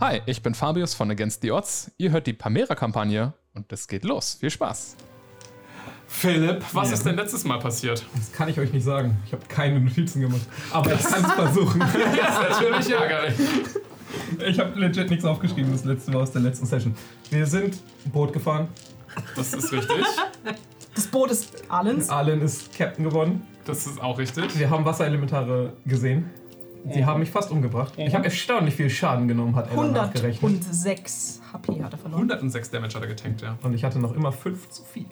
Hi, ich bin Fabius von Against the Odds. Ihr hört die Pamera-Kampagne und es geht los. Viel Spaß. Philipp, was Ja. ist denn letztes Mal passiert? Das kann ich euch nicht sagen. Ich habe keine Notizen gemacht. Aber ich kann es versuchen. Das ist natürlich ärgerlich. Ich habe legit nichts aufgeschrieben, das letzte war aus der letzten Session. Wir sind Boot gefahren. Das ist richtig. Das Boot ist Allens. Allen ist Captain geworden. Das ist auch richtig. Wir haben Wasserelementare gesehen. Sie haben mich fast umgebracht. Ich habe erstaunlich viel Schaden genommen, hat er danach gerechnet. 106 HP hat er verloren. 106 Damage hat er getankt, ja. Und ich hatte noch immer fünf zu viel.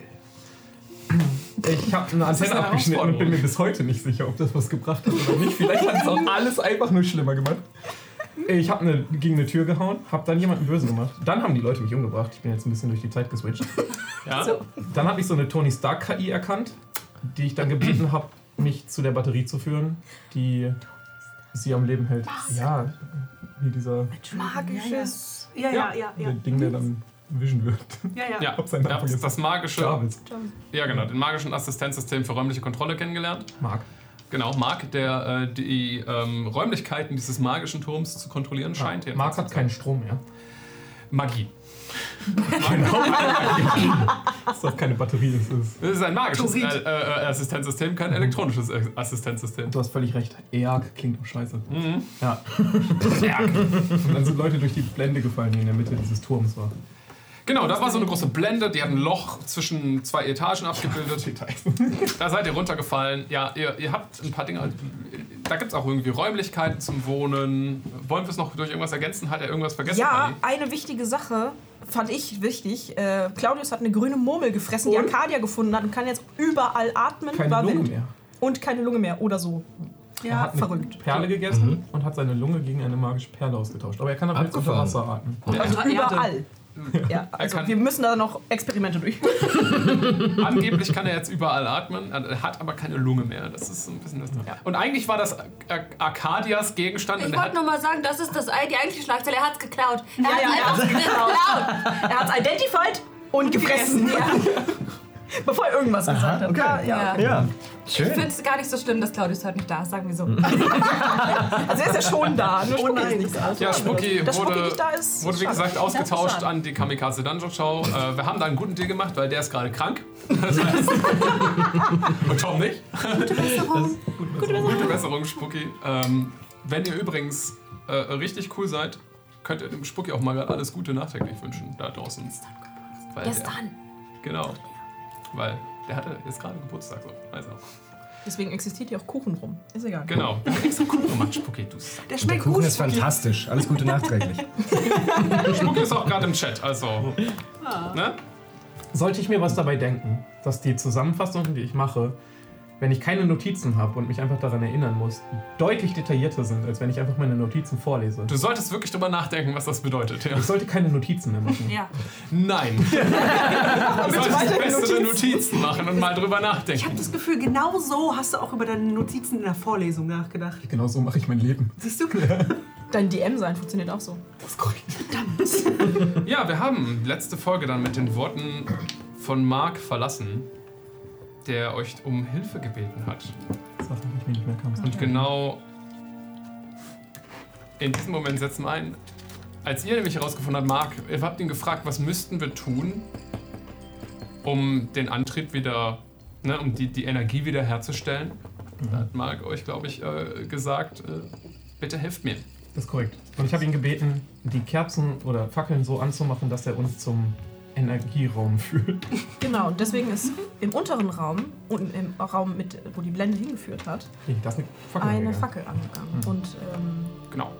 Ich habe eine Antenne eine abgeschnitten und bin mir bis heute nicht sicher, ob das was gebracht hat oder nicht. Vielleicht hat es auch alles einfach nur schlimmer gemacht. Ich habe eine, gegen eine Tür gehauen, habe dann jemanden böse gemacht. Dann haben die Leute mich umgebracht. Ich bin jetzt ein bisschen durch die Zeit geswitcht. Ja? Dann habe ich so eine Tony Stark KI erkannt, die ich dann gebeten habe, mich zu der Batterie zu führen, die sie am Leben hält. Ja, wie dieser Magisches. Ja, ja, ja. der Ding, der dann Vision wird. ja, ja. Ja, Hab seinen Namen ja vergessen. das magische, Jarvis. ja genau, den magischen Assistenzsystem für räumliche Kontrolle kennengelernt. Mark. Genau, Mark, der äh, die ähm, Räumlichkeiten dieses magischen Turms zu kontrollieren scheint. Mark jedenfalls. hat keinen Strom mehr. Magie. genau- Das ist doch keine Batterie, das ist. Das ist ein magisches äh, Chlorid. äh, Assistenzsystem, Mhm. kein elektronisches äh, Assistenzsystem. Du hast völlig recht. ERG klingt doch scheiße. Mhm. Ja. Und dann sind Leute durch die Blende gefallen, die in der Mitte dieses Turms war. Genau, da war so eine große Blende, die hat ein Loch zwischen zwei Etagen abgebildet. Da seid ihr runtergefallen. Ja, ihr, ihr habt ein paar Dinge. also, Da gibt es auch irgendwie Räumlichkeiten zum Wohnen. Wollen wir es noch durch irgendwas ergänzen? Hat er irgendwas vergessen? Ja, Mali? eine wichtige Sache fand ich wichtig. Äh, Claudius hat eine grüne Murmel gefressen, die Und? Arcadia gefunden hat und kann jetzt überall atmen. Keine war Lunge wild. mehr. Und keine Lunge mehr oder so. Er Ja, hat eine verrückt. Perle gegessen Mhm. und hat seine Lunge gegen eine magische Perle ausgetauscht. Aber er kann auch nicht unter Abgefahren. Wasser atmen. Also überall. Ja, also kann- wir müssen da noch Experimente durch. Angeblich kann er jetzt überall atmen, er hat aber keine Lunge mehr. Das ist so ein bisschen das. Und eigentlich war das Ar- Arcadias Gegenstand. und Ich er hat- wollte nur mal sagen, das ist das, die eigentliche Schlagzeile. Er hat's geklaut. Er Ja, hat's ja, einfach geklaut. Er hat es identified und gefressen. Bevor er irgendwas gesagt hat. okay. Ja, ja. Ja. Ja, Ich schön. finde es gar nicht so schlimm, dass Claudius heute nicht da ist, sagen wir so. Also er ist ja schon da. Nur Spucki ist nicht da. Oh Ja, Spooky Dass Spooky wurde, nicht da ist, wurde wie schade. gesagt Ja, ausgetauscht schade. an die Kamikaze Dungeon Show. Äh, wir haben da einen guten Deal gemacht, weil der ist gerade krank. Das heißt, und Tom nicht. Gute Besserung, Spooky. Ähm, wenn ihr übrigens äh, richtig cool seid, könnt ihr dem Spooky auch mal gerade alles Gute nachträglich wünschen da draußen. Weil der, Gestern. genau. Weil der hatte jetzt gerade Geburtstag. So. Also, Deswegen existiert hier auch Kuchen rum. Ist egal. genau. Der hat extra Kuchen gemacht, Spooky. Du Sack. Der Der schmeckt Kuchen gut. ist fantastisch. Alles Gute nachträglich. Spooky ist auch gerade im Chat, also. Ne? Sollte ich mir was dabei denken, dass die Zusammenfassungen, die ich mache, wenn ich keine Notizen habe und mich einfach daran erinnern muss, deutlich detaillierter sind, als wenn ich einfach meine Notizen vorlese. Du solltest wirklich drüber nachdenken, was das bedeutet. Ja. Ich sollte keine Notizen mehr machen. Ja. Nein. du solltest weiter bessere Notizen. Notizen machen und mal drüber Ich habe nachdenken. das Gefühl, genau so hast du auch über deine Notizen in der Vorlesung nachgedacht. Genau so mache ich mein Leben. Siehst du? Dein DM sein funktioniert auch so. Das ist korrekt. Ja, wir haben letzte Folge dann mit den Worten von Mark verlassen, der euch um Hilfe gebeten hat. Sachen, die ich mir nicht mehr kam. Und genau in diesem Moment setzen wir ein. Als ihr nämlich herausgefunden habt, Mark, ihr habt ihn gefragt, was müssten wir tun, um den Antrieb wieder, ne, um die, die Energie wieder herzustellen. Da hat Mark euch, glaube ich, äh, gesagt, äh, bitte helft mir. Das ist korrekt. Und ich habe ihn gebeten, die Kerzen oder Fackeln so anzumachen, dass er uns zum Energieraum führt. Genau, und deswegen ist im unteren Raum, unten im Raum, mit, wo die Blende hingeführt hat, Nee, Das ist eine Fackel. eine Digga. Fackel angegangen. Und ähm, Genau.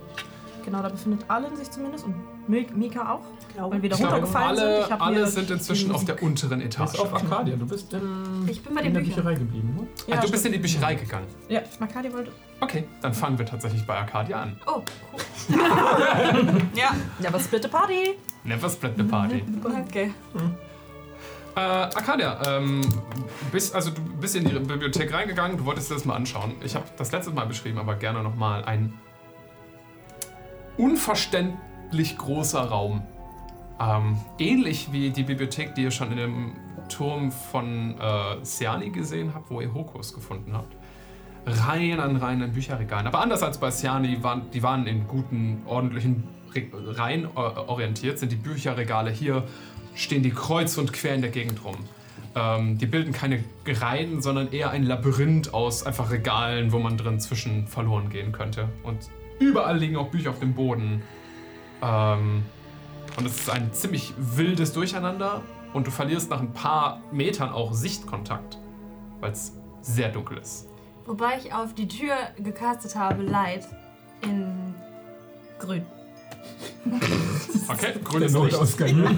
genau, da befindet Allen sich zumindest und Mil- Mika auch, glaube, weil wir da Ich glaube, runtergefallen alle, sind. Ich hab alle mir sind die inzwischen auf Musik- der unteren Du Etage. bist auf Arcadia. Du bist im, Ich bin bei in den der Büchern. Bücherei geblieben. Ne? Ja, ah, du stimmt. bist in die Bücherei gegangen. Ja, Makadi wollte. Okay, dann fangen wir tatsächlich bei Arcadia an. Oh, Ja. Ja, was bitte Party? Never split the party. okay. Äh, Arcadia, ähm, bist, also du bist in die Bibliothek reingegangen, du wolltest dir das mal anschauen. Ich habe das letzte Mal beschrieben, aber gerne nochmal. Ein unverständlich großer Raum. Ähm, ähnlich wie die Bibliothek, die ihr schon in dem Turm von äh, Siani gesehen habt, wo ihr Hokus gefunden habt. Reihen an Reihen an Bücherregalen. Aber anders als bei Siani, waren, die waren in guten, ordentlichen Re Reihen äh, orientiert, sind die Bücherregale hier, stehen die kreuz und quer in der Gegend rum. Ähm, die bilden keine Reihen, sondern eher ein Labyrinth aus einfach Regalen, wo man drin zwischen verloren gehen könnte. Und überall liegen auch Bücher auf dem Boden. Ähm, und es ist ein ziemlich wildes Durcheinander und du verlierst nach ein paar Metern auch Sichtkontakt, weil es sehr dunkel ist. Wobei ich auf die Tür gecastet habe, Light in grün. Der Okay, grünes Licht. Notausgang.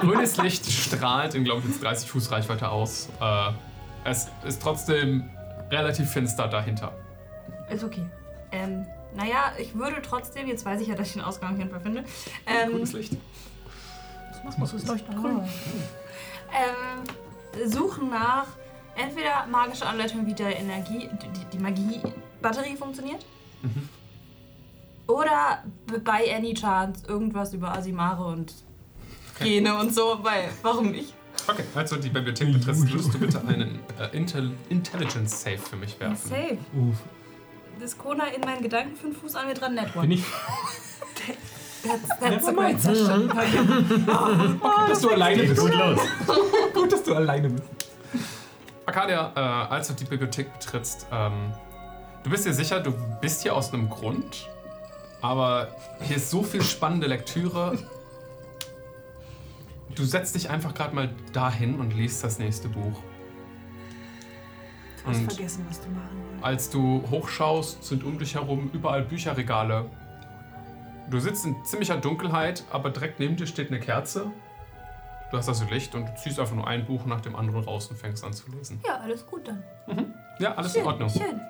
Grünes Licht strahlt in, glaube ich, jetzt 30 Fuß Reichweite aus. Äh, es ist trotzdem relativ finster dahinter. Ist okay. Ähm, naja, ich würde trotzdem, jetzt weiß ich ja, dass ich den Ausgang auf jeden Fall finde. Ähm, Grünes Licht. Oh. ähm, suchen nach entweder magische Anleitung, wie der Energie, die, die Magie-Batterie funktioniert. Oder b- bei Any Chance irgendwas über Asimare und Gene und so, weil warum nicht? Okay, also die Bibliothek betrifft, würdest du bitte einen äh, Intel Intelligence Save für mich werfen. Safe. Uff. Oh, Das Kona in meinen Gedanken fünf Fuß an mir dran, net Bin one. ich. That's, that's a great session. Dass du alleine Geht bist. gut los. Gut, dass du alleine bist. Arcadia, äh, als du die Bibliothek betrittst, ähm, du bist dir sicher, du bist hier aus einem Grund, aber hier ist so viel spannende Lektüre. Du setzt dich einfach gerade mal dahin und liest das nächste Buch. Du hast Und- vergessen, was du machen wolltest. Als du hochschaust, sind um dich herum überall Bücherregale. Du sitzt in ziemlicher Dunkelheit, aber direkt neben dir steht eine Kerze. Du hast also Licht und du ziehst einfach nur ein Buch nach dem anderen raus und fängst an zu lesen. Ja, alles gut dann. Ja, alles in Ordnung. Schön.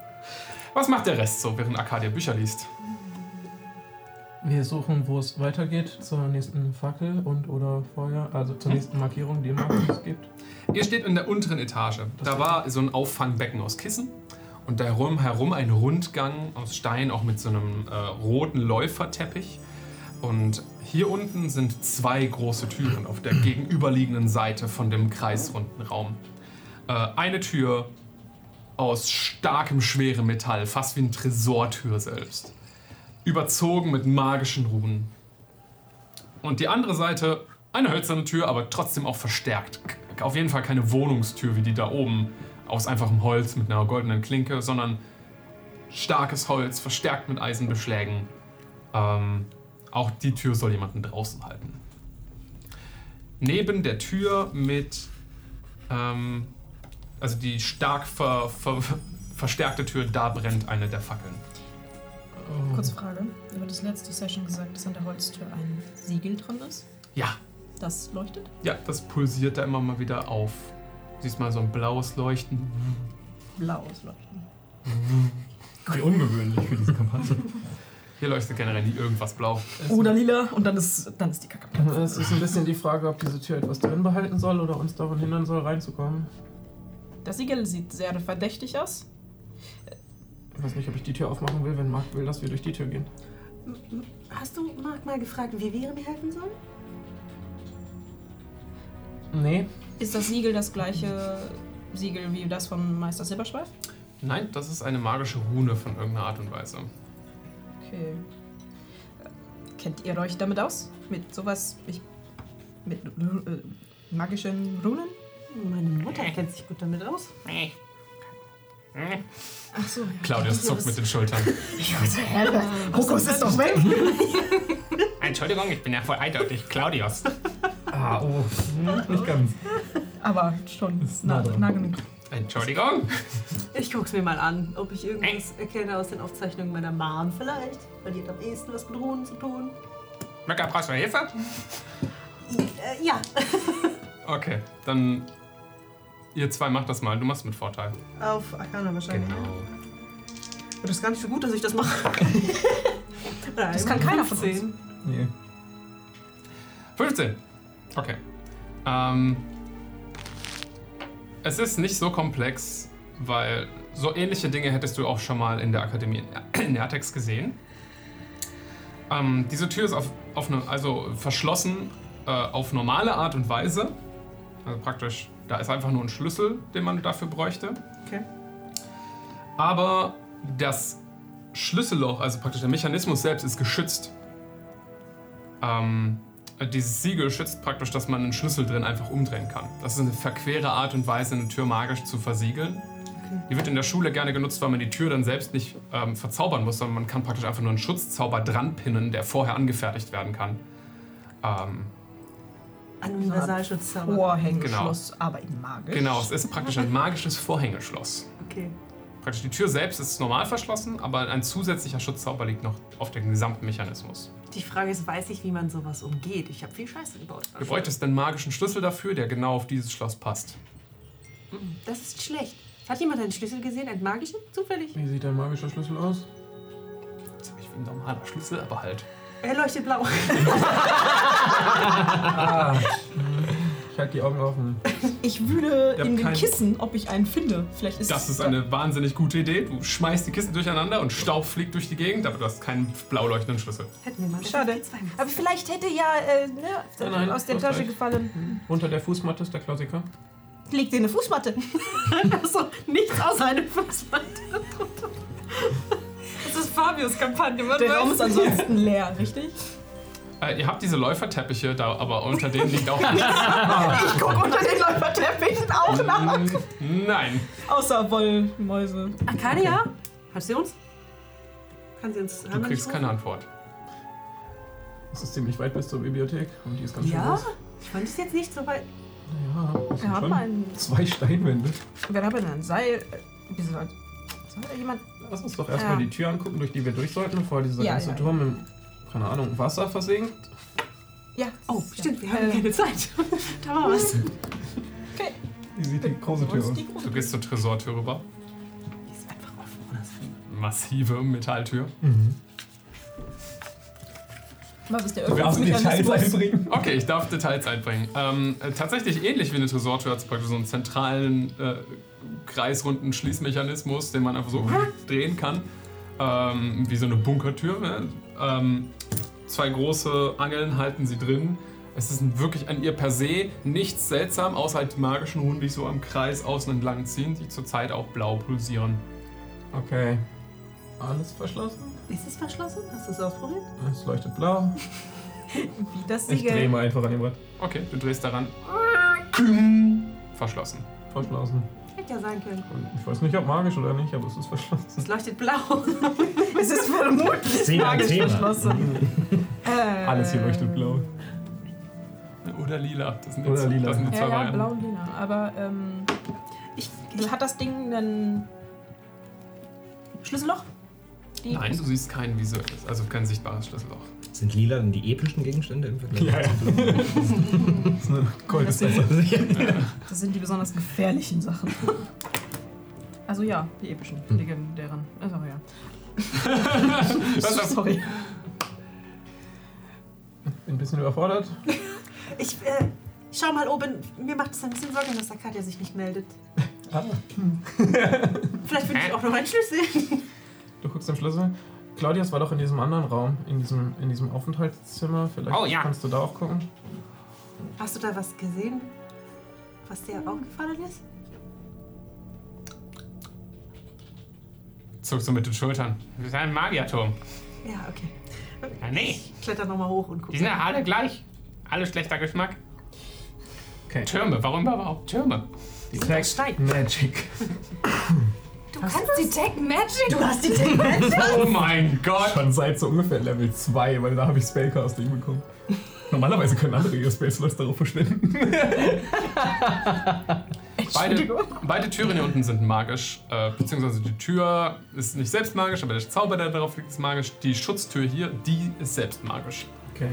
Was macht der Rest so, während Arcadia Bücher liest? Wir suchen, wo es weitergeht, zur nächsten Fackel und oder Feuer, also zur nächsten Markierung, die immer es gibt. Ihr steht in der unteren Etage. Da war so ein Auffangbecken aus Kissen und darum herum ein Rundgang aus Stein, auch mit so einem äh, roten Läuferteppich. Und hier unten sind zwei große Türen auf der gegenüberliegenden Seite von dem kreisrunden Raum. Äh, eine Tür aus starkem, schwerem Metall, fast wie eine Tresortür selbst. Überzogen mit magischen Runen. Und die andere Seite, eine hölzerne Tür, aber trotzdem auch verstärkt. K- Auf jeden Fall keine Wohnungstür wie die da oben aus einfachem Holz mit einer goldenen Klinke, sondern starkes Holz, verstärkt mit Eisenbeschlägen. Ähm, auch die Tür soll jemanden draußen halten. Neben der Tür mit, ähm, also die stark ver, ver, verstärkte Tür, da brennt eine der Fackeln. Kurze Frage. Über das letzte Session gesagt, dass an der Holztür ein Siegel dran ist. Ja, Das leuchtet. ja, das pulsiert da immer mal wieder auf. Siehst mal so ein blaues Leuchten. Blaues Leuchten. Wie ungewöhnlich für diese Kampagne. Hier leuchtet generell nie irgendwas blau. Oder lila und dann ist, dann ist die Kacke. Es ist ein bisschen die Frage, ob diese Tür etwas drin behalten soll oder uns daran hindern soll, reinzukommen. Das Siegel sieht sehr verdächtig aus. Ich weiß nicht, ob ich die Tür aufmachen will, wenn Marc will, dass wir durch die Tür gehen. Hast du Marc mal gefragt, wie wir ihm helfen sollen? Nee. Ist das Siegel das gleiche Siegel wie das von Meister Silberschweif? Nein, das ist eine magische Rune von irgendeiner Art und Weise. Okay. Äh, Kennt ihr euch damit aus? Mit sowas? Ich, mit Ru- äh, magischen Runen? Meine Mutter kennt sich gut damit aus. Ach so, ja. Claudius zuckt mit den Schultern. Kokos ist doch weg! Entschuldigung, ich bin ja voll eindeutig. Claudius. Ah, oh. Hm, Nicht ganz. Aber schon nah nah, dran. nah genug. Entschuldigung. Ich guck's mir mal an, ob ich irgendwas erkenne aus den Aufzeichnungen meiner Mom vielleicht. Weil die hat am ehesten was mit Runen zu tun. Möcker, brauchst du Hilfe? Äh, ja. Okay, dann. Ihr zwei macht das mal. Du machst mit Vorteil. Auf Arcana wahrscheinlich. Genau. Das ist gar nicht so gut, dass ich das mache. Das kann keiner von uns. Nee. 15. Okay. Ähm, es ist nicht so komplex, weil so ähnliche Dinge hättest du auch schon mal in der Akademie in Nertex gesehen. Ähm, diese Tür ist auf, auf eine, also verschlossen äh, auf normale Art und Weise. Also praktisch, da ist einfach nur ein Schlüssel, den man dafür bräuchte. Okay. Aber das Schlüsselloch, also praktisch der Mechanismus selbst, ist geschützt. Ähm, dieses Siegel schützt praktisch, dass man einen Schlüssel drin einfach umdrehen kann. Das ist eine verquere Art und Weise, eine Tür magisch zu versiegeln. Die wird in der Schule gerne genutzt, weil man die Tür dann selbst nicht ähm, verzaubern muss, sondern man kann praktisch einfach nur einen Schutzzauber dranpinnen, der vorher angefertigt werden kann. Ähm, Ein Universalschutzzauber. Vorhängeschloss, aber in magisch. genau, es ist praktisch ein magisches Vorhängeschloss. Okay. Praktisch die Tür selbst ist normal verschlossen, aber ein zusätzlicher Schutzzauber liegt noch auf dem gesamten Mechanismus. Die Frage ist, weiß ich, wie man sowas umgeht? Ich habe viel Scheiße gebaut. Du bräuchtest einen magischen Schlüssel dafür, der genau auf dieses Schloss passt. Das ist schlecht. Hat jemand einen Schlüssel gesehen? Einen magischen? Zufällig? Wie sieht dein magischer Schlüssel aus? Ziemlich wie ein normaler Schlüssel, aber halt. Er leuchtet blau. Ich halte die Augen offen. Ich wühle Ja, in den kein- Kissen, ob ich einen finde. Vielleicht ist Das ist eine wahnsinnig gute Idee. Du schmeißt die Kissen durcheinander und Staub fliegt durch die Gegend, aber du hast keinen blau leuchtenden Schlüssel. Hätten wir mal. Schade. Aber vielleicht hätte ja äh, ne, nein, aus der das Tasche reicht. gefallen. Unter der Fußmatte ist der Klassiker. Leg dir eine Fußmatte. Also, nichts außer einem Fußband. Das ist Fabius Kampagne, man Der Raum weiß. ist ansonsten leer, richtig? Äh, ihr habt diese Läuferteppiche, da, aber unter denen liegt auch nichts. Ich guck unter den Läuferteppichen auch Mhm. nach. Nein. Außer Wollmäuse. Arcadia? Hat sie uns? Kann sie uns Du kriegst keine Antwort. Es ist ziemlich weit bis zur Bibliothek und die ist ganz schön Ja? groß. Ich fand es jetzt nicht so weit. Ja, das Wir sind haben schon einen. zwei Steinwände. Wir haben ein Seil. äh, Wieso soll soll da jemand. Lass uns doch erstmal Ja. die Tür angucken, durch die wir durch sollten, bevor dieser Ja, ganze ja. Turm im, keine Ahnung, Wasser versinkt. Ja. Oh, stimmt, wir haben Äh, keine Zeit. da war was. Okay. Wie sieht die große Tür aus? Die große Du gehst zur Tresortür rüber. Die ist einfach offen. oder so. Massive Metalltür. Was ist der Wir haben Öffnungsmechanismus? einbringen? Okay, ich darf Details einbringen. Ähm, äh, tatsächlich ähnlich wie eine Tresortür hat es praktisch so einen zentralen, äh, kreisrunden Schließmechanismus, den man einfach so Mhm. drehen kann. Ähm, wie so eine Bunkertür. Ne? Ähm, zwei große Angeln halten sie drin. Es ist ein- wirklich an ihr per se nichts seltsam, außer halt die magischen Runen, die so am Kreis außen entlang ziehen, die zurzeit auch blau pulsieren. Okay. Alles verschlossen. Ist es verschlossen? Hast du es ausprobiert? Es leuchtet blau. Wie das äh, Ich drehe Siegel. mal einfach an dem Brett. Okay, du drehst daran. Küng. Verschlossen. Verschlossen. Hätte ja sein können. Und ich weiß nicht, ob magisch oder nicht, aber es ist verschlossen. Es leuchtet blau. Es ist vermutlich Thema, magisch Thema. Mhm, verschlossen. Alles hier leuchtet blau. Ähm. Äh, Oder lila. Das sind, Oder lila. Das sind die zwei Ja, ja, Varianten. blau und lila. Aber ähm, Ich, hat das Ding ein Schlüsselloch? Die- Nein, du siehst kein visuelles, also kein sichtbares Schlüsselloch. Sind lila denn die epischen Gegenstände im Vergleich? Ja, ja. Das ist eine Das goldene sind, Ja. das sind die besonders gefährlichen Sachen. Also ja, die epischen, Hm. legendären. Also ja. Das ist Sorry. Bin ein bisschen überfordert. ich, äh, ich schau mal oben. Mir macht es ein bisschen Sorgen, dass Arcadia sich nicht meldet. Ah, Vielleicht finde ich auch noch einen Schlüssel. du guckst den Schlüssel. Claudius war doch in diesem anderen Raum, in diesem, in diesem Aufenthaltszimmer. Vielleicht Oh, ja. kannst du da auch gucken. Hast du da was gesehen, was dir aufgefallen ist? zuckst du mit den Schultern. Das ist ein Magierturm. Ja, okay. Ja, nee, Ich kletter nochmal hoch und die gucke. sind ja alle gleich. Alle schlechter Geschmack. Okay. Türme, warum überhaupt Türme? Detect Magic. Du kannst die Tech Magic. Du hast die Oh mein Gott! Schon seit so ungefähr Level 2, weil da habe ich Spellcasting bekommen. Normalerweise können andere ihre Spellslots darauf verschwenden. Beide, beide Türen hier unten sind magisch. Äh, beziehungsweise die Tür ist nicht selbst magisch, aber der Zauber, der darauf liegt, ist magisch. Die Schutztür hier, die ist selbst magisch. Okay.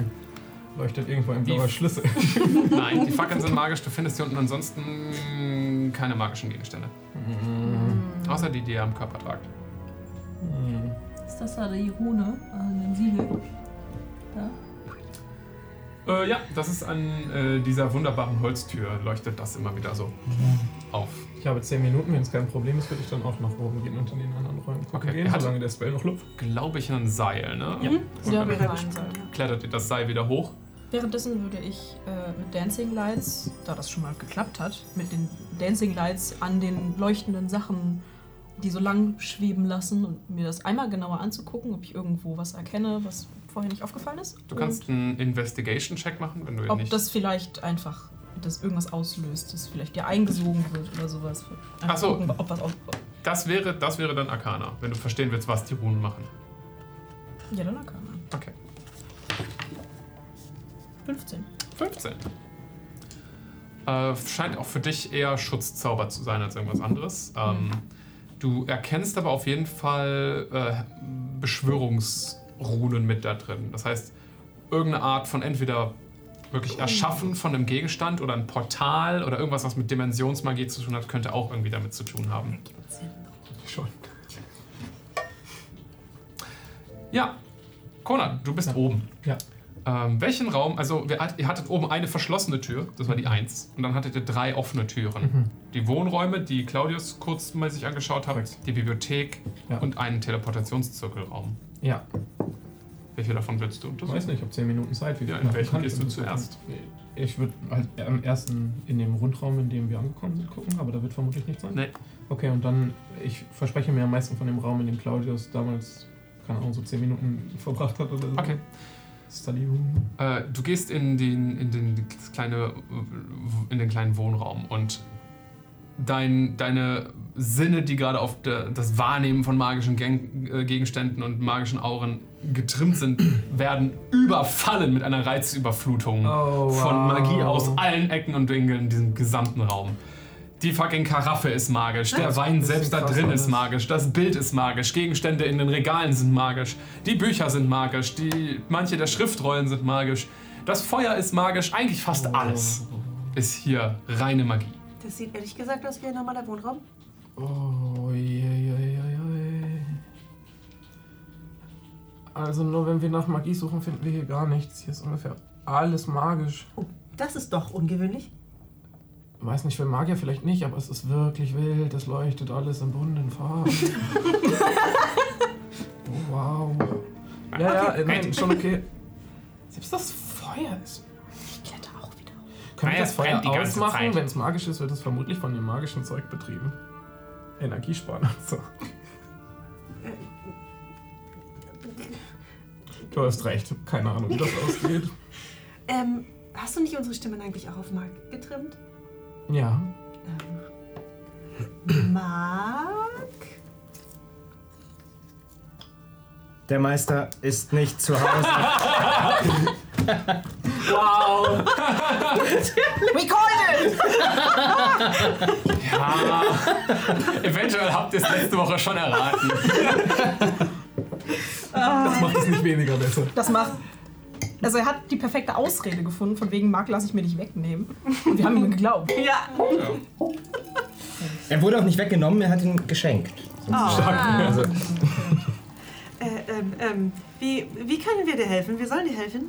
Leuchtet irgendwo ein Die- blauer Schlüssel. Nein, die Fackeln sind magisch. Du findest hier unten ansonsten mm, keine magischen Gegenstände. Mhm. Außer die, die ihr am Körper tragt. Ist das da die Rune an dem Siegel? Da? Äh, ja, das ist an äh, dieser wunderbaren Holztür, leuchtet das immer wieder so Mhm. auf. Ich habe 10 Minuten, wenn es kein Problem ist, würde ich dann auch nach oben gehen und in den anderen Räumen gucken Okay, gehen, er hat- solange der Spell noch läuft. Glaube ich, ein Seil, ne? Ja, Und wir dann haben einen Seil. klettert ihr das Seil wieder hoch. Währenddessen würde ich äh, mit Dancing Lights, da das schon mal geklappt hat, mit den Dancing Lights an den leuchtenden Sachen die so lang schweben lassen und mir das einmal genauer anzugucken, ob ich irgendwo was erkenne, was vorher nicht aufgefallen ist. Du kannst einen Investigation-Check machen, wenn du ihn Ob nicht. das vielleicht einfach das irgendwas auslöst, dass vielleicht dir eingesogen wird oder sowas. Einfach Ach so. gucken, ob was auf Das wäre, das wäre dann Arcana, wenn du verstehen willst, was die Runen machen. Ja, dann kann man. Okay. 15. 15. Äh, scheint auch für dich eher Schutzzauber zu sein als irgendwas anderes. Ähm, du erkennst aber auf jeden Fall äh, Beschwörungsrunen mit da drin. Das heißt, irgendeine Art von entweder wirklich Erschaffen von einem Gegenstand oder ein Portal oder irgendwas, was mit Dimensionsmagie zu tun hat, könnte auch irgendwie damit zu tun haben. Schon. Ja, Conan, du bist oben. Ja. Ähm, welchen Raum, also wir, hat- ihr hattet oben eine verschlossene Tür, das Mhm. war die 1, und dann hattet ihr drei offene Türen. Die Wohnräume, die Claudius kurz mal sich angeschaut hat, Korrekt. die Bibliothek Ja. und einen Teleportationszirkelraum. Ja. Wie viel davon willst du Ich untersuchen? weiß nicht, ich habe 10 Minuten Zeit. Wie Ja, viel in machen welchen kann. gehst du zuerst? Ich würde halt am ersten in dem Rundraum, in dem wir angekommen sind, gucken, aber da wird vermutlich nichts sein. Nee. Okay, und dann, ich verspreche mir am meisten von dem Raum, in dem Claudius damals, keine Ahnung, so 10 Minuten verbracht hat oder so. Okay. Study Room. Äh, du gehst in den, in, den das kleine, in den kleinen Wohnraum und dein, deine Sinne, die gerade auf der, das Wahrnehmen von magischen Gen- äh, Gegenständen und magischen Auren getrimmt sind, werden überfallen mit einer Reizüberflutung Oh, von wow. Magie aus allen Ecken und Winkeln in diesem gesamten Raum. Die fucking Karaffe ist magisch, der Wein ist selbst da krass drin ist alles. magisch, das Bild ist magisch, Gegenstände in den Regalen sind magisch, die Bücher sind magisch, die manche der Schriftrollen sind magisch, das Feuer ist magisch, eigentlich Oh. fast alles ist hier reine Magie. Das sieht ehrlich gesagt aus wie ein normaler Wohnraum. Oh, je, je, je, je. Also nur wenn wir nach Magie suchen, finden wir hier gar nichts. Hier ist ungefähr alles magisch. Oh, das ist doch ungewöhnlich. Weiß nicht, für Magier vielleicht nicht, aber es ist wirklich wild. Es leuchtet alles in bunten Farben. oh, wow. Ja, ja, äh, nein, schon okay. Selbst das Feuer ist. Ich kletter auch wieder. Können wir Ja, das es Feuer brennt die ganze ausmachen? Zeit. Wenn es magisch ist, wird es vermutlich von dem magischen Zeug betrieben. Energiesparen also. Du hast recht. Keine Ahnung, wie das ausgeht. Ähm, hast du nicht unsere Stimmen eigentlich auch auf Mark getrimmt? Ja. Ähm, Mark? Der Meister ist nicht zu Hause. We called it! Ja, eventuell habt ihr es letzte Woche schon erraten. Das macht es nicht weniger besser. Das macht. Also er hat die perfekte Ausrede gefunden, von wegen Marc lasse ich mir nicht wegnehmen. Und wir haben ihm geglaubt. Ja. er wurde auch nicht weggenommen, er hat ihn geschenkt. Also, Äh, ähm, ähm, wie, wie können wir dir helfen? Wir sollen dir helfen.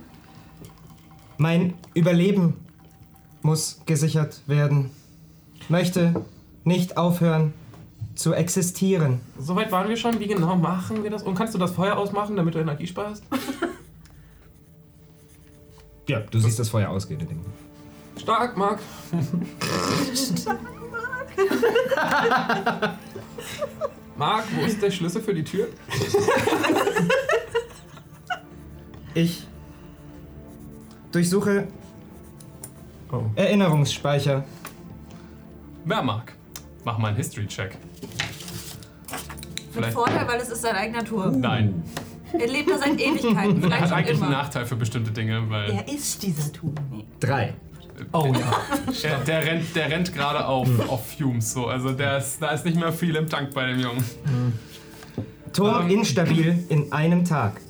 mein Überleben muss gesichert werden. Möchte nicht aufhören zu existieren. Soweit waren wir schon. Wie genau machen wir das? Und kannst du das Feuer ausmachen, damit du Energie sparst? Ja, du siehst, dass Feuer ausgeht. in dem- Stark, Marc. Marc, wo ist der Schlüssel für die Tür? Ich durchsuche Oh. Erinnerungsspeicher. Wer mag? Mach mal einen History-Check. Mit Vielleicht. Vorteil, weil es ist sein eigener Turm. Nein. Er lebt da seit Ewigkeiten. Vielleicht Hat schon eigentlich einen immer. Nachteil für bestimmte Dinge, weil. Er ist dieser Turm. Drei. Oh ja. Der, der rennt, der rennt gerade auf, auf Fumes so. Also der ist, da ist nicht mehr viel im Tank bei dem Jungen. Ähm. Turm instabil in einem Tag.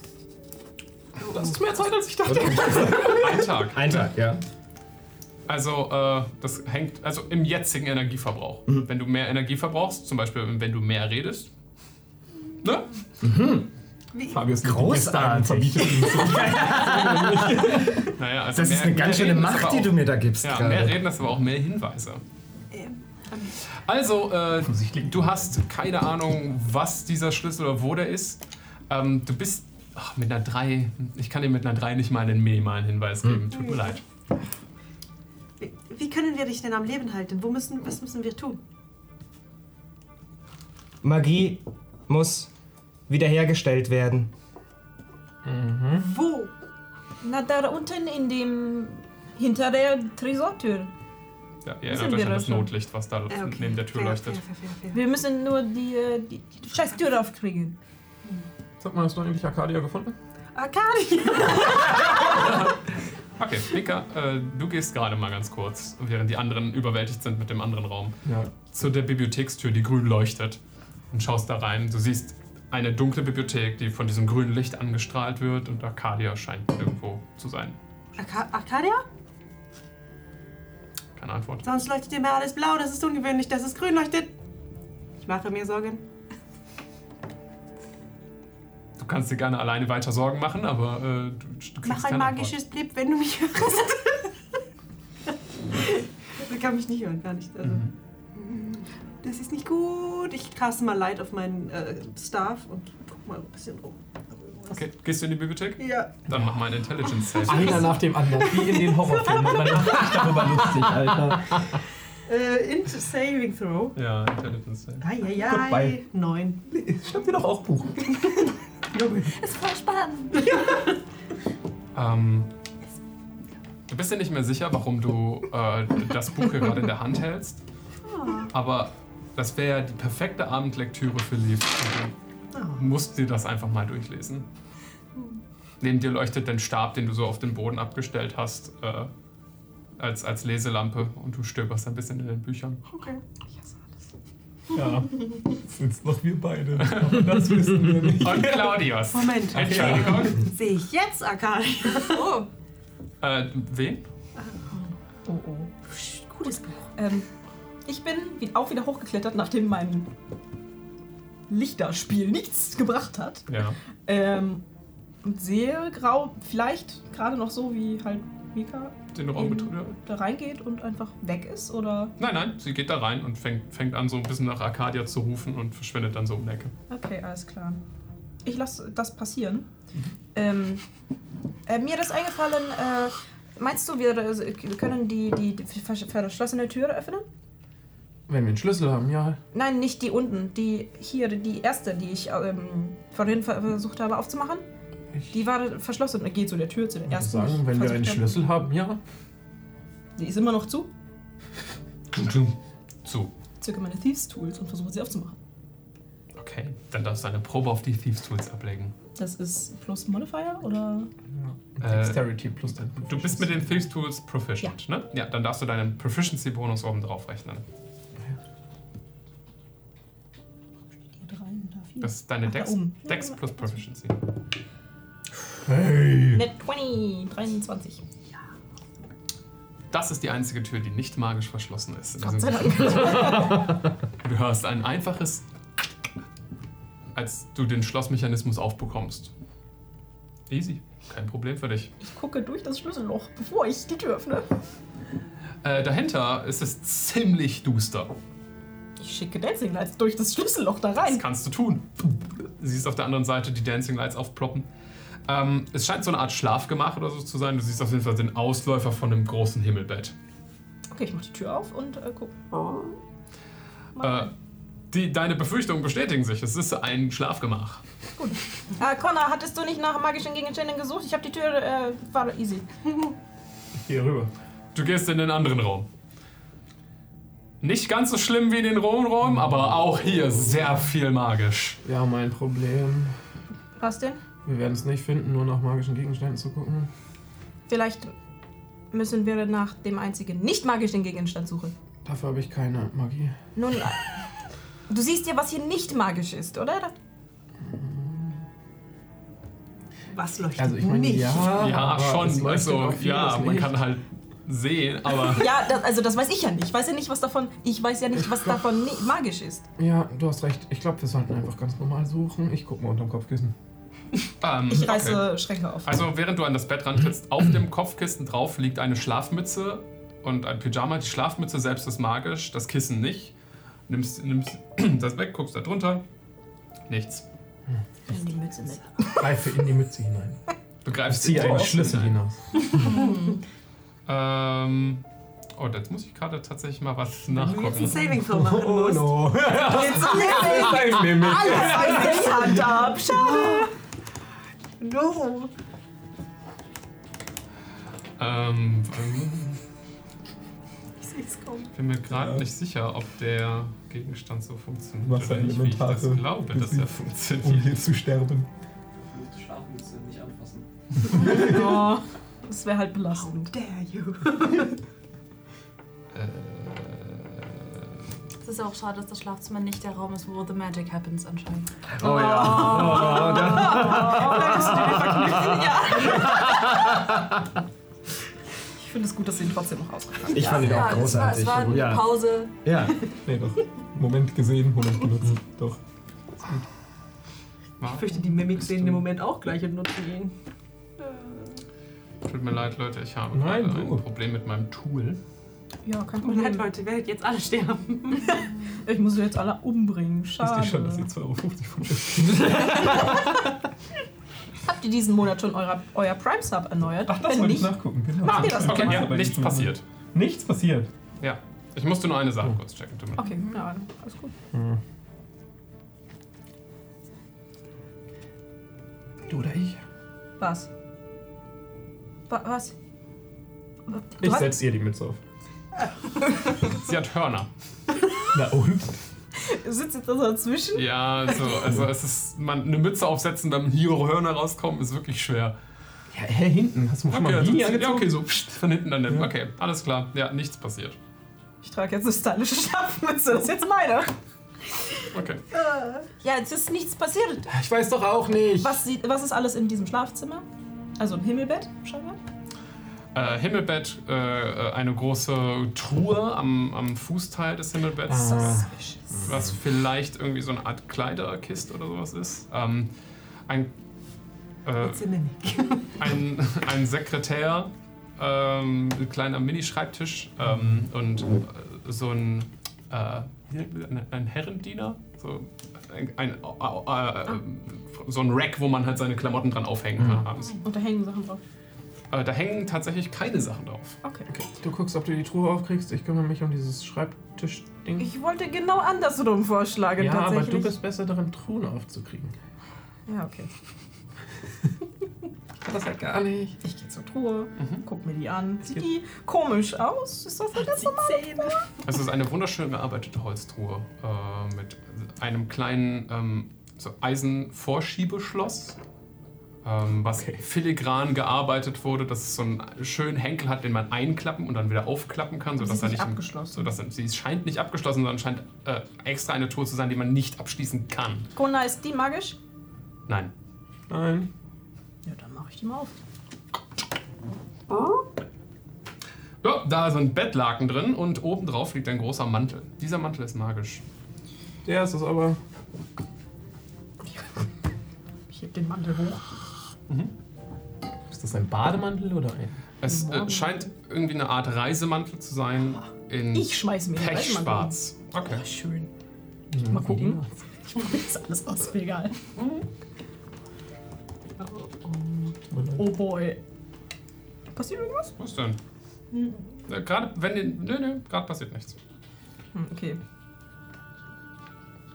Das ist mehr Zeit, als ich dachte. Ein Tag. Ein Tag, ja. Also äh, das hängt, also im jetzigen Energieverbrauch. Wenn du mehr Energie verbrauchst, zum Beispiel wenn du mehr redest, ne? Fabio ist Großartig. Naja, also Das ist mehr- eine ganz mehr schöne reden ist aber Macht, die auch- du mir da gibst Ja, mehr gerade. reden ist aber auch mehr Hinweise. Ähm, Also, äh, Offensichtlich. du hast keine Ahnung, was dieser Schlüssel oder wo der ist. Ähm, du bist ach, mit einer 3. Ich kann dir mit einer 3 nicht mal einen minimalen Hinweis geben. Hm. Tut mir leid. wie, wie können wir dich denn am Leben halten? Wo müssen, was müssen wir tun? Magie muss wiederhergestellt werden. Wo? Na, da unten in dem. hinter der Tresortür. Ja, ihr Wissen erinnert wir euch an das das schon? Notlicht, was da Ah, okay. neben der Tür Fair, leuchtet. fair, fair, fair, fair. Wir müssen nur die, äh, die, die scheiß Tür aufkriegen. Sag mal, hast du eigentlich Arcadia gefunden? Arkadi! Okay, Mika, äh, du gehst gerade mal ganz kurz, während die anderen überwältigt sind mit dem anderen Raum, Ja. zu der Bibliothekstür, die grün leuchtet und schaust da rein. Du siehst eine dunkle Bibliothek, die von diesem grünen Licht angestrahlt wird und Arcadia scheint irgendwo zu sein. Arka Arkadia? Keine Antwort. Sonst leuchtet immer alles blau, das ist ungewöhnlich, dass es grün leuchtet. Ich mache mir Sorgen. Du kannst dir gerne alleine weiter Sorgen machen, aber äh, du, du kriegst Mach ein keine Antwort. magisches Blip, wenn du mich hörst. Sie kann mich nicht hören, gar nicht. Also. Mhm. Das ist nicht gut. Ich caste mal Light auf meinen äh, Staff und guck mal ein bisschen rum. Okay, gehst du in die Bibliothek? Ja. Dann mach mal eine Intelligence Save. Einer nach dem anderen, wie in den Horrorfilmen. Man macht sich darüber lustig, Alter. Äh, Int Saving Throw. Ja, Intelligence Save. Eieiei. Goodbye. Neun. Stimmt dir doch auch Buch. Ist voll spannend. Ähm, du bist dir nicht mehr sicher, warum du äh, das Buch hier gerade in der Hand hältst. Aber das wäre ja die perfekte Abendlektüre für Leaf. Und Du musst dir das einfach mal durchlesen. Neben dir leuchtet dein Stab, den du so auf den Boden abgestellt hast, äh, als, als Leselampe. Und du stöberst ein bisschen in den Büchern. Okay. Ja. Sind's noch wir beide. Aber das wissen wir nicht. Und Claudius. Moment. Entschuldigung. Sehe ich jetzt Arkadia? Oh. Äh, wen? Oh oh. Gutes Buch. Ähm, ich bin wie- auch wieder hochgeklettert, nachdem mein Lichterspiel nichts gebracht hat. Ja. Ähm, und sehe grau, vielleicht gerade noch so, wie halt Mika Den Raum in- betritt. da reingeht und einfach weg ist oder. Nein, nein, sie geht da rein und fängt, fängt an, so ein bisschen nach Arcadia zu rufen und verschwindet dann so um die Ecke. Okay, alles klar. Ich lasse das passieren. Mhm. Ähm, äh, mir ist eingefallen, äh, meinst du, wir äh, können die, die, die versch- verschlossene Tür öffnen? Wenn wir einen Schlüssel haben, ja. Nein, nicht die unten. Die hier, die erste, die ich ähm, vorhin ver- versucht habe aufzumachen. Ich- Die war verschlossen. Geh zu der Tür, zu der Ich würde ersten. sagen, die wenn ich wir versucht einen habe. Schlüssel haben, ja. Die ist immer noch zu. Äh, Zu. Zücke meine Thieves Tools und versuche sie aufzumachen. Okay, dann darfst du eine Probe auf die Thieves Tools ablegen. Das ist plus Modifier oder? Äh, Dexterity plus dein du bist mit den Thieves Tools proficient, ne? Ja, dann darfst du deinen Proficiency-Bonus oben drauf rechnen. Die drei und da vier. Das ist deine Ach, da Dex, oben. Dex plus Proficiency. Hey! Net 20, 23. Das ist die einzige Tür, die nicht magisch verschlossen ist. Also, Gott sei Dank. Du hörst ein einfaches, als du den Schlossmechanismus aufbekommst. Easy, kein Problem für dich. Ich gucke durch das Schlüsselloch, bevor ich die Tür öffne. Äh, dahinter ist es ziemlich duster. Ich schicke Dancing Lights durch das Schlüsselloch da Das rein. kannst du tun. Siehst auf der anderen Seite die Dancing Lights aufploppen. Ähm, es scheint so eine Art Schlafgemach oder so zu sein. Du siehst auf jeden Fall den Ausläufer von einem großen Himmelbett. Okay, ich mache die Tür auf und äh, guck. Äh, die, deine Befürchtungen bestätigen sich. Es ist ein Schlafgemach. Ah, Connor, hattest du nicht nach magischen Gegenständen gesucht? Ich habe die Tür, äh, war easy. Hier rüber. Du gehst in den anderen Raum. Nicht ganz so schlimm wie in den Rom-Raum, aber auch hier sehr viel magisch. Wir haben ein Problem. Was denn? Wir werden es nicht finden, nur nach magischen Gegenständen zu gucken. Vielleicht müssen wir nach dem einzigen nicht magischen Gegenstand suchen. Dafür habe ich keine Magie. Nun, äh, du siehst ja, was hier nicht magisch ist, oder? Was leuchtet Also ich meine, nicht? ja. Ja, aber es schon. leuchtet auch Also, vieles ja, man nicht. kann halt sehen, aber Ja, das, also das weiß ich ja nicht. Ich weiß ja nicht, was davon. Ich weiß ja nicht, was davon ni- magisch ist. Ja, du hast recht. Ich glaube, wir sollten einfach ganz normal suchen. Ich gucke mal unterm Kopfkissen. ähm, Ich okay. reiße Schränke auf. Also während du an das Bett rantrittst, auf dem Kopfkissen drauf liegt eine Schlafmütze und ein Pyjama. Die Schlafmütze selbst ist magisch, das Kissen nicht. Nimmst, nimmst das weg, guckst da drunter. Nichts. Die Mütze mit. Greife in die Mütze hinein. Du greifst Ziehe in die einen Tasche Schlüssel hinein. hinaus. Ähm, Oh, jetzt muss ich gerade tatsächlich mal was Wenn du jetzt einen nachgucken. Saving Throw machen Oh musst. no. Jetzt alles Nein, nämlich. alles aus Hand ab. Schade. No. Ähm, ähm, Ich seh's kaum. ich bin mir gerade Ja. nicht sicher, ob der Gegenstand so funktioniert Was oder ein nicht, wie ich das Elementare glaube, dass er besiegt, Um funktioniert. hier zu sterben. Schlafmütze nicht anfassen. Ja, das wäre halt How belastend. dare you. Es ist auch schade, dass das Schlafzimmer nicht der Raum ist, wo the magic happens anscheinend. Oh ja. Oh, da, Ich finde es gut, dass sie ihn trotzdem noch ausgefallen Ich fand ihn auch großartig. Es war, es war Ja. eine Pause. ja. Nee, doch. Moment gesehen, Moment benutzt. Doch. Marco? Ich fürchte, die Mimics sehen den Moment auch gleich und nutzen ihn. Tut mir leid, Leute, ich habe Nein, gerade du. ein Problem mit meinem Tool. Ja, kein Tut mir leid, Hm. Problem. Leute, ihr werdet jetzt alle sterben. Ich muss sie jetzt alle umbringen. Wisst ihr schon, dass ihr 2,50 Schade. Euro vom Habt ihr diesen Monat schon euer, euer Prime Sub erneuert? Ach, das Wenn wollte ich nicht, nachgucken. Genau. Ah, Okay, das okay, kann ja, man. nichts passiert. Nichts passiert. Ja. Ich musste nur eine Sache kurz checken. Tut mir leid. Okay, ja, alles gut. Du oder ich? Was? Wa was? Wa- Ich was? setz ihr die Mütze auf. Sie hat Hörner. Na und? Sitzt jetzt da so dazwischen? Ja, also, also es ist, man, eine Mütze aufsetzen, wenn hier Hörner rauskommen, ist wirklich schwer. Ja, hä, hinten. Hast du mal Okay, Lamborghini ja, angezogen? okay, so pst, von hinten dann. Ja. Okay, alles klar. Ja, nichts passiert. Ich trage jetzt eine stylische Schlafmütze. Das ist jetzt meine. Okay. Ja, es ist nichts passiert. Ich weiß doch auch nicht. Was, sieht, was ist alles in diesem Schlafzimmer? Also im Himmelbett, scheinbar. Äh, Himmelbett, äh, äh, eine große Truhe am, am Fußteil des Himmelbetts. Suspicious. was vielleicht irgendwie so eine Art Kleiderkiste oder sowas ist. Ähm, ein, äh, Jetzt in den Nick. ein, ein Sekretär, ähm, ein kleiner Mini-Schreibtisch ähm, und äh, so ein, äh, ein- ein Herrendiener, so ein, ein, äh, äh, so ein Rack, wo man halt seine Klamotten dran aufhängen kann abends. Und da hängen Sachen drauf. Äh, da hängen tatsächlich keine Sachen drauf. Okay. Du guckst, ob du die Truhe aufkriegst. Ich kümmere mich um dieses Schreibtischding. Ich wollte genau andersrum vorschlagen, Ja, aber tatsächlich. du bist besser darin, Truhen aufzukriegen. Ja, okay. Das halt gar nicht. Mhm. Ich gehe zur Truhe, guck mir die an. Sieht die komisch aus? Ist das eine ganz normale Truhe? Es ist eine wunderschön gearbeitete Holztruhe äh, mit einem kleinen ähm, so Eisenvorschiebeschloss, ähm, was filigran gearbeitet wurde, dass es so einen schönen Henkel hat, den man einklappen und dann wieder aufklappen kann, Sie sodass ist er nicht nicht abgeschlossen. Sodass er, sie scheint nicht abgeschlossen, sondern scheint äh, extra eine Tour zu sein, die man nicht abschließen kann. Kona, ist die magisch? Nein. Nein. Ja, dann mache ich die mal auf. Ja, da ist ein Bettlaken drin und obendrauf liegt ein großer Mantel. Dieser Mantel ist magisch. Der ist es aber. Ich heb den Mantel hoch. Ist das ein Bademantel oder ein. Es äh, scheint irgendwie eine Art Reisemantel zu sein. In Ich schmeiß mir den Pechschwarz. Okay. Mantel. Schön. Mhm. Mal gucken. Ich probiere das alles aus dem Regal. Mhm. Oh boy. Passiert irgendwas? Was denn? Äh, Gerade wenn den. Nö, nö, gerade passiert nichts. Hm, okay.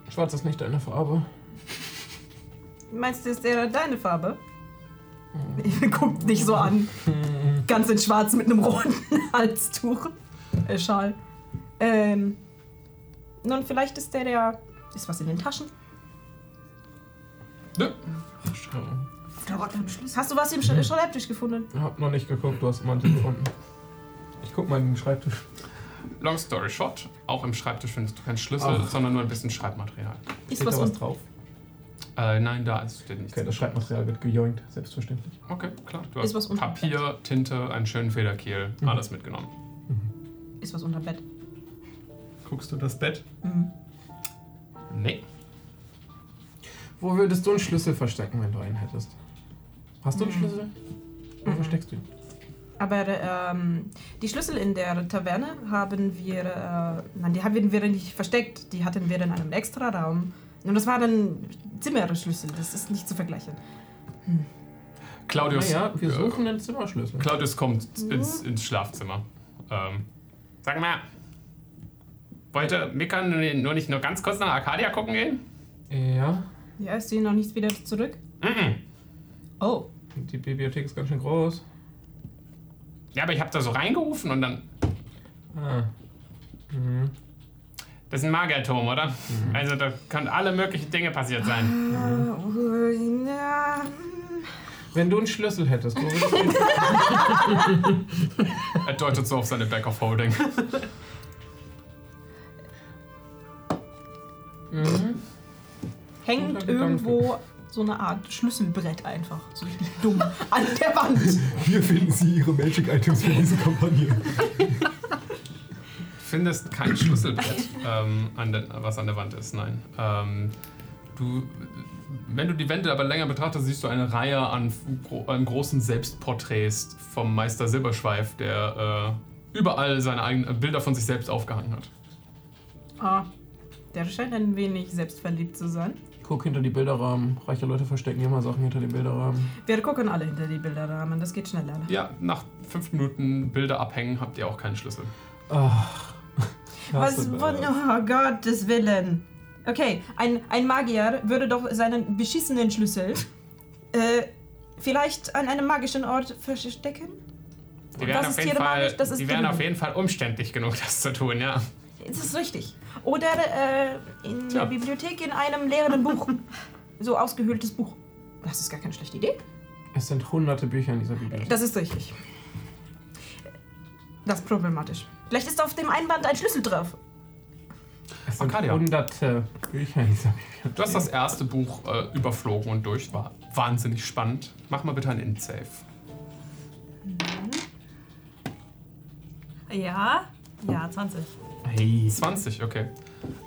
Schwarz ist nicht deine Farbe. Meinst du, ist der deine Farbe? Guckt nicht so an. Ganz in schwarz mit einem roten Halstuch. Äh, Schal. Ähm. Nun, vielleicht ist der der. Ist was in den Taschen? Nö. Hast du was im Sch- Schreibtisch gefunden? Ich hab noch nicht geguckt, du hast einen Mantel gefunden. Ich guck mal in den Schreibtisch. Long story short, auch im Schreibtisch findest du keinen Schlüssel, Ach. sondern nur ein bisschen Schreibmaterial. Ist Steht was, da was un- drauf? Äh, nein, da ist steht nichts. Okay, das Schreibmaterial wird gejoinkt, selbstverständlich. Okay, klar. Du Ist hast was unten? Mhm. Papier, Tinte, einen schönen Federkiel, alles mitgenommen. ist was unter Bett? Guckst du das Bett? Mhm. Nee. Wo würdest du einen Schlüssel verstecken, wenn du einen hättest? Hast du einen Schlüssel? Wo versteckst du ihn? Aber ähm, die Schlüssel in der Taverne haben wir, äh, nein, die haben wir nicht versteckt, die hatten wir in einem extra Raum. Und das waren Zimmerschlüssel, das ist nicht zu vergleichen. Claudius. Naja, wir äh, Ah suchen einen Zimmerschlüssel. Claudius kommt ins, ins Schlafzimmer. Ähm, Sag mal, wollte Mika nur nicht nur ganz kurz nach Arcadia gucken gehen? Ja, Ja, ist sie noch nicht wieder zurück? Mhm. Oh. die Bibliothek ist ganz schön groß. Ja, aber ich habe da so reingerufen und dann. Ah. Mhm. Das ist ein Magierturm, oder? Also da können alle möglichen Dinge passiert sein. Ja. Wenn du einen Schlüssel hättest, wo würdest du er deutet so auf seine Back of Holding. Hängt Guter Gedanke. irgendwo so eine Art Schlüsselbrett einfach. So richtig dumm. An der Wand. Hier finden Sie Ihre Magic Items für diese Kampagne. findest kein Schlüsselbrett, ähm, an der, was an der Wand ist, nein. Ähm, du, wenn du die Wände aber länger betrachtest, siehst du eine Reihe an, gro an großen Selbstporträts vom Meister Silberschweif, der äh, überall seine eigenen äh, Bilder von sich selbst aufgehangen hat. Ah. Der scheint ein wenig selbstverliebt zu sein. Guck hinter die Bilderrahmen. Reiche Leute verstecken immer Sachen hinter den Bilderrahmen. Wir gucken alle hinter die Bilderrahmen. Das geht schneller. Ja, nach fünf Minuten Bilder abhängen habt ihr auch keinen Schlüssel. Ach. Was Hasse von das. oh, Gottes Willen. Okay, ein, ein Magier würde doch seinen beschissenen Schlüssel äh, vielleicht an einem magischen Ort verstecken? Die Und wären, das auf ist jeden, hier Fall, magisch, das ist die wären dumm. auf jeden Fall umständlich genug, das zu tun, ja. Das ist richtig. Oder äh, in Tja. der Bibliothek in einem leeren Buch. so ausgehöhltes Buch. Das ist gar keine schlechte Idee. Es sind hunderte Bücher in dieser Bibliothek. Das ist richtig. Das ist problematisch. Vielleicht ist auf dem Einband ein Schlüssel drauf. Es sind Arcadia. hunderte Bücher in dieser Bibliothek. Du hast das erste Buch äh, überflogen und durch. War wahnsinnig spannend. Mach mal bitte einen Int-Safe. Ja? Ja, 20. Hey. 20, okay.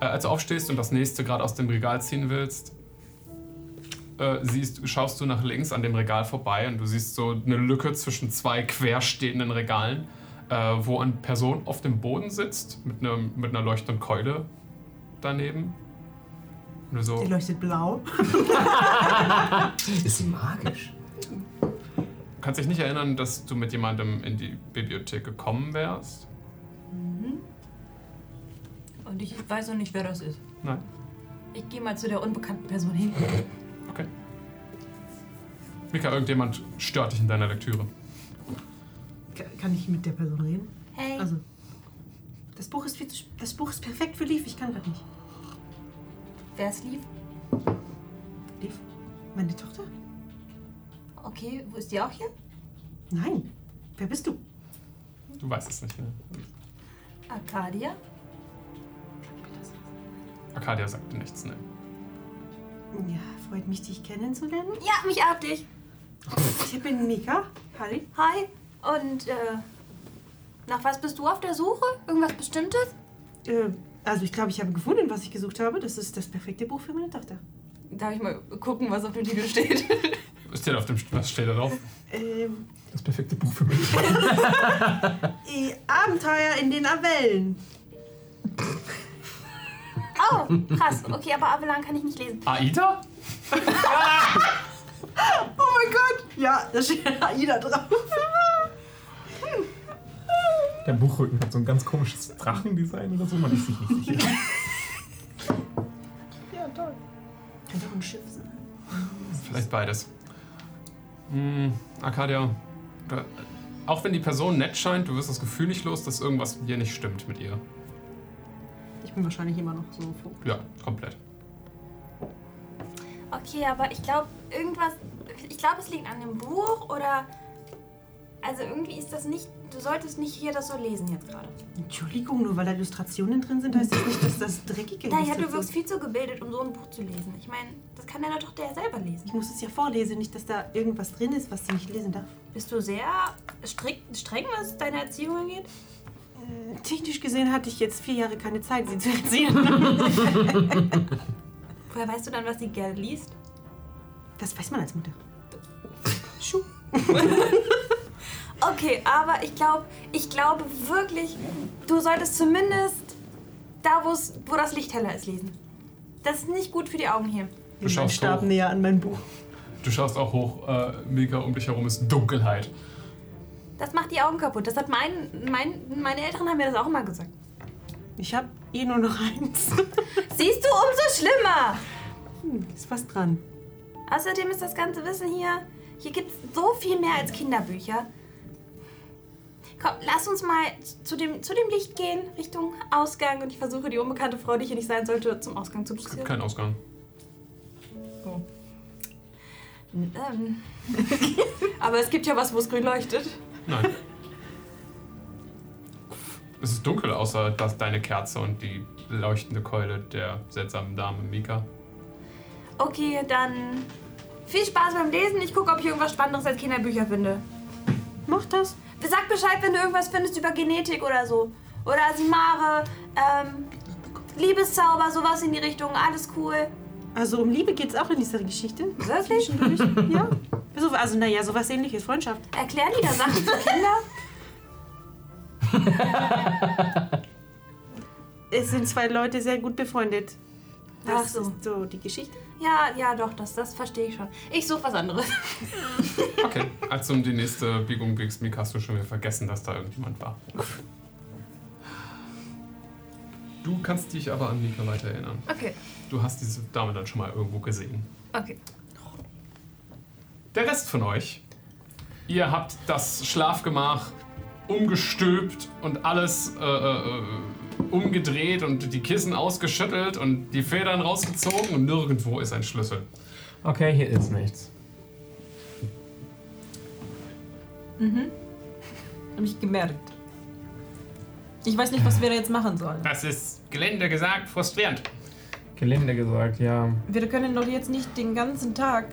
Äh, als du aufstehst und das nächste gerade aus dem Regal ziehen willst, äh, siehst, schaust du nach links an dem Regal vorbei und du siehst so eine Lücke zwischen zwei querstehenden Regalen, äh, wo eine Person auf dem Boden sitzt mit, einem, mit einer leuchtenden Keule daneben. Und du Oh. so, Die leuchtet blau. Ist sie magisch? kannst dich nicht erinnern, dass du mit jemandem in die Bibliothek gekommen wärst? Und ich weiß noch nicht, wer das ist. Nein. Ich gehe mal zu der unbekannten Person hin. Okay. Mika, irgendjemand stört dich in deiner Lektüre. Ka- Kann ich mit der Person reden? Hey. Also, das Buch ist viel zu, sp- das Buch ist perfekt für Leaf. Ich kann gerade nicht. wer ist lieb? Leaf? Meine Tochter? Okay, wo ist die auch hier? Nein. Wer bist du? Du weißt es nicht. Ne? Arcadia? Arcadia sagte nichts. Ne? Ja, freut mich, dich kennenzulernen. Ja, mich ab dich. Ich bin Mika. Hi. Hi. Und äh, nach was bist du auf der Suche? Irgendwas Bestimmtes? Äh, also, ich glaube, ich habe gefunden, was ich gesucht habe. Das ist das perfekte Buch für meine Tochter. Darf ich mal gucken, was auf dem Titel steht? Was Steht auf dem, was steht da drauf? Ähm, Das perfekte Buch für mich. äh, Abenteuer in den Avellen. Oh, krass. Okay, aber Avelan kann ich nicht lesen. Aida? Oh mein Gott. Ja, da steht Aida drauf. Der Buchrücken hat so ein ganz komisches Drachendesign oder so. Man ist sich nicht sicher. Könnte auch ein Schiff sein. Vielleicht beides. Hm, Arcadia, da, auch wenn die Person nett scheint, du wirst das Gefühl nicht los, dass irgendwas hier nicht stimmt mit ihr. Ich bin wahrscheinlich immer noch so froh. Ja, komplett. Okay, aber ich glaube, irgendwas. Ich glaube, es liegt an dem Buch oder. Also irgendwie ist das nicht. Du solltest nicht hier das so lesen jetzt gerade. Entschuldigung, nur weil da Illustrationen drin sind, heißt das nicht, dass das dreckige Naja, du Illustrationen wirkst viel zu gebildet, um so ein Buch zu lesen. Ich meine, das kann deine Tochter ja selber lesen. Ich muss es ja vorlesen, nicht, dass da irgendwas drin ist, was sie nicht lesen darf. Bist du sehr strikt, streng, was deine Erziehung angeht? Technisch gesehen hatte ich jetzt vier Jahre keine Zeit, sie zu erzählen. Woher weißt du dann, was sie gerne liest? Das weiß man als Mutter. Schuh. okay, aber ich glaube, ich glaube wirklich, du solltest zumindest da, wo's, wo das Licht heller ist, lesen. Das ist nicht gut für die Augen hier. Du schaust hoch. näher an mein Buch. Du schaust auch hoch, äh, Mika, um dich herum ist Dunkelheit. Das macht die Augen kaputt. Das hat mein, mein, meine Eltern haben mir das auch immer gesagt. Ich habe eh nur noch eins. Siehst du, umso schlimmer. Hm, ist was dran. Außerdem ist das ganze Wissen hier, hier gibt es so viel mehr als Kinderbücher. Komm, lass uns mal zu dem, zu dem Licht gehen, Richtung Ausgang. Und ich versuche, die unbekannte Frau, die hier nicht sein sollte, zum Ausgang zu Es gibt bringen. keinen Ausgang. Ähm. Aber es gibt ja was, wo es grün leuchtet. Nein. es ist dunkel, außer dass deine Kerze und die leuchtende Keule der seltsamen Dame Mika. Okay, dann viel Spaß beim Lesen. Ich gucke, ob ich irgendwas Spannendes als Kinderbücher finde. Mach das. Sag Bescheid, wenn du irgendwas findest über Genetik oder so. Oder Asimare, ähm, Liebeszauber, sowas in die Richtung. Alles cool. Also um Liebe geht's auch in dieser Geschichte. Wirklich? Zwischendurch. ja. So, also naja, sowas ähnliches, Freundschaft. Erklären die da Sachen für Kinder? Es sind zwei Leute sehr gut befreundet. Das Ach so. ist so die Geschichte. Ja, ja, doch, das, das verstehe ich schon. Ich suche was anderes. Okay. Als du um die nächste Biegung biegst, Mika, hast du schon wieder vergessen, dass da irgendjemand war. Du kannst dich aber an Mika weiter erinnern. Okay, Du hast diese Dame dann schon mal irgendwo gesehen. okay. Der Rest von euch, ihr habt das Schlafgemach umgestülpt und alles äh, äh, umgedreht und die Kissen ausgeschüttelt und die Federn rausgezogen und nirgendwo ist ein Schlüssel. Okay, hier ist nichts. Hab ich gemerkt. Ich weiß nicht, was wir jetzt machen sollen. Das ist gelinde gesagt frustrierend. Gelinde gesagt, ja. Wir können doch jetzt nicht den ganzen Tag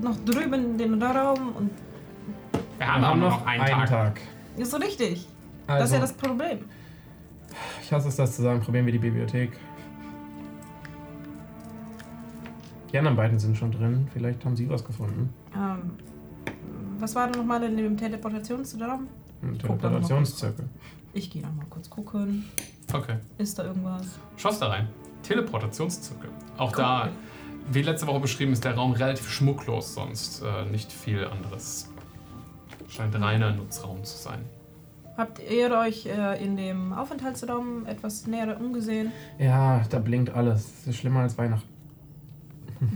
noch drüben den Raum und. Wir haben, aber noch einen, Tag. Ist so richtig. das ist Also, ja das Problem. ich hasse es, das zu sagen. Probieren wir die Bibliothek. Die anderen beiden sind schon drin. Vielleicht haben sie was gefunden. Ähm, was war denn nochmal in dem Ein Teleportationsraum? guck dann noch. Teleportationszirkel. Ich gehe nochmal kurz gucken. Okay. Ist da irgendwas? Schaust da rein. Teleportationszirkel. Auch da, wie letzte Woche beschrieben, ist der Raum relativ schmucklos, sonst äh, nicht viel anderes. Scheint reiner Nutzraum zu sein. Habt ihr euch äh, in dem Aufenthaltsraum etwas näher umgesehen? Ja, da blinkt alles. Das ist schlimmer als Weihnachten.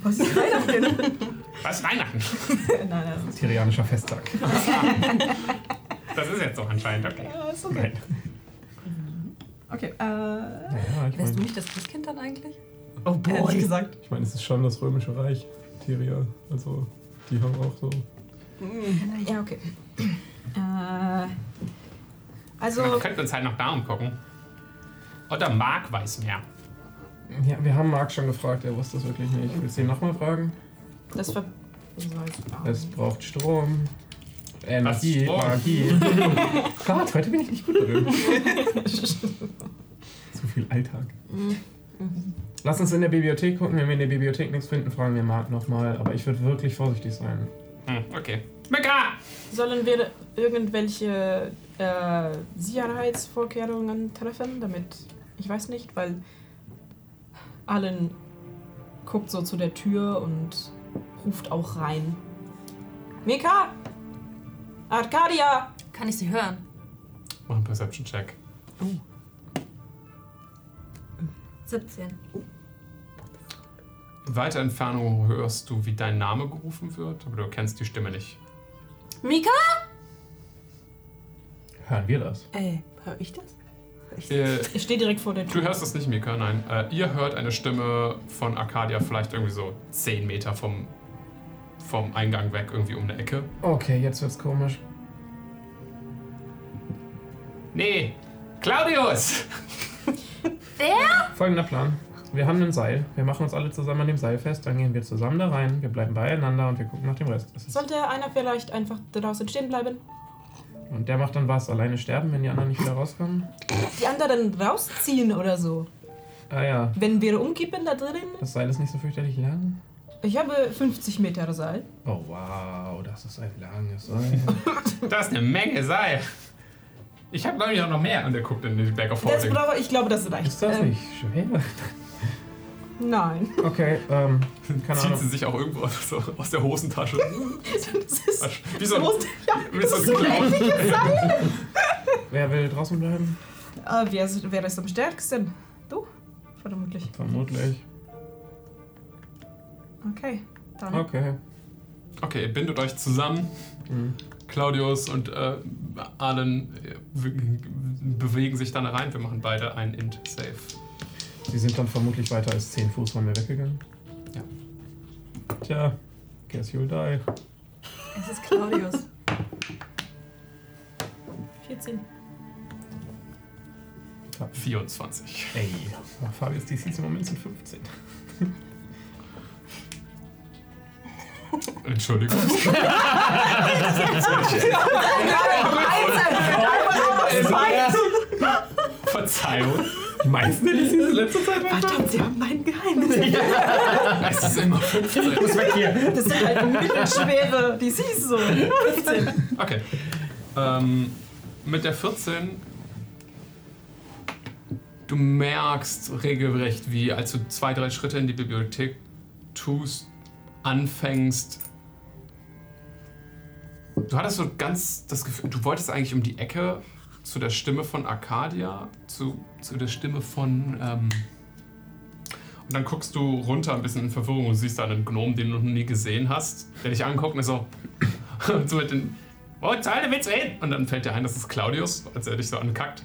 Was ist Weihnachten? Was Weihnachten? nein, nein. Tyrianischer Festtag. Das ist jetzt so anscheinend okay. Ja, ist okay. Okay, äh. Ja, ich Wärst du meine, nicht das Christkind dann eigentlich? Oh boy. Ehrlich gesagt. Ich meine, es ist schon das Römische Reich, Tyria. Also, die haben auch so. Ja, okay. Äh. Also. Man könnte uns halt noch da umgucken. Oder Mark weiß mehr. ja, wir haben Marc schon gefragt, er wusste es wirklich nicht. Willst du ihn nochmal fragen? Das ver. Das weiß ich auch Es nicht. braucht Strom. Energie, Strom? Magie. Gott, heute bin ich nicht gut darin. Zu viel Alltag. Lass uns in der Bibliothek gucken. Wenn wir in der Bibliothek nichts finden, fragen wir Marc nochmal. Aber ich würde wirklich vorsichtig sein. Hm, okay. Mika! Sollen wir irgendwelche äh, Sicherheitsvorkehrungen treffen, damit ich weiß nicht, weil Allen guckt so zu der Tür und ruft auch rein. Mika! Arcadia! Kann ich sie hören? Mach einen Perception-Check. 17. In weiter Entfernung hörst du, wie dein Name gerufen wird, aber du kennst die Stimme nicht. Mika? Hören wir das? Ey, hör ich das? Äh, Ich stehe direkt vor der Du Tür. hörst es nicht, Mika, nein. Äh, ihr hört eine Stimme von Arcadia vielleicht irgendwie so 10 Meter vom, vom Eingang weg, irgendwie um eine Ecke. Okay, jetzt wird's komisch. Nee, Claudius! Wer? Folgender Plan. Wir haben ein Seil. Wir machen uns alle zusammen an dem Seil fest. Dann gehen wir zusammen da rein. Wir bleiben beieinander und wir gucken nach dem Rest. Es ist- Sollte einer vielleicht einfach draußen stehen bleiben? Und der macht dann was. Alleine sterben, wenn die anderen nicht wieder rauskommen? Die anderen rausziehen oder so. Ah ja. Wenn wir umkippen da drin. Das Seil ist nicht so fürchterlich lang. Ich habe 50 Meter Seil. Oh wow, das ist ein langes Seil. Das ist eine Menge Seil. Ich habe, glaube ich, auch noch mehr. Und er guckt in die Bag of Das Holding. brauche ich, glaube, das reicht. Ist das Ähm, nicht schwer? Nein. Okay, ähm, keine Zieht sie Ahnung. sich auch irgendwo aus, so aus der Hosentasche. Äh, Das ist Wie so ein, ja, mit so das ist so einem Knopf. lächerlich. Wer will draußen bleiben? Äh, wer, ist, wer ist am stärksten? Du? Vermutlich. Vermutlich. Okay, dann. Okay. Okay, ihr bindet euch zusammen. Claudius und äh, Allen äh, w- bewegen sich dann rein. Wir machen beide ein Int-Safe. Sie sind dann vermutlich weiter als 10 Fuß von mir weggegangen. Ja. Tja, guess you'll die. Es ist Claudius. 14. 24. Ey, Fabius DCs im Moment sind 15. Entschuldigung. also, Verzeihung. Die meisten DCs in letzter Zeit einfach. Verdammt, sie haben mein Geheimnis. Es ist immer 15. Muss weg hier. Das sind halt mittelschwere, die siehst du so. 15. Okay. Ähm, mit der 14. Du merkst regelrecht, wie als du zwei, drei Schritte in die Bibliothek tust, anfängst. Du hattest so ganz das Gefühl, du wolltest eigentlich um die Ecke zu der Stimme von Arcadia, zu, zu der Stimme von. Ähm, und dann guckst du runter ein bisschen in Verwirrung und siehst da einen Gnom, den du noch nie gesehen hast, der dich anguckt und ist so, und so mit den. oh, Wo zur Hölle willst du hin? Und dann fällt dir ein, das ist Claudius, als er dich so ankackt.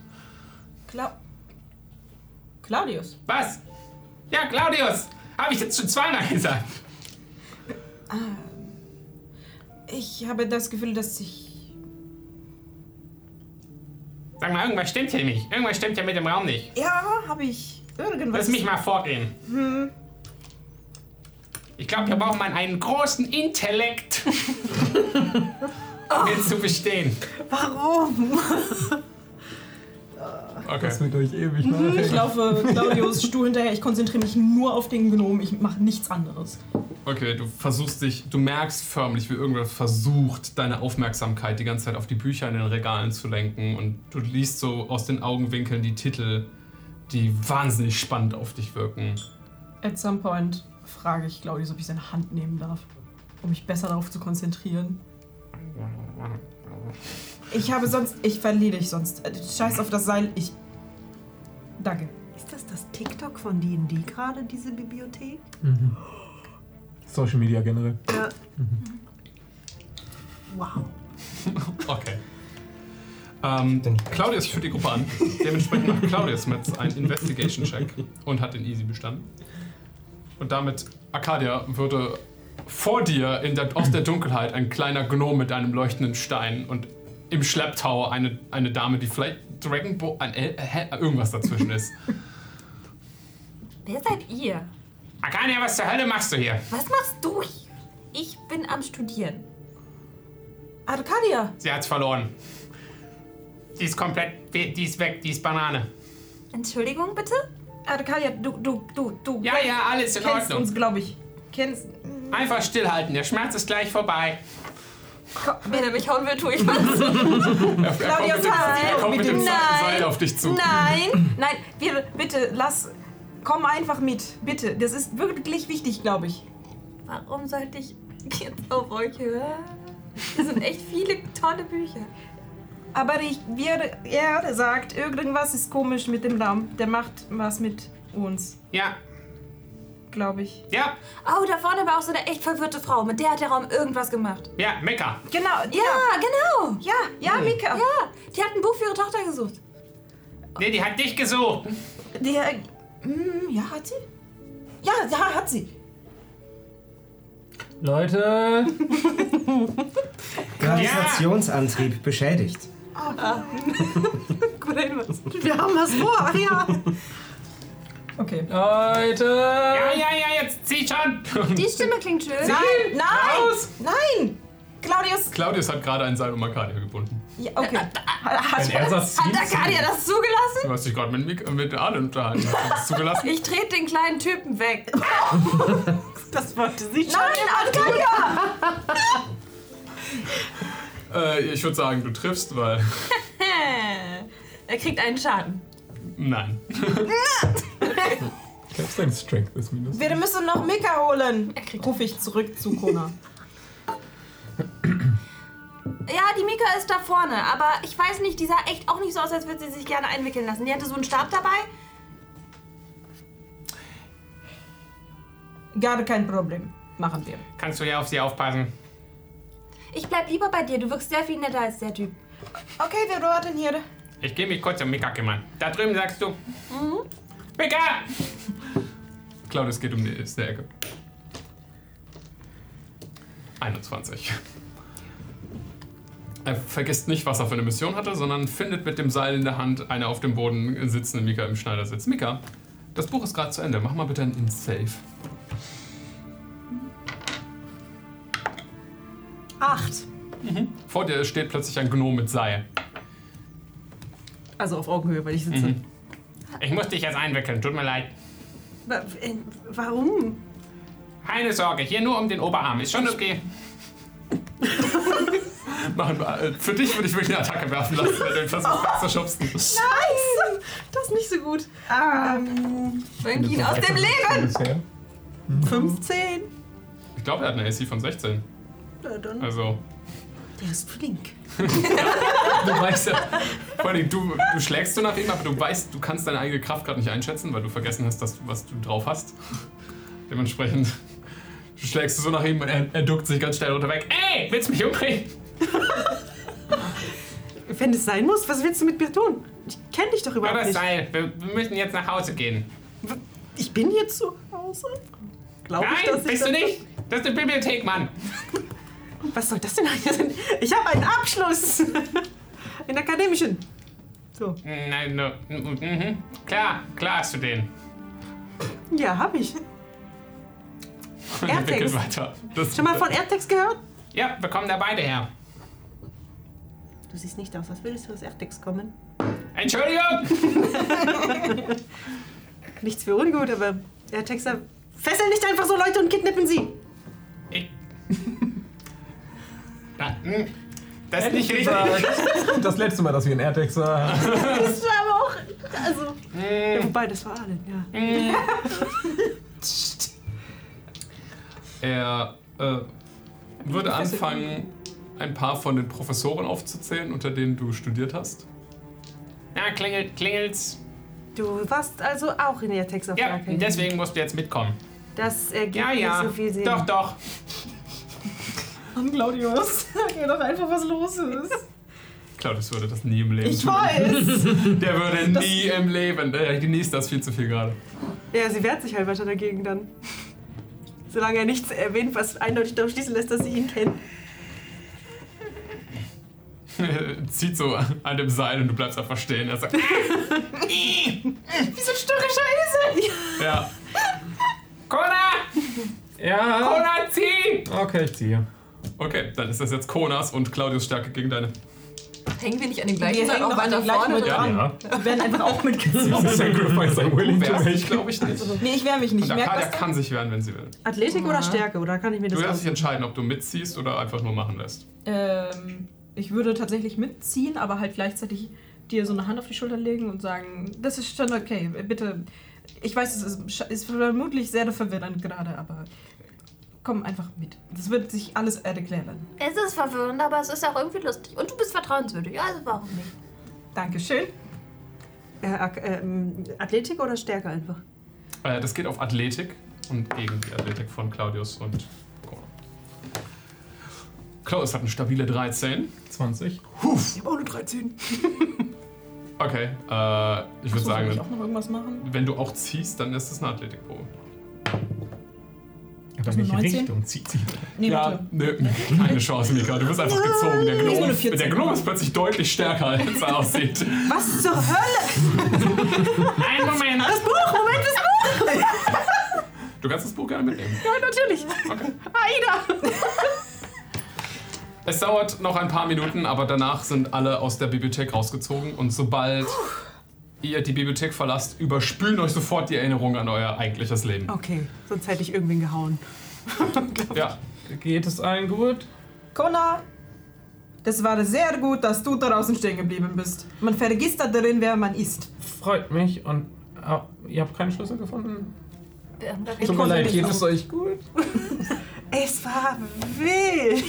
Kla Claudius. Was? Ja, Claudius! Habe ich jetzt schon zweimal gesagt. Ich habe das Gefühl, dass ich. Sag mal, irgendwas stimmt hier nicht. Irgendwas stimmt hier mit dem Raum nicht. Ja, habe ich irgendwas. Lass mich mal vorgehen. Ich glaube, wir brauchen mal einen großen Intellekt, um jetzt zu bestehen. Warum? Okay. mit euch ewig nachher. Ich laufe Claudius Stuhl hinterher. Ich konzentriere mich nur auf den Gnom. Ich mache nichts anderes. Okay, du versuchst dich, du merkst förmlich, wie irgendwas versucht, deine Aufmerksamkeit die ganze Zeit auf die Bücher in den Regalen zu lenken und du liest so aus den Augenwinkeln die Titel, die wahnsinnig spannend auf dich wirken. At some point frage ich Claudius, ob ich seine Hand nehmen darf, um mich besser darauf zu konzentrieren. Ich habe sonst. Ich verliere dich sonst. Äh, Scheiß auf das Seil. Ich. Danke. Ist das das TikTok von D&D gerade, diese Bibliothek? Social Media generell. Ja. Mhm. Wow. Okay. Ähm, Claudius führt die Gruppe an. Dementsprechend macht Claudius mit einen Investigation-Check und hat den Easy bestanden. Und damit, Arcadia, würde vor dir in der, aus der Dunkelheit ein kleiner Gnom mit einem leuchtenden Stein und im Schlepptau eine, eine Dame, die vielleicht Dragonbo ein El hä? irgendwas dazwischen ist. Wer seid ihr? Arcadia, was zur Hölle machst du hier? Was machst du hier? Ich bin am Studieren. Arcadia! Sie hat's verloren. Die ist komplett, die die ist weg, die ist Banane. Entschuldigung, bitte? Arcadia, du, du, du, du. Ja, ja, alles in kennst Ordnung. uns, glaube ich. Kennst. Einfach stillhalten, der Schmerz ist gleich vorbei. Wenn er mich hauen will, tue ich was. Claudia, Er nein! kommt mit dem Nein. Seil auf dich zu. Nein! Nein, wir, bitte, lass. Komm einfach mit. Bitte. Das ist wirklich wichtig, glaube ich. Warum sollte ich jetzt auf euch hören? Das sind echt viele tolle Bücher. Aber ich, wir, er sagt, irgendwas ist komisch mit dem Raum. Der macht was mit uns, Ja, glaube ich. ja, Oh, da vorne war auch so eine echt verwirrte Frau. Mit der hat der Raum irgendwas gemacht. ja, Mecker. Genau, Ja, genau. Ja, ja, Mika. Ja, die hat ein Buch für ihre Tochter gesucht. Nee, die hat dich gesucht. Der, hm, ja, hat sie? Ja, ja, hat sie. Leute! Gravitationsantrieb beschädigt. Guter Hinweis. Wir haben was vor, ach ja. Okay. äh. Leute! Ja, ja, ja, jetzt zieh schon. Die Stimme klingt schön. Nein, nein, nein. Claudius. Claudius hat gerade ein Seil um Arcadia gebunden. Ja, okay. Hat, Wenn er das Hat Arcadia das zugelassen? Du hast dich gerade mit, Mik- mit Arlen unterhalten. Hast du das zugelassen? Ich trete den kleinen Typen weg. Das wollte sie schon. nein, Arcadia. äh, ich würde sagen, du triffst, weil. er kriegt einen Schaden. Nein. Ich glaube, sein Strength ist minus. Wir müssen noch Mika holen, Er kriegt- rufe ich zurück zu Kona. Ja, die Mika ist da vorne, aber ich weiß nicht, die sah echt auch nicht so aus, als würde sie sich gerne einwickeln lassen. Die hatte so einen Stab dabei. Gar kein Problem. Machen wir. Kannst du ja auf sie aufpassen. Ich bleib lieber bei dir, du wirkst sehr viel netter als der Typ. Okay, wir warten hier. Ich gehe mich kurz um Mika kümmern. Da drüben sagst du. Mika! Claudius geht um die ist der Ecke. 21. Er vergisst nicht, was er für eine Mission hatte, sondern findet mit dem Seil in der Hand eine auf dem Boden sitzende Mika im Schneidersitz. Mika, das Buch ist gerade zu Ende. Mach mal bitte ein In-Safe. Acht. Vor dir steht plötzlich ein Gnom mit Seil. Also auf Augenhöhe, weil ich sitze. Mhm. Ich muss dich jetzt einwickeln, tut mir leid. Wa- äh, Warum? Keine Sorge, hier nur um den Oberarm. Ist schon okay. Machen wir, äh, für dich würde ich wirklich eine Attacke werfen lassen, wenn du ihn versuchst wegzuschubsen. Nice! Das ist nicht so gut. Ähm, Bring ihn aus dem Leben! Bisher. 15. Ich glaube, er hat eine AC von 16. Na dann. Also, Der ist flink. du weißt ja. Vor allem, du, du schlägst so nach ihm, aber du weißt, du kannst deine eigene Kraft gerade nicht einschätzen, weil du vergessen hast, dass du, was du drauf hast. Dementsprechend schlägst du so nach ihm und er, er duckt sich ganz schnell runter weg. Ey, willst du mich umbringen? Wenn es sein muss, was willst du mit mir tun? Ich kenne dich doch überhaupt nicht. Seil, wir, wir müssen jetzt nach Hause gehen. Ich bin hier zu Hause. Glaube ich, dass ich das- Das ist eine Bibliothek, Mann. Was soll das denn eigentlich sein? Ich habe einen Abschluss. einen akademischen. So. Nein, ne, mhm. klar, klar hast du den. Ja, habe ich. Wir gehen Airtext. weiter. Das- Schon mal von Airtex gehört? Ja, wir kommen da beide her. Du siehst nicht aus, als würdest du aus Airtex kommen. Entschuldigung! Nichts für ungut, aber Airtexer fesseln nicht einfach so Leute und kidnappen sie. Ich. Na, hm, Das ist nicht richtig. Das letzte Mal, dass wir in Airtex waren. Das war aber auch. Also. Ja, wobei, das war Allen, ja. Er äh, würde anfangen, ein paar von den Professoren aufzuzählen, unter denen du studiert hast. Na, klingelt, klingelt's. Du warst also auch in Airtex auf gar keinen Fall. musst du jetzt mitkommen. Das ergibt nicht so viel Sinn. doch. Mann, Claudius, sag ihr doch einfach, was los ist. Claudius würde das nie im Leben Ich tun. weiß. Der würde nie im Leben. Er genießt das viel zu viel gerade. Ja, sie wehrt sich halt weiter dagegen dann. Solange er nichts erwähnt, was eindeutig darauf schließen lässt, dass sie ihn kennt. Er zieht so an dem Seil und du bleibst einfach stehen. Er sagt, "Äh, Wie so ein störrischer Esel! ja. Kona! Ja. Kona, zieh! Okay, ich ziehe. Okay, dann ist das jetzt Konas und Claudius Stärke gegen deine. Hängen wir nicht an den Wir gleichen Seil hängen auch noch an weiter den gleichen vorne mit dran? dran. Ja. Wir werden einfach auch mitgezogen. Sacrifice I'm willing to Wärst make. dich, glaube ich, nicht. Nee, ich wehre mich nicht. Und Ich merk, Arcadia was kann sich wehren, wenn sie will. Athletik oder Stärke, oder kann ich mir Du das darfst dich entscheiden, ob du mitziehst oder einfach nur machen lässt. Ähm, ich würde tatsächlich mitziehen, aber halt gleichzeitig dir so eine Hand auf die Schulter legen und sagen, das ist schon okay, bitte. Ich weiß, es ist, scha- ist vermutlich sehr verwirrend gerade, aber komm einfach mit. Das wird sich alles erklären. Es ist verwirrend, aber es ist auch irgendwie lustig. Und du bist vertrauenswürdig, also warum nicht? Dankeschön. äh, Ak- ähm, Athletik oder Stärke einfach? Äh, das geht auf Athletik und gegen die Athletik von Claudius und Kona. Claudius hat eine stabile 13. 20. Ich habe auch nur 13. Okay, äh, ich würde Achso, soll sagen, ich auch noch irgendwas machen? Wenn du auch ziehst, dann ist es eine Athletikprobe. Aber ist in welche 19? Richtung zieht sie? Nee, warte. nö, keine Chance, Mika. Du wirst einfach gezogen. Der nur Gnome, eine 14. der Gnome ist plötzlich deutlich stärker, als er aussieht. Was zur Hölle? Ein Moment. Das Buch! Moment, das Buch! Du kannst das Buch gerne mitnehmen. Ja, natürlich. Aida! Es dauert noch ein paar Minuten, aber danach sind alle aus der Bibliothek rausgezogen und sobald ihr die Bibliothek verlasst, überspülen euch sofort die Erinnerungen an euer eigentliches Leben. Oh Okay, sonst hätte ich irgendwen gehauen. Ja, Geht es allen gut? Kona, das war sehr gut, dass du draußen stehen geblieben bist. Man vergisst da drin, wer man ist. Freut mich und ah, ihr habt äh, keinen Schlüssel gefunden? Ähm, da Tut reden mir wir leid, nicht geht auf. es euch gut? Es war wild.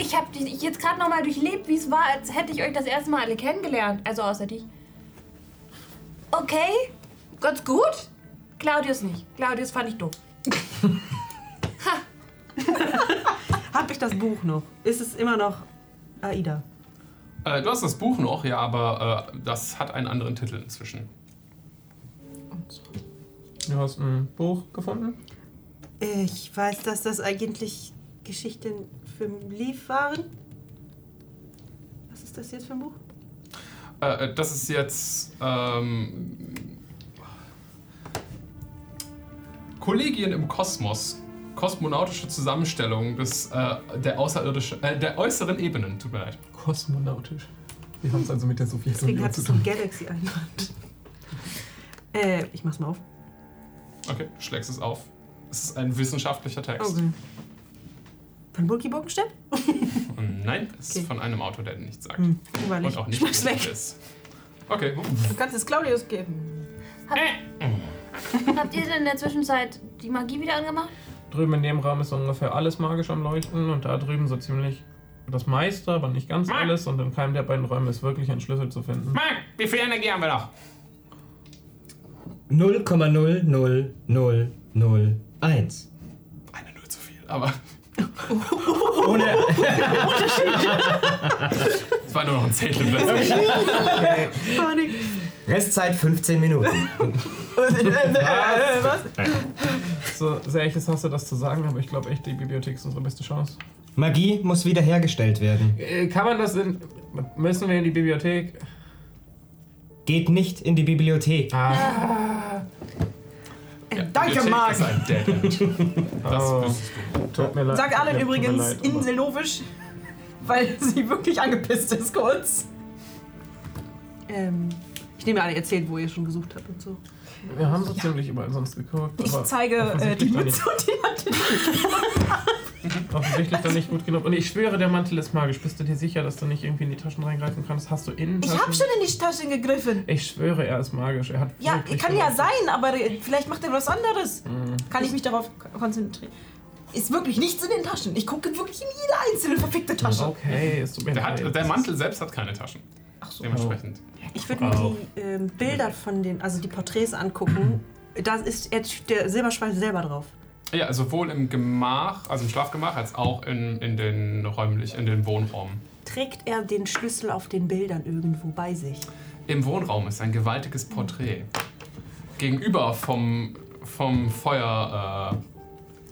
Ich habe jetzt gerade nochmal durchlebt, wie es war, als hätte ich euch das erste Mal alle kennengelernt. Also außer dich. Okay, ganz gut. Claudius nicht. Claudius fand ich doof. Hab ich das Buch noch? Ist es immer noch Aida? Äh, du hast das Buch noch, ja, aber äh, das hat einen anderen Titel inzwischen. Du hast ein Buch gefunden? Ich weiß, dass das eigentlich Geschichten für Lief waren. Was ist das jetzt für ein Buch? Äh, äh, das ist jetzt ähm, Kollegien im Kosmos. Kosmonautische Zusammenstellung des, äh, der, außerirdische, äh, der äußeren Ebenen. Tut mir leid. Kosmonautisch. Wir haben es also mit der Deswegen Sowjetunion hat zu es einen tun. Galaxy-Einwand. Äh, ich mach's mal auf. Okay, du schlägst es auf. Es ist ein wissenschaftlicher Oh, Text. Von Burki Burkenstedt? Und nein, es Okay. ist von einem Autor, der nichts sagt. Weil Und ich auch nicht schmeiß bekannt weg. ist. Okay. Du kannst es Claudius geben. Habt ihr denn in der Zwischenzeit die Magie wieder angemacht? Drüben in dem Raum ist ungefähr alles magisch am Leuchten und da drüben so ziemlich das meiste, aber nicht ganz alles. Und in keinem der beiden Räume ist wirklich ein Schlüssel zu finden. Marc, wie viel Energie haben wir noch? 0,00001. Eine Null zu viel, aber Ohne. es war nur noch ein Zettel plötzlich. Restzeit 15 Minuten. So sehr ich es hasse, das zu sagen, aber ich glaube echt, die Bibliothek ist unsere beste Chance. Magie muss wiederhergestellt werden. Äh, kann man das in. Müssen wir in die Bibliothek? Geht nicht in die Bibliothek. Ah, Danke, Marc. Das ist ein Dead End. Das Oh. ist tut mir leid. Sag allen Ja, tut mir übrigens leid, aber- Inselovisch, weil sie wirklich angepisst ist kurz. Ähm, ich nehme an, ihr erzählt, wo ihr schon gesucht habt und so. Wir haben so ziemlich überall sonst geguckt. Ich aber zeige äh, offensichtlich die doch Mütze und die Hand. nicht- Offensichtlich dann nicht gut genug. Und ich schwöre, der Mantel ist magisch. Bist du dir sicher, dass du nicht irgendwie in die Taschen reingreifen kannst? Hast du innen Ich habe schon in die Taschen gegriffen. Ich schwöre, er ist magisch. Er hat Ja, wirklich kann ja sein, aber vielleicht macht er was anderes. Mhm. Kann ich mich darauf k- konzentrieren? Ist wirklich nichts in den Taschen. Ich gucke wirklich in jede einzelne verfickte Tasche. Okay, es tut mir Der, leid. hat, der Mantel selbst hat keine Taschen. Ach so. Dementsprechend. Ich würde mir die ähm, Bilder von den, also die Porträts angucken. Da ist er- der Silberschwein selber drauf. Ja, sowohl im Gemach, also im Schlafgemach, als auch in, in den räumlich, in den Wohnraum. Trägt er den Schlüssel auf den Bildern irgendwo bei sich? Im Wohnraum ist ein gewaltiges Porträt. Gegenüber vom, vom Feuer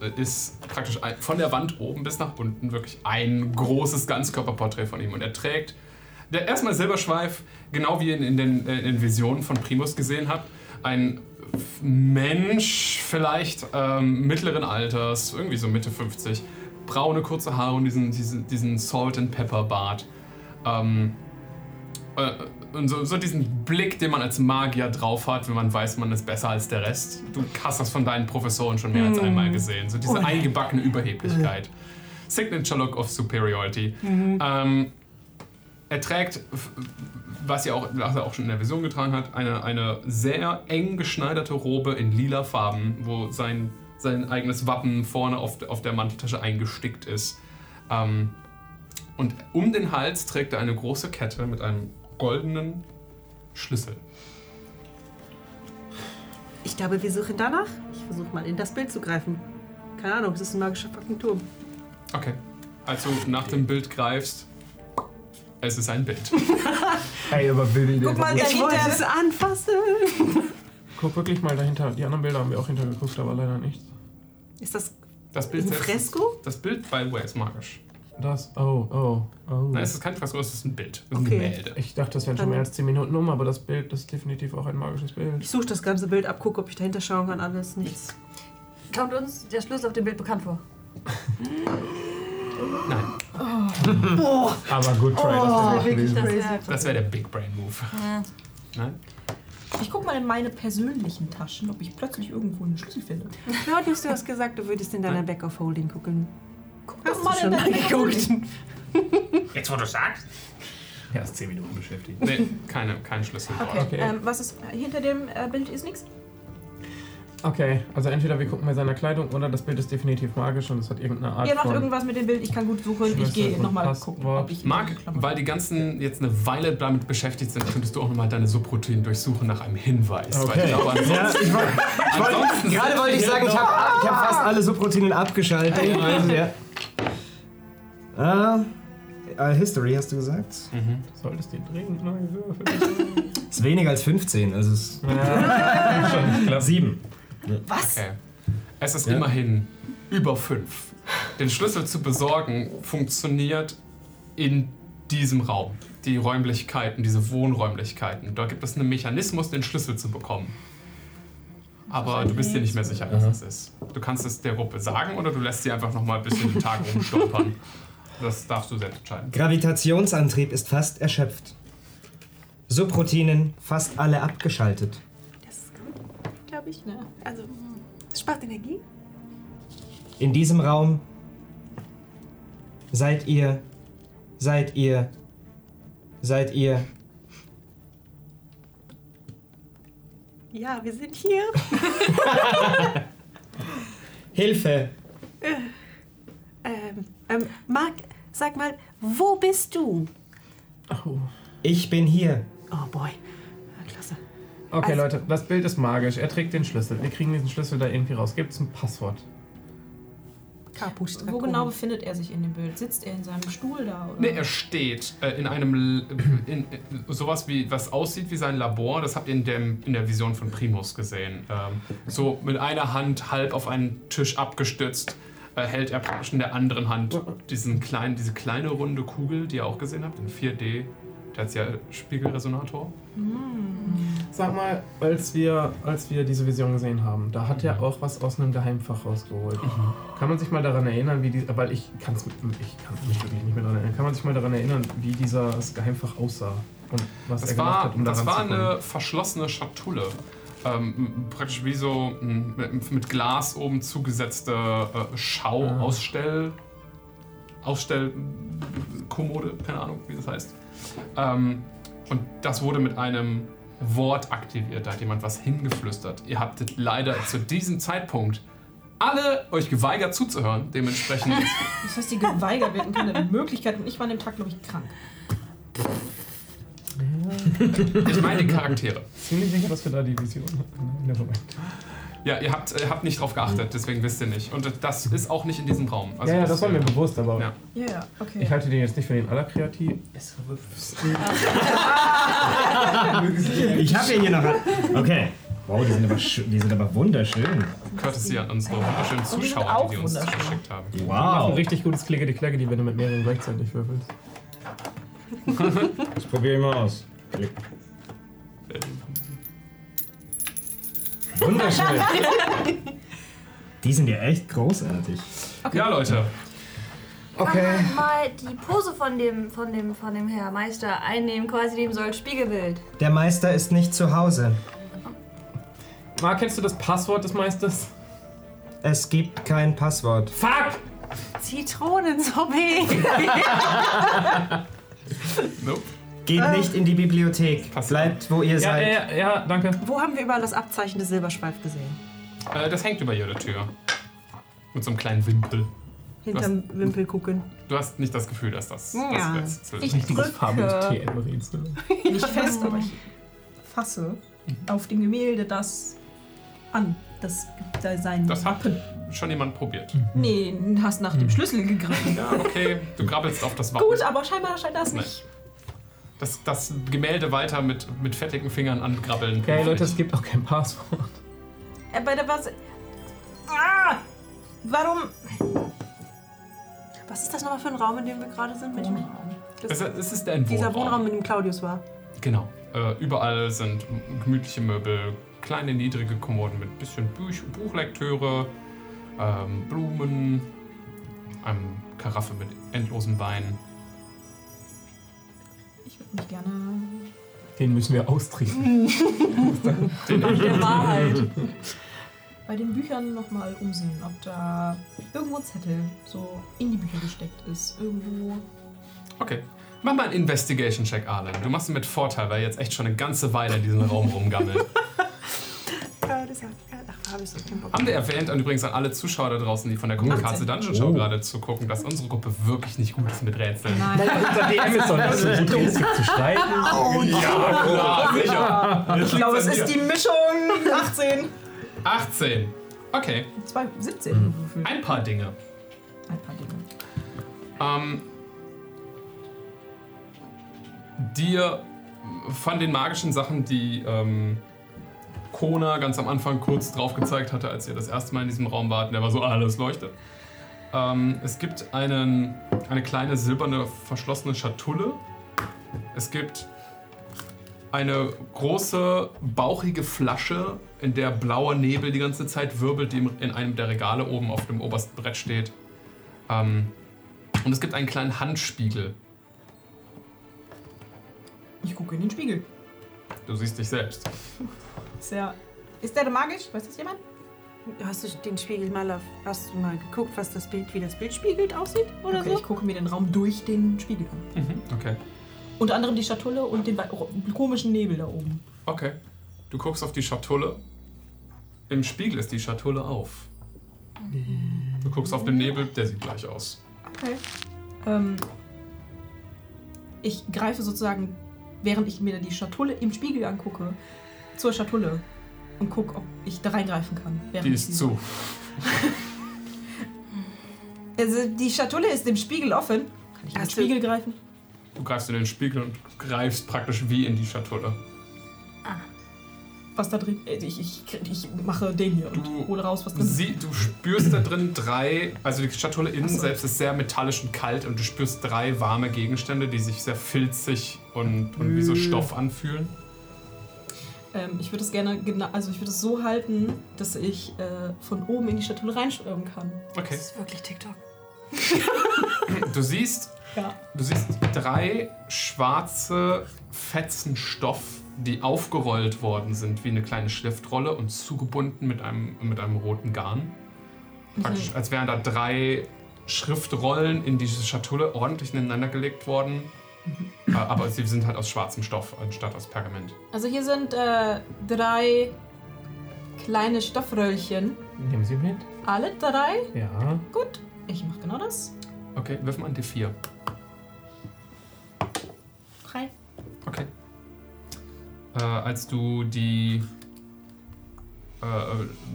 äh, ist praktisch ein, von der Wand oben bis nach unten wirklich ein großes Ganzkörperporträt von ihm. Und er trägt der erstmal Silberschweif, genau wie ihr ihn in den, äh, in den Visionen von Primus gesehen habt, ein Mensch vielleicht ähm, mittleren Alters, irgendwie so Mitte 50, braune kurze Haare und diesen, diesen, diesen Salt and Pepper Bart. Ähm, äh, und so, so diesen Blick, den man als Magier drauf hat, wenn man weiß, man ist besser als der Rest. Du hast das von deinen Professoren schon mehr als einmal gesehen. So diese eingebackene Überheblichkeit. Signature Look of Superiority. Ähm, er trägt, f- was er, auch, was er auch schon in der Vision getragen hat, eine, eine sehr eng geschneiderte Robe in lila Farben, wo sein, sein eigenes Wappen vorne auf, auf der Manteltasche eingestickt ist. Ähm, und um den Hals trägt er eine große Kette mit einem goldenen Schlüssel. Ich glaube, wir suchen danach. Ich versuche mal in das Bild zu greifen. Keine Ahnung, es ist ein magischer fucking Turm. Okay. Als du nach dem Bild greifst, es ist ein Bild. Ey, aber wilde Idee. Guck mal, Ich wollte dahinter. es anfassen. Guck wirklich mal dahinter. Die anderen Bilder haben wir auch hintergeguckt, aber leider nichts. Ist das Das Bild ein selbst- Fresko? Das Bild, by the way, ist magisch. Das. Oh, oh, oh. Nein, es ist kein Fresko, es ist ein Bild. Es ist Okay. ein Gemälde. Ich dachte, das wären schon mehr als 10 Minuten um, aber das Bild ist definitiv auch ein magisches Bild. Ich suche das ganze Bild ab, gucke, ob ich dahinter schauen kann. Alles nichts. Kommt uns der Schlüssel auf dem Bild bekannt vor. Nein, Aber good try, das wäre nicht gewesen. das wäre der Big Brain Move. Ah. Nein? Ich guck mal in meine persönlichen Taschen, ob ich plötzlich irgendwo einen Schlüssel finde. Claudius, du hast gesagt, du würdest in deiner Back of Holding gucken. Guck Hast doch du mal in deine schon angeguckt? Jetzt, wo du sagst. Er ist 10 Minuten beschäftigt. Nee, keine, kein Schlüssel dort. Okay. Ähm, was ist hinter dem äh, Bild ist äh, nichts? Okay, also entweder wir gucken bei seiner Kleidung oder das Bild ist definitiv magisch und es hat irgendeine Art Ihr macht von... irgendwas mit dem Bild, ich kann gut suchen, ich Schlüssel gehe und nochmal Passwort. gucken, ob ich Marc, weil die ganzen jetzt eine Weile damit beschäftigt sind, könntest du auch nochmal deine Subroutinen durchsuchen nach einem Hinweis. Weil ich Okay. glaube, ansonsten, Ja, ich wollte- ich wollte- ansonsten Gerade wollte ich sagen, ich habe ich hab fast alle Subroutinen abgeschaltet. Ich weiß es, ja. Ah, äh, History hast du gesagt. Solltest du dringend neu würfeln? Ist weniger als 15, also ist Ja, 7. Was? Okay. Es ist immerhin über fünf. Den Schlüssel zu besorgen funktioniert in diesem Raum. Die Räumlichkeiten, diese Wohnräumlichkeiten. Da gibt es einen Mechanismus, den Schlüssel zu bekommen. Aber du bist dir nicht mehr sicher, was es ist. Du kannst es der Gruppe sagen oder du lässt sie einfach noch mal ein bisschen den Tag rumstolpern. Das darfst du selbst entscheiden. Gravitationsantrieb ist fast erschöpft. Subroutinen fast alle abgeschaltet. Das ist gut, glaube ich. ne? Ja. Also, es spart Energie. In diesem Raum seid ihr, seid ihr, seid ihr. Ja, wir sind hier. Hilfe! Ähm, ähm, Marc, sag mal, wo bist du? Ich bin hier. Oh boy. Klasse. Okay, Also- Leute, das Bild ist magisch. Er trägt den Schlüssel. Wir kriegen diesen Schlüssel da irgendwie raus. Gibt es ein Passwort? Capus Wo genau befindet er sich in dem Bild? Sitzt er in seinem Stuhl da? Oder? Nee, er steht äh, in einem L- in, in, sowas wie was aussieht wie sein Labor. Das habt ihr in, dem, in der Vision von Primus gesehen. Ähm, so mit einer Hand halb auf einen Tisch abgestützt äh, hält er praktisch in der anderen Hand diesen kleinen, diese kleine runde Kugel, die ihr auch gesehen habt in 4D. Der hat ja Spiegelresonator. Sag mal, als wir, als wir diese Vision gesehen haben, da hat er auch was aus einem Geheimfach rausgeholt. Kann man sich mal daran erinnern, wie die, weil ich kann es ich kann's mich wirklich nicht mehr daran erinnern. Kann man sich mal daran erinnern, wie dieses Geheimfach aussah und was er Das gemacht war, hat, um das daran war zu kommen? eine verschlossene Schatulle. Ähm, m- praktisch wie so m- mit, mit Glas oben zugesetzte äh, Schau, Ah. Ausstell, Ausstellkommode, keine Ahnung, wie das heißt. Ähm, und das wurde mit einem Wort aktiviert, da hat jemand was hingeflüstert. Ihr habtet leider zu diesem Zeitpunkt alle euch geweigert zuzuhören, dementsprechend. Das heißt, die geweigert werden keine Möglichkeit. Und ich war an dem Tag, glaube ich, krank. ich meine die Charaktere. Ziemlich sicher, dass wir da die Vision hatten. Never mind. Also Ja, ihr habt, ihr habt nicht drauf geachtet, deswegen wisst ihr nicht. Und das ist auch nicht in diesem Raum. Also ja, ja, das war mir bewusst, aber Ja. Ja, ja, okay. ich halte den jetzt nicht für den allerkreativsten. Ich habe ja hier noch. Okay. Wow, die sind aber, schö- die sind aber wunderschön. Courtesy an unsere wunderschönen Und die sind Zuschauer, auch die, die uns das wunderschön. geschickt haben. Ein Wow. richtig gutes Klicke die Klacke, die wenn du mit mehreren gleichzeitig würfelst. Das probiere ich mal aus. Klick. Wunderschön. Die sind ja echt großartig. Ja, Leute. Kann man mal die Pose von dem, von dem, von dem Herr Meister einnehmen, quasi dem soll Spiegelbild. Der Meister ist nicht zu Hause. Marc, kennst du das Passwort des Meisters? Es gibt kein Passwort. Fuck! Zitronensorbet. Nope. Geht nicht in die Bibliothek. Bleibt, wo ihr Ja, seid. ja, ja, ja, danke. Wo haben wir überall das Abzeichen des Silberschweif gesehen? Äh, das hängt über jeder Tür. Mit so einem kleinen Wimpel. Hinterm Wimpel gucken. Du hast nicht das Gefühl, dass das, Ja. das Ich jetzt zwischen. Richtiges farbiges drücke TM-Rätsel. äh, nicht fest, aber ich fasse Mhm. auf dem Gemälde das an. Das gibt da sein. Das hat schon jemand probiert. nee, du hast nach dem Schlüssel gegriffen. Ja, okay. Du grabbelst auf das Wappen. Gut, aber scheinbar scheint das nicht. Das, das Gemälde weiter mit, mit fettigen Fingern angrabbeln. Okay, Leute, es gibt auch kein Passwort. Äh, bei der was. Ah! Warum? Was ist das nochmal für ein Raum, in dem wir gerade sind? Mit dem, Es, es ist ein dieser Wohnraum, Wohnraum. in dem Claudius war. Genau. Äh, überall sind m- gemütliche Möbel, kleine, niedrige Kommoden mit bisschen Büch Buchlektüre, ähm, Blumen, einem Karaffe mit endlosem Wein. Ich würde mich gerne. Den müssen wir austrinken. Der Wahrheit. Bei den Büchern nochmal umsehen, ob da irgendwo ein Zettel so in die Bücher gesteckt ist. Irgendwo. Okay. Mach mal einen Investigation-Check, Arlen. Du machst ihn mit Vorteil, weil er jetzt echt schon eine ganze Weile in diesem Raum rumgammelt. Claudius hat- ach, Habe ich so keinen Bock. Haben wir erwähnt und übrigens an alle Zuschauer da draußen, die von der Gruppenkarte Dungeon Show gerade zu gucken, dass unsere Gruppe wirklich nicht gut ist mit Rätseln. Unser DM ist doch Das ist ein guter Rätsel zu schreiben. Ja, klar, sicher. Genau. Ich glaube, es ist die Mischung 18. 18. Okay, 2, 17. gefühlt. ein paar Dinge. Ein paar Dinge. Ähm, dir von den magischen Sachen, die ähm, Kona ganz am Anfang kurz drauf gezeigt hatte, als ihr das erste Mal in diesem Raum wart, und der war so, "Ah, alles leuchtet. Ähm, es gibt einen, eine kleine silberne verschlossene Schatulle. Es gibt eine große, bauchige Flasche, in der blauer Nebel die ganze Zeit wirbelt, die im- in einem der Regale oben auf dem obersten Brett steht. Ähm, und es gibt einen kleinen Handspiegel. Ich gucke in den Spiegel. Du siehst dich selbst. Ist, ja, ist der magisch? Weiß das jemand? Hast du den Spiegel mal auf, hast du mal geguckt, was das Bild, wie das Bild spiegelt aussieht oder okay, so? ich gucke mir den Raum durch den Spiegel an. Mhm. Okay. Unter anderem die Schatulle und den wei- ro- komischen Nebel da oben. Okay. Du guckst auf die Schatulle. Im Spiegel ist die Schatulle auf. Du guckst auf den Nebel, der sieht gleich aus. Okay. Ähm, ich greife sozusagen, während ich mir die Schatulle im Spiegel angucke, zur Schatulle und gucke, ob ich da reingreifen kann. während Die ich ist sie- zu. Also die Schatulle ist im Spiegel offen. Kann ich in den Hast du- Spiegel greifen? Du greifst in den Spiegel und greifst praktisch wie in die Schatulle. Was da drin? äh, Ich, ich, ich mache den hier und Du hole raus, was drin ist. Sie, du spürst da drin drei, also die Schatulle innen selbst ist sehr metallisch und kalt und du spürst drei warme Gegenstände, die sich sehr filzig und, und wie so Mhm. Stoff anfühlen. Ähm, ich würde es gerne, gena- also ich würde es so halten, dass ich äh, von oben in die Schatulle reinschwimmen kann. Okay. Das ist wirklich TikTok. Du siehst Ja. Du siehst drei schwarze Fetzen Stoff, die aufgerollt worden sind wie eine kleine Schriftrolle und zugebunden mit einem, mit einem roten Garn. Praktisch, als wären da drei Schriftrollen in diese Schatulle ordentlich ineinander gelegt worden. Äh, Aber sie sind halt aus schwarzem Stoff anstatt aus Pergament. Also hier sind äh, drei kleine Stoffröllchen. Nehmen Sie mit? Alle drei? Ja. Gut. Ich mache genau das. Okay, wirf mal ein D4. Drei. Okay. Äh, als du die äh,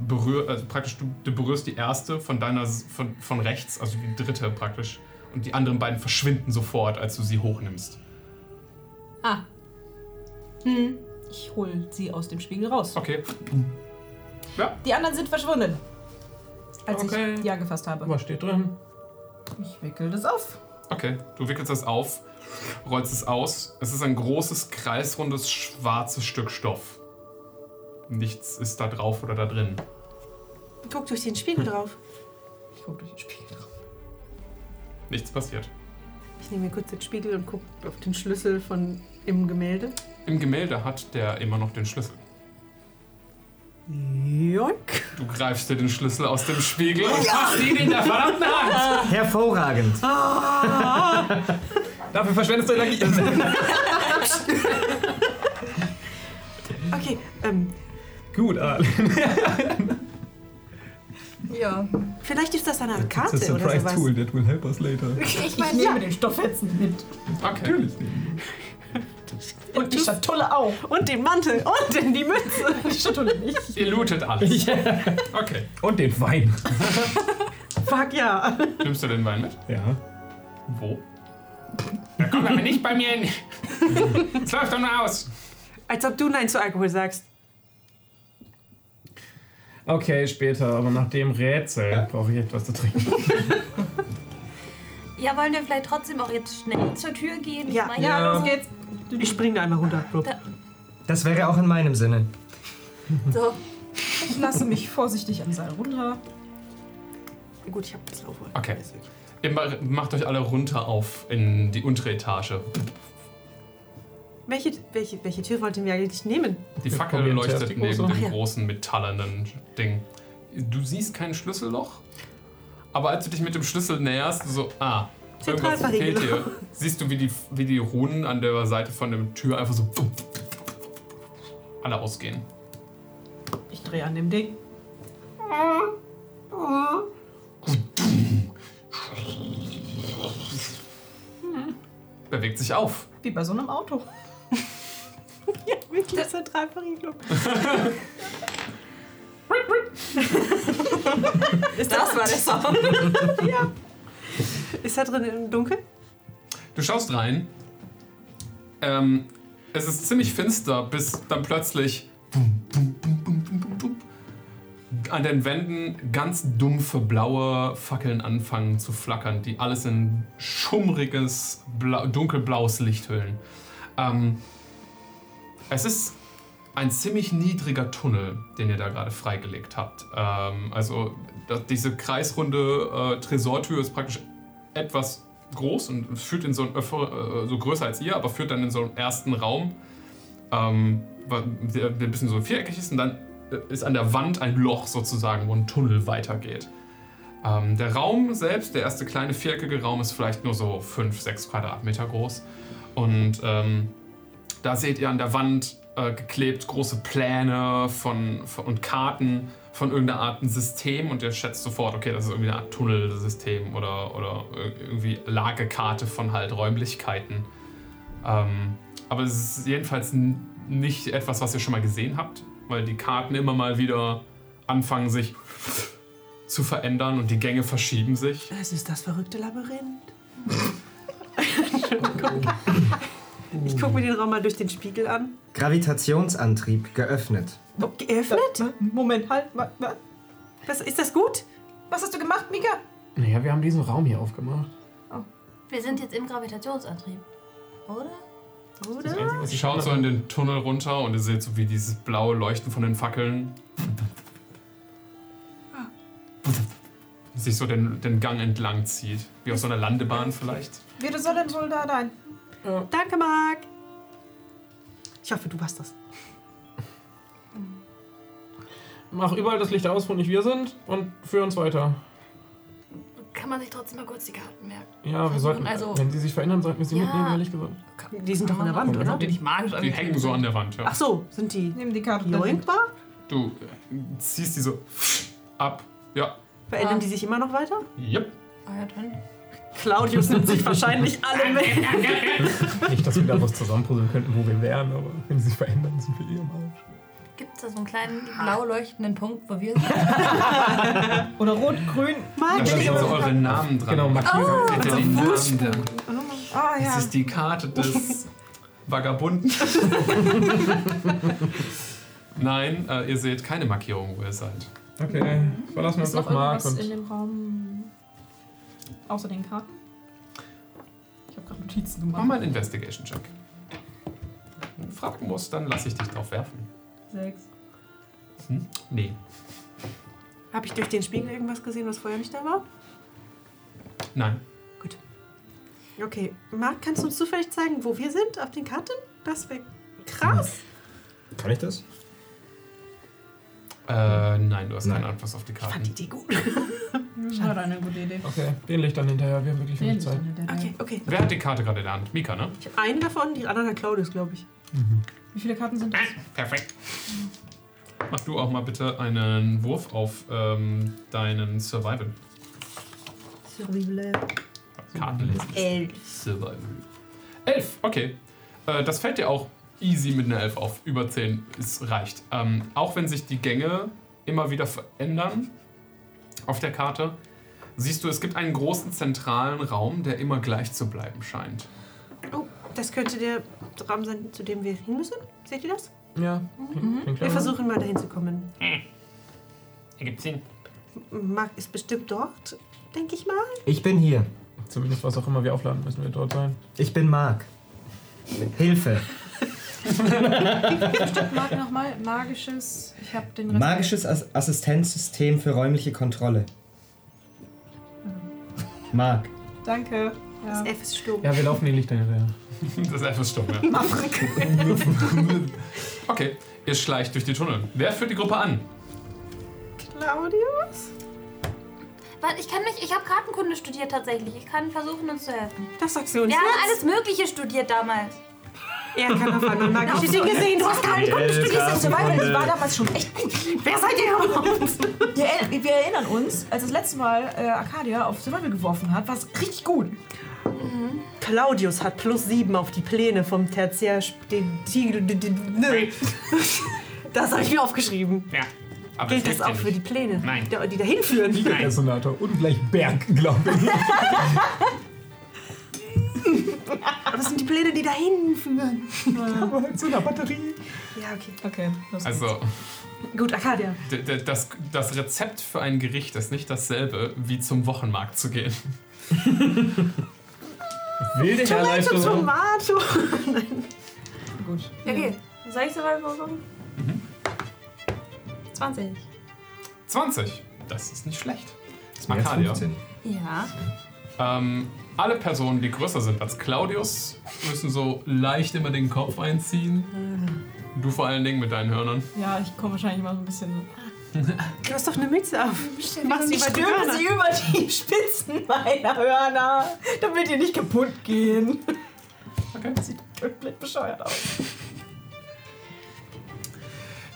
berühr, also praktisch du, du berührst die erste von deiner S- von, von rechts, also die dritte praktisch, und die anderen beiden verschwinden sofort, als du sie hochnimmst. Ah. Hm. Ich hole sie aus dem Spiegel raus. Okay. Die anderen sind verschwunden. Als Okay. ich die angefasst habe. Was steht drin? Ich wickel das auf. Okay. Du wickelst das auf, rollst es aus. Es ist ein großes, kreisrundes, schwarzes Stück Stoff. Nichts ist da drauf oder da drin. Guck durch den Spiegel drauf. Ich gucke durch den Spiegel drauf. Nichts passiert. Ich nehme mir kurz den Spiegel und gucke auf den Schlüssel von im Gemälde. Im Gemälde hat der immer noch den Schlüssel. Joink. Du greifst dir den Schlüssel aus dem Spiegel und machst ihn in der verdammten Hand. Hervorragend. Dafür verschwendest du Energie. Okay, ähm, Gut, ah, Al. Ja. vielleicht ist das eine Art Karte It's a oder surprise sowas. tool that will help us later. Ich Ich meine, nehme den Stoffhetzen mit. Okay. Und die Schatulle auch. Und den Mantel und in die Mütze. Die Schatulle nicht. Ihr lootet alles. Okay. Und den Wein. Fuck ja. Nimmst du den Wein mit? Ja. Wo? Da kommt aber nicht bei mir hin. Es läuft doch nur aus. Als ob du Nein zu Alkohol sagst. Okay, später, aber nach dem Rätsel brauche ich etwas zu trinken. ja, wollen wir vielleicht trotzdem auch jetzt schnell zur Tür gehen? Ja. Ich meine, Ja, los geht's. Ich spring da einmal runter. Blub. Das wäre auch in meinem Sinne. So, Ich lasse mich vorsichtig am Seil runter. Gut, ich hab das Laufwohl. Okay. Ihr ma- macht euch alle runter auf in die untere Etage. Welche, welche, welche Tür wollten wir eigentlich nehmen? Die Wir Fackel probieren zuerst leuchtet die neben große. dem ja. großen metallernen Ding. Du siehst kein Schlüsselloch, aber als du dich mit dem Schlüssel näherst, so, ah, irgendwas fehlt Zentralverriegelung. dir. Siehst du, wie die, wie die Runen an der Seite von der Tür einfach so alle ausgehen. Ich drehe an dem Ding. Bewegt sich auf. Wie bei so einem Auto. Ja, wirklich, das ist eine Dreiverriegelung. ist Das war der Sound. Ist da drin im Dunkeln? Du schaust rein. Ähm, es ist ziemlich finster, bis dann plötzlich bum, bum, bum, bum, bum, bum, bum, an den Wänden ganz dumpfe blaue Fackeln anfangen zu flackern, die alles in schummriges, blau, dunkelblaues Licht hüllen. Ähm, es ist ein ziemlich niedriger Tunnel, den ihr da gerade freigelegt habt. Ähm, also das, diese kreisrunde äh, Tresortür ist praktisch etwas groß und es führt in so einen Öffre, äh, so größer als ihr, aber führt dann in so einen ersten Raum, ähm, wa- der, der ein bisschen so viereckig ist und dann äh, ist an der Wand ein Loch sozusagen, wo ein Tunnel weitergeht. Ähm, der Raum selbst, der erste kleine viereckige Raum, ist vielleicht nur so 5, 6 Quadratmeter groß und ähm, da seht ihr an der Wand äh, geklebt große Pläne von, von, und Karten von irgendeiner Art ein System und ihr schätzt sofort, okay, das ist irgendwie eine Art Tunnelsystem oder, oder ir- irgendwie Lagekarte von halt Räumlichkeiten. Ähm, aber es ist jedenfalls n- nicht etwas, was ihr schon mal gesehen habt, weil die Karten immer mal wieder anfangen sich zu verändern und die Gänge verschieben sich. Das ist das verrückte Labyrinth. ich gucke mir den Raum mal durch den Spiegel an. Gravitationsantrieb geöffnet. Geöffnet? Moment, halt. wa- wa- Was, ist das gut? Was hast du gemacht, Mika? Naja, wir haben diesen Raum hier aufgemacht. Wir sind jetzt im Gravitationsantrieb. Oder? Oder? Sie schaut so in den Tunnel runter und ihr seht so wie dieses blaue Leuchten von den Fackeln. Sich so den, den Gang entlang zieht. Wie auf so einer Landebahn vielleicht. Wie soll denn wohl da sein? Danke, Marc. Ich hoffe, du warst das. Mach überall das Licht aus, wo nicht wir sind und führ uns weiter. Kann man sich trotzdem mal kurz die Karten merken? Ja, wir sollten, also- wenn sie sich verändern, sollten wir sie Ja. mitnehmen, ehrlich gesagt. Die sind doch an der Wand, oder? Die nicht magisch Die hängen so an der Wand, ja. Ach so, sind die Nimm die Karte. joinkbar? Du äh, ziehst die so ab. Ja. Verändern die sich immer noch weiter? Yep. Ah ja, dann. Claudius nimmt sich wahrscheinlich alle mit. Nicht, dass wir da was zusammenpuzzeln könnten, wo wir wären, aber wenn sie sich verändern, sind wir eh im Arsch. Gibt es da so einen kleinen blau leuchtenden Punkt, wo wir sind? Oder rot-grün. Da Marc, stehen so ich eure Namen dran. Genau, markieren. Seht ihr die Namen da? Ah ja. Das ist die Karte des Vagabunden. Nein, äh, ihr seht keine Markierung, wo ihr seid. Okay, verlassen wir uns Ist noch auf Mark irgendwas und in dem Raum außer den Karten? Ich habe gerade Notizen Mach gemacht. mal einen Investigation-Check. Wenn du fragen musst, dann lass ich dich drauf werfen. Sechs. Nee. Habe ich durch den Spiegel irgendwas gesehen, was vorher nicht da war? Nein. Okay, Marc, kannst du uns zufällig zeigen, wo wir sind auf den Karten? Das wäre krass. Kann ich das? Äh, nein, du hast Nein. keinen Einfluss auf die Ich fand die Karten. Idee gut. War eine gute Idee. Okay, den Lichtern hinterher, wir haben wirklich wenig Zeit. Okay, okay. Wer hat die Karte gerade in der Hand? Mika, ne? Ich habe einen davon, die anderen hat Claudius, glaube ich. Wie viele Karten sind das? Perfekt. Mach du auch mal bitte einen Wurf auf ähm, deinen Survival. Horrible. Karten lesen. Äh, Elf. Survival. Elf, okay. Äh, das fällt dir auch easy mit einer Elf auf. Über zehn ist reicht. Ähm, auch wenn sich die Gänge immer wieder verändern auf der Karte, siehst du, es gibt einen großen zentralen Raum, der immer gleich zu bleiben scheint. Oh, das könnte der Rahmen sein, zu dem wir hin müssen. Seht ihr das? Mhm. Ja, den Wir kleinen. versuchen mal dahin zu kommen. Er gibt zehn. Marc ist bestimmt dort, denke ich mal. Ich bin hier. Zumindest was auch immer wir aufladen, müssen wir dort sein. Ich bin Mark. Hilfe. Mag nochmal magisches. Ich habe den Rest. Magisches As Assistenzsystem für räumliche Kontrolle. Mark. Danke. Das Ja. F ist stumm. Ja, wir laufen den Lichtern hinterher. Das ist einfach stumm, ja. okay, ihr schleicht durch die Tunnel. Wer führt die Gruppe an? Claudius? Warte, ich kann mich. Ich habe Kartenkunde studiert tatsächlich. Ich kann versuchen, uns zu helfen. Das sagst du uns Wir haben jetzt? alles Mögliche studiert damals. Er kann davon und mag Ich hab ihn gesehen, du hast keinen guten Stück Eltern, Survival. Das Freunde. war damals schon echt gut. Wer seid ihr Wir, er- wir erinnern uns, als das letzte Mal äh, Arcadia auf Survival geworfen hat, war es richtig gut. Claudius hat plus sieben auf die Pläne vom Tertiär. den Tigel- d- d- nö. Das habe ich mir aufgeschrieben. Ja. Aber Gilt das hilft auch ja für die nicht. Pläne, Nein. die- die dahin führen? Nein. Resonator und gleich Berg, glaube ich. Aber das sind die Pläne, die dahin führen. Aber halt so eine Batterie. Ja, okay. Okay, das Also, Gut, Arcadia. d- d- das, das Rezept für ein Gericht ist nicht dasselbe, wie zum Wochenmarkt zu gehen. Wilde Tomato, Herleitung. Tomato. gut. denn? Okay, soll ich Survival gucken? 20. 20. Das ist nicht schlecht. Das ist Makadia. Ja. Ähm, alle Personen, die größer sind als Claudius, müssen so leicht immer den Kopf einziehen. Mhm. Du vor allen Dingen mit deinen Hörnern. Ja, ich komme wahrscheinlich immer so ein bisschen. Du hast doch eine Mütze auf. Machst Ich stülpe sie über die Spitzen meiner Hörner, damit die nicht kaputt gehen. Okay. Sieht komplett bescheuert aus.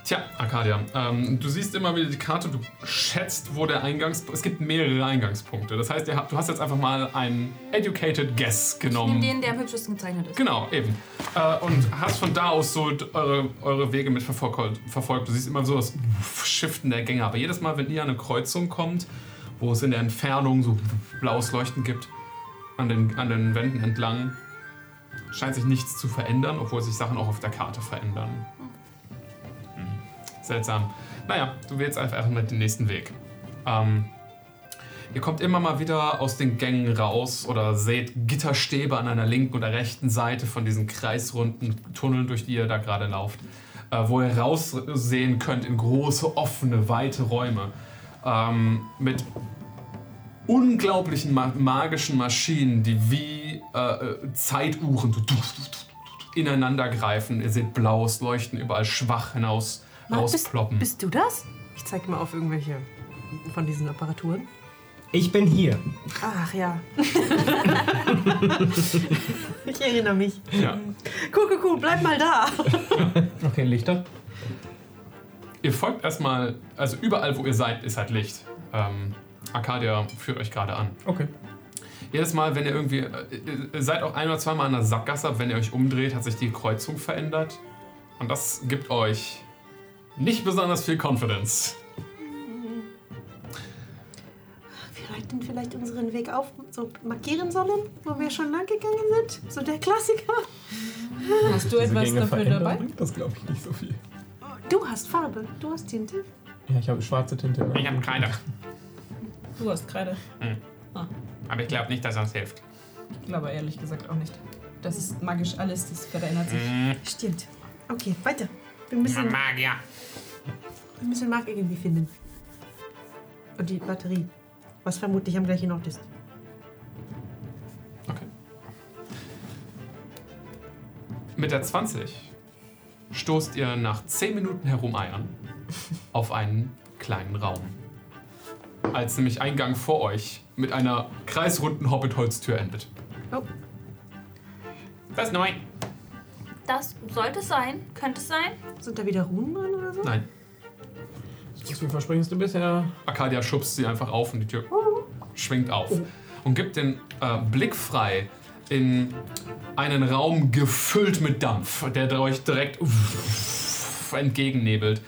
Tja, Arcadia, ähm, du siehst immer wieder die Karte, du schätzt, wo der Eingangspunkt. Es gibt mehrere Eingangspunkte. Das heißt, ihr habt, du hast jetzt einfach mal einen Educated Guess genommen. Nimm den, der am hübschesten gezeichnet ist. Genau, eben. Äh, und hast von da aus so d- eure, eure Wege mit verfolgt, verfolgt. Du siehst immer so das Shiften der Gänge. Aber jedes Mal, wenn ihr an eine Kreuzung kommt, wo es in der Entfernung so blaues Leuchten gibt, an den, an den Wänden entlang, scheint sich nichts zu verändern, obwohl sich Sachen auch auf der Karte verändern. Hm. Seltsam. Naja, du wählst einfach erstmal den nächsten Weg. Ähm, Ihr kommt immer mal wieder aus den Gängen raus oder seht Gitterstäbe an einer linken oder rechten Seite von diesen kreisrunden Tunneln, durch die ihr da gerade lauft, äh, wo ihr raussehen könnt in große, offene, weite Räume ähm, mit unglaublichen ma magischen Maschinen, die wie äh, äh, Zeituhren so ineinander greifen. Ihr seht blaues Leuchten überall schwach hinaus rausploppen. Bist du das? Ich zeig mal auf irgendwelche von diesen Apparaturen. Ich bin hier. Ach ja. ich erinnere mich. Ja. Kuckuckuck, bleib mal da. Okay, Lichter. Ihr folgt erstmal, also überall, wo ihr seid, ist halt Licht. Ähm, Arcadia führt euch gerade an. Okay. Jedes Mal, wenn ihr irgendwie, äh, ihr seid auch ein oder zweimal an der Sackgasse, wenn ihr euch umdreht, hat sich die Kreuzung verändert. Und das gibt euch nicht besonders viel Confidence. Vielleicht denn vielleicht unseren Weg auf so markieren sollen, wo wir schon lang gegangen sind. So der Klassiker. Hast du etwas dafür dabei? bringt das, glaube ich, nicht so viel. Du hast Farbe, du hast Tinte. Ja, ich habe schwarze Tinte. ne? habe keine, Du hast Kreide. aber ich glaube nicht, dass das hilft. Ich glaube ehrlich gesagt auch nicht. Das ist magisch alles, das verändert sich. Stimmt. Okay, weiter. Wir müssen, wir Magier. müssen Mark irgendwie finden. Und die Batterie. Was vermutlich am gleichen Ort ist. Okay. Mit der 20 stoßt ihr nach 10 Minuten herumeiern auf einen kleinen Raum. Als nämlich ein Gang vor euch mit einer kreisrunden Hobbit-Holztür endet. Oh. Das ist neu. Das sollte es sein. Könnte es sein. Sind da wieder Runen drin oder so? Nein. Was für versprichst du bisher? Arcadia schubst sie einfach auf und die Tür schwingt auf und gibt den äh, Blick frei in einen Raum gefüllt mit Dampf, der euch direkt entgegennebelt.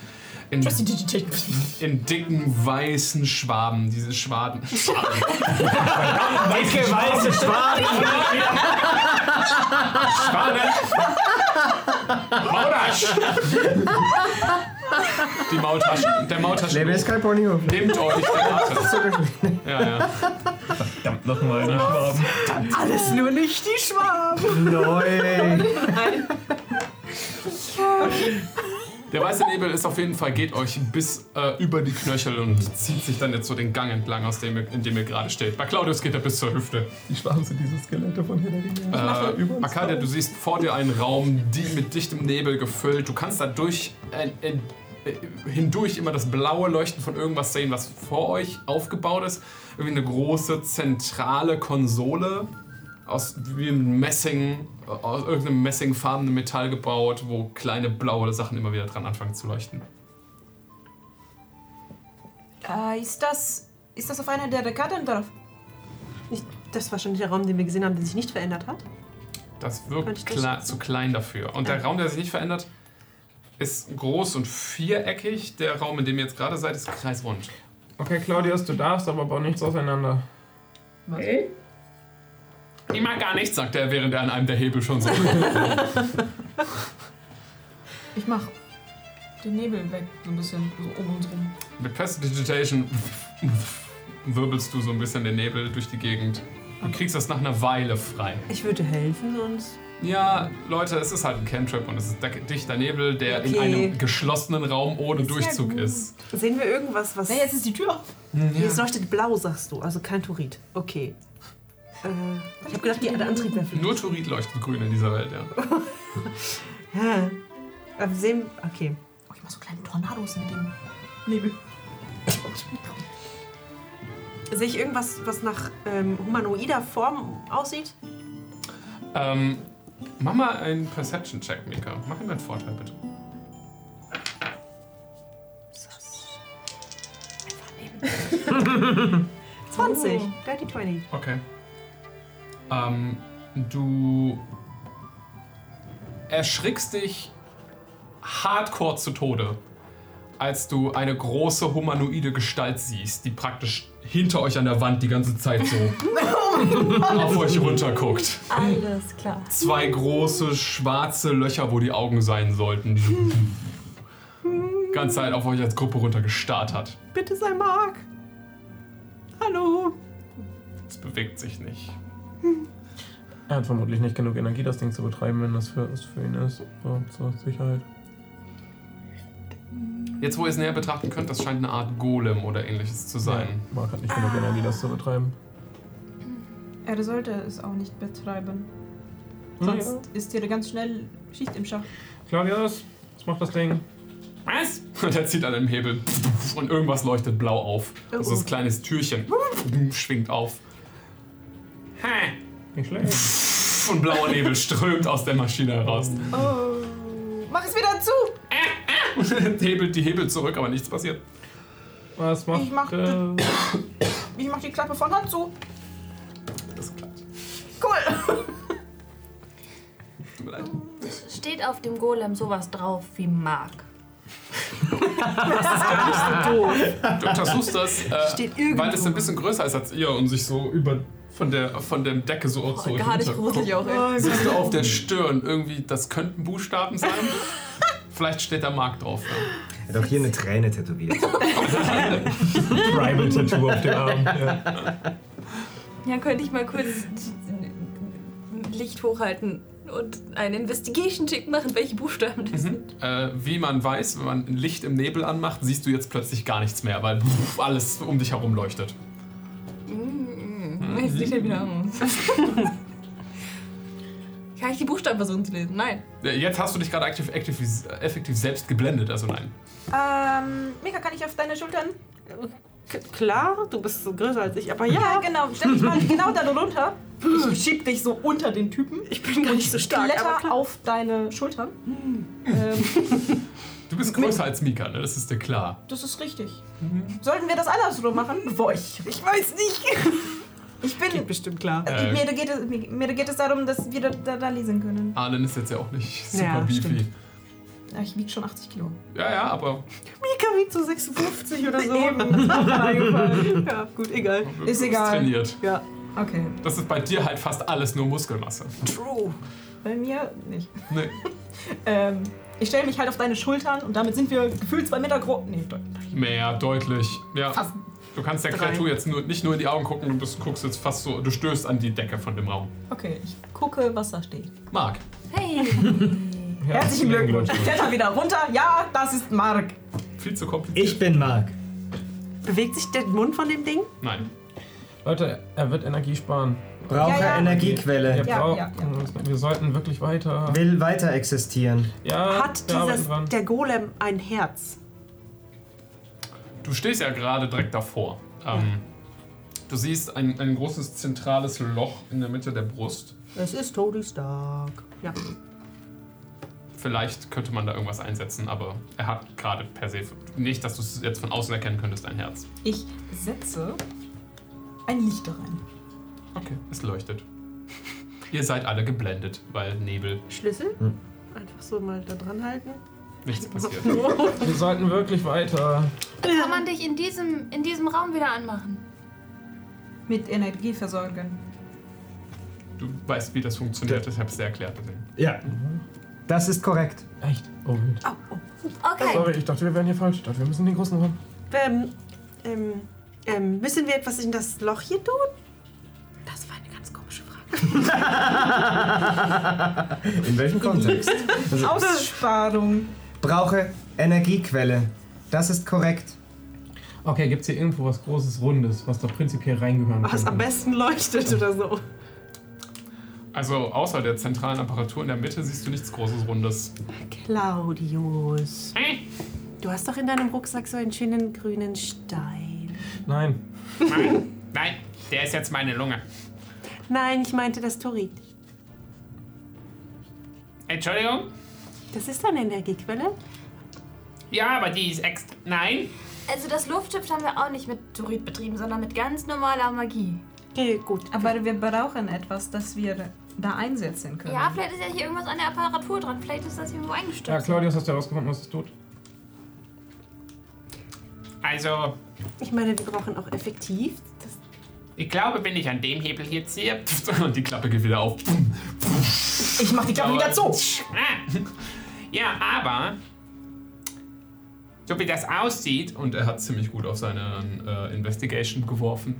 In, in dicken weißen Schwaben, diese Schwaden. Dicke weiße Schwaden. Schwaden! Mautasch! Die Mautaschen, der Label Mautaschen ist kein Ponyhof. nimmt euch den Atem. Ja, ja. Verdammt, nochmal die Schwaben. Alles nur nicht die Schwaben. Neu. Der weiße Nebel ist auf jeden Fall, geht euch bis äh, über die Knöchel und zieht sich dann jetzt so den Gang entlang, aus dem, ihr- in dem ihr gerade steht. Bei Claudius geht er bis zur Hüfte. Die Schwaben sind diese Skelette von Hillary. Äh, Arcadia, du siehst vor dir einen Raum, die mit dichtem Nebel gefüllt. Du kannst dadurch äh, äh, äh, hindurch immer das blaue Leuchten von irgendwas sehen, was vor euch aufgebaut ist. Irgendwie eine große zentrale Konsole aus wie ein Messing, aus irgendeinem messingfarbenen Metall gebaut, wo kleine blaue Sachen immer wieder dran anfangen zu leuchten. Äh, ist das. Ist das auf einer der Rekarten drauf? Nicht, das ist wahrscheinlich der Raum, den wir gesehen haben, der sich nicht verändert hat. Das Könnte ich wirkt das- kle zu klein dafür. Und der Raum, der sich nicht verändert, ist groß und viereckig. Der Raum, in dem ihr jetzt gerade seid, ist kreisrund. Okay, Claudius, du darfst, aber bau nichts auseinander. Ich mag gar nichts, sagt er, während er an einem der Hebel schon so. Ich mach den Nebel weg, so ein bisschen, so um uns rum. Mit Prestidigitation wirbelst du so ein bisschen den Nebel durch die Gegend. Du kriegst das nach einer Weile frei. Ich würde helfen und. Ja, Leute, es ist halt ein Cantrip und es ist dick- dichter Nebel, der in Okay. einem geschlossenen Raum ohne Ist ja Durchzug gut. ist. Sehen wir irgendwas, was. Na, jetzt ist die Tür auf. Hier es leuchtet blau, sagst du, also kein Turit. Okay. Äh, ich habe gedacht, die, der Antrieb wäre vielleicht. Nur Turit leuchtet grün in dieser Welt, ja. Hä? Aber Ähm, sehen. Okay. Oh, ich mach so kleine Tornados mit dem Nebel. Sehe ich irgendwas, was nach ähm, humanoider Form aussieht? Ähm, mach mal einen Perception-Check, Mika. Mach ihm einen Vorteil, bitte. Einfach 20. Oh. Dirty 20. Okay. Ähm, du erschrickst dich hardcore zu Tode, als du eine große humanoide Gestalt siehst, die praktisch hinter euch an der Wand die ganze Zeit so Oh auf euch runterguckt. nehmen. Alles klar. Zwei große schwarze Löcher, wo die Augen sein sollten, die so die ganze Zeit auf euch als Gruppe runtergestarrt hat. Bitte sei Mark. Hallo. Es bewegt sich nicht. Er hat vermutlich nicht genug Energie, das Ding zu betreiben, wenn das für, was für ihn ist. So, zur Sicherheit. Jetzt, wo ihr es näher betrachten könnt, das scheint eine Art Golem oder ähnliches zu sein. Mark hat nicht genug Energie, das zu betreiben. Er sollte es auch nicht betreiben. Naja. Sonst ist hier ganz schnell Schicht im Schach. Claudius, was macht das Ding? Was? Und er zieht an einem Hebel und irgendwas leuchtet blau auf. Also das kleines Türchen schwingt auf. Nicht schlecht. Und blauer Nebel strömt aus der Maschine heraus. Oh. Mach es wieder zu! Hebelt die Hebel zurück, aber nichts passiert. Was macht Ich mach- äh, Ich mach die Klappe von Hand zu. Das klappt. Cool! Tut mir leid. Steht auf dem Golem sowas drauf wie Mark? Du untersuchst das, äh, Steht irgendwo. weil es ein bisschen größer ist als ihr und sich so über von der von der Decke Oh so zu euch Gar nicht runterguckt. gruselig auch, ey. Siehst du auf der Stirn irgendwie, das könnten Buchstaben sein? Vielleicht steht da Mark drauf. Ja. Er hat auch hier eine Träne tätowiert. Tribal Tattoo auf dem Arm. Ja. Ja, könnte ich mal kurz Licht hochhalten und einen Investigation-Check machen, welche Buchstaben das Mhm. sind. Äh, wie man weiß, wenn man ein Licht im Nebel anmacht, siehst du jetzt plötzlich gar nichts mehr, weil pff, alles um dich herum leuchtet. Jetzt liegt er wieder an uns. Kann ich die Buchstaben versuchen zu lesen? Nein. Äh, Jetzt hast du dich gerade aktiv, aktiv, effektiv selbst geblendet, also nein. Ähm, Mika, kann ich auf deine Schultern? K klar, du bist so größer als ich, aber Ja, ja. genau. Stell dich mal genau da drunter. Ich schieb dich so unter den Typen. Ich bin gar nicht so stark. Aber Kletter klar. auf deine Schultern. Ähm, Du bist größer als Mika, ne? das ist dir klar. das ist richtig. Sollten wir das andersrum machen? Boah, ich, ich weiß nicht. Ich bin. Bestimmt klar. Äh. Mir geht, es, mir, mir geht es darum, dass wir da, da, da lesen können. Arlen ist jetzt ja auch nicht super Ja, beefy. stimmt. Ja, ich wiege schon 80 Kilo. Ja, ja, aber Mika wiegt so 56 oder so. ja, gut, egal. Ist du bist egal. trainiert. Ja. Okay. Das ist bei dir halt fast alles nur Muskelmasse. True. Bei mir nicht. Nee. Ähm, ich stelle mich halt auf deine Schultern und damit sind wir gefühlt zwei Meter groß. Nee, doch. Mehr, deutlich. Ja. Fast. Du kannst der Drei. Kreatur jetzt nur, nicht nur in die Augen gucken, du bist, guckst jetzt fast so, du stößt an die Decke von dem Raum. Okay, ich gucke, was da steht. Mark. Hey, Herzlichen Glückwunsch. Kletter wieder runter. Ja, das ist Mark. Viel zu kompliziert. Ich bin Mark. Bewegt sich der Mund von dem Ding? Nein. Leute, er wird Energie sparen. Brauche Ja, ja. Energiequelle. Er Ja, braucht, ja, ja. Wir sollten wirklich weiter. Will weiter existieren. Ja, Hat wir arbeiten dieses, dran. der Golem ein Herz? Du stehst ja gerade direkt davor. Ähm, Du siehst ein, ein großes zentrales Loch in der Mitte der Brust. Es ist Tony Stark. Ja. Vielleicht könnte man da irgendwas einsetzen, aber er hat gerade per se nicht, dass du es jetzt von außen erkennen könntest, ein Herz. Ich setze ein Licht da rein. Okay, es leuchtet. Ihr seid alle geblendet, weil Nebel Schlüssel? Einfach so mal da dran halten. nichts passiert. Wir sollten wirklich weiter. Kann man dich in diesem, in diesem Raum wieder anmachen? Mit Energie versorgen. Du weißt, wie das funktioniert, ich habe es dir erklärt. Deswegen. Ja. Das ist korrekt. Echt? Oh, wild. Also- Okay. Sorry, ich dachte, wir wären hier falsch. Ich dachte, wir müssen den großen Raum. Ähm, ähm, ähm, müssen wir etwas in das Loch hier tun? Das war eine ganz komische Frage. In welchem Kontext? Aussparung. Brauche Energiequelle. Das ist korrekt. Okay, gibt's hier irgendwo was Großes, Rundes, was doch prinzipiell reingehören Was am besten leuchtet oder so. Also außer der zentralen Apparatur in der Mitte siehst du nichts Großes, Rundes. Claudius. Du hast doch in deinem Rucksack so einen schönen grünen Stein. Nein. Nein, der ist jetzt meine Lunge. Nein, ich meinte das Turit. Entschuldigung? Das ist eine Energiequelle. Ja, aber die ist extra. Nein? Also das Luftschiff haben wir auch nicht mit Turit betrieben, sondern mit ganz normaler Magie. Okay, Äh, gut. Aber wir brauchen etwas, das wir da einsetzen können. Ja, vielleicht ist ja hier irgendwas an der Apparatur dran. Vielleicht ist das irgendwo Ja, eingestürzt. Claudius, hast du herausgefunden, was es tut? Also, Ich meine, wir brauchen auch effektiv. Das ich glaube, wenn ich an dem Hebel hier ziehe. Und die Klappe geht wieder auf. Ich mach die Klappe wieder zu. Ja, aber. So wie das aussieht, und er hat ziemlich gut auf seine äh, Investigation geworfen.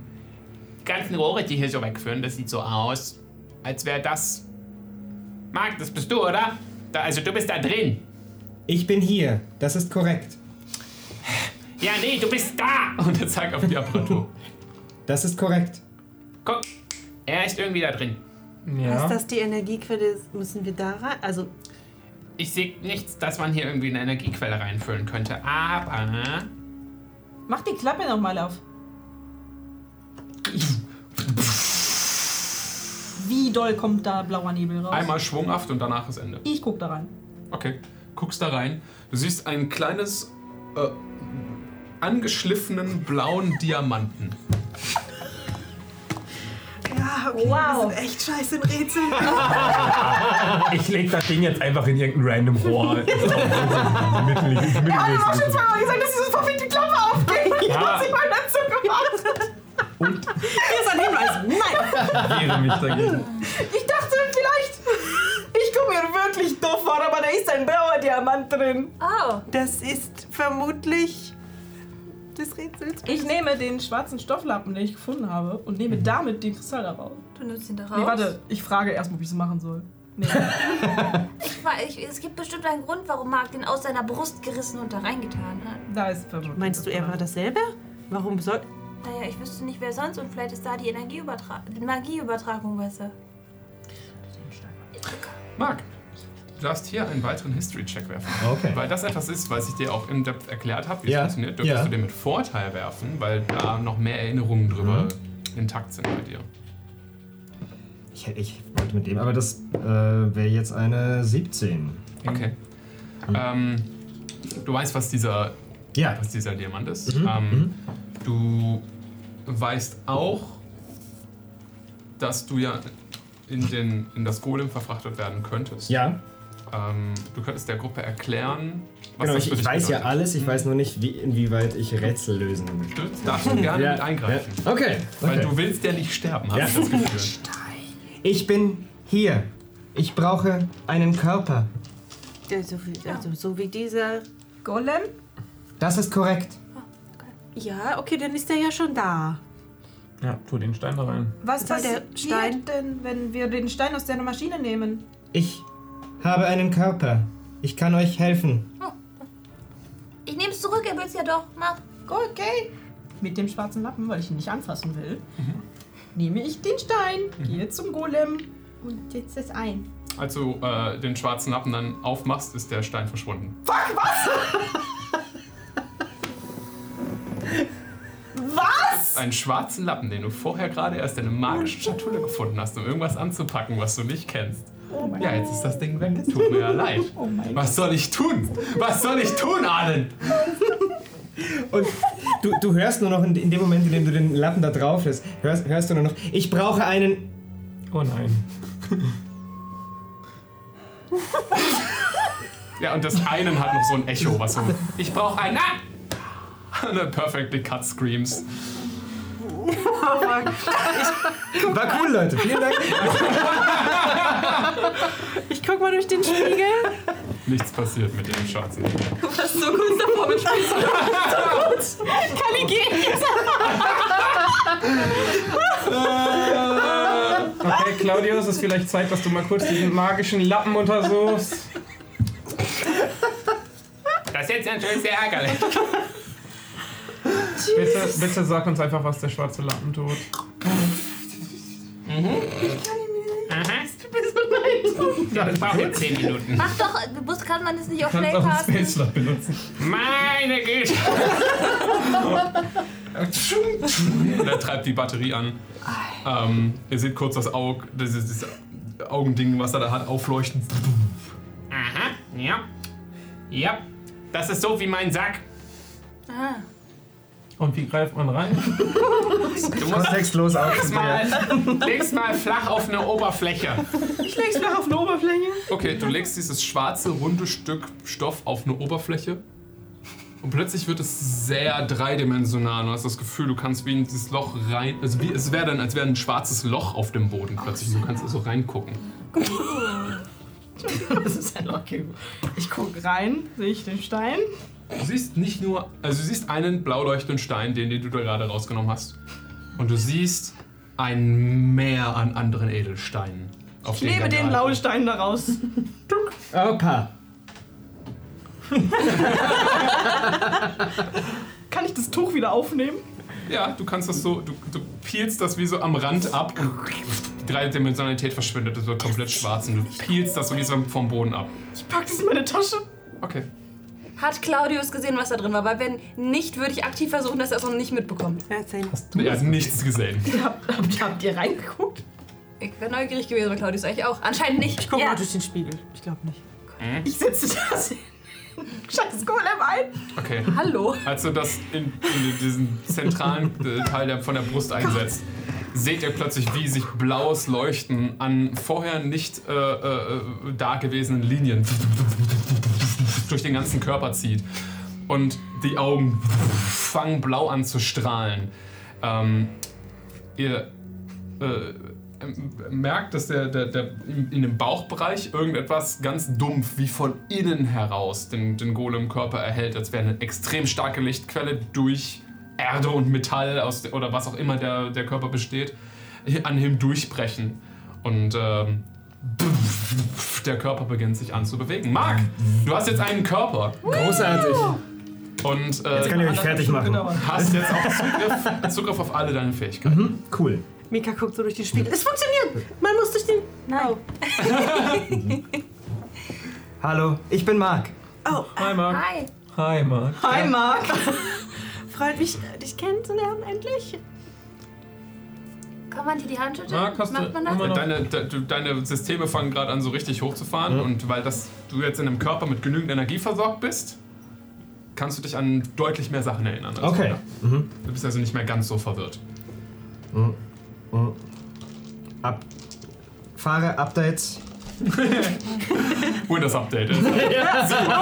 Die ganzen Rohre, die hier so wegführen, das sieht so aus, als wäre das. Marc, das bist du, oder? Da, also, du bist da drin. Ich bin hier. Das ist korrekt. Ja, nee, du bist da! Und er zeigt auf die Apparatur. Das ist korrekt. Guck, er ist irgendwie da drin. Ja. Ist das die Energiequelle? Müssen wir da rein? Also, Ich sehe nichts, dass man hier irgendwie eine Energiequelle reinfüllen könnte, aber. Mach die Klappe nochmal auf. Wie doll kommt da blauer Nebel raus? Einmal schwunghaft und danach ist Ende. Ich guck da rein. Okay, guckst da rein. Du siehst ein kleines, äh, angeschliffenen blauen Diamanten. ja, okay, wow. wir sind echt scheiße im Rätsel. Ich leg das Ding jetzt einfach in irgendein random Rohr. Mittel, mittelmäßig. zweimal gesagt, dass diese verfickte Klappe aufgeht. Ich Ja. ich mal dazu gemacht. Hier ist ein Hinweis. Nein. Ich wehre mich dagegen. Ich dachte vielleicht. Ich guck mir wirklich doof vor, aber da ist ein blauer Diamant drin. Oh, Das ist vermutlich des Rätsels. Ich nehme den schwarzen Stofflappen, den ich gefunden habe, und nehme damit den Kristall daraus. du nimmst ihn da raus. Nee, warte, ich frage erstmal, ob ich es machen soll. Ich, war- ich, es gibt bestimmt einen Grund, warum Marc den aus seiner Brust gerissen und da reingetan hat. Da ist vermutlich. Meinst du, er war dasselbe? Warum soll. Naja, ich wüsste nicht, wer sonst und vielleicht ist da die Energieübertra die Magieübertragung besser. Marc, du darfst hier einen weiteren History-Check werfen. Okay. Weil das etwas ist, was ich dir auch in Depth erklärt habe, wie Ja, es funktioniert, dürftest ja. du dir mit Vorteil werfen, weil da noch mehr Erinnerungen drüber Mhm. intakt sind bei dir. Ich, ich wollte mit dem, aber das äh, wäre jetzt eine 17. Okay. Mhm. Ähm, du weißt, was dieser, Ja. was dieser Diamant ist. Mhm. Ähm, Du weißt auch, dass du ja in, den, in das Golem verfrachtet werden könntest. Ja, Ähm, du könntest der Gruppe erklären, was genau. das Ich, für ich dich weiß ja bedeutet. alles. Ich weiß nur nicht, wie, inwieweit ich Rätsel lösen möchte. Du darfst du gerne mit eingreifen. Ja. Okay. Weil okay. du willst ja nicht sterben, hast Ja. du das Gefühl. ich bin hier. Ich brauche einen Körper. Also, wie- also so wie dieser. Golem? Das ist korrekt. Ja, okay, dann ist er ja schon da. Ja, tu den Stein da rein. Was Soll der passiert Stein- denn, wenn wir den Stein aus der Maschine nehmen? Ich habe einen Körper. Ich kann euch helfen. Ich nehme es zurück, er will es ja doch. Mach. Okay. Mit dem schwarzen Lappen, weil ich ihn nicht anfassen will, nehme ich den Stein, gehe zum Golem und setze es ein. Als du äh, den schwarzen Lappen dann aufmachst, ist der Stein verschwunden. Was? einen schwarzen Lappen, den du vorher gerade erst in einer magischen Schatulle gefunden hast, um irgendwas anzupacken, was du nicht kennst. ja, jetzt ist das Ding weg. Tut mir ja leid. was soll ich tun? Was soll ich tun, Arlen? Und du, du hörst nur noch in, in dem Moment, in dem du den Lappen da drauf lässt, hörst, hörst du nur noch, ich brauche einen. Oh nein. Ja, und das einen hat noch so ein Echo, was so. Ich brauche einen. Ah! Und dann perfectly cut screams. Oh War cool, Leute. Vielen Dank. Ich guck mal durch den Spiegel. Nichts passiert mit dem Schatz. Du warst so kurz davor mit Scheiße. So gut. Kann ich gehen jetzt? Okay, Claudio, es ist vielleicht Zeit, dass du mal kurz diesen magischen Lappen untersuchst. Das ist jetzt natürlich sehr ärgerlich. Bitte, bitte sag uns einfach, was der schwarze Lappen tut. Mhm. Das braucht jetzt 10 Minuten. Mach doch, bewusst kann man das nicht auf Kannst auch einen Playcast. Space Slot benutzen. Meine Güte! da treibt die Batterie an. Ähm, ihr seht kurz das Auge, dieses, dieses Augending, was er da hat, aufleuchten. Aha, ja. Ja, das ist so wie mein Sack. Ah. Und wie greift man rein? Du Kontextlos ausprobiert. legst mal flach auf eine Oberfläche. Ich leg's mir auf eine Oberfläche. Okay, du legst dieses schwarze, runde Stück Stoff auf eine Oberfläche und plötzlich wird es sehr dreidimensional. Du hast das Gefühl, du kannst wie in dieses Loch rein. Also wie, es wäre dann, als wäre ein schwarzes Loch auf dem Boden plötzlich. Du kannst also reingucken. Das ist ein okay. Ich guck rein, sehe ich den Stein. Du siehst nicht nur, also du siehst einen blau leuchtenden Stein, den, den du da gerade rausgenommen hast. Und du siehst ein Meer an anderen Edelsteinen. auf Ich lebe dann den gerade- blauen Stein da raus. Opa. Kann ich das Tuch wieder aufnehmen? Ja, du kannst das so, du, du peelst das wie so am Rand ab und die Dreidimensionalität verschwindet, es wird komplett schwarz und du peelst das so wie so vom Boden ab. Ich pack das in meine Tasche. Okay. Hat Claudius gesehen, was da drin war? Weil wenn nicht, würde ich aktiv versuchen, dass er es noch nicht mitbekommt. Erzähl. Er hat nichts gesehen. Habt, habt ihr reingeguckt? Ich wäre neugierig gewesen, aber Claudius eigentlich auch. Anscheinend nicht. Ich guck ja. mal durch den Spiegel. Ich glaube nicht. Hm? Ich setze das in den scheiß Golem ein. Okay. Hallo. Als du das in, in diesen zentralen äh, Teil der, von der Brust einsetzt, seht ihr plötzlich, wie sich blaues Leuchten an vorher nicht äh, äh, da gewesenen Linien durch den ganzen Körper zieht. Und die Augen fangen blau an zu strahlen. Ähm, ihr äh, merkt, dass der, der, der in in dem Bauchbereich irgendetwas ganz dumpf wie von innen heraus den, den Golem-Körper erhält, als wäre eine extrem starke Lichtquelle durch Erde und Metall aus, de- oder was auch immer der, der Körper besteht, an ihm durchbrechen. Und ähm, der Körper beginnt sich an zu bewegen. Marc, du hast jetzt einen Körper Großartig. und äh, Jetzt kann ich euch fertig machen. hast jetzt auch Zugriff, Zugriff auf alle deine Fähigkeiten. Cool. Mika guckt so durch den Spiegel. Es funktioniert! Man muss durch den. Nein. Hallo, ich bin Marc. Oh, Hi, Marc. Hi. Hi, Mark. Hi, Marc. freut mich, äh, dich kennenzulernen, endlich. Kann man dir die Hand schütteln? Marc, hast du Macht man das? immer noch... Deine, de, du- deine Systeme fangen gerade an, so richtig hochzufahren. Und weil das, du jetzt in einem Körper mit genügend Energie versorgt bist, kannst du dich an deutlich mehr Sachen erinnern. als Okay. vorher. Du bist also nicht mehr ganz so verwirrt. Ab. Fahre, Updates. Wohl das Update ist. Oh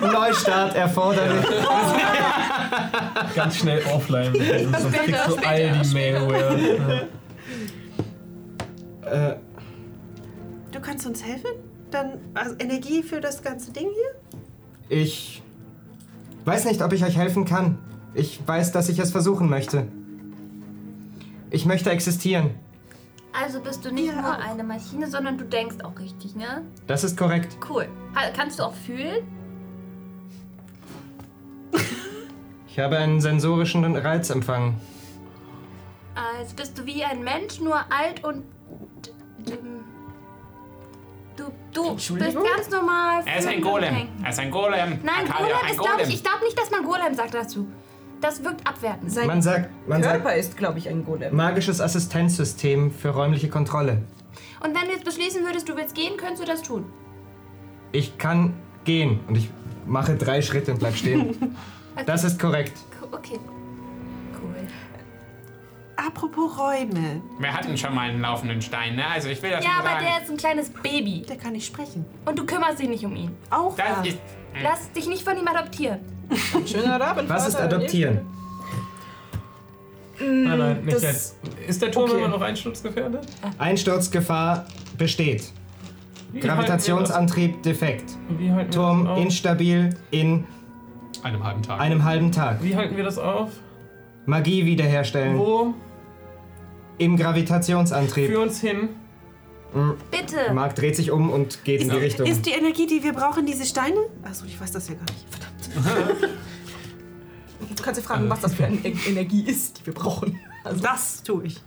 Neustart erforderlich. Ganz schnell offline. werden, Sonst kriegst du all die Malware. Äh, Du kannst uns helfen? Dann also Energie für das ganze Ding hier? ich weiß nicht, ob ich euch helfen kann. Ich weiß, dass ich es versuchen möchte. Ich möchte existieren. Also bist du nicht Ja. nur eine Maschine, sondern du denkst auch richtig, ne? Das ist korrekt. Cool. Ha- Kannst du auch fühlen? Ich habe einen sensorischen Reiz empfangen. Also bist du wie ein Mensch, nur alt und. ähm, Du Du bist ganz normal. Er ist ein Golem. Er ist ein Golem. Nein, Arcadia, Golem ein ist, glaube ich, ich glaube nicht, dass man Golem sagt dazu. Das wirkt abwertend. Sein Man sagt- man Körper ist, glaube ich, ein Golem. Magisches Assistenzsystem für räumliche Kontrolle. Und wenn du jetzt beschließen würdest, du willst gehen, könntest du das tun. Ich kann gehen und ich mache drei Schritte und bleib stehen. Das ist korrekt. Co- Okay. Cool. Apropos Räume. Wir hatten schon mal einen laufenden Stein, ne? Also ich will das Ja, nur aber sagen. der ist ein kleines Baby. Der kann nicht sprechen. Und du kümmerst dich nicht um ihn. Auch Das wahr. ist. Lass dich nicht von ihm adoptieren. Schöner Raben. Was ist adoptieren? Nein, nein, nicht das- jetzt. Ist der Turm okay. immer noch einsturzgefährdet? Einsturzgefahr besteht. Wie halten Gravitationsantrieb wir defekt. das- Wie halten wir Turm genau. das auf? instabil in Einem halben Tag. einem halben Tag. Wie halten wir das auf? Magie wiederherstellen. Wo? Im Gravitationsantrieb. Für uns hin. Bitte. Marc dreht sich um und geht in die Richtung. Ist die Energie, die wir brauchen, diese Steine? Achso, ich weiß das ja gar nicht. Verdammt. Du kannst dir fragen, was das für eine E- Energie ist, die wir brauchen. Also Das tue ich.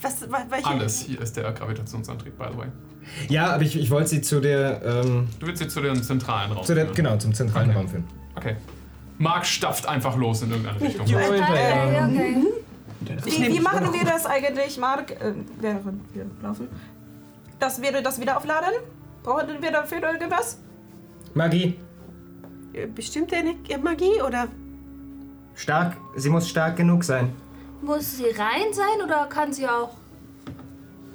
Was, wa- welche? Alles. Hier ist der Gravitationsantrieb, by the way. Ja, aber ich, ich wollte sie zu der, ähm, Du willst jetzt zu dem zentralen Raum. zu der, führen. genau, zum zentralen Raum führen. Okay. Mark stapft einfach los in irgendeine Richtung. Okay, okay. Wie, wie machen wir das eigentlich, Marc? Äh, während wir laufen. Das wäre das Wiederaufladen? Brauchen wir dafür irgendwas? Magie, Äh, Bestimmte Ener- äh, Magie oder? stark, sie muss stark genug sein. Muss sie rein sein oder kann sie auch.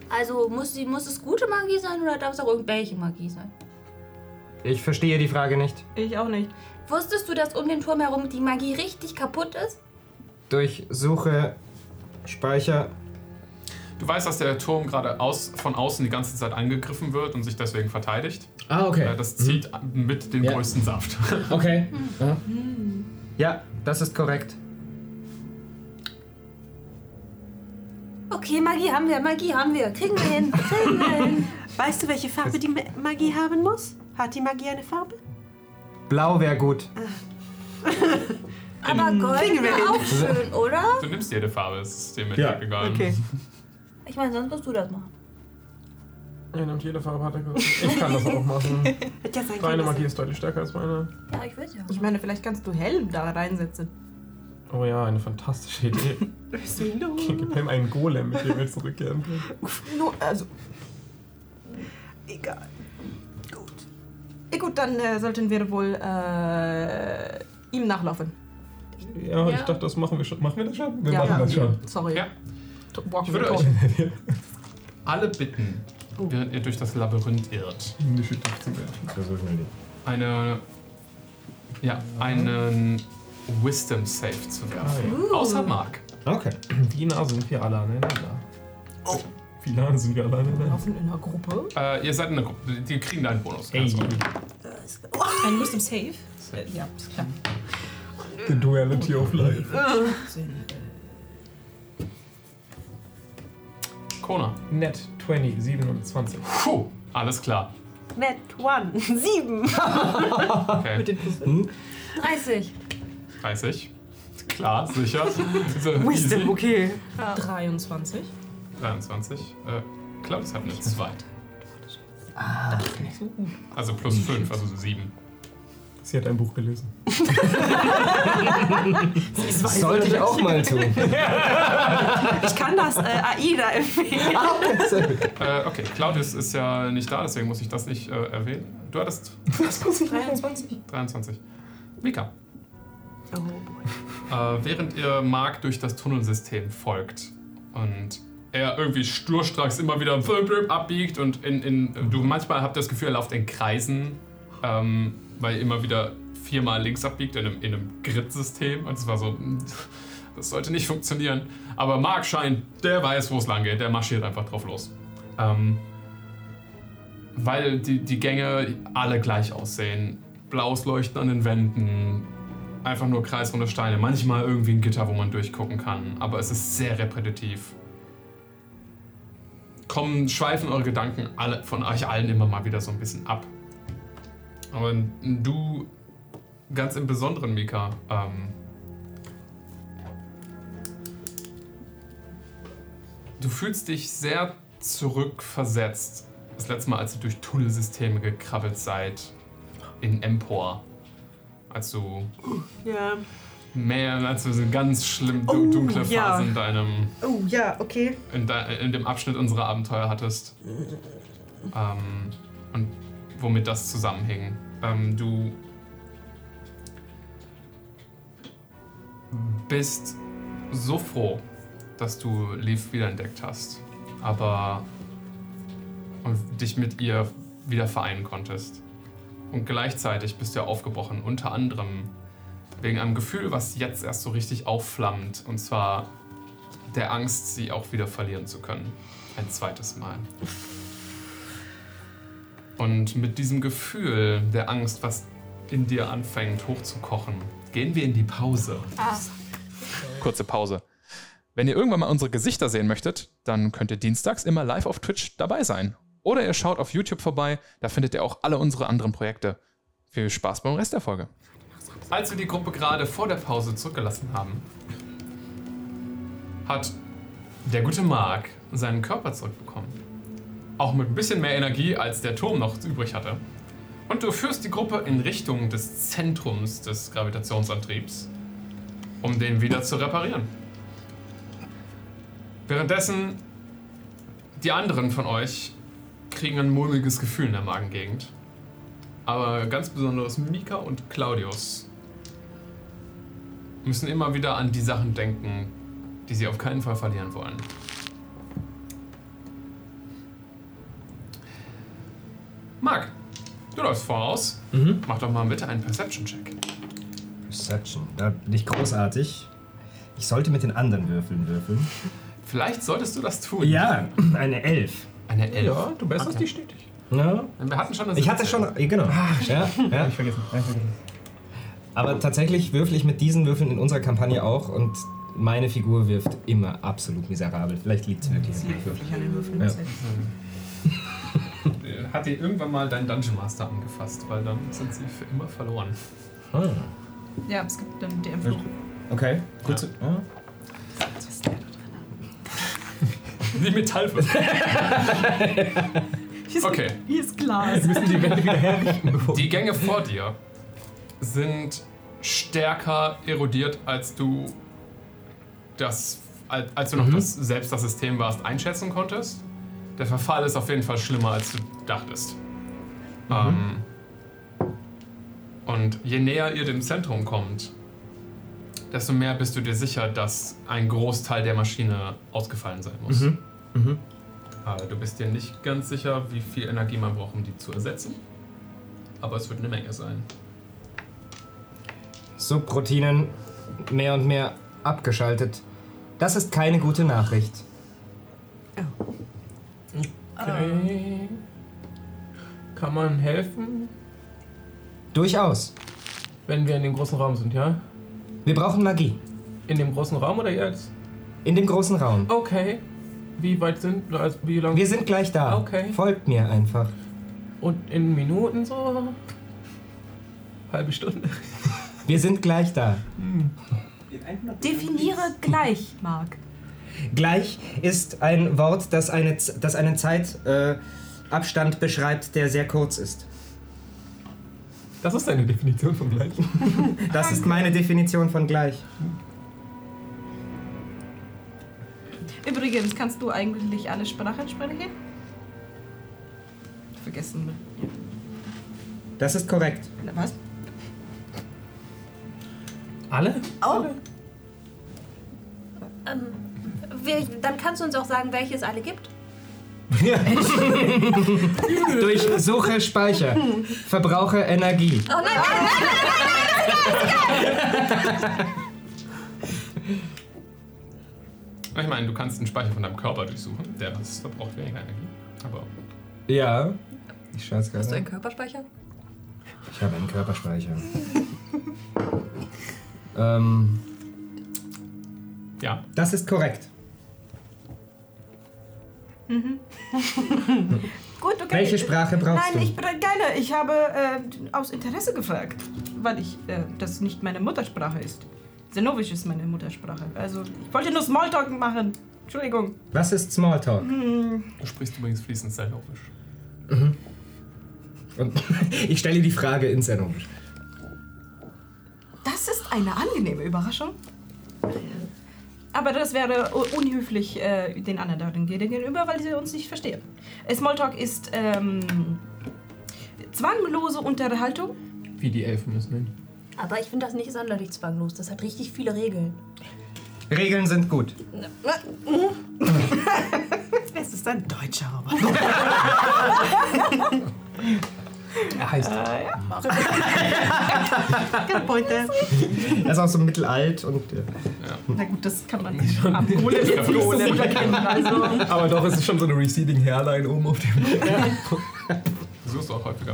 Also muss, sie, muss es gute Magie sein oder darf es auch irgendwelche Magie sein? Ich verstehe die Frage nicht. Ich auch nicht. Wusstest du, dass um den Turm herum die Magie richtig kaputt ist? Durchsuche Speicher. Du weißt, dass der Turm gerade aus, von außen die ganze Zeit angegriffen wird und sich deswegen verteidigt. Ah, Äh, okay. Das zieht mit dem Mhm. Ja. größten Saft. Okay. Ja. Hm. ja, das ist korrekt. Okay, Magie haben wir, Magie haben wir. Kriegen wir hin, kriegen wir hin. Weißt du, welche Farbe die Ma- Magie haben muss? Hat die Magie eine Farbe? Blau wäre gut. Aber Gold wäre auch schön, oder? Du nimmst jede Farbe, es ist dir mit Ja, egal. okay. Ich meine, sonst musst du das machen. Er nimmt jede Farbe, hat er gesagt. Ich kann das auch machen. Hätte ja sein Deine können, dass- Magie ist deutlich stärker als meine. Ja, ich weiß ja. Ich meine, vielleicht kannst du Helm da reinsetzen. Oh ja, eine fantastische Idee. Gib ihm einen Golem, mit dem er zurückkehren kann. Nur, also, Egal. Gut. eh gut, dann äh, sollten wir wohl äh, ihm nachlaufen. Ja, ich Ja. dachte, das machen wir schon. Machen wir das schon? Wir Ja, machen ja. das schon. Sorry. Ja. T- Walk Ich the würde talk. euch alle bitten, während ihr durch das Labyrinth irrt, Indische Dichtung. eine, ja, einen Wisdom Save zu werfen. Außer Mark. Okay. Diener sind wir alle aneinander. Wie lange sind wir alleine? Ne? Laufen in einer Gruppe. Äh, ihr seid in der Gruppe, die kriegen da einen Bonus. Ganz normal. Ein Wisdom Save. Äh, ja, ist klar. The Duality of Life. Kona. Net 20, 27. Puh, alles klar. Net One. Sieben. Okay, 30. 30. Klar, sicher. So easy. Wisdom, okay. 23. 23. Äh, Klaus hat eine 2. Also plus 5, also 7. Sie hat ein Buch gelesen. Sollte ich auch mal tun. Ich kann das äh, AIDA empfehlen. Äh, okay, Claudius ist ja nicht da, deswegen muss ich das nicht äh, erwähnen. Du hattest 23. 23. Mika. Oh boy. Äh, während ihr Mark durch das Tunnelsystem folgt und er irgendwie sturstracks immer wieder blub, blub abbiegt und in, in, du manchmal habt das Gefühl, er läuft in Kreisen, ähm, weil er immer wieder viermal links abbiegt in einem, in einem Grid-System. Und es war so, mm, das sollte nicht funktionieren. Aber Mark scheint, der weiß, wo es lang geht, der marschiert einfach drauf los. Ähm, weil die, die Gänge alle gleich aussehen. Blaues Leuchten an den Wänden, einfach nur kreisrunde Steine, manchmal irgendwie ein Gitter, wo man durchgucken kann, aber es ist sehr repetitiv. Kommen, schweifen eure Gedanken alle, von euch allen immer mal wieder so ein bisschen ab. Aber du, ganz im Besonderen, Mika, ähm, du fühlst dich sehr zurückversetzt Das letzte Mal, als ihr durch Tunnelsysteme gekrabbelt seid, in Empor. Als du Ja. mehr, als du so ganz schlimm du- Oh, dunkle ja. Phase in deinem, Oh ja, okay. in, de, in dem Abschnitt unserer Abenteuer hattest. Ähm, und womit das zusammenhing. Ähm, du bist so froh, dass du Leaf wiederentdeckt hast, aber und dich mit ihr wieder vereinen konntest. Und gleichzeitig bist du ja aufgebrochen, unter anderem wegen einem Gefühl, was jetzt erst so richtig aufflammt, und zwar der Angst, sie auch wieder verlieren zu können. Ein zweites Mal. Und mit diesem Gefühl der Angst, was in dir anfängt hochzukochen, gehen wir in die Pause. Ah. Kurze Pause. Wenn ihr irgendwann mal unsere Gesichter sehen möchtet, dann könnt ihr dienstags immer live auf Twitch dabei sein. Oder ihr schaut auf YouTube vorbei, da findet ihr auch alle unsere anderen Projekte. Viel Spaß beim Rest der Folge. Als wir Also die Gruppe gerade vor der Pause zurückgelassen haben, hat der gute Mark seinen Körper zurückbekommen. Auch mit ein bisschen mehr Energie, als der Turm noch übrig hatte. Und du führst die Gruppe in Richtung des Zentrums des Gravitationsantriebs, um den wieder zu reparieren. Währenddessen, die anderen von euch kriegen ein mulmiges Gefühl in der Magengegend. Aber ganz besonders Mika und Claudius müssen immer wieder an die Sachen denken, die sie auf keinen Fall verlieren wollen. Marc, du läufst voraus. Mhm. Mach doch mal bitte einen Perception-Check. Perception. Da bin ich großartig. Ich sollte mit den anderen Würfeln würfeln. Vielleicht solltest du das tun. Ja, eine Elf. Eine Elf. Ja, du besserst Okay. dich stetig. Ja. Wir hatten schon eine Ich hatte 17. schon, ja, genau. Ja, ja. Ich vergessen. Aber tatsächlich würfel ich mit diesen Würfeln in unserer Kampagne auch und meine Figur wirft immer absolut miserabel. Vielleicht liegt es wirklich an den Würfeln. Ja. Äh, Hat dir irgendwann mal dein Dungeon Master angefasst, weil dann sind sie für immer verloren. Ah, Ja, es gibt dann DM-Fluch. Okay, gut. zu- Ja. Die Metallwürfel. okay. Hier ist Glas. Die Gänge vor dir sind stärker erodiert, als du das, als, als du noch Mhm. das, selbst das System warst, einschätzen konntest. Der Verfall ist auf jeden Fall schlimmer, als du dachtest. Mhm. Ähm, und je näher ihr dem Zentrum kommt, desto mehr bist du dir sicher, dass ein Großteil der Maschine ausgefallen sein muss. Mhm. Mhm. Aber du bist dir nicht ganz sicher, wie viel Energie man braucht, um die zu ersetzen. Aber es wird eine Menge sein. Subroutinen mehr und mehr abgeschaltet. Das ist keine gute Nachricht. Okay. Kann man helfen, Durchaus. wenn wir in dem großen Raum sind, ja? Wir brauchen Magie. In dem großen Raum oder jetzt? In dem großen Raum. Okay. Wie weit sind wir? Also wie lang? Wir sind gleich da. Okay. Folgt mir einfach. Und in Minuten so? Halbe Stunde. Wir sind gleich da. Definiere gleich, Marc. Gleich ist ein Wort, das, eine, Z- das einen Zeitabstand äh, Abstand beschreibt, der sehr kurz ist. Das ist deine Definition von gleich. Das ist meine Definition von gleich. Übrigens, kannst du eigentlich alle Sprachen sprechen? Vergessen. Das ist korrekt. Na, Was? Alle? Oh. Ähm, wel- dann kannst du uns auch sagen, welche es alle gibt. Durchsuche Speicher. Verbrauche Energie. Oh nein, nein, nein, nein, nein, nein, nein, nein, nein. Ich meine, du kannst den Speicher von deinem Körper durchsuchen. Der ist- verbraucht weniger Energie. Aber Ja. Ich schaue es Hast du gerade. einen Körperspeicher? Ich habe einen Körperspeicher. ähm, ja, das ist korrekt. Gut, okay. Welche Sprache brauchst Nein, ich du? bin keine. Ich habe äh, aus Interesse gefragt, weil ich äh, das nicht meine Muttersprache ist. Senovisch ist meine Muttersprache. Also ich wollte nur Smalltalk machen. Entschuldigung. Was ist Smalltalk? Hm. du sprichst übrigens fließend Selnovisch. Und ich stelle die Frage ins Sendung. Das ist eine angenehme Überraschung. Aber das wäre u- unhöflich äh, den anderen gegenüber, weil sie uns nicht verstehen. Smalltalk ist ähm, zwanglose Unterhaltung. Wie die Elfen es nennen. Aber ich finde das nicht sonderlich zwanglos. Das hat richtig viele Regeln. Regeln sind gut. Es ist ein deutscher Roboter. Er heißt. Ah, Keine Pointe. Er ist auch so mittelalt und. äh, Na gut, das kann man nicht abholen. jetzt nicht so gut erkennen. Also, Aber doch, es ist schon so eine receding Hairline oben auf dem. Du suchst auch häufiger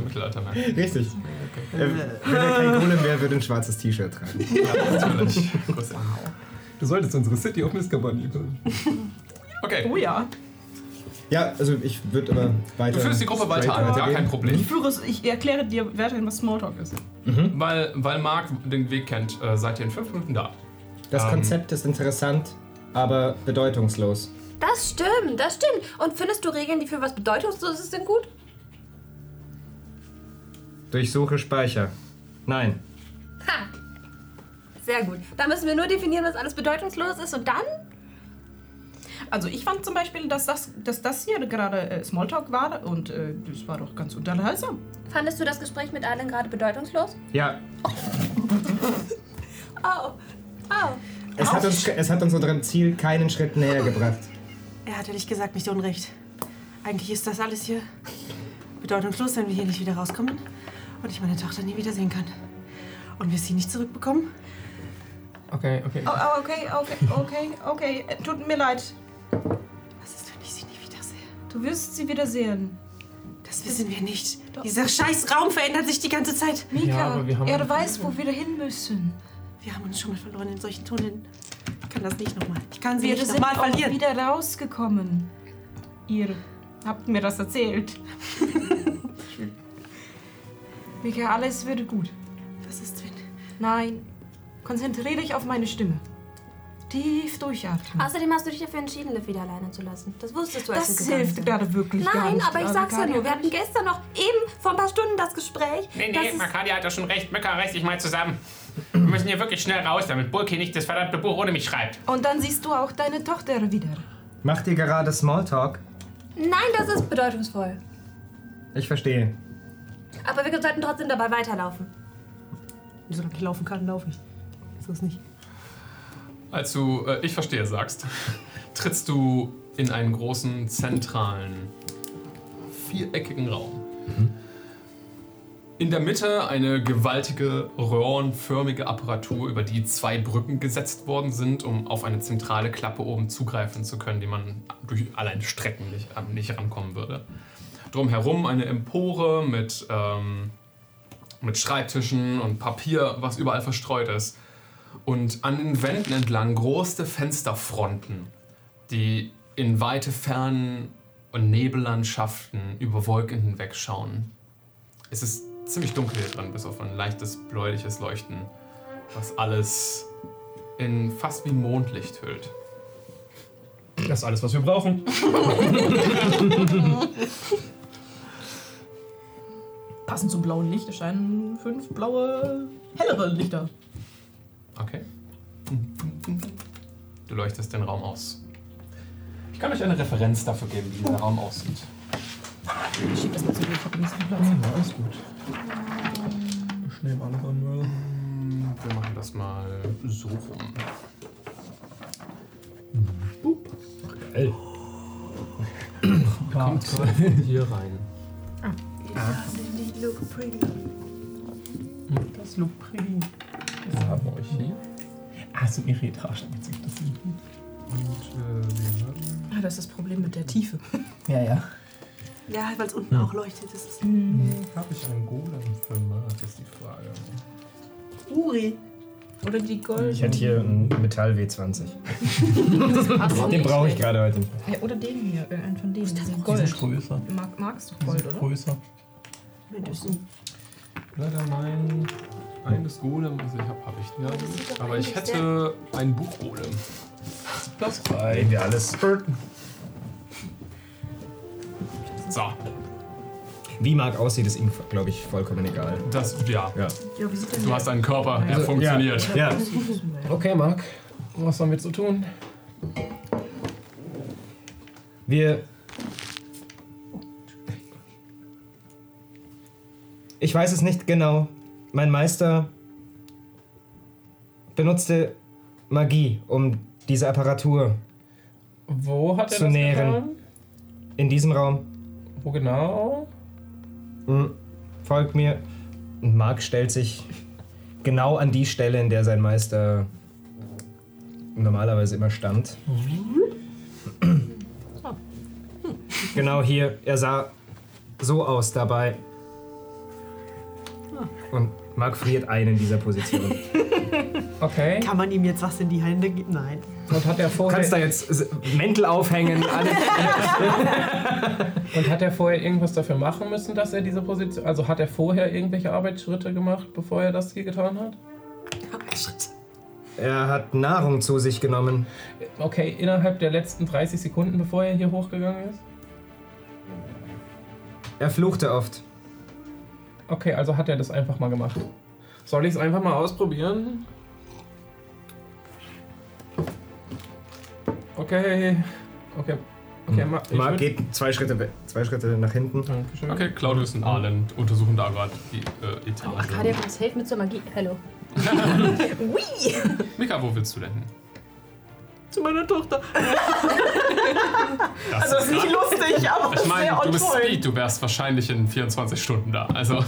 Mittelaltermänner. Richtig. Äh, wenn er kein Golem wäre, würde ein schwarzes T-Shirt tragen. Natürlich. Größer. Du solltest unsere City of Miskaban liefern. Okay, oh ja. Ja, also ich würde aber weiter. du führst die Gruppe weiter an, straight gar kein Problem. Ich, führe es, ich erkläre dir weiterhin, was Smalltalk ist. Weil, weil Marc den Weg kennt, äh, seid ihr in fünf Minuten da. Das Ähm. Konzept ist interessant, aber bedeutungslos. Das stimmt, das stimmt. Und findest du Regeln, die für was Bedeutungsloses sind, gut? Durchsuche Speicher. Nein. Ha! Sehr gut. Dann müssen wir nur definieren, was alles bedeutungslos ist und dann? Also ich fand zum Beispiel, dass das, dass das hier gerade äh, Smalltalk war und äh, das war doch ganz unterhaltsam. Fandest du das Gespräch mit allen gerade bedeutungslos? Ja. Oh. Oh. Es hat, uns, es hat uns unserem Ziel keinen Schritt näher gebracht. Er hat ehrlich gesagt nicht unrecht. Eigentlich ist das alles hier bedeutungslos, wenn wir hier nicht wieder rauskommen und ich meine Tochter nie wieder sehen kann. Und wir sie nicht zurückbekommen. Okay, okay. Oh, oh, okay, okay, okay, okay. Äh, Tut mir leid. Was ist, wenn ich sie nie wiedersehe? Du wirst sie wiedersehen. Das wissen wir nicht. Dieser scheiß Raum verändert sich die ganze Zeit. Mika, Ja, aber wir haben- er weiß, wo wir hin müssen. Wir haben uns schon mal verloren in solchen Tunneln. Ich kann das nicht nochmal. Ich kann sie Wir nicht sind nochmal auch verlieren. wieder rausgekommen. Ihr habt mir das erzählt. Mika, alles wird gut. Was ist, wenn... Nein, konzentriere dich auf meine Stimme. Tief durchatmen. Außerdem hast du dich dafür entschieden, Liv wieder alleine zu lassen. Das wusstest du, als Ah, das wir gegangen hilft sind. gerade wirklich gar Nein, nicht. aber ich sag's ja Arcadia. nur. Wir hatten gestern noch eben vor ein paar Stunden das Gespräch. Nee, dass nee, es- Makadi hat ja schon recht. Mücke, reiß dich mal zusammen. Wir müssen hier wirklich schnell raus, damit Burki nicht das verdammte Buch ohne mich schreibt. Und dann siehst du auch deine Tochter wieder. Macht ihr gerade Smalltalk? Nein, das ist bedeutungsvoll. Ich verstehe. Aber wir sollten trotzdem dabei weiterlaufen. Solange ich laufen kann, laufe ich. So ist nicht. Als du äh, Ich verstehe sagst, trittst du in einen großen, zentralen, viereckigen Raum. In der Mitte eine gewaltige, röhrenförmige Apparatur, über die zwei Brücken gesetzt worden sind, um auf eine zentrale Klappe oben zugreifen zu können, die man durch allein Strecken nicht, äh, nicht rankommen würde. Drumherum eine Empore mit, ähm, mit Schreibtischen und Papier, was überall verstreut ist und an den Wänden entlang große Fensterfronten, die in weite Fernen und Nebellandschaften über Wolken hinwegschauen. Es ist ziemlich dunkel hier drin, bis auf ein leichtes bläuliches Leuchten, was alles in fast wie Mondlicht hüllt. Das ist alles, was wir brauchen. Passend zum blauen Licht erscheinen fünf blaue, hellere Lichter. Okay. Du leuchtest den Raum aus. Ich kann euch eine Referenz dafür geben, wie dieser Raum aussieht. Ich schieb das mal zu dir, ich hab nicht so viel Platz. alles gut. Ich nehme an, wann wir- Wir machen das mal so rum. Kommt hier rein. Das Look Pretty. Das haben wir euch hier. Ah, es sind ihre Etagen. Jetzt gibt es sie. Ah, das ist das Problem mit der Tiefe. Ja, ja. Ja, weil es unten auch leuchtet. Das ist Habe ich einen Golem-Format, ist die Frage. Uri. Oder die Ich Gold. hätte hier einen Metall W20. Den brauche ich gerade heute. nicht. Ja, oder den hier, äh, einen von denen. Den Die sind Gold. größer. Mag, magst du Die Gold, sind oder? größer. Wenn du es in- Leider mein eines Golem, also ich habe hab ich ja, aber ich hätte ein Buch Golem. Das Nehmen wir alles. So. Wie Mark aussieht, ist ihm, glaube ich, vollkommen egal. Das, ja. Ja, wie sieht denn Du hast einen Körper, der Also, funktioniert. Ja. ja. Okay, Marc, was haben wir zu tun? Wir. Ich weiß es nicht genau. Mein Meister benutzte Magie, um diese Apparatur Wo hat er Zu das nähren. getan? in diesem Raum. Wo genau? Hm, folgt mir. Und Mark stellt sich genau an die Stelle, in der sein Meister normalerweise immer stand. Genau hier. Er sah so aus dabei. Und Mark friert ein in dieser Position. Okay. Kann man ihm jetzt was in die Hände geben? Nein. Und hat er Du vorher, kannst da jetzt s- Mäntel aufhängen, alles. und hat er vorher irgendwas dafür machen müssen, dass er diese Position. Also hat er vorher irgendwelche Arbeitsschritte gemacht, bevor er das hier getan hat? Er hat Nahrung zu sich genommen. Okay, innerhalb der letzten 30 Sekunden, bevor er hier hochgegangen ist? Er fluchte oft. Okay, also hat er das einfach mal gemacht. Soll ich es einfach mal ausprobieren? Okay. Okay. Okay, Ma ich Mark würd- geht zwei Schritte, we- zwei Schritte nach hinten. Dankeschön. Okay, Claudius und Arlen untersuchen da gerade die äh, Etage. Kadia uns hilft mit so Magie. Hallo. Mika, wo willst du denn hin? Zu meiner Tochter. Das Das ist nicht grad- lustig, aber Ich meine, sehr du bist on Speed, du wärst wahrscheinlich in 24 Stunden da. Also,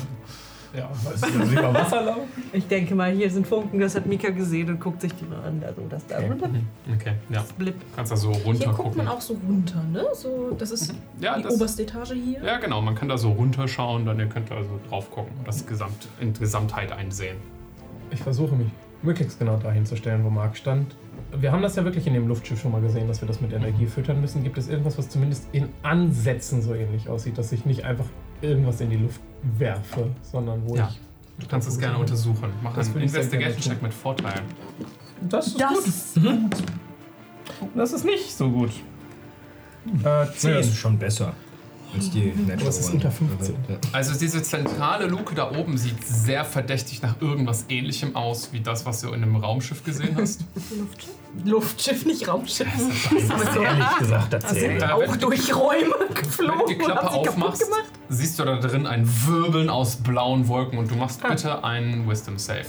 Ja, weißt du, also über Wasser laufen? Ich denke mal, hier sind Funken, das hat Mika gesehen und guckt sich die mal an. Also das da runter. okay, ja. Blip. Kannst da so runter Hier guckt gucken. man auch so runter, ne? So, das ist ja, die das, oberste Etage hier. ja, genau, man kann da so runterschauen, dann ihr könnt da so drauf gucken, das Gesamt, in Gesamtheit einsehen. Ich versuche mich möglichst genau dahin zu stellen, wo Marc stand. Wir haben das ja wirklich in dem Luftschiff schon mal gesehen, dass wir das mit Energie füttern müssen. Gibt es irgendwas, was zumindest in Ansätzen so ähnlich aussieht, dass ich nicht einfach irgendwas in die Luft werfe, sondern wo Ja. ich. Du kannst es gerne untersuchen. Mach Das einen würde ich sehr Investigation-Check gerne mit Vorteil. Das ist Das gut. Mhm. ist gut. Das ist nicht so gut. Äh, 10. schon besser. Als die Aber es Mhm. ist Natural- unter 15. Ja. Also diese zentrale Luke da oben sieht sehr verdächtig nach irgendwas ähnlichem aus, wie das, was du in einem Raumschiff gesehen hast. Luftschiff, nicht Raumschiff. Ah, Ehrlich gesagt, also erzähl Da, wenn, Auch durch Räume wenn geflogen. du die Klappe haben sie kaputt aufmachst, gemacht. siehst du da drin ein Wirbeln aus blauen Wolken und du machst bitte einen Wisdom Save.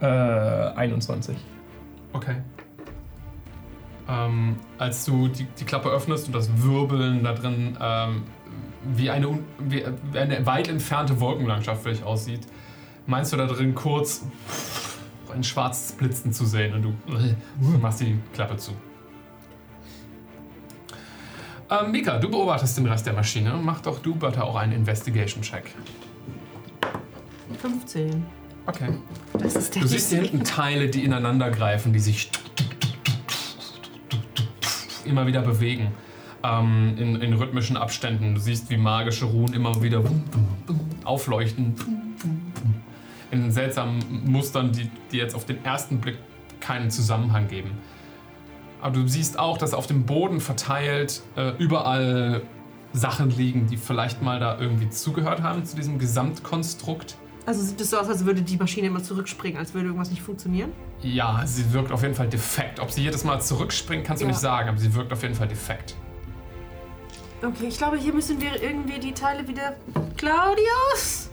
Äh, 21. Okay. Ähm, als du die, die Klappe öffnest und das Wirbeln da drin ähm, wie, eine, un- wie, wie eine weit entfernte Wolkenlandschaft wirklich aussieht, meinst du da drin kurz ein schwarzes Blitzen zu sehen und du äh, machst die Klappe zu. Ähm, Mika, du beobachtest den Rest der Maschine. Mach doch du bitte auch einen Investigation-Check. 15. Okay. Das ist der Du siehst hier hinten Teile, die ineinander greifen, die sich immer wieder bewegen. Ähm, in, in rhythmischen Abständen. Du siehst, wie magische Ruhen immer wieder aufleuchten. In seltsamen Mustern, die, die jetzt auf den ersten Blick keinen Zusammenhang geben. Aber du siehst auch, dass auf dem Boden verteilt äh, überall Sachen liegen, die vielleicht mal da irgendwie zugehört haben zu diesem Gesamtkonstrukt. Also sieht es so aus, als würde die Maschine immer zurückspringen, als würde irgendwas nicht funktionieren. Ja, sie wirkt auf jeden Fall defekt. Ob sie jedes Mal zurückspringt, kannst du Ja. nicht sagen, aber sie wirkt auf jeden Fall defekt. Okay, ich glaube, hier müssen wir irgendwie die Teile wieder. Claudius!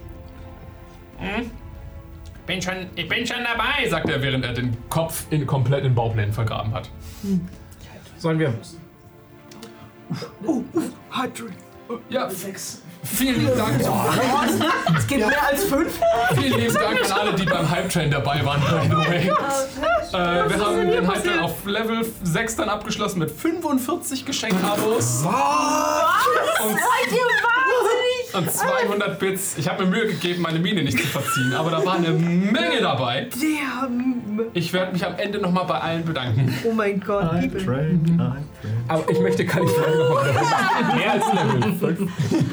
Bin schon, ich bin schon dabei, sagt er, während er den Kopf in, komplett in Bauplänen vergraben hat. Hm. Sollen wir. Hydra. Ja, vielen lieben Dank. Es geht mehr als fünf. Vielen lieben Dank an alle, die beim Hype Train dabei waren, by the way. Äh, wir haben den Hype Train auf Level 6 dann abgeschlossen mit 45 Geschenkabos. Was? Und 200 Bits. Ich habe mir Mühe gegeben, meine Mine nicht zu verziehen, aber da war eine Menge dabei. Damn. Ich werde mich am Ende nochmal bei allen bedanken. Oh mein Gott, liebe. Aber ich möchte keine Frage noch Mehr als Level 5.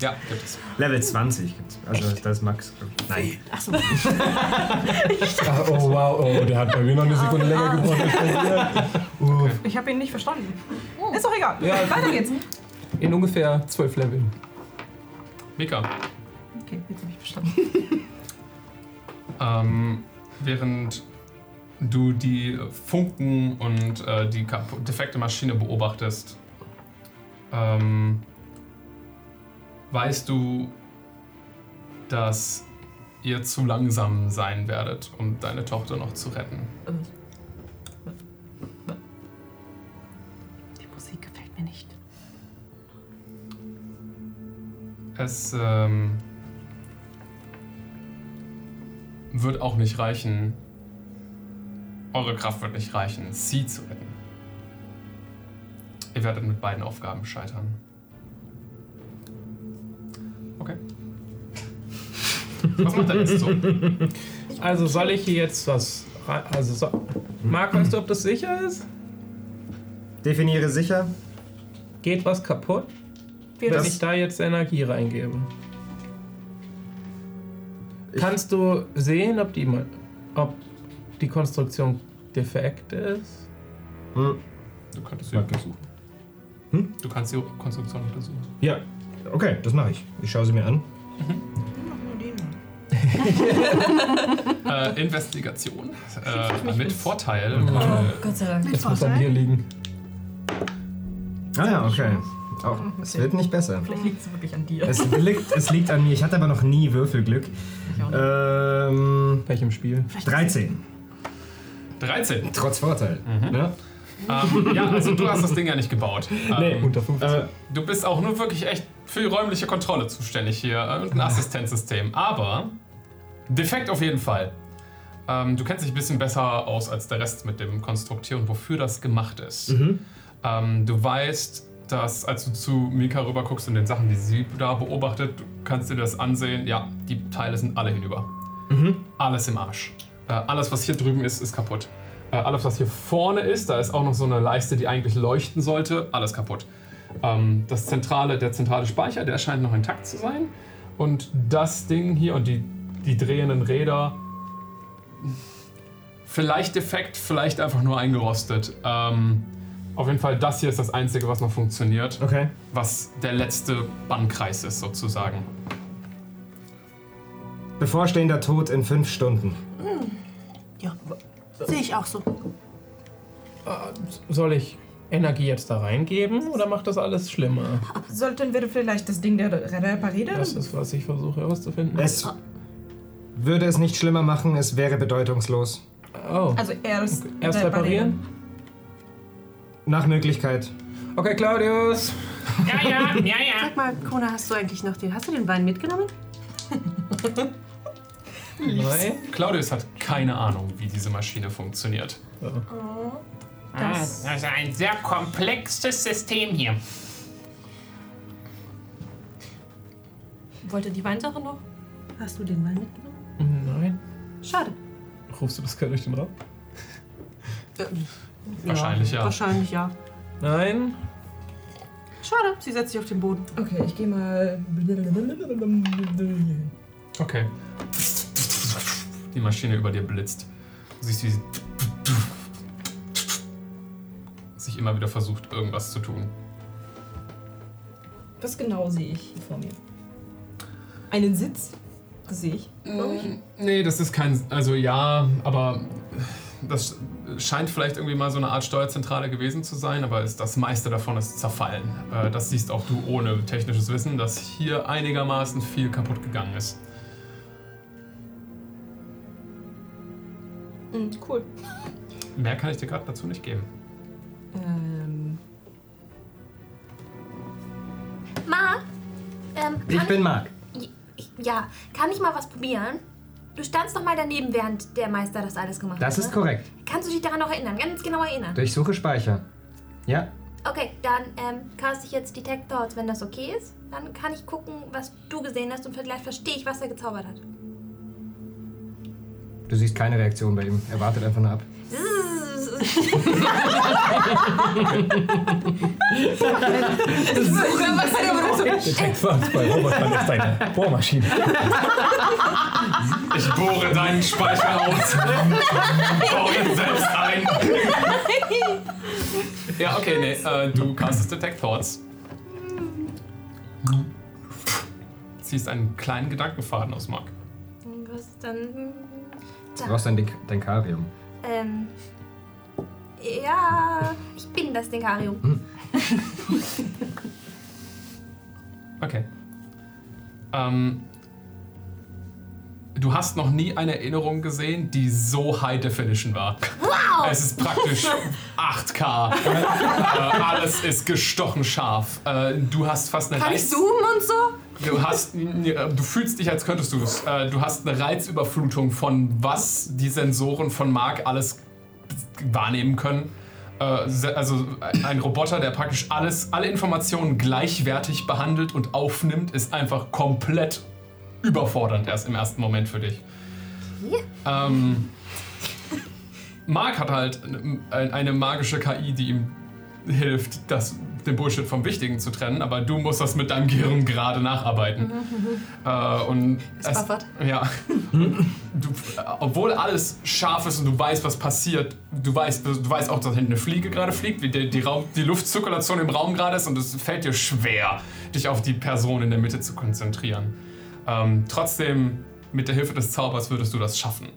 Ja, gibt es. Level 20 gibt's. Also das ist Max. glaub ich. Nein. Ah, Oh wow, oh, der hat bei mir noch eine Sekunde Ah. länger gebraucht. als bei dir. Oh. Ich habe ihn nicht verstanden. Ist doch egal. Weiter geht's. In ungefähr zwölf Leveln. Mika. Okay, jetzt habe ich verstanden. Ähm, während du die Funken und äh, die kapu- defekte Maschine beobachtest, ähm, weißt du, dass ihr zu langsam sein werdet, um deine Tochter noch zu retten. Die Musik gefällt mir nicht. Es ähm, wird auch nicht reichen. Eure Kraft wird nicht reichen, sie zu retten. Ihr werdet mit beiden Aufgaben scheitern. Okay. Was macht er jetzt so? Also soll ich hier jetzt was. rein- Also so, Marc, weißt du, ob das sicher ist? Definiere sicher. Geht was kaputt? Wir- wenn Das- ich da jetzt Energie reingebe. Kannst du sehen, ob die, mal- ob die Konstruktion defekt ist? Du könntest sie untersuchen. Du kannst die Konstruktion untersuchen. Ja, okay, das mache ich. Ich schaue sie mir an. äh, Investigation äh, mit Vorteil. Gott sei Dank. Es muss an dir liegen. Ah ja, okay. Auch, es wird nicht besser. Vielleicht liegt es wirklich an dir. Es liegt, es liegt an mir. Ich hatte aber noch nie Würfelglück. Ähm, Welchem Spiel? 13. Äh, 13. Trotz Vorteil. Ne? Ähm, ja, also du hast das Ding ja nicht gebaut. Äh, Ähm, Nee, Unter 15. Du bist auch nur wirklich echt für die räumliche Kontrolle zuständig hier äh, und ein Assistenzsystem. Aber defekt auf jeden Fall. Ähm, du kennst dich ein bisschen besser aus als der Rest mit dem Konstrukt hier und wofür das gemacht ist. Ähm, du weißt, dass als du zu Mika rüber guckst und den Sachen, die sie da beobachtet, du kannst dir das ansehen. Ja, die Teile sind alle hinüber. Alles im Arsch. Äh, alles, was hier drüben ist, ist kaputt. Äh, alles, was hier vorne ist, da ist auch noch so eine Leiste, die eigentlich leuchten sollte, alles kaputt. Ähm, das zentrale, der zentrale Speicher, der scheint noch intakt zu sein. Und das Ding hier und die, die drehenden Räder, vielleicht defekt, vielleicht einfach nur eingerostet. Ähm, auf jeden Fall, das hier ist das Einzige, was noch funktioniert, Okay. was der letzte Bannkreis ist sozusagen. Bevorstehender Tod in fünf Stunden. Ja, sehe ich auch so. Soll ich Energie jetzt da reingeben oder macht das alles schlimmer? Sollten wir vielleicht das Ding der reparieren? Das ist, was ich versuche herauszufinden. Es würde es nicht schlimmer machen, es wäre bedeutungslos. Oh. also erst, Erst reparieren? Nach Möglichkeit. Okay, Claudius. Ja, ja, ja, ja. Sag mal, Kona, hast du eigentlich noch den, hast du den Wein mitgenommen? Nein. Claudius hat keine Ahnung, wie diese Maschine funktioniert. Das Ah, das ist ein sehr komplexes System hier. Wollt ihr die Weinsache noch? Hast du den Wein mitgenommen? Nein. Schade. Rufst du das gerade durch den Raum? Wahrscheinlich ja. Wahrscheinlich ja. Nein. Schade, sie setzt sich auf den Boden. Okay, ich gehe mal. Okay. Die Maschine über dir blitzt. Du siehst, wie sie sich immer wieder versucht, irgendwas zu tun. Was genau sehe ich hier vor mir? Einen Sitz? Das sehe ich. glaub Mhm. ich. Nee, das ist kein. Also ja, aber das scheint vielleicht irgendwie mal so eine Art Steuerzentrale gewesen zu sein, aber ist, das meiste davon ist zerfallen. Äh, das siehst auch du ohne technisches Wissen, dass hier einigermaßen viel kaputt gegangen ist. Mhm, cool. Mehr kann ich dir gerade dazu nicht geben. Ähm, Ma, ähm, kann Ich bin Marc. Ja, kann ich mal was probieren? Du standst noch mal daneben, während der Meister das alles gemacht hat. Das ist ne? korrekt. Kannst du dich daran noch erinnern? Ganz genau erinnern. Durchsuche Speicher. Ja, Okay, dann ähm, cast ich jetzt Detect Thoughts, wenn das okay ist. Dann kann ich gucken, was du gesehen hast und vielleicht verstehe ich, was er gezaubert hat. du siehst keine Reaktion bei ihm. Er wartet einfach nur ab. Bei Robotern ist eine Bohrmaschine. Ich bohre deinen Speicher aus. Baue ihn selbst ein. Ja, okay, nee. Äh, du castest Detect Thoughts. Ziehst einen kleinen Gedankenfaden aus Mark. Was dann. Du brauchst dein, Dek- dein Karium. Ähm. Ja, ich bin das Hm. Denkarium. Okay. Ähm, du hast noch nie eine Erinnerung gesehen, die so High Definition war. Wow! Es ist praktisch 8K. äh, alles ist gestochen scharf. Äh, du hast fast eine Kann ich Reiz- zoomen und so? Du hast, äh, du fühlst dich, als könntest du es. Äh, Du hast eine Reizüberflutung von was die Sensoren von Mark alles wahrnehmen können. Äh, se- Also ein Roboter, der praktisch alles, alle Informationen gleichwertig behandelt und aufnimmt, ist einfach komplett überfordernd erst im ersten Moment für dich. Ähm, Mark hat halt ein- eine magische KI, die ihm hilft, das, den Bullshit vom Wichtigen zu trennen, aber du musst das mit deinem Gehirn gerade Mhm, nacharbeiten. Äh, und Es buffert. ja. du, obwohl alles scharf ist und du weißt, was passiert, du weißt, du weißt auch, dass hinten eine Fliege gerade fliegt, wie die, die, Raum, die Luftzirkulation im Raum gerade ist und es fällt dir schwer, dich auf die Person in der Mitte zu konzentrieren. Ähm, trotzdem, mit der Hilfe des Zaubers würdest du das schaffen.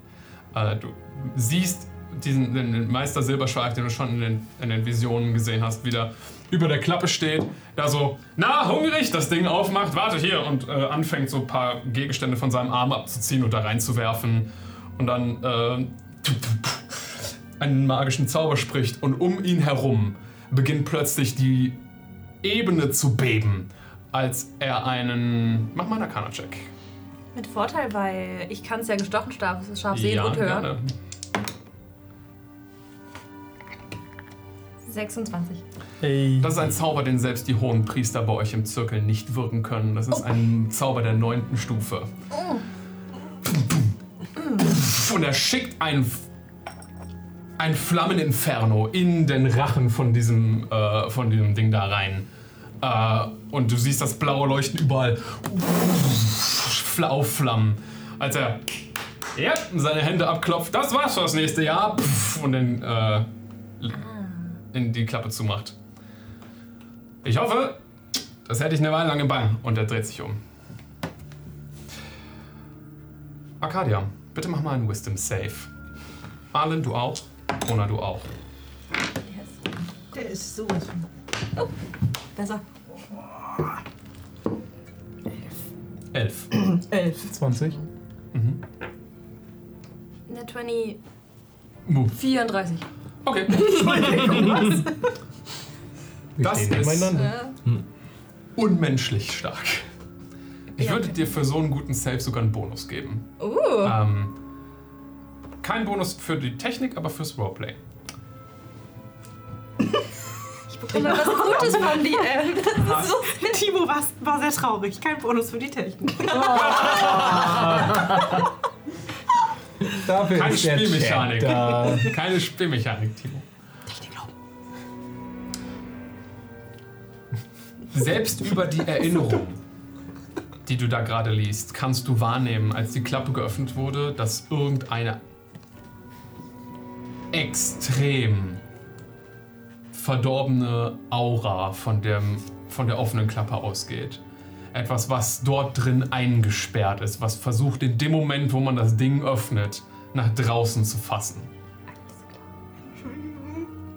Äh, du siehst diesen den Meister Silberschweif, den du schon in den, in den Visionen gesehen hast, wieder über der Klappe steht, da so, na, hungrig, das Ding aufmacht, warte hier und äh, anfängt so ein paar Gegenstände von seinem Arm abzuziehen und da reinzuwerfen und dann äh, einen magischen Zauber spricht und um ihn herum beginnt plötzlich die Ebene zu beben, als er einen... Mach mal einen Arcana-Check. Mit Vorteil, weil ich kann es ja gestochen scharf, scharf sehen ja, und hören. gerne. 26. Das ist ein Zauber, den selbst die hohen Priester bei euch im Zirkel nicht wirken können. Das ist ein Zauber der neunten Stufe. Oh. Und er schickt ein, ein Flammeninferno in den Rachen von diesem, äh, von diesem Ding da rein. Äh, und du siehst das blaue Leuchten überall fla- aufflammen. Als er ja, seine Hände abklopft, das war's für das nächste Jahr. Pff, Und dann äh, in die Klappe zumacht. Ich hoffe, das hätte ich eine Weile lang im Bein. Und er dreht sich um. Arcadia, bitte mach mal einen Wisdom Save. Arlen, du auch. Mona, du auch. Der ist sowas von. Oh, besser. Elf. Elf. 20. Eine 20. Move. 34. Okay. Das stehen ist nebeneinander. unmenschlich stark. Ich Ja, würde okay. dir für so einen guten Save sogar einen Bonus geben. Uh. Ähm, kein Bonus für die Technik, aber fürs Roleplay. Immer was Gutes von dir. Das ist so- Timo war, war sehr traurig. Kein Bonus für die Technik. Dafür Keine ist der Chat Spielmechanik. da. Keine Spielmechanik, Timo. Selbst über die Erinnerung, die du da gerade liest, kannst du wahrnehmen, als die Klappe geöffnet wurde, dass irgendeine extrem verdorbene Aura von, dem, von der offenen Klappe ausgeht. Etwas, was dort drin eingesperrt ist, was versucht in dem Moment, wo man das Ding öffnet, nach draußen zu fassen.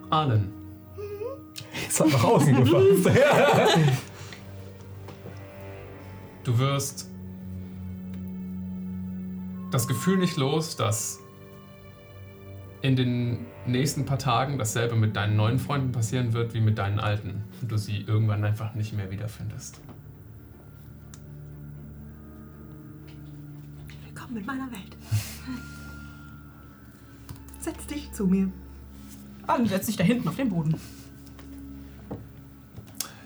Allen. Es hat nach außen gefasst. Du wirst das Gefühl nicht los, dass in den nächsten paar Tagen dasselbe mit deinen neuen Freunden passieren wird wie mit deinen alten. Und du sie irgendwann einfach nicht mehr wiederfindest. Willkommen in meiner Welt. Setz dich zu mir. Dann Ah, setz dich da hinten auf den Boden.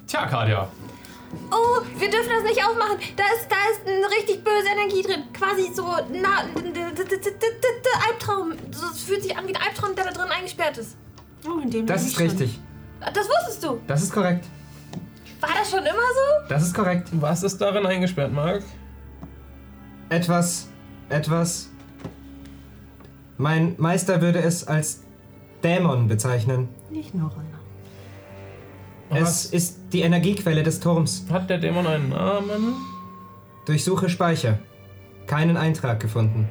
Tja, Kadia, Oh, wir dürfen das nicht aufmachen. Da ist, da ist eine richtig böse Energie drin. Quasi so na, d- d- d- d- d- d- Albtraum. So, Es fühlt sich an wie ein Albtraum, der da drin eingesperrt ist. Oh, in dem Das ist richtig. Das wusstest du. Das ist korrekt. War das schon immer so? Das ist korrekt. Was ist darin eingesperrt, Marc? Etwas, etwas. Mein Meister würde es als Dämon bezeichnen. Nicht nur Ronja. Es ist die Energiequelle des Turms. Hat der Dämon einen Namen? Durchsuche Speicher. Keinen Eintrag gefunden.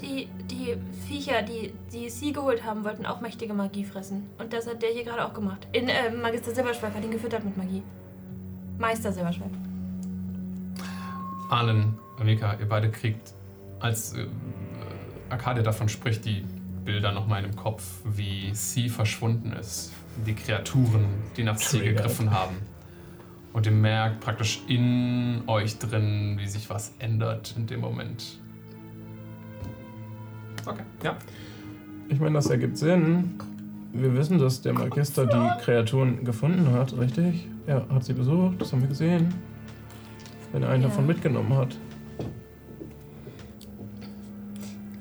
Die, die Viecher, die, die sie geholt haben, wollten auch mächtige Magie fressen. Und das hat der hier gerade auch gemacht. In äh, Magister Silberschweif hat ihn gefüttert mit Magie. Meister Silberschweif. Allen, Avika, ihr beide kriegt, als äh, Arcadia davon spricht, die Bilder nochmal im Kopf, wie sie verschwunden ist. Die Kreaturen, die nach sie Triggered. gegriffen haben. Und ihr merkt praktisch in euch drin, wie sich was ändert in dem Moment. Okay, ja. Ich meine, das ergibt Sinn. Wir wissen, dass der Magister die Kreaturen gefunden hat, richtig? Er hat sie besucht, das haben wir gesehen. Wenn er einen Ja. davon mitgenommen hat.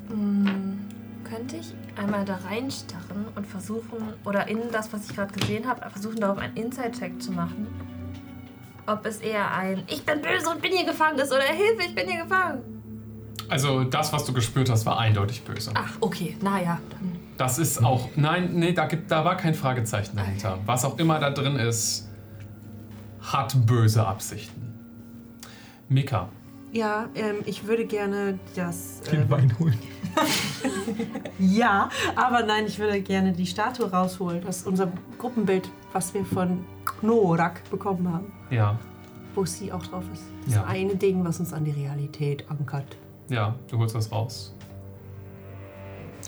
Hm, könnte ich einmal da reinstarren und versuchen, oder in das, was ich gerade gesehen habe, versuchen, darauf einen Inside-Check zu machen? Ob es eher ein Ich bin böse und bin hier gefangen ist oder Hilfe, ich bin hier gefangen. Also das, was du gespürt hast, war eindeutig böse. Ach, okay, naja. Dann. Das ist auch. Nein, nee, da, gibt, da war kein Fragezeichen dahinter. Was auch immer da drin ist, hat böse Absichten. Mika, Ja, ähm, ich würde gerne das. Äh, Den Wein holen. ja, aber nein, ich würde gerne die Statue rausholen. Das ist unser Gruppenbild, was wir von Norak bekommen haben, Ja, wo sie auch drauf ist. Das Ja. eine Ding, was uns an die Realität ankert. ja, du holst was raus.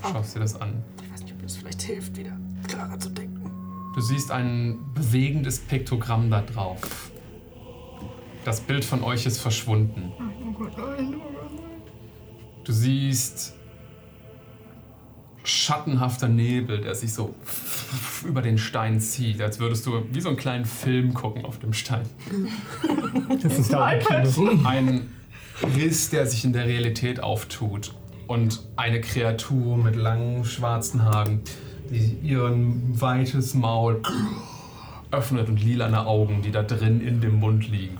Schaust dir das an. Ich weiß nicht, ob das vielleicht hilft, wieder klarer zu denken. Du siehst ein bewegendes Piktogramm da drauf. Das Bild von euch ist verschwunden. Du siehst schattenhafter Nebel, der sich so über den Stein zieht, als würdest du wie so einen kleinen Film gucken auf dem Stein. Das ist da Ein Riss, der sich in der Realität auftut. Und eine Kreatur mit langen schwarzen Haaren, die ihren weites Maul öffnet und lilane Augen, die da drin in dem Mund liegen,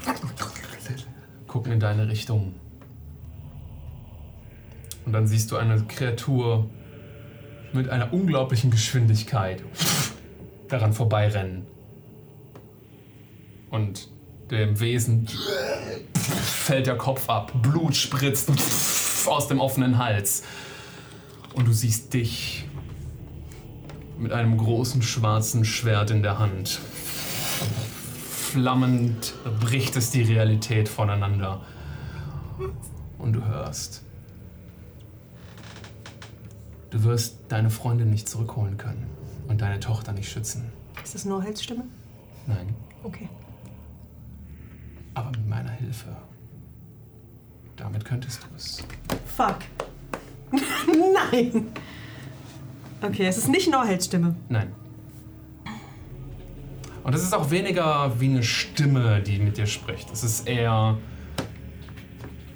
gucken in deine Richtung. Und dann siehst du eine Kreatur mit einer unglaublichen Geschwindigkeit daran vorbeirennen. Und dem Wesen fällt der Kopf ab, Blut spritzt aus dem offenen Hals. Und du siehst dich mit einem großen schwarzen Schwert in der Hand. Flammend bricht es die Realität voneinander. Und du hörst. Du wirst deine Freundin nicht zurückholen können und deine Tochter nicht schützen. Ist das Noels Stimme? Nein, Okay. aber mit meiner Hilfe. Damit könntest du es. Fuck. nein! Okay, es ist nicht Noels Stimme. Nein. Und es ist auch weniger wie eine Stimme, die mit dir spricht. Es ist eher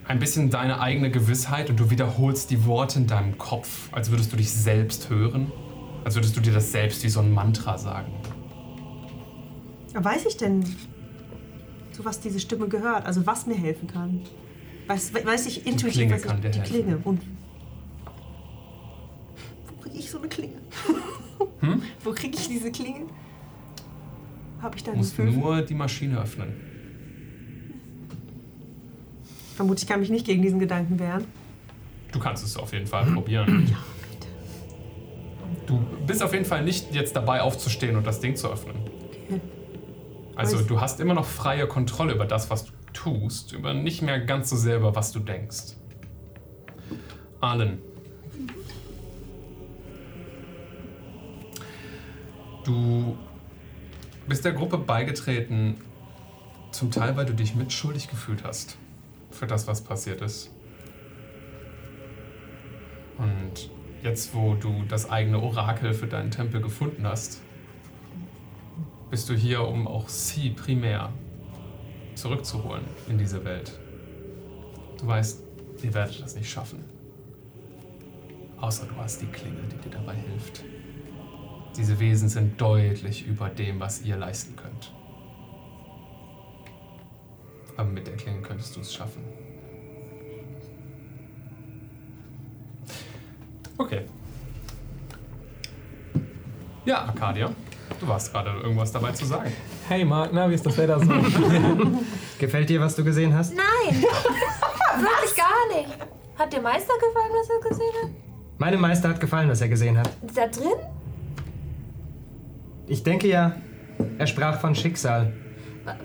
ein bisschen deine eigene Gewissheit und du wiederholst die Worte in deinem Kopf, als würdest du dich selbst hören. Als würdest du dir das selbst wie so ein Mantra sagen. Weiß ich denn, zu was diese Stimme gehört? Also was mir helfen kann? Weiß, we- weiß ich intuitiv, Klinge was ich, kann dir die helfen. Klinge. Und wo kriege ich so eine Klinge? Hm? Wo kriege ich diese Klinge? Habe ich da Du einen musst Fünfer? nur die Maschine öffnen. Vermutlich kann mich nicht gegen diesen Gedanken wehren. Du kannst es auf jeden Fall probieren. Du bist auf jeden Fall nicht jetzt dabei aufzustehen und das Ding zu öffnen. Also du hast immer noch freie Kontrolle über das, was du tust, über nicht mehr ganz so sehr über was du denkst. Allen. Du bist der Gruppe beigetreten, zum Teil, weil du dich mitschuldig gefühlt hast für das, was passiert ist. Und jetzt, wo du das eigene Orakel für deinen Tempel gefunden hast, bist du hier, um auch sie primär zurückzuholen in diese Welt. Du weißt, ihr werdet das nicht schaffen. Außer du hast die Klinge, die dir dabei hilft. Diese Wesen sind deutlich über dem, was ihr leisten könnt. Aber mit der Klinge könntest du es schaffen. Okay. Ja, Arcadia. Du warst gerade irgendwas dabei zu sagen. Hey Marc, na, wie ist das Wetter so? Gefällt dir, was du gesehen hast? Nein! Wirklich gar nicht. Hat dir Meister gefallen, was er gesehen hat? Meinem Meister hat gefallen, was er gesehen hat. Da drin? Ich denke ja, er sprach von Schicksal. Wa- wa-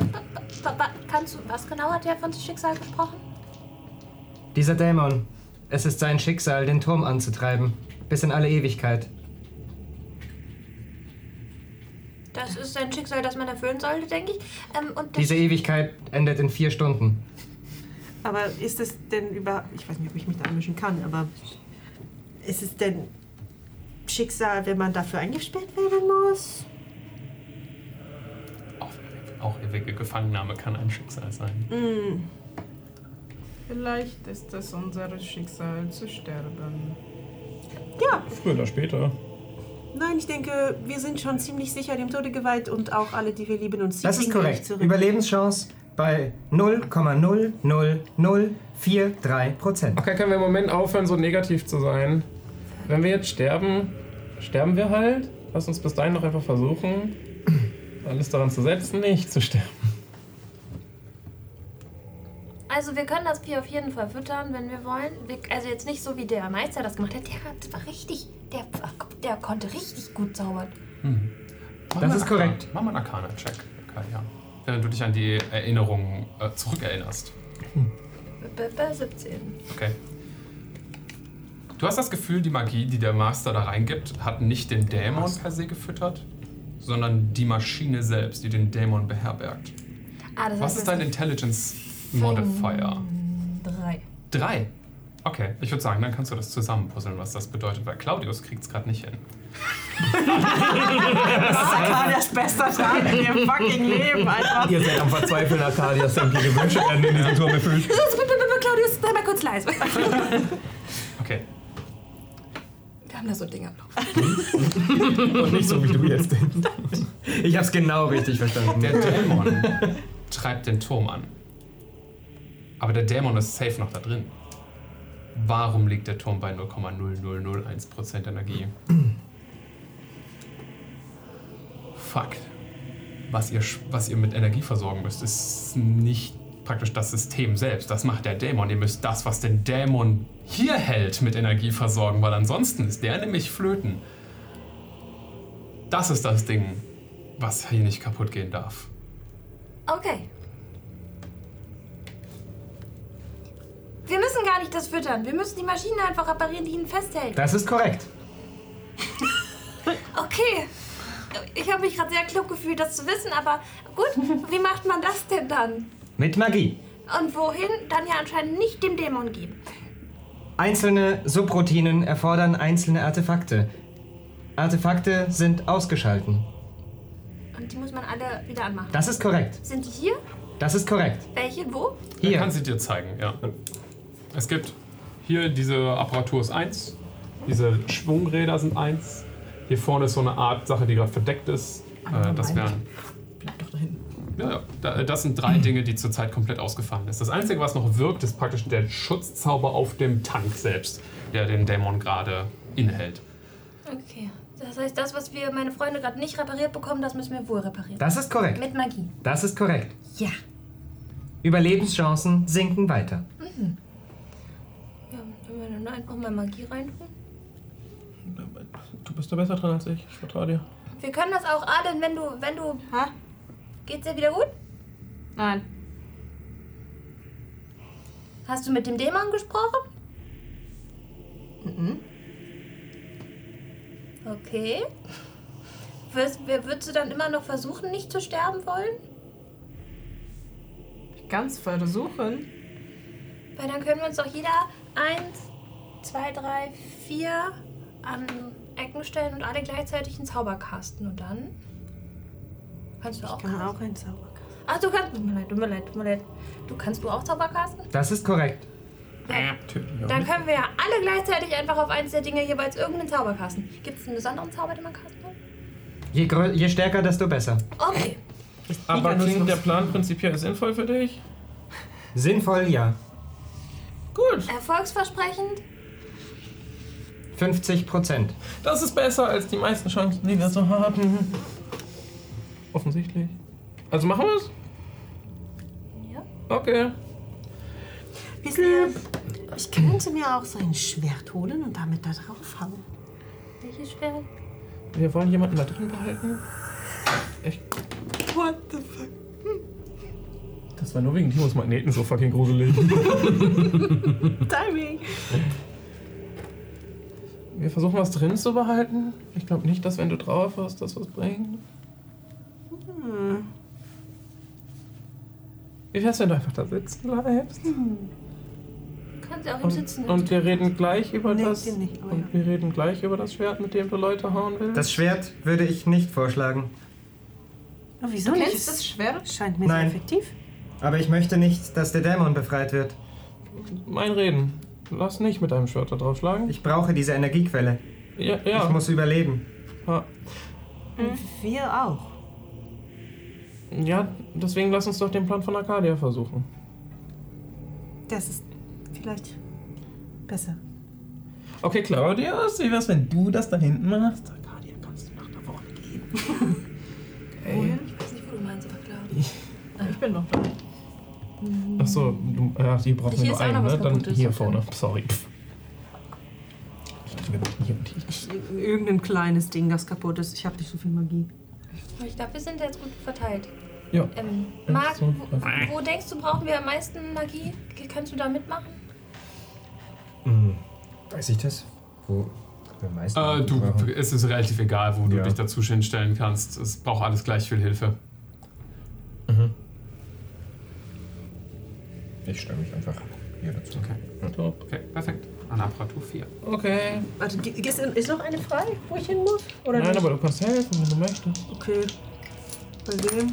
wa- wa- Kannst du, was genau hat er von Schicksal gesprochen? Dieser Dämon, es ist sein Schicksal, den Turm anzutreiben. Bis in alle Ewigkeit. Das ist ein Schicksal, das man erfüllen sollte, denke ich. Ähm, und das Diese Ewigkeit endet in vier Stunden. Aber ist es denn über. Ich weiß nicht, ob ich mich da einmischen kann, aber. Ist es denn Schicksal, wenn man dafür eingesperrt werden muss? Auch ewige Gefangennahme kann ein Schicksal sein. Hm. Vielleicht ist es unser Schicksal zu sterben. Ja, Früher oder später. nein, ich denke, wir sind schon ziemlich sicher dem Tode geweiht und auch alle, die wir lieben und sie Das ist bringen wir nicht korrekt. zurück. Überlebenschance bei 0,00043 Prozent. Okay, können wir im Moment aufhören, so negativ zu sein? Wenn wir jetzt sterben, sterben wir halt. Lass uns bis dahin noch einfach versuchen, alles daran zu setzen, nicht zu sterben. Also wir können das Vieh auf jeden Fall füttern, wenn wir wollen. Wir, also jetzt nicht so wie der Meister das gemacht hat. Der hat- war richtig, der, der konnte richtig gut zaubern. Mach Das mal ist einen korrekt. Arcana- Mach mal einen Arcana-Check, Kaya. Während du dich an die Erinnerungen äh, zurückerinnerst. B -b 17. Okay. Du hast das Gefühl, die Magie, die der Master da reingibt, hat nicht den Dämon per se gefüttert, sondern die Maschine selbst, die den Dämon beherbergt. Ah, das Was heißt, ist das dein Intelligence Modifier? Drei. Drei. Okay, ich würde sagen, dann kannst du das zusammenpuzzeln, was das bedeutet, weil Claudius kriegt es gerade nicht hin. Arkadias bester Tag in ihrem fucking Leben, Alter. Ihr seid am Verzweifeln, Arcadias sämtliche Wünsche werden in diesem Turm erfüllt. Claudius, sei mal kurz leise. Okay. Wir haben da so ein Ding am Laufen. Und nicht so, wie du jetzt denkst. Ich hab's genau richtig verstanden. Der Dämon treibt den Turm an. Aber der Dämon ist safe noch da drin. Warum liegt der Turm bei 0,0001% Energie? Fuck. Was ihr, sch- was ihr mit Energie versorgen müsst, ist nicht praktisch das System selbst. Das macht der Dämon. Ihr müsst das, was den Dämon hier hält, mit Energie versorgen, weil ansonsten ist der nämlich flöten. Das ist das Ding, was hier nicht kaputt gehen darf. Okay. Wir müssen gar nicht das füttern. Wir müssen die Maschine einfach reparieren, die ihn festhält. Das ist korrekt. Okay. Ich habe mich gerade sehr klug gefühlt, das zu wissen, aber gut, wie macht man das denn dann? Mit Magie. Und wohin? Dann ja anscheinend nicht dem Dämon geben. Einzelne Subroutinen erfordern einzelne Artefakte. Artefakte sind ausgeschalten. Und die muss man alle wieder anmachen. Das ist korrekt. Sind die hier? Das ist korrekt. Welche? Wo? Hier. kann sie dir zeigen, ja. Es gibt hier diese Apparatur ist eins, diese Schwungräder sind eins. Hier vorne ist so eine Art Sache, die gerade verdeckt ist. Äh, das wären. Ja, ja. Da- äh, Das sind drei Dinge, die zurzeit komplett ausgefallen ist. Das Einzige, was noch wirkt, ist praktisch der Schutzzauber auf dem Tank selbst, der den Dämon gerade innehält. Okay. Das heißt, das, was wir meine Freunde gerade nicht repariert bekommen, das müssen wir wohl reparieren. Das ist korrekt. Mit Magie. Das ist korrekt. Ja. Überlebenschancen sinken weiter. Mhm. Ja, wenn wir dann einfach mal Magie reintun. Du bist da besser dran als ich, ich vertraue dir. Wir können das auch adeln, wenn du, wenn du. Ha? Geht's dir wieder gut? Nein. Hast du mit dem Dämon gesprochen? Mhm. Okay. Wirst, wir- würdest du dann immer noch versuchen, nicht zu sterben wollen? Ganz versuchen. Weil dann können wir uns doch jeder eins, zwei, drei, vier an Ecken stellen und alle gleichzeitig einen Zauber casten. Und dann kannst du auch. Ich kann casten. auch einen Zauber. Ach, du kannst. Tut mir leid, tut mir leid, tut mir leid. Du kannst du auch Zauber casten? Das ist korrekt. Ja. Dann können wir ja alle gleichzeitig einfach auf eins der Dinge jeweils irgendeinen Zauber casten. Gibt es einen besonderen Zauber, den man casten kann? Je, grö- je stärker, desto besser. Okay. Aber klingt der Plan prinzipiell sinnvoll für dich? Sinnvoll, ja. Gut. Erfolgsversprechend? 50 Prozent. Das ist besser als die meisten Chancen, die wir so haben. Offensichtlich. Also machen wir es? Ja. Okay. Wisst ihr, ich könnte mir auch so ein Schwert holen und damit da drauf hauen. Welches Schwert? Wir wollen jemanden da drin behalten. Echt? What the fuck? Das war nur wegen Timos Magneten so fucking gruselig. Timing! Wir versuchen was drin zu behalten. Ich glaube nicht, dass wenn du drauf hast, das was bringt. Hm. Wie wär's, wenn du einfach da sitzen bleibst? Hm. Kannst du auch im Sitzen. Und, und wir reden gleich über Nee, das. den nicht, aber und wir reden gleich über das Schwert, mit dem du Leute hauen willst. Das Schwert würde ich nicht vorschlagen. Oh, wieso Du nicht? kennst das Schwert? Scheint mir Nein. sehr effektiv. Aber ich möchte nicht, dass der Dämon befreit wird. Mein Reden. Lass nicht mit deinem Schwert da drauf schlagen. Ich brauche diese Energiequelle. Ja, ja. Ich muss überleben. Wir auch. Ja, deswegen lass uns doch den Plan von Arcadia versuchen. Das ist vielleicht besser. Okay, Claudius, wie wär's, wenn du das da hinten machst? Wohin? Ich weiß nicht, wo du meinst, aber klar. Ich bin noch da. Achso, ja, die brauchen Hier wir nur ist auch noch einen, was ne? Dann kaputtes, hier okay. vorne. Sorry. Pff. Ich dachte, wir machen hier und hier. Ich, irgendein kleines Ding, das kaputt ist. Ich habe nicht so viel Magie. Aber Ich glaube, wir sind jetzt gut verteilt. Ja. Ähm, Marc, so, wo, wo denkst du, brauchen wir am meisten Magie? K- Kannst du da mitmachen? Hm. Weiß ich das? Wo? Wer weiß das? Äh, du, es ist relativ egal, wo du dich dazu hinstellen kannst. Es braucht alles gleich viel Hilfe. Ich stelle mich einfach hier dazu. Okay. Okay, perfekt. An Apparatur 4. Okay. Warte, ge- ist, ist noch eine frei, wo ich hin muss? Oder Nein, nicht? aber du kannst helfen, wenn du möchtest. Okay. Bei wem?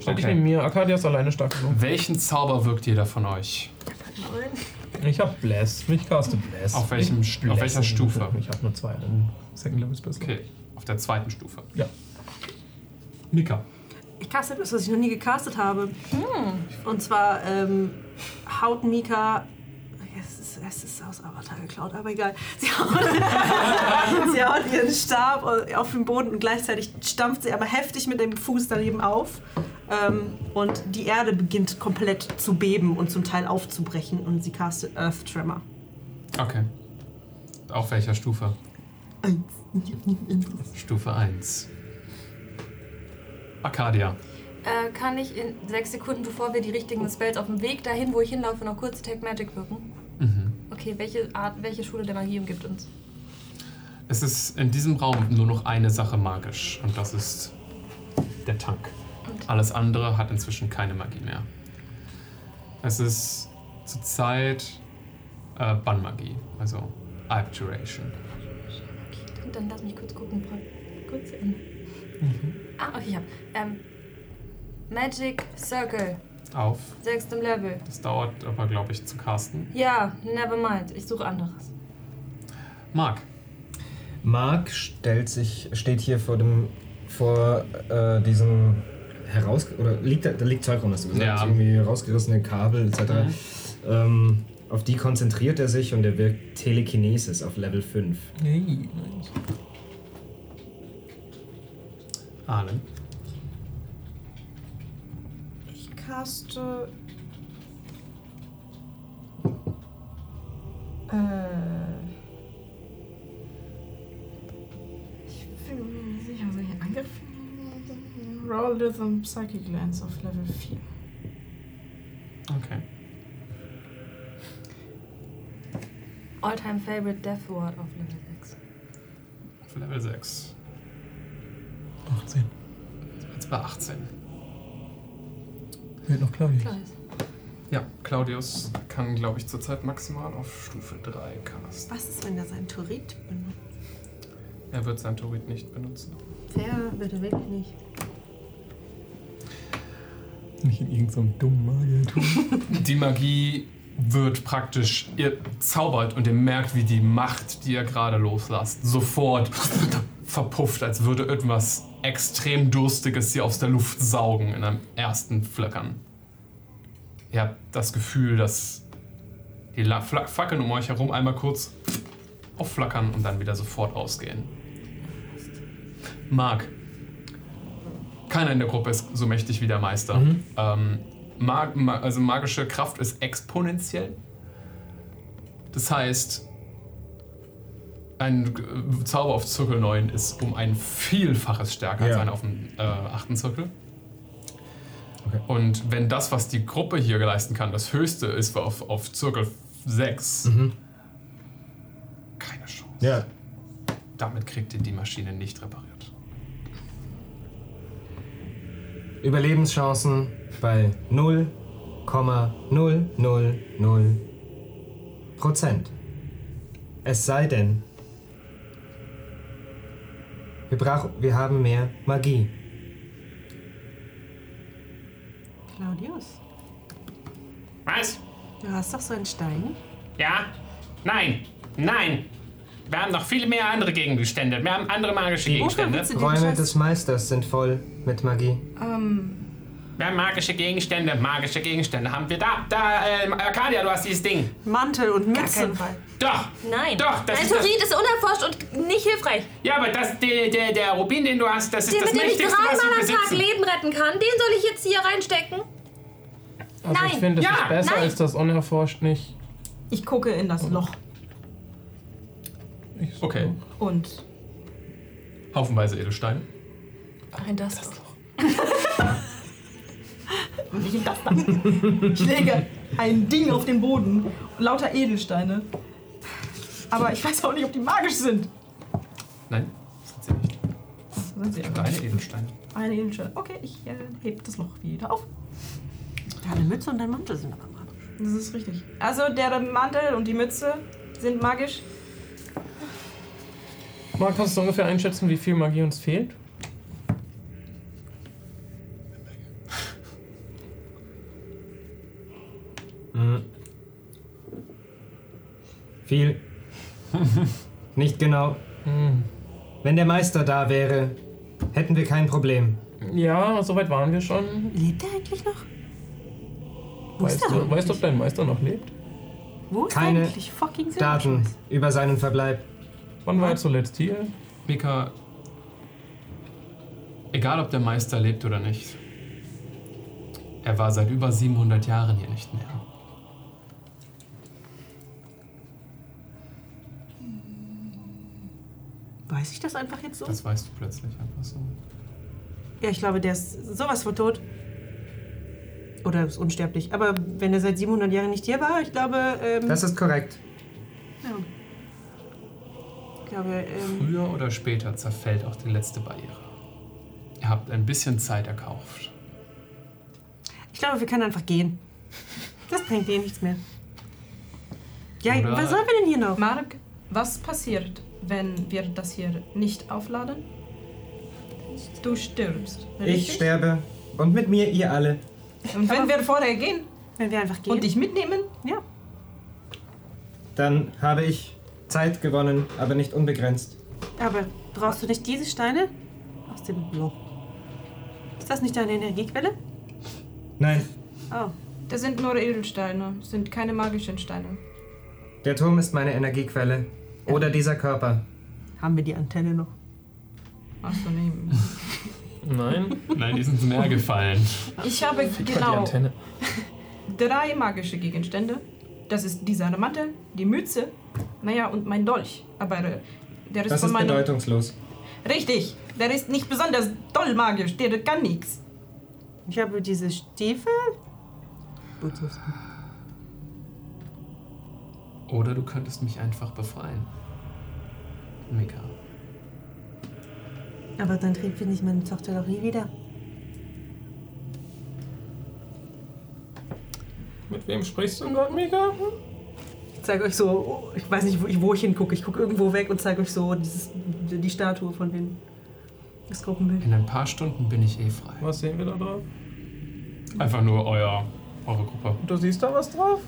Stell dich neben mir. Arcadia ist alleine stark genug. Welchen Zauber wirkt jeder von euch? Ich hab Bless. Mich caste Bless. Auf, welchem, Ich Stu- auf welcher blesse. Stufe? Ich habe nur zwei. Dann Second Level Spell. Okay, auf der zweiten Stufe. Ja. Mika. Ich caste etwas, was ich noch nie gecastet habe. Und zwar ähm, haut Mika. Es ist, es ist aus Avatar geklaut, aber egal. Sie haut, sie haut ihren Stab auf den Boden und gleichzeitig stampft sie aber heftig mit dem Fuß daneben auf. Ähm, und die Erde beginnt komplett zu beben und zum Teil aufzubrechen. Und sie castet Earth Tremor. Okay. Auf welcher Stufe? Stufe 1. Arcadia. Äh, kann ich in sechs Sekunden, bevor wir die richtigen Spells auf dem Weg dahin, wo ich hinlaufe, noch kurz Tech Magic wirken? Mhm. Okay, welche Art, welche Schule der Magie umgibt uns? Es ist in diesem Raum nur noch eine Sache magisch und das ist der Tank. Alles andere hat inzwischen keine Magie mehr. Es ist zurzeit äh, Bannmagie, also Abjuration. Dann lass mich kurz gucken. Bra- Kurz zu Ende. Ah, okay, ich hab. Ähm, Magic Circle, Auf. sechstem Level. Das dauert aber, glaube ich, zu casten. Ja, never mind. Ich suche anderes. Marc. Mark stellt sich, steht hier vor dem, vor äh, diesem heraus oder liegt da, da liegt Zeug rum, hast du gesagt, Ja. irgendwie rausgerissene Kabel etc. Mhm. Ähm, auf die konzentriert er sich und er wirkt Telekinesis auf Level 5. Hey, Ahlen. Ich caste. Äh. Ich bin mir nicht sicher, soll ich einen Angriff Roll with a Psychic Lance auf Level 4. Okay. All-time favorite Death Ward auf Level 6. Auf Level 6. 18. Jetzt bei 18. Wird noch Claudius. Klar ist. Ja, Claudius kann, glaube ich, zurzeit maximal auf Stufe 3 casten. Was ist, wenn da sein Turit benutzt? Er wird sein Torit nicht benutzen. Fair, bitte wirklich nicht. Nicht in irgendeinem dummen Magier tun. Die Magie wird praktisch, ihr zaubert und ihr merkt, wie die Macht, die ihr gerade loslasst, sofort verpufft, als würde irgendwas extrem Durstiges sie aus der Luft saugen in einem ersten Flackern. Ihr habt das Gefühl, dass die La Fla Fackeln um euch herum einmal kurz aufflackern und dann wieder sofort ausgehen. Marc. Keiner in der Gruppe ist so mächtig wie der Meister. Ähm, mag, ma also magische Kraft ist exponentiell. Das heißt, ein äh, Zauber auf Zirkel 9 ist um ein Vielfaches stärker als Ja. einer auf dem äh, achten Zirkel. Und wenn das, was die Gruppe hier leisten kann, das höchste ist auf, auf Zirkel 6, keine Chance. Ja. Damit kriegt ihr die Maschine nicht repariert. Überlebenschancen bei 0,000 Prozent. Es sei denn, wir, brauch, wir haben mehr Magie. Claudius, Was? du hast doch so einen Stein. Ja? Nein! Nein! Wir haben noch viel mehr andere Gegenstände. Wir haben andere magische Gegenstände. Räume des Meisters sind voll mit Magie. Ähm, Wir haben magische Gegenstände. Magische Gegenstände haben wir da. Da, äh, Arcadia, du hast dieses Ding. Mantel und Mütze. keinen Fall. Doch! Nein. Doch, das Dein ist das- Turid ist unerforscht und nicht hilfreich. Ja, aber das, der, der, der Rubin, den du hast, das ist Den, das mit dem ich Mächtigste, was wir dreimal am Tag besitzen. Leben retten kann, den soll ich jetzt hier reinstecken? Also ich Nein. finde, das Ja, ist besser nein. als das unerforscht nicht. Ich gucke in das Loch Okay. und Haufenweise Edelstein. Nein, das, das ich in das dann. Ich lege ein Ding auf den Boden. Lauter Edelsteine. Aber ich weiß auch nicht, ob die magisch sind. Nein, das sind sie nicht. Sind sie Kleine Edelsteine. Ein Edelstein. Okay, ich äh, heb das Loch wieder auf. Deine Mütze und dein Mantel sind aber magisch. Das ist richtig. Also der Mantel und die Mütze sind magisch. Marc, kannst du ungefähr einschätzen, wie viel Magie uns fehlt? Viel. Nicht genau. Wenn der Meister da wäre, hätten wir kein Problem. Ja, soweit waren wir schon. Lebt er eigentlich noch? Wo ist Weißt er du, weißt du, ob dein Meister noch lebt? Wo ist Keine eigentlich fucking Sinn? Daten über seinen Verbleib. Wann war er zuletzt hier? Mika, egal ob der Meister lebt oder nicht, er war seit über 700 Jahren hier nicht mehr. Weiß ich das einfach jetzt so? Das weißt du plötzlich einfach so. Ja, ich glaube, der ist sowas von tot. Oder ist unsterblich. Aber wenn er seit 700 Jahren nicht hier war, ich glaube. Ähm, Das ist korrekt. Ja. Ich glaube, ähm, Früher oder später zerfällt auch die letzte Barriere. Ihr habt ein bisschen Zeit erkauft. ich glaube, wir können einfach gehen. Das bringt eh nichts mehr. Ja, Oder- was sollen wir denn hier noch? Mark, was passiert, wenn wir das hier nicht aufladen? Du stirbst. Ich richtig? sterbe. Und mit mir ihr alle. Und wenn wir vorher gehen Wenn wir einfach gehen. und dich mitnehmen, Dann habe ich Zeit gewonnen, aber nicht unbegrenzt. Aber brauchst du nicht diese Steine? Aus dem Loch. Ist das nicht deine Energiequelle? Nein, Oh. das sind nur Edelsteine, sind keine magischen Steine. der Turm ist meine Energiequelle. Oder dieser Körper. Haben wir die Antenne noch? Hast du nehmen. Nein. Nein, die sind ins Meer gefallen. Ich habe Die genau Antenne. drei magische Gegenstände. Das ist dieser Mantel, die Mütze, naja, und mein Dolch. Aber äh, der ist Das von ist meinem bedeutungslos. Richtig, der ist nicht besonders doll magisch, der kann nichts. Ich habe diese Stiefel. Gut, so ist gut. Oder du könntest mich einfach befreien. Mika. Aber dann trinkt finde ich meine Tochter doch nie wieder. Mit wem sprichst du gerade, Mika? Ich zeige euch so, ich weiß nicht, wo ich, wo ich hingucke. Ich gucke irgendwo weg und zeige euch so dieses, die Statue von den, das Gruppenbild. In ein paar Stunden bin ich eh frei. Was sehen wir da drauf? Einfach nur euer, eure Gruppe. Du siehst da was drauf?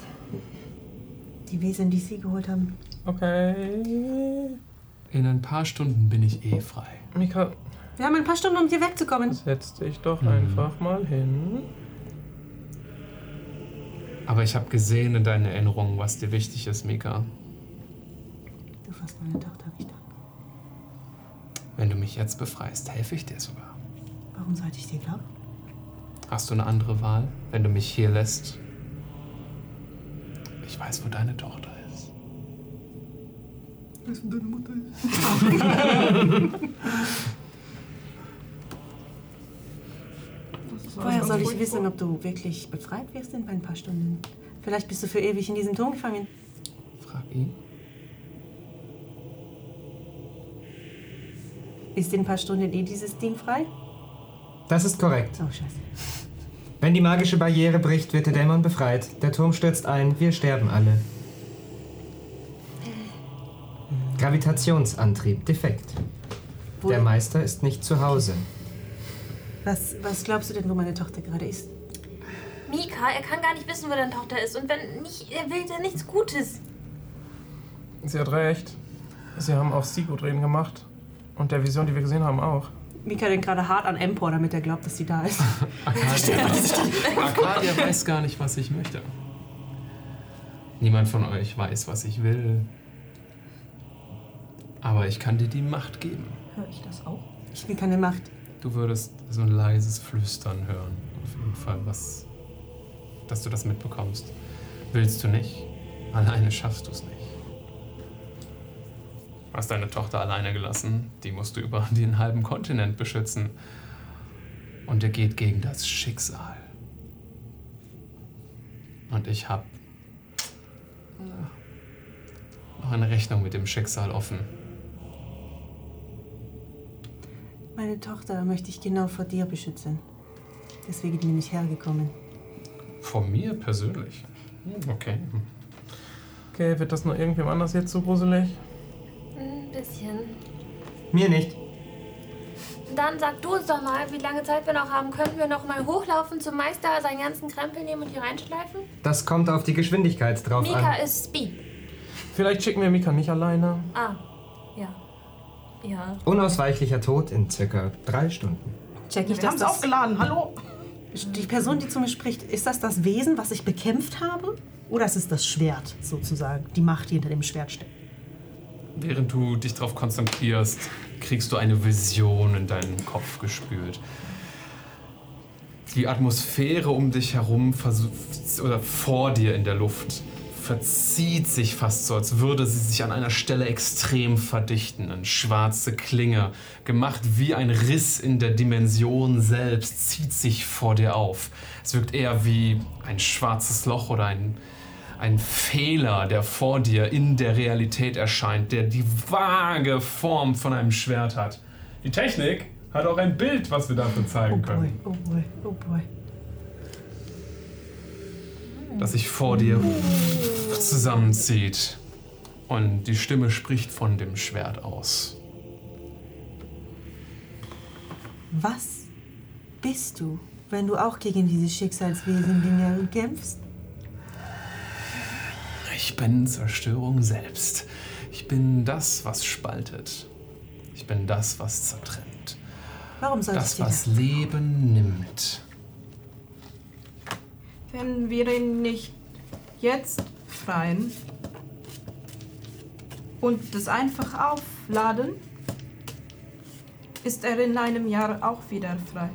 Die Wesen, die sie geholt haben. Okay. In ein paar Stunden bin ich eh frei. Mika, Wir haben ein paar Stunden, um hier Mhm. wegzukommen. setz dich doch einfach mal hin. Aber ich habe gesehen in deinen Erinnerungen, was dir wichtig ist, Mika. Du fasst meine Tochter nicht an. Wenn du mich jetzt befreist, helfe ich dir sogar. Warum sollte ich dir glauben? Hast du eine andere Wahl, wenn du mich hier lässt? Ich weiß, wo deine Tochter ist. Weißt du, deine Mutter Woher soll ich wissen, ob du wirklich befreit wirst in ein paar Stunden? Vielleicht bist du für ewig in diesem Turm gefangen. Frag ihn. Ist in ein paar Stunden eh dieses Ding frei? Das ist korrekt. Oh, scheiße. Wenn die magische Barriere bricht, wird der Dämon befreit. Der Turm stürzt ein, wir sterben alle. Gravitationsantrieb defekt. Wo- Der Meister ist nicht zu Hause. Was, was glaubst du denn, wo meine Tochter gerade ist? Mika, er kann gar nicht wissen, wo deine Tochter ist. Und wenn nicht, er will dir nichts Gutes. Sie hat recht. Sie haben auch Sigurd reden gemacht. Und der Vision, die wir gesehen haben, auch. Mika denkt gerade hart an Empor, damit er glaubt, dass sie da ist. Arcadia Ah, weiß gar nicht, was ich möchte. Niemand von euch weiß, was ich will. Aber ich kann dir die Macht geben. Höre ich das auch? Ich will keine Macht. Du würdest so ein leises Flüstern hören. Auf jeden Fall, was, dass du das mitbekommst. Willst du nicht? Alleine schaffst du es nicht. Du hast deine Tochter alleine gelassen. Die musst du über den halben Kontinent beschützen. Und er geht gegen das Schicksal. Und ich habe äh, noch eine Rechnung mit dem Schicksal offen. Meine Tochter möchte ich genau vor dir beschützen. Deswegen bin ich hergekommen. Von mir persönlich. Hm, Okay. Okay, wird das nur irgendwem anders jetzt so gruselig? Ein bisschen. Mir nicht. Dann sag du uns doch mal, wie lange Zeit wir noch haben. Können wir noch mal hochlaufen zum Meister, seinen ganzen Krempel nehmen und hier reinschleifen? Das kommt auf die Geschwindigkeit drauf Mika an. ist Speed. Vielleicht schicken wir Mika nicht alleine. Ah, ja. Ja. Unausweichlicher Tod in circa drei Stunden. Check Wir haben's aufgeladen, hallo? Die Person, die zu mir spricht, ist das das Wesen, was ich bekämpft habe? Oder ist es das Schwert, sozusagen? Die Macht, die hinter dem Schwert steckt? Während du dich darauf konzentrierst, kriegst du eine Vision in deinen Kopf gespült. Die Atmosphäre um dich herum versucht- oder vor dir in der Luft verzieht sich fast so, als würde sie sich an einer Stelle extrem verdichten. Eine schwarze Klinge, gemacht wie ein Riss in der Dimension selbst, zieht sich vor dir auf. Es wirkt eher wie ein schwarzes Loch oder ein, ein Fehler, der vor dir in der Realität erscheint, der die vage Form von einem Schwert hat. Die Technik hat auch ein Bild, was wir dafür zeigen können, Oh boy, oh boy. das sich vor dir zusammenzieht. Und die Stimme spricht von dem Schwert aus. Was bist du, wenn du auch gegen diese Schicksalswesen-Dinge kämpfst? Ich bin Zerstörung selbst. Ich bin das, was spaltet. Ich bin das, was zertrennt. Warum soll ich Das, dir was Leben nimmt. Wenn wir ihn nicht jetzt freien und das einfach aufladen, ist er in einem Jahr auch wieder frei.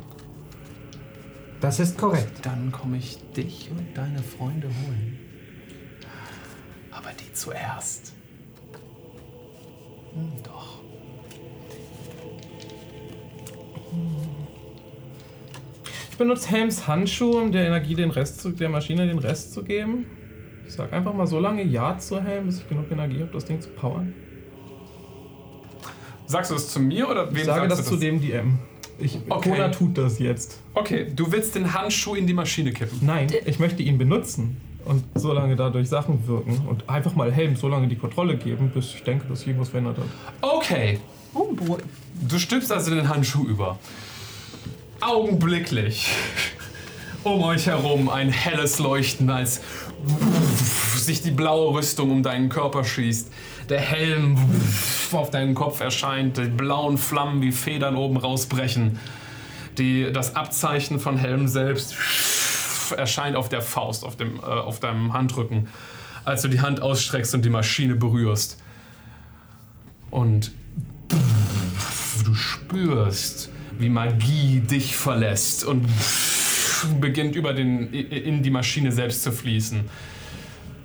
Das ist korrekt. Dann komme ich dich und deine Freunde holen. Aber die zuerst. Hm, doch. Ich benutze Helms Handschuh, um der Energie den Rest zu, der Maschine den Rest zu geben. Ich sag einfach mal so lange Ja zu Helm, bis ich genug Energie habe, das Ding zu powern. Sagst du das zu mir oder wem ich sage sagst das, du das? zu dem DM. Ich, Okay. Cola tut das jetzt. Okay, du willst den Handschuh in die Maschine kippen. Nein, ich möchte ihn benutzen und so lange dadurch Sachen wirken und einfach mal Helm so lange die Kontrolle geben, bis ich denke, dass sich irgendwas verändert hat. Okay. Du stülpst also den Handschuh über. Augenblicklich um euch herum ein helles Leuchten, als sich die blaue Rüstung um deinen Körper schießt. Der Helm auf deinen Kopf erscheint, die blauen Flammen wie Federn oben rausbrechen. Die, das Abzeichen von Helm selbst Kopf erscheint auf der Faust, auf, dem, äh, auf deinem Handrücken, als du die Hand ausstreckst und die Maschine berührst. Und du spürst, wie Magie dich verlässt und beginnt über den, in die Maschine selbst zu fließen.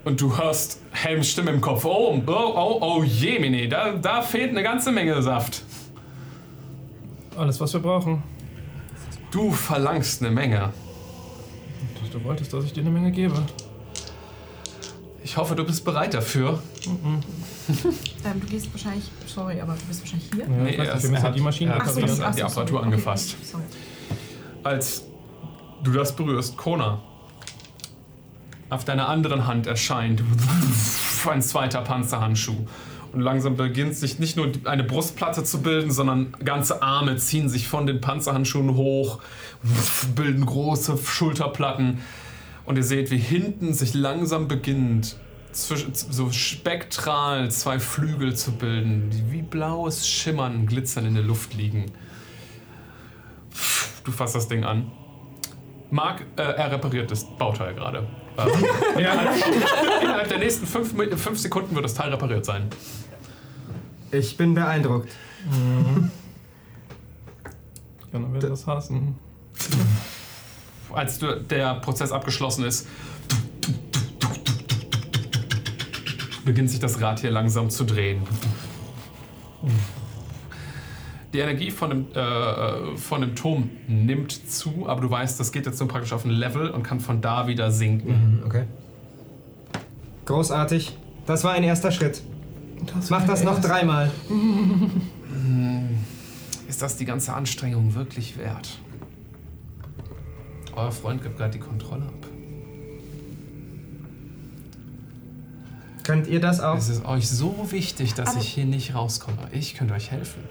Und du hörst Helms Stimme im Kopf. Oh, oh, oh, oh Jemine, da, da fehlt eine ganze Menge Saft. Alles, was wir brauchen. Du verlangst eine Menge. Du wolltest, dass ich dir eine Menge gebe. Ich hoffe, du bist bereit dafür. Ähm, du gehst wahrscheinlich, sorry, aber du bist wahrscheinlich hier. Nee, ich weiß nicht, wir er müssen hat- die Maschine er hat reparieren. das- er hat die Ach so, Apparatur sorry. angefasst. Als du das berührst, Kona, auf deiner anderen Hand erscheint ein zweiter Panzerhandschuh. Und langsam beginnt sich nicht nur eine Brustplatte zu bilden, sondern ganze Arme ziehen sich von den Panzerhandschuhen hoch, bilden große Schulterplatten. Und ihr seht, wie hinten sich langsam beginnt, zwisch- so spektral zwei Flügel zu bilden, die wie blaues Schimmern glitzern in der Luft liegen. Du fasst das Ding an. Marc, äh, er repariert das Bauteil gerade. Ähm, innerhalb, innerhalb der nächsten fünf, Mi- fünf Sekunden wird das Teil repariert sein. Ich bin beeindruckt. Dann wird das hassen. Als du, der Prozess abgeschlossen ist, beginnt sich das Rad hier langsam zu drehen. Die Energie von dem, äh, von dem Turm nimmt zu, aber du weißt, das geht jetzt nur praktisch auf ein Level und kann von da wieder sinken. Mhm, Okay. Großartig. Das war ein erster Schritt. Mach das noch dreimal. Ist das die ganze Anstrengung wirklich wert? Euer Freund gibt gerade die Kontrolle ab. Könnt ihr das auch? Es ist euch so wichtig, dass ich hier nicht rauskomme. Ich könnte euch helfen.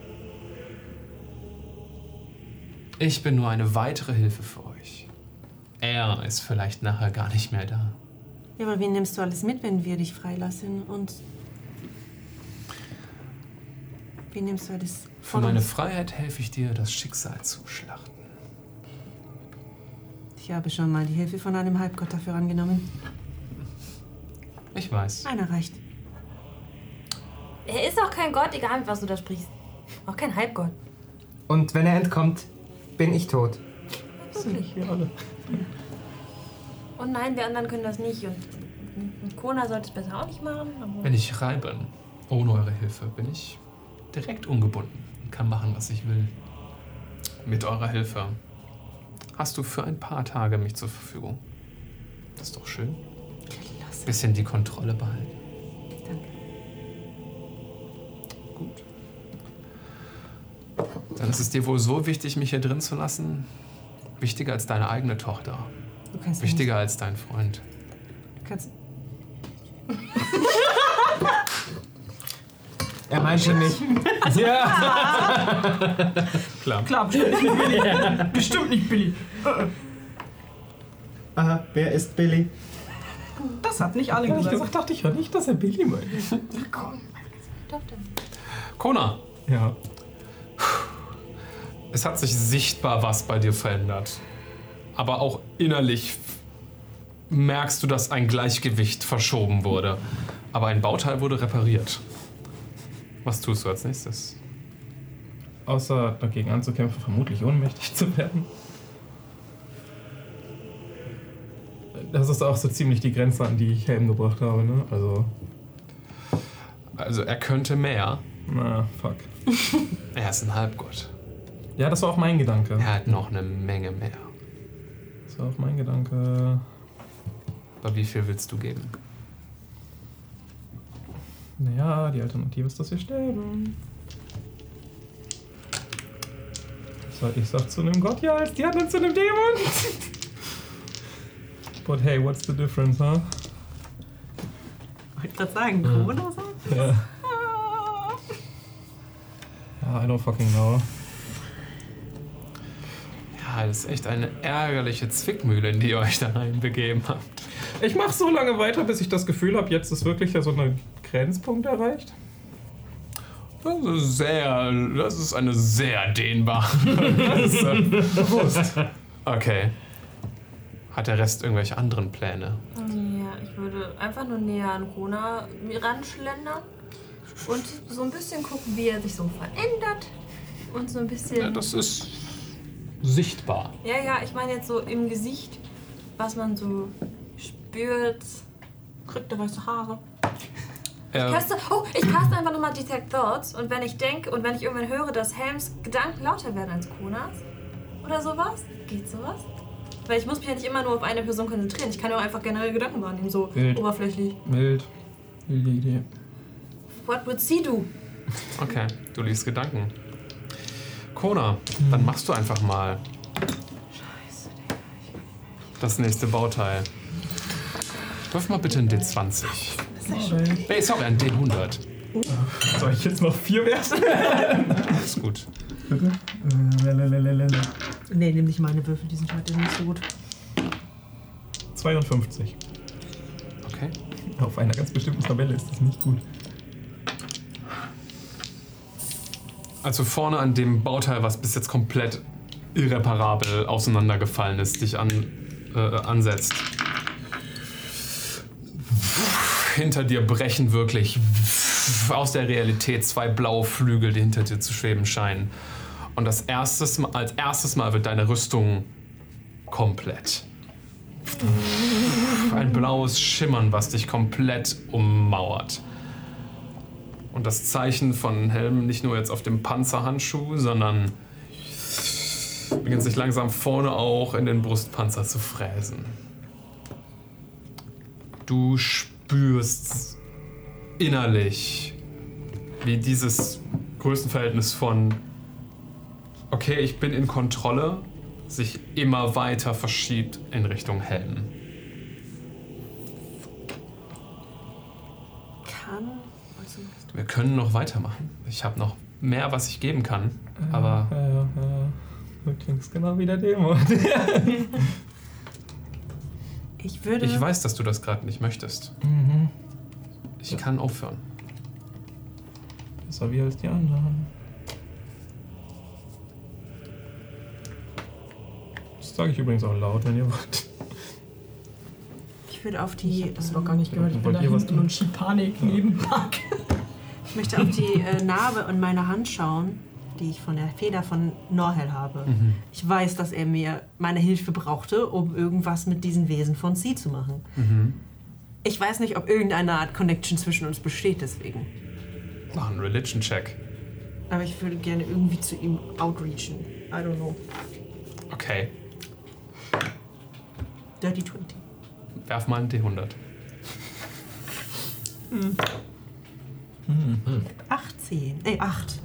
Ich bin nur eine weitere Hilfe für euch. Er ist vielleicht nachher gar nicht mehr da. Ja, aber wen nimmst du alles mit, wenn wir dich freilassen? Und wen nimmst du alles Für von meine uns? Freiheit helfe ich dir, das Schicksal zu schlachten. Ich habe schon mal die Hilfe von einem Halbgott dafür angenommen. Ich weiß. Einer reicht. Er ist auch kein Gott, egal mit was du da sprichst. Auch kein Halbgott. Und wenn er entkommt, bin ich tot. Wirklich. Und nein, wir anderen können das nicht. Und, und Kona sollte es besser auch nicht machen. aber- Wenn ich frei bin, ohne eure Hilfe, bin ich direkt ungebunden und kann machen, was ich will. Mit eurer Hilfe hast du für ein paar Tage mich zur Verfügung. Das ist doch schön. Bisschen die Kontrolle behalten. Danke. Gut. Dann ist es dir wohl so wichtig, mich hier drin zu lassen. Wichtiger als deine eigene Tochter. Du kannst mich Wichtiger als dein Freund. nicht- Du kannst. Er meinte mich. Ja. Klar. Klar, bestimmt nicht Billy. Bestimmt nicht Billy. Aha, wer ist Billy? Das hat nicht alle Ehrlich gesagt. gesagt dachte ich ja nicht, dass er Billy meint. Kona. Ja. Es hat sich sichtbar was bei dir verändert. Aber auch innerlich merkst du, dass ein Gleichgewicht verschoben wurde. Aber ein Bauteil wurde repariert. Was tust du als nächstes? Außer dagegen anzukämpfen, vermutlich ohnmächtig zu werden. Das ist auch so ziemlich die Grenze, an die ich Helm gebracht habe, ne? Also, Also er könnte mehr. na, fuck. Er ist ein Halbgott. Ja, das war auch mein Gedanke. Er hat noch eine Menge mehr. Das war auch mein Gedanke. Aber wie viel willst du geben? Naja, die Alternative ist, dass wir sterben. So, ich sag zu einem Gott ja, als die anderen zu einem Dämon. But hey, what's the difference, huh? Ich wollte gerade sagen, Ja. Corona sagt? Ja. Ja, I don't fucking know. Ja, das ist echt eine ärgerliche Zwickmühle, in die ihr euch da reinbegeben habt. Ich mach so lange weiter, bis ich das Gefühl habe, jetzt ist wirklich so ein Grenzpunkt erreicht. Das ist sehr, das ist eine sehr dehnbare Grenze. Bewusst. Okay. Hat der Rest irgendwelche anderen Pläne? Ja, ich würde einfach nur näher an Rona mir ranschlendern und so ein bisschen gucken, wie er sich so verändert. Und so ein bisschen. Ja, das ist sichtbar. Ja, ja, ich meine jetzt so im Gesicht, was man so spürt. Kriegt er weiße Haare. Ich Er, caste, oh, ich caste einfach nochmal Detect Thoughts und wenn ich denke und wenn ich irgendwann höre, dass Helms Gedanken lauter werden als Konas oder sowas, geht sowas? Weil ich muss mich ja nicht immer nur auf eine Person konzentrieren. Ich kann ja auch einfach generell Gedanken wahrnehmen, so Wild. oberflächlich. Wild. Wilde Idee. What would sie do? okay, du liest Gedanken. Kona, dann machst du einfach mal. Das nächste Bauteil. Wirf mal bitte ein D20. Nee, sorry, ein D100. Soll ich jetzt noch vier werfen? Alles gut. Bitte? Äh, lalalala. Nee, nimm nicht meine Würfel, die sind heute nicht so gut. 52. Okay. Auf einer ganz bestimmten Tabelle ist das nicht gut. Also vorne an dem Bauteil, was bis jetzt komplett irreparabel auseinandergefallen ist, dich an, äh, ansetzt. Hinter dir brechen wirklich aus der Realität zwei blaue Flügel, die hinter dir zu schweben scheinen. Und das erstes, Mal- als erstes Mal wird deine Rüstung komplett. Ein blaues Schimmern, was dich komplett ummauert. Und das Zeichen von Helm nicht nur jetzt auf dem Panzerhandschuh, sondern beginnt sich langsam vorne auch in den Brustpanzer zu fräsen. Du spürst innerlich, wie dieses Größenverhältnis von okay, ich bin in Kontrolle, sich immer weiter verschiebt in Richtung Helm. Kann. Also, Wir können noch weitermachen. Ich habe noch mehr, was ich geben kann, Ah. aber Ja, ja, ja. Du klingst genau wie der Demo. ich würde. ich weiß, dass du das gerade nicht möchtest. Mhm. Ich kann aufhören. Besser wie als die anderen. Das sage ich übrigens auch laut, wenn ihr wollt. Ich würde auf die. Das war gar nicht gehört. Ich bin Wollt da ihr was hinten tun? und schieb Panik neben Park. Ich möchte auf die äh, Narbe an meiner Hand schauen, die ich von der Feder von Norhel habe. Mhm. Ich weiß, dass er mir meine Hilfe brauchte, um irgendwas mit diesen Wesen von Sie zu machen. Mhm. Ich weiß nicht, ob irgendeine Art Connection zwischen uns besteht deswegen. Mach einen Religion-Check. Aber ich würde gerne irgendwie zu ihm outreachen. I don't know. Okay, Dirty 20. werf mal einen D100. 18. Ey, 8.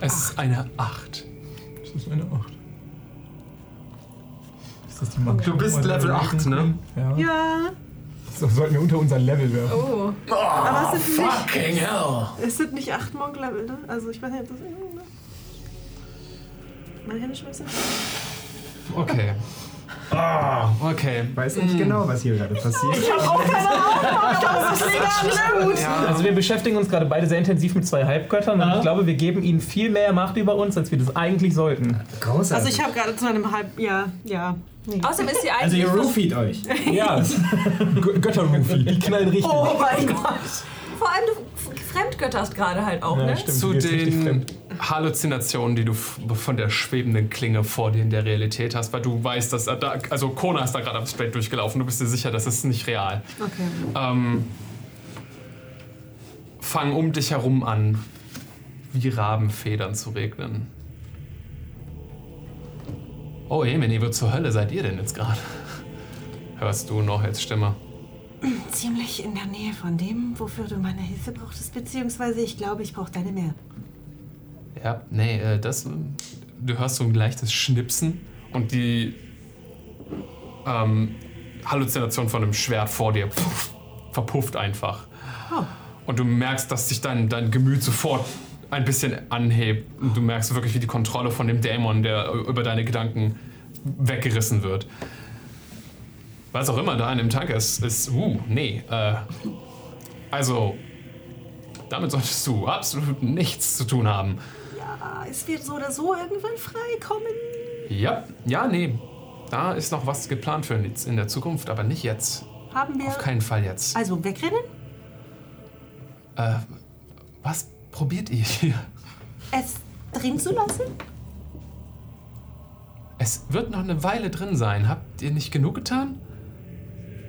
Es ist eine 8. Das ist eine 8. Ist das die Macht? Du bist Level 8, ne? Ja. Ja. So sollten wir unter unser Level werfen. Oh. Aber es sind fucking nicht, hell. Es sind nicht 8 Monk Level, ne? Also ich weiß nicht, ob das. Meine Hände schmeißen. Also, Okay. Ah. Okay. Weiß nicht genau, was hier gerade passiert. Ich hab auch keine Ahnung. Ich glaube, das liegt an nicht gut. Also wir beschäftigen uns gerade beide sehr intensiv mit zwei Halbgöttern und ich glaube, wir geben ihnen viel mehr Macht über uns, als wir das eigentlich sollten. Großartig. Also ich habe gerade zu einem halb. Ja, ja. Nee. Außerdem ist sie Also eigentlich. ihr roofied euch. Ja. Götterrufi. Die knallen richtig. Oh mein Gott. vor allem du f- fremdgötterst gerade halt auch, Ja, ne? stimmt. Zu Mir ist richtig den fremd. Halluzinationen, die du f- von der schwebenden Klinge vor dir in der Realität hast, weil du weißt, dass er da, also Kona ist da gerade am Straight durchgelaufen, du bist dir sicher, das ist nicht real. Okay. Ähm, fangen um dich herum an, wie Rabenfedern zu regnen. Oh, Emini, wo zur Hölle seid ihr denn jetzt gerade? Hörst du noch als Stimme? Ziemlich in der Nähe von dem, wofür du meine Hilfe brauchtest, beziehungsweise ich glaube, ich brauche deine mehr. Ja, nee, äh, das. äh, Du hörst so ein leichtes Schnipsen und die ähm, Halluzination von einem Schwert vor dir pff, verpufft einfach. Oh. Und du merkst, dass sich dein, dein Gemüt sofort ein bisschen anhebt. Und du merkst wirklich, wie die Kontrolle von dem Dämon, der über deine Gedanken weggerissen wird. Was auch immer da in dem Tank ist, ist. Uh, nee. Äh, also, damit solltest du absolut nichts zu tun haben. Ja, es wird so oder so irgendwann freikommen. Ja, ja, nee. Da ist noch was geplant für Nitz in der Zukunft, aber nicht jetzt. Haben wir. Auf keinen Fall jetzt. Also wegrennen? Äh, was probiert ihr hier? Es drin zu lassen? Es wird noch eine Weile drin sein. Habt ihr nicht genug getan?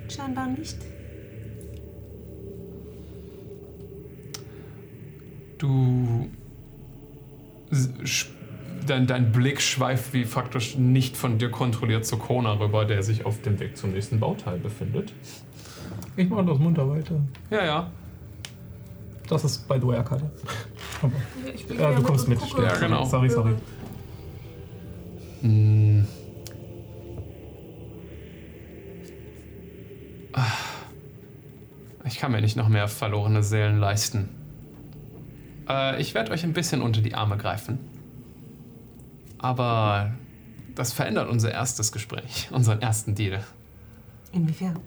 Scheinbar nicht. Du. s- sch- Dein, dein Blick schweift wie faktisch nicht von dir kontrolliert zu Kona rüber, der sich auf dem Weg zum nächsten Bauteil befindet. Ich mache das munter weiter. Ja, ja. Das ist by the way Arcade. Ich bin Äh, wieder du kommst mit. gucke. Ja, genau. Sorry, sorry. Mm. Ah. Ich kann mir nicht noch mehr verlorene Seelen leisten. Äh, ich werde euch ein bisschen unter die Arme greifen. Aber das verändert unser erstes Gespräch, unseren ersten Deal. Inwiefern?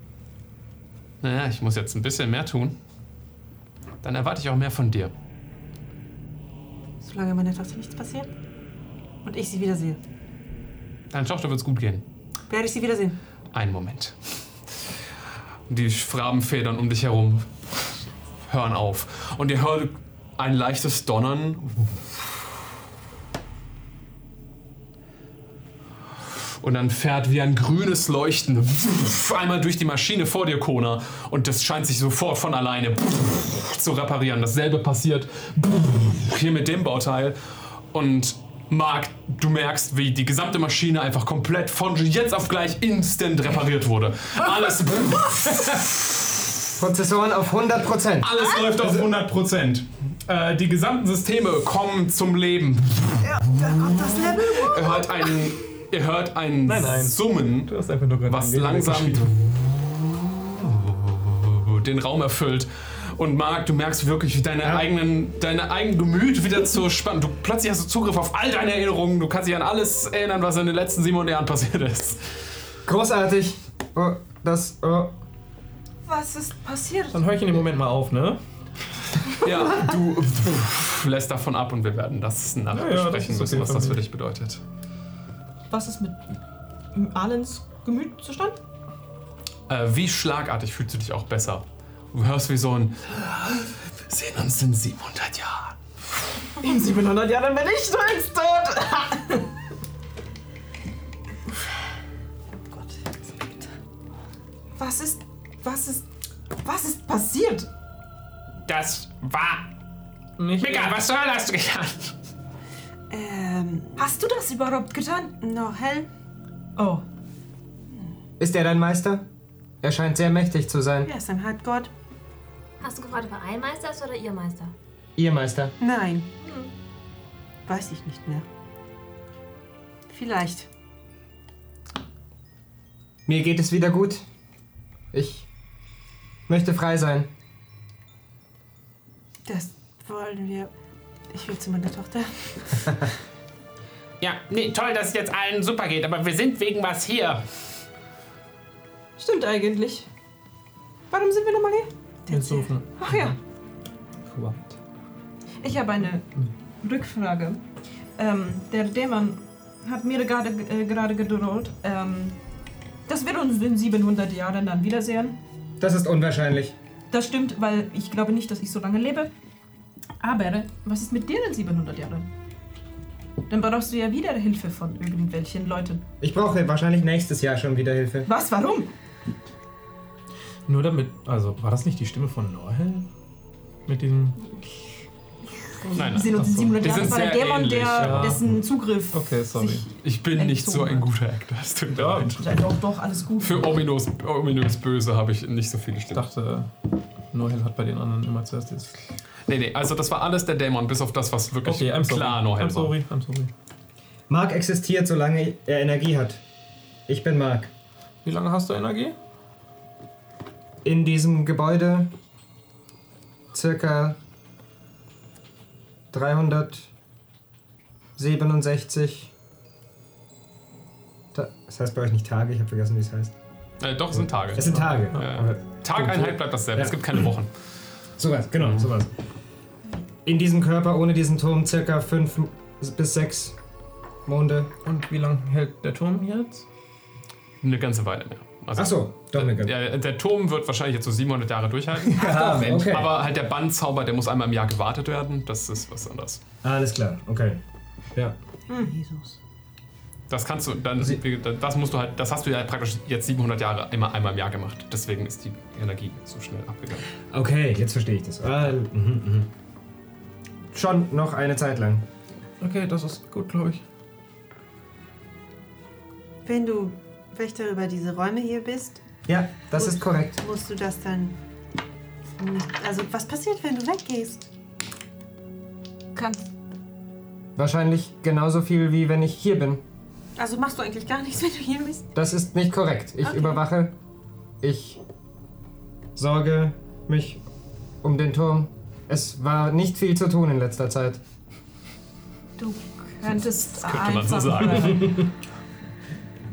Naja, ich muss jetzt ein bisschen mehr tun. Dann erwarte ich auch mehr von dir. Solange meiner Tochter nichts passiert und ich sie wiedersehe, Deiner Tochter wird's gut gehen. werde ich sie wiedersehen. Einen Moment. Die Schrabenfedern um dich herum hören auf. Und ihr hört ein leichtes Donnern. Und dann fährt wie ein grünes Leuchten einmal durch die Maschine vor dir, Kona. Und das scheint sich sofort von alleine zu reparieren. Dasselbe passiert hier mit dem Bauteil. Und Marc, du merkst, wie die gesamte Maschine einfach komplett von jetzt auf gleich instant repariert wurde. Alles, Prozessoren auf 100%. alles läuft auf 100%. Äh, die gesamten Systeme kommen zum Leben. Das Level? Ihr hört ein, ihr hört ein Summen, was langsam Oh, den Raum erfüllt. Und Marc, du merkst wirklich, wie deine eigenen, deine eigenen Gemüt wieder zur Spannung. Du plötzlich hast du Zugriff auf all deine Erinnerungen. Du kannst dich an alles erinnern, was in den letzten Simon Jahren passiert ist. Großartig. Oh, das. Oh. Was ist passiert? Dann höre ich in dem Moment mal auf, ne? Ja, du lässt davon ab und wir werden das Ja, ja, das nachbesprechen ist okay müssen, was für das mich. für dich bedeutet. Was ist mit Alens Gemütszustand? Äh, wie schlagartig fühlst du dich auch besser? Du hörst wie so ein Sehen uns in 700 Jahren. In 700 Jahren bin ich längst tot. Was ist, was ist, was ist passiert? Das war. Mika, was soll das getan? Ähm, Hast du das überhaupt getan? noch hell? Oh, Ist er dein Meister? Er scheint sehr mächtig zu sein. Er ist ein Halbgott. Hast du gefragt, ob er ein Meister ist oder ihr Meister? Ihr Meister. Nein. Weiß ich nicht mehr. Vielleicht. Mir geht es wieder gut. Ich möchte frei sein. Das wollen wir. Ich will zu meiner Tochter. Ja, nee, toll, dass es jetzt allen super geht, aber wir sind wegen was hier. stimmt eigentlich. Warum sind wir nochmal hier? Jetzt suchen. Ach ja, Cool. ich habe eine Rückfrage. Ähm, der Dämon hat mir gerade, äh, gerade gedroht, ähm, dass wir uns in 700 Jahren dann wiedersehen. Das ist unwahrscheinlich. Das stimmt, weil ich glaube nicht, dass ich so lange lebe. Aber was ist mit dir in 700 Jahren? Dann brauchst du ja wieder Hilfe von irgendwelchen Leuten. Ich brauche wahrscheinlich nächstes Jahr schon wieder Hilfe. Was? Warum? Nur damit, also war das nicht die Stimme von Norhel? Mit diesem. Nein, Wir sehen uns in 700 Jahren. Das war der Dämon, der, ja. dessen Zugriff. Okay, sorry. Ich bin nicht so ein guter Actor, es tut mir leid. Ja, doch, doch, alles gut. Für ominös, ominös Böse habe ich nicht so viele Ich Stimmen. dachte, Norhel hat bei den anderen immer zuerst das. Nee, nee, also das war alles der Dämon, bis auf das, was wirklich klar nur I'm hell war. sorry, I'm sorry. Mark existiert, solange er Energie hat. Ich bin Mark. Wie lange hast du Energie? In diesem Gebäude circa 367. Ta- Das heißt bei euch nicht Tage, ich habe vergessen, wie es heißt. Äh, doch, es sind Tage. Es sind Tage. Ja. Tageinheit bleibt dasselbe, es gibt keine Wochen. Sowas, genau, sowas. In diesem Körper ohne diesen Turm circa fünf bis sechs Monde. Und wie lange hält der Turm jetzt? eine ganze Weile mehr. Also, Ach so, doch eine ganze der, der Turm wird wahrscheinlich jetzt so 700 Jahre durchhalten. Ja, okay. Aber halt der Bandzauber, der muss einmal im Jahr gewartet werden. Das ist was anderes. Alles klar, okay. Ja. Jesus. Das kannst du, dann, das musst du halt, das hast du ja praktisch jetzt 700 Jahre immer einmal im Jahr gemacht. Deswegen ist die Energie so schnell abgegangen. Okay, jetzt verstehe ich das. Ah, mhm, mhm. Schon noch eine Zeit lang. Okay, das ist gut, glaube ich. Wenn du Wächter über diese Räume hier bist, Ja, das ist korrekt. musst du das dann. nicht- Also, was passiert, wenn du weggehst? Kannst. Wahrscheinlich genauso viel wie wenn ich hier bin. Also, machst du eigentlich gar nichts, wenn du hier bist? Das ist nicht korrekt. Ich Okay. überwache. Ich sorge mich um den Turm. Es war nicht viel zu tun in letzter Zeit. Du könntest könnte man so einfach sagen. äh,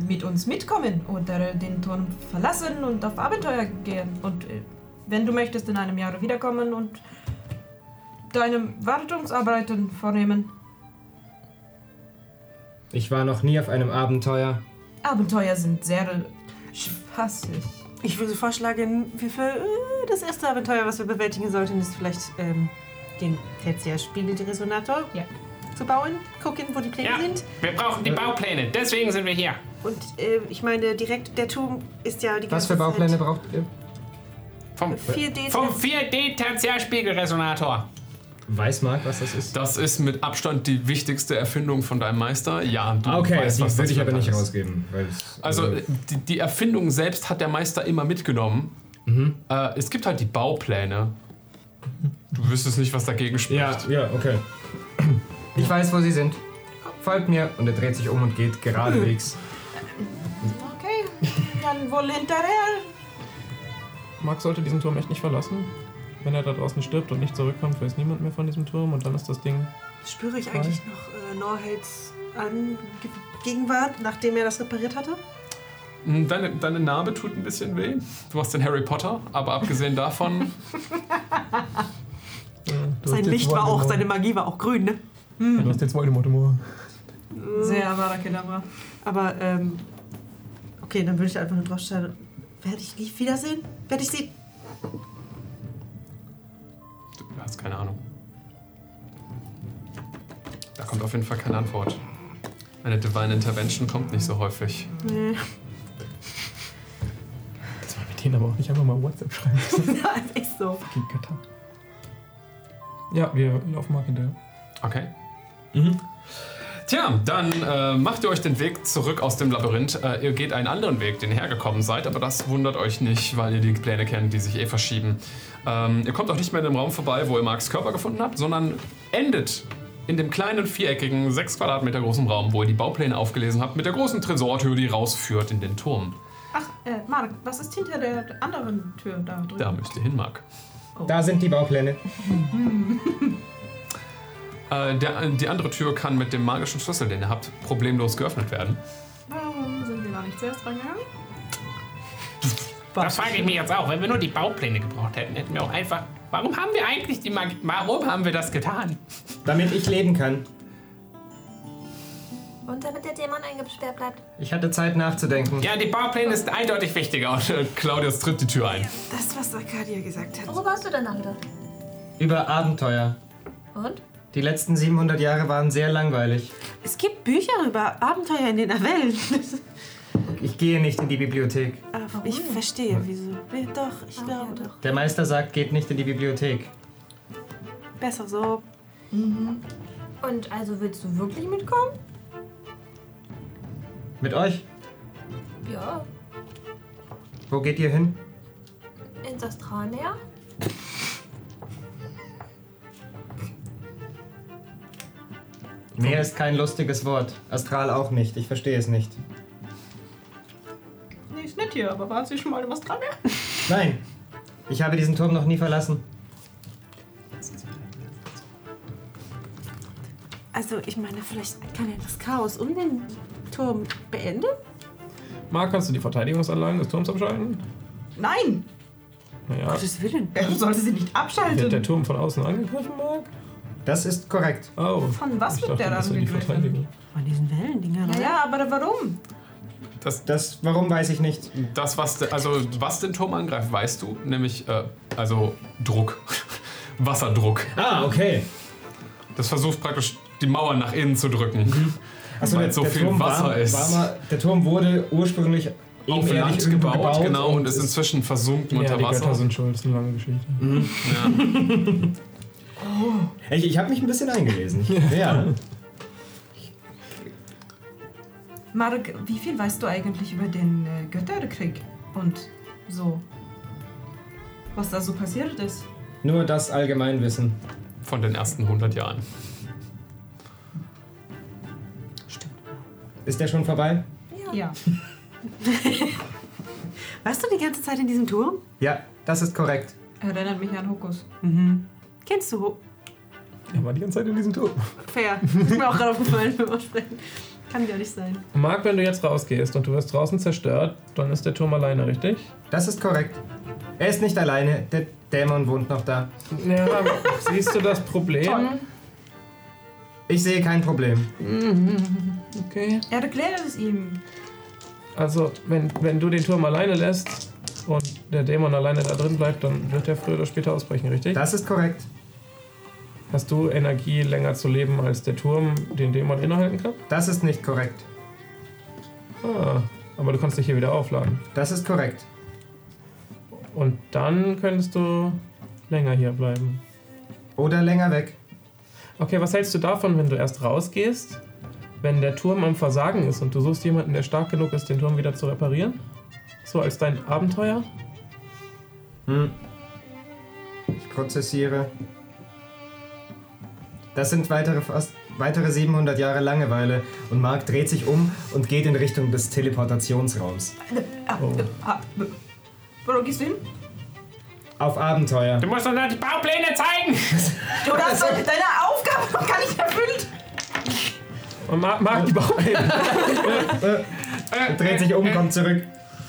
mit uns mitkommen oder den Turm verlassen und auf Abenteuer gehen. Und äh, wenn du möchtest, in einem Jahr wiederkommen und deine Wartungsarbeiten vornehmen. Ich war noch nie auf einem Abenteuer. Abenteuer sind sehr spaßig. Ich würde vorschlagen, wir ver äh, das erste Abenteuer, was wir bewältigen sollten, ist vielleicht ähm, den Tertia-Spiegel-Resonator zu bauen. Gucken, wo die Pläne sind. Wir brauchen die Baupläne, deswegen sind wir hier. Und äh, ich meine, direkt der Turm ist ja die ganze Was für Baupläne Zeit braucht ihr? Vom, 4D. vom 4D-Tertiärspiegelresonator. Weiß Marc, was das ist? Das ist mit Abstand die wichtigste Erfindung von deinem Meister. Ja, du Ah, okay, weißt, die was das würde ich für aber ein nicht Teil ist. rausgeben. Weil es, Also die, die Erfindung selbst hat der Meister immer mitgenommen. Äh, es gibt halt die Baupläne. Du wüsstest nicht, was dagegen spricht. Ja, ja, okay. Ich weiß, wo sie sind. Folgt mir. Und er dreht sich um und geht geradewegs. Okay, dann wohl hinterher. Mark sollte diesen Turm echt nicht verlassen. Wenn er da draußen stirbt und nicht zurückkommt, weiß niemand mehr von diesem Turm und dann ist das Ding. äh, Spüre ich eigentlich noch äh, Norhelds Ange- Gegenwart, nachdem er das repariert hatte? Mm, Deine, deine Narbe tut ein bisschen weh. Du machst den Harry Potter, aber abgesehen davon, Sein Licht war auch, seine Magie war auch grün, ne? Du hast jetzt Voldemort im Ohr. Sehr wahrer Kedavra. Aber, ähm, okay, dann würde ich einfach nur draufstellen. Werde ich nie wiedersehen? Werde ich sie. du hast keine Ahnung. Da kommt auf jeden Fall keine Antwort. Eine Divine Intervention kommt nicht so häufig. Nee. Das war mit denen aber auch nicht einfach mal WhatsApp schreiben. das ist echt so. Gegen Katar. Ja, wir laufen mal hinterher. Okay. Tja, dann äh, macht ihr euch den Weg zurück aus dem Labyrinth. Äh, ihr geht einen anderen Weg, den ihr hergekommen seid, aber das wundert euch nicht, weil ihr die Pläne kennt, die sich eh verschieben. Ähm, ihr kommt auch nicht mehr in dem Raum vorbei, wo ihr Marks Körper gefunden habt, sondern endet in dem kleinen, viereckigen, sechs Quadratmeter großen Raum, wo ihr die Baupläne aufgelesen habt, mit der großen Tresortür, die rausführt in den Turm. Ach, äh, Marc, was ist hinter der anderen Tür da drüben? Da müsst ihr hin, Mark. Da sind die Baupläne. Äh, der, die andere Tür kann mit dem magischen Schlüssel, den ihr habt, problemlos geöffnet werden. Warum sind wir da nicht zuerst dran gegangen? Das frage ich mich jetzt auch. Wenn wir nur die Baupläne gebraucht hätten, hätten wir auch einfach. Warum haben wir eigentlich die Magie? Warum haben wir das getan? Damit ich leben kann. Und damit der Dämon eingesperrt bleibt. Ich hatte Zeit nachzudenken. Ja, die Baupläne ist eindeutig wichtiger. Und äh, Claudius tritt die Tür ein. Das, was Arcadia gesagt hat. Worüber hast du denn da gedacht? Über Abenteuer. Und? Die letzten 700 Jahre waren sehr langweilig. Es gibt Bücher über Abenteuer in den Welt. Ich gehe nicht in die Bibliothek. Aber ich verstehe, wieso. Ja, Doch, ich glaube doch. Der Meister sagt, geht nicht in die Bibliothek. Besser so. Und also willst du wirklich mitkommen? Mit euch? Ja. Wo geht ihr hin? Ins Astralmeer? Meer ist kein lustiges Wort. Astral auch nicht. Ich verstehe es nicht. Nee, ist nett hier, aber waren Sie schon mal was dran? Nein, ich habe diesen Turm noch nie verlassen. Also, ich meine, vielleicht kann er das Chaos um den Turm beenden? Mark, kannst du die Verteidigungsanlagen des Turms abschalten? Nein! Naja. Gottes Willen. Warum sollte sie nicht Wird der abschalten? Turm von außen angegriffen, Mark? Das ist korrekt. Oh. Von was ich wird dachte, der das wäre die angegriffen? Verteidigung. Von diesen Wellendingern. Naja, aber warum? Das, warum weiß ich nicht. Das, was, de- also, was den Turm angreift, weißt du, nämlich, äh, also Druck. Wasserdruck. Ah, okay. Das versucht praktisch, die Mauer nach innen zu drücken. Mhm. Achso, weil der, so der viel Turm Wasser war, ist. War mal, der Turm wurde ursprünglich auf ebenerdig Land irgendwo gebaut, genau, und ist inzwischen versunken Ja, unter die Wasser. Götter sind schuld, ist eine lange Geschichte. Ich, ich habe mich ein bisschen eingelesen. Ja. Marek, wie viel weißt du eigentlich über den äh, Götterkrieg und so? Was da so passiert ist? Nur das Allgemeinwissen. Von den ersten 100 Jahren. Ist der schon vorbei? Ja. Warst du die ganze Zeit in diesem Turm? Ja, das ist korrekt. Erinnert mich an Hokus. Mhm. Kennst du Ho- Er war die ganze Zeit in diesem Turm. Fair. Ist mir auch gerade aufgefallen, wenn wir sprechen. Kann ja nicht sein. Marc, wenn du jetzt rausgehst und du wirst draußen zerstört, dann ist der Turm alleine, richtig? Das ist korrekt. Er ist nicht alleine. Der Dämon wohnt noch da. Ja, aber siehst du das Problem? Toll. Ich sehe kein Problem. Okay. Erklär es ihm. Also, wenn, wenn du den Turm alleine lässt und der Dämon alleine da drin bleibt, dann wird er früher oder später ausbrechen, richtig? Das ist korrekt. Hast du Energie länger zu leben, als der Turm den Dämon innehalten kann? Das ist nicht korrekt. Ah, aber du kannst dich hier wieder aufladen. Das ist korrekt. Und dann könntest du länger hier bleiben. Oder länger weg. Okay, was hältst du davon, wenn du erst rausgehst, wenn der Turm am Versagen ist und du suchst jemanden, der stark genug ist, den Turm wieder zu reparieren? So als dein Abenteuer? Hm. Ich prozessiere. Das sind weitere, fast, weitere 700 Jahre Langeweile und Mark dreht sich um und geht in Richtung des Teleportationsraums. Oh. Wo gehst du hin? Auf Abenteuer. Du musst doch noch die Baupläne zeigen! Du hast deine Aufgabe noch gar nicht erfüllt. Und mag, mag die Baupläne. Er dreht sich Äh, um, kommt zurück.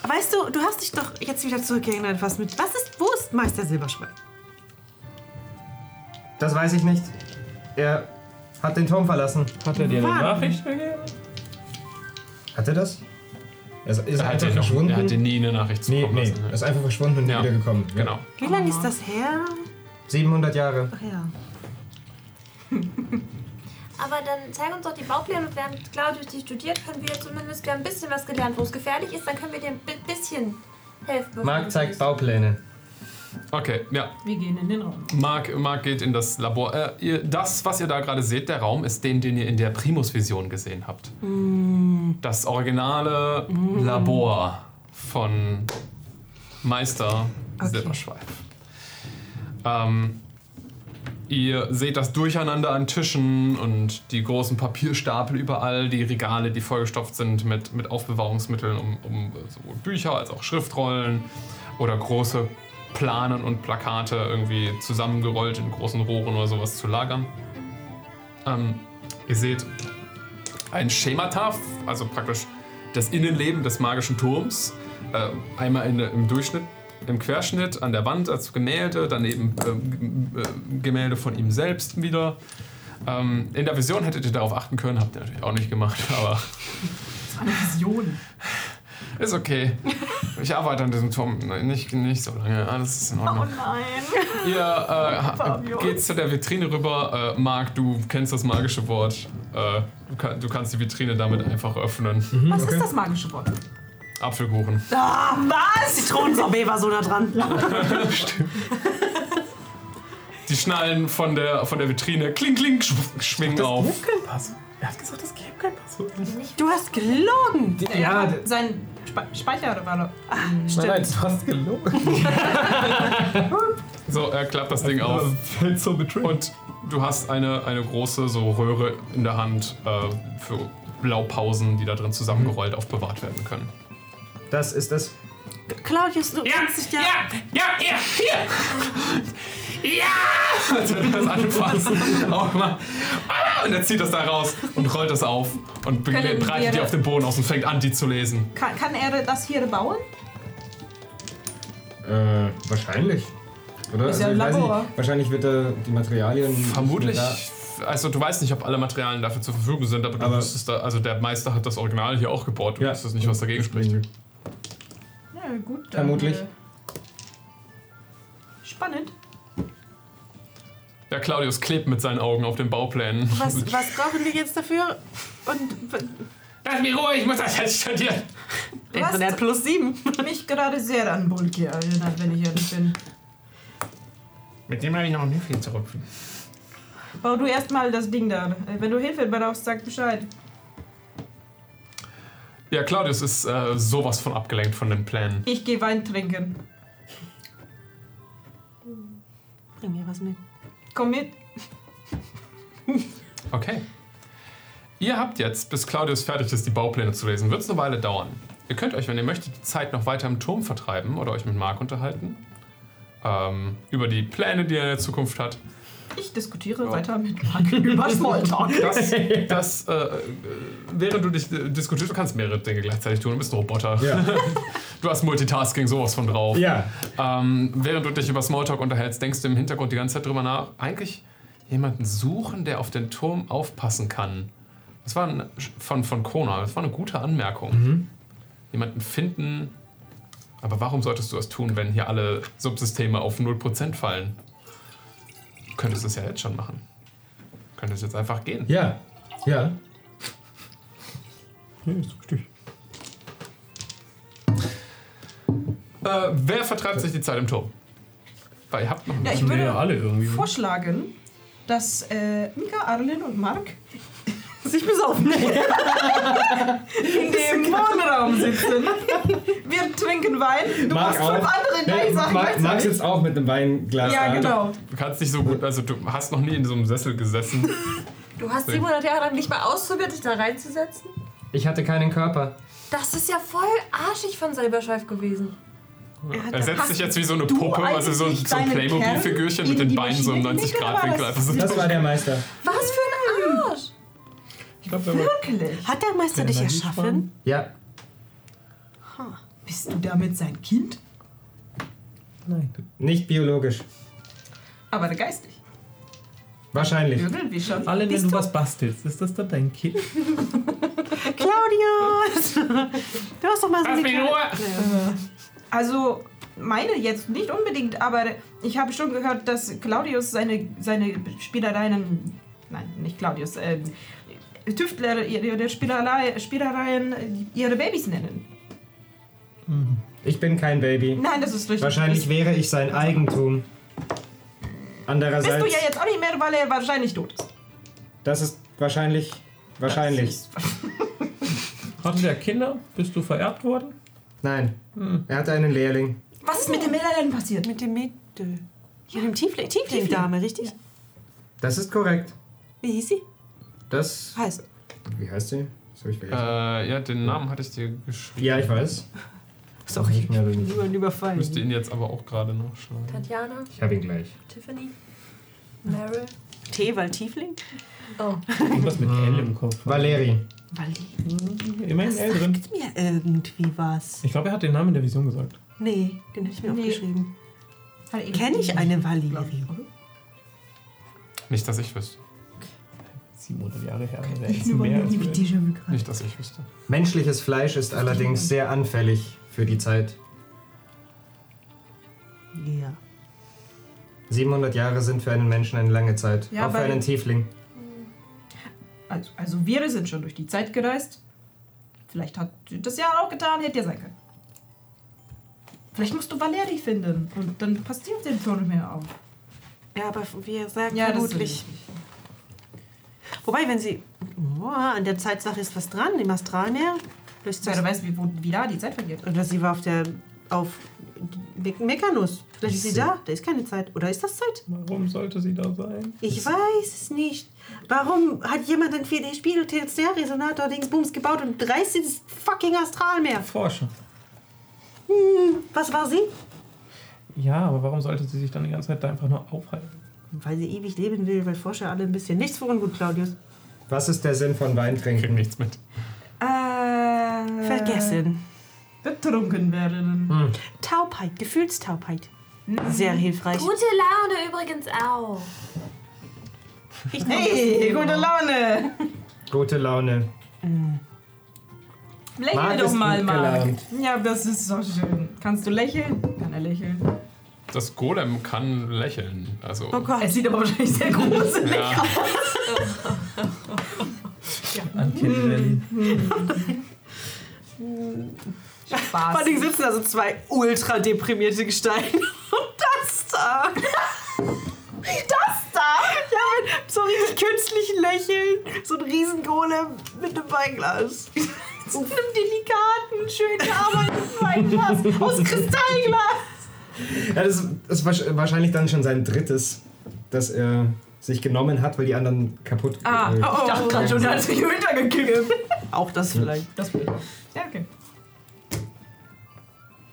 Weißt du, du hast dich doch jetzt wieder zurückerinnert, was mit. Was ist. Wo ist Meister Silberschwein? Das weiß ich nicht. Er hat den Turm verlassen. Hat er dir eine Wann? Nachricht gegeben? Hat er das? Er ist, ist Er hat einfach dir noch- verschwunden. er hat dir nie eine Nachricht nee, zukommen nee. lassen, ne? Er ist einfach verschwunden und nie wieder gekommen. Genau. Wie lange ist das her? 700 Jahre. Oh Ach ja. Aber dann zeig uns doch die Baupläne und während Claudia die studiert, können wir zumindest wir haben ein bisschen was gelernt, wo es gefährlich ist, dann können wir dir ein bi- bisschen helfen. bevor Mark du zeigt Baupläne. Okay, ja. Wir gehen in den Raum. Mark, Mark geht in das Labor. Äh, ihr, das, was ihr da gerade seht, der Raum, ist den, den ihr in der Primus-Vision gesehen habt. Mm. Das originale Labor von Meister Silberschweif. Ähm, ihr seht das Durcheinander an Tischen und die großen Papierstapel überall, die Regale, die vollgestopft sind mit, mit Aufbewahrungsmitteln, um, um sowohl Bücher als auch Schriftrollen oder große Planen und Plakate irgendwie zusammengerollt in großen Rohren oder sowas zu lagern. Ähm, ihr seht ein Schemata, f- also praktisch das Innenleben des magischen Turms. Äh, einmal in, im Durchschnitt, im Querschnitt an der Wand als Gemälde, daneben ähm, g- äh, Gemälde von ihm selbst wieder. Ähm, in der Vision hättet ihr darauf achten können, habt ihr natürlich auch nicht gemacht, aber Das war eine Vision. ist okay. Ich arbeite an diesem Turm nicht, nicht so lange, alles ist in Ordnung. Oh nein. Ihr äh, ha- Fabio. geht zu der Vitrine rüber. Äh, Marc, du kennst das magische Wort. Äh, du, kann, du kannst die Vitrine damit einfach öffnen. Was ist das magische Wort? Apfelkuchen. Ah, was? Zitronensorbet war so da dran. Die Schnallen von der, von der Vitrine kling, kling, sch schwingen auf. Kein Pass. Er hat gesagt, es gäbe kein Pass. Du hast gelogen. Ja, sein Spe Speicher war doch. Ah, Nein, nein, du hast gelogen. So, er klappt das Ding auf. Fällt so betrübt. Und du hast eine, eine große so Röhre in der Hand äh, für Blaupausen, die da drin zusammengerollt aufbewahrt werden können. Das ist es. Claudius, du kannst dich ja. Ja, hier, hier! Ja! Als würde er das anfassen. Auch mal. Ah, Und er zieht das da raus und rollt das auf und Können be- wir- breitet die auf den Boden aus und fängt an, die zu lesen. Kann, kann er das hier bauen? Äh, wahrscheinlich. Oder? Also Ist ja ein ich weiß Labor. nicht, wahrscheinlich wird er die Materialien. Vermutlich, Da. also du weißt nicht, ob alle Materialien dafür zur Verfügung sind, aber, du wüsstest da, also der Meister hat das Original hier auch gebohrt, du wüsstest nicht, was dagegen spricht. Ja, gut. dann, Vermutlich. äh, Spannend. Ja, Claudius klebt mit seinen Augen auf den Bauplänen. Was, was brauchen wir jetzt dafür? Und. Lass mich ruhig, ich muss das jetzt studieren. Internet plus 7. Mich gerade sehr an Bulki erinnert, wenn ich ehrlich bin. Mit dem habe ich noch ein viel zurückfinden. Bau du erstmal das Ding da. Äh, Wenn du Hilfe brauchst, sag Bescheid. Ja, Claudius ist äh, sowas von abgelenkt von den Plänen. Ich gehe Wein trinken. Bring mir was mit. Komm mit. Okay. Ihr habt jetzt, bis Claudius fertig ist, die Baupläne zu lesen. Wird es eine Weile dauern. Ihr könnt euch, wenn ihr möchtet, die Zeit noch weiter im Turm vertreiben oder euch mit Mark unterhalten. Ähm, über die Pläne, die er in der Zukunft hat. Ich diskutiere weiter mit Mark über Smalltalk. Das, das äh, äh, während du dich äh, diskutierst, du kannst mehrere Dinge gleichzeitig tun. Du bist ein Roboter. Du hast Multitasking sowas von drauf. Ja. Ähm, während du dich über Smalltalk unterhältst, denkst du im Hintergrund die ganze Zeit drüber nach, eigentlich jemanden suchen, der auf den Turm aufpassen kann. Das war ein, von, von Kona, das war eine gute Anmerkung. Jemanden finden. Aber warum solltest du das tun, wenn hier alle Subsysteme auf 0% fallen? Du könntest es ja jetzt schon machen. Du könntest jetzt einfach gehen. Ja, ja. Äh, wer vertreibt sich die Zeit im Turm? Weil ihr habt noch ein Ja, ich bisschen- würde vorschlagen, dass äh, Mika, Arlen und Mark sich besaufen. In dem Wohnraum sitzen. Wir trinken Wein. Du machst fünf andere Nee, gleiche Sachen. Marc, Marc gleichzeitig. sitzt auch mit einem Weinglas Ja, da. genau. Du kannst nicht so gut, also du hast noch nie in so einem Sessel gesessen. Du hast 700 Jahre lang nicht mal ausprobiert, dich da reinzusetzen? Ich hatte keinen Körper. Das ist ja voll arschig von Silberschweif gewesen. Er setzt sich jetzt wie so eine Puppe, also so, so ein deinen Playmobil-Figürchen mit den Beinen so um im 90-Grad-Winkel. einfach so Das war der Meister. Was für ein Arsch! Ich glaub, wenn man- Wirklich? Hat der Meister Kann dich man nicht erschaffen? Ja. Bist du damit sein Kind? Nein. Nicht biologisch. Aber geistig. Wahrscheinlich. Irgendwie schon. Alle, wenn Bist du du- was bastelst, ist das dann dein Kind? Claudius! Du hast doch mal so Lass eine mich in kleine- Also, meine jetzt nicht unbedingt, aber ich habe schon gehört, dass Claudius seine, seine Spielereien. Nein, nicht Claudius. Äh, Tüftler ihre Spielerei, Spielereien ihre Babys nennen. Ich bin kein Baby. Nein, das ist richtig. Wahrscheinlich wäre ich sein Eigentum. Bist Andererseits, du ja jetzt auch nicht mehr, weil er wahrscheinlich tot ist. das ist wahrscheinlich, wahrscheinlich. Hatte der Kinder? Bist du vererbt worden? Nein, Hm. er hatte einen Lehrling. Was ist mit dem Mädel denn passiert? Mit dem Mädel. Mit dem Tiefling, Tiefling-Dame, richtig? Das ist korrekt. Wie hieß sie? Das heißt. Wie heißt sie? Das habe ich vergessen. Äh, ja, den Namen hatte ich dir geschrieben. Ja, ich weiß. Sorry, ich also habe Niemand überfallen. Müsste ihn jetzt aber auch gerade nachschlagen. Tatjana, ihn gleich. Tiffany, Meryl. Tee, weil Tiefling? Oh. Irgendwas mit L im Kopf. Valeri. Valeri. Immerhin Das L drin. sagt mir irgendwie was. Ich glaube, er hat den Namen in der Vision gesagt. Nee, den hätte ich mir aufgeschrieben. Kenne ich eine Valeri? Nicht, dass ich wüsste. 700 Jahre her. Nicht, dass ich wüsste. Menschliches Fleisch ist allerdings sehr anfällig für die Zeit. Ja. 700 Jahre sind für einen Menschen eine lange Zeit. Ja, auch für weil- einen Tiefling. Also, also wir sind schon durch die Zeit gereist. Vielleicht hat das ja auch getan, hätte ja sein können. Vielleicht musst du Valeri finden und dann passt dir auf den Turm mehr auf. Ja, aber wir sagen Ja, das vermutlich. Wobei, wenn sie. Oh, an der Zeitsache ist was dran, im Astralmeer. Vielleicht Ja, du weißt, wie, wo, wie da die Zeit vergeht. Oder sie war auf der. auf Me Mekanus. Vielleicht ist sie da. Da ist keine Zeit. Oder ist das Zeit? Warum sollte sie da sein? Ich weiß es nicht. Warum hat jemand ein 4D-Spiel Tertiärresonator Dingsbums gebaut und reißt ins fucking Astralmeer? Forscher. Hm, was war sie? Ja, aber warum sollte sie sich dann die ganze Zeit da einfach nur aufhalten? Weil sie ewig leben will, weil Forscher alle ein bisschen nichts vor ungut, Claudius. Was ist der Sinn von Wein trinken? Ich krieg nichts mit. Äh, Vergessen. Betrunken werden. Taubheit, Gefühlstaubheit. Sehr hilfreich. Gute Laune übrigens auch. Hey, gute Laune! Gute Laune. Lächel Marc doch ist mal, gut Marc. gelaunt. Ja, das ist so schön. Kannst du lächeln? Kann er lächeln. Das Golem kann lächeln. Also. Oh Gott. Er sieht aber wahrscheinlich sehr gruselig Ja. aus. Vor allem sitzen da so zwei ultra deprimierte Gestalten. Und das da. Das da! Ja, mit so richtig künstlichen Lächeln. So ein Riesengolem mit einem Weinglas. Zu einem delikaten, schön gearbeiteten Weinglas aus Kristallglas. Ja, das ist wahrsch- wahrscheinlich dann schon sein drittes, das er sich genommen hat, weil die anderen kaputt Ah, äh, ich dachte gerade schon, er hat sich runtergekippt. Auch das vielleicht. Das Bild. Ja, okay.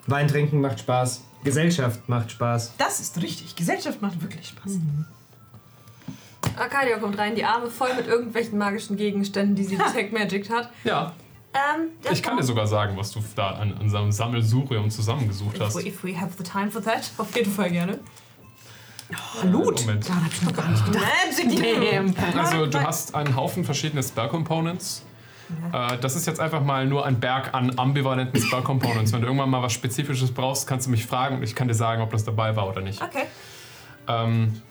Wein trinken macht Spaß. Gesellschaft macht Spaß. Das ist richtig. Gesellschaft macht wirklich Spaß. Arcadia kommt rein, die Arme voll mit irgendwelchen magischen Gegenständen, die sie Detect Magic hat. Ja, Ähm, der ich kann dir Baum- sogar sagen, was du da an unserem Sammelsurium zusammengesucht hast. If we, if we have the time for that, auf jeden Fall gerne. Blut! Äh, Moment. Magic Also du hast einen Haufen verschiedene Spell-Components. Äh, Das ist jetzt einfach mal nur ein Berg an ambivalenten Spell-Components. Wenn du irgendwann mal was Spezifisches brauchst, kannst du mich fragen und ich kann dir sagen, ob das dabei war oder nicht. Okay. Ähm,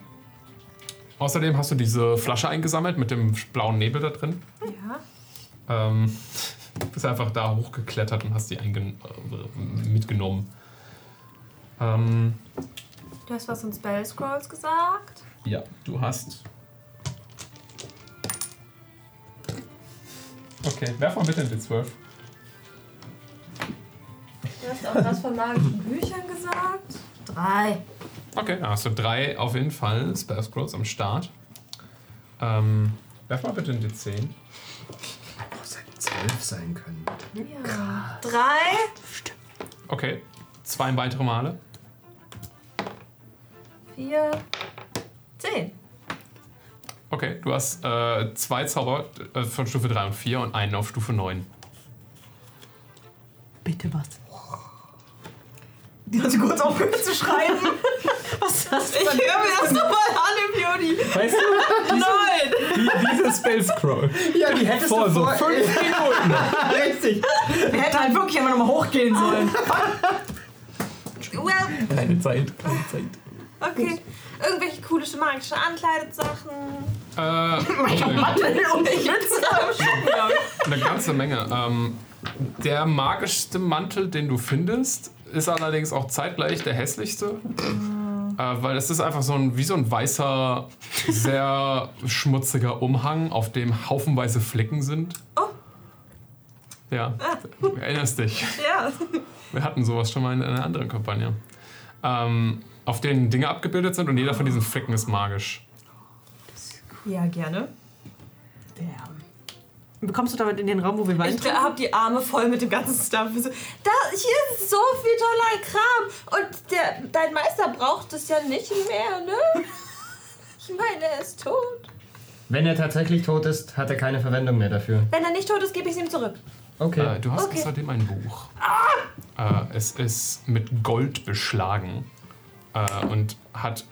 außerdem hast du diese Flasche eingesammelt mit dem blauen Nebel da drin. Ja. Ähm, bist einfach da hochgeklettert und hast die eingen- äh, mitgenommen. Ähm, Du hast was von Spell Scrolls gesagt. ja, du hast. Okay, werf mal bitte ein D12. Du hast auch was von magischen Büchern gesagt. Drei. Okay, dann hast du drei auf jeden Fall Spell Scrolls am Start. Ähm, werf mal bitte ein D10. Das hätten zwölf sein können. Ja. Drei. Okay, zwei weitere Male. Vier. Zehn. Okay, du hast äh, zwei Zauber äh, von Stufe 3 und 4 und einen auf Stufe 9. Bitte was. Die hatte kurz aufgehört zu schreiben. Was ist das? Ich höre mir das nochmal an im Juni. Weißt du, diese- Nein! Die, diese Spell Scroll. Ja, die hättest vor du so vor- fünf Minuten. Richtig. Wir hätten halt wirklich einmal nochmal hochgehen sollen. Well, Keine Zeit, keine Zeit. okay. Irgendwelche coole magische Ankleidesachen. Äh, eine, Mantel und ich Mütze. eine ganze Menge. Ähm, der magischste Mantel, den du findest, ist allerdings auch zeitgleich der hässlichste. Äh, weil es ist einfach so ein, wie so ein weißer, sehr schmutziger Umhang, auf dem haufenweise Flecken sind. Oh. Ja, du erinnerst dich. Ja. Wir hatten sowas schon mal in einer anderen Kampagne. Ähm, auf denen Dinge abgebildet sind und jeder von diesen Flecken ist magisch. Ja, gerne. Damn. Bekommst du damit in den Raum, wo wir Wein Ich hab die Arme voll mit dem ganzen Stuff. So, Da, hier ist so viel toller Kram. Und der, dein Meister braucht es ja nicht mehr, ne? Ich meine, er ist tot. Wenn er tatsächlich tot ist, hat er keine Verwendung mehr dafür. Wenn er nicht tot ist, gebe ich es ihm zurück. Okay. Äh, du hast Okay. außerdem ein Buch. Äh, es ist mit Gold beschlagen äh, und hat.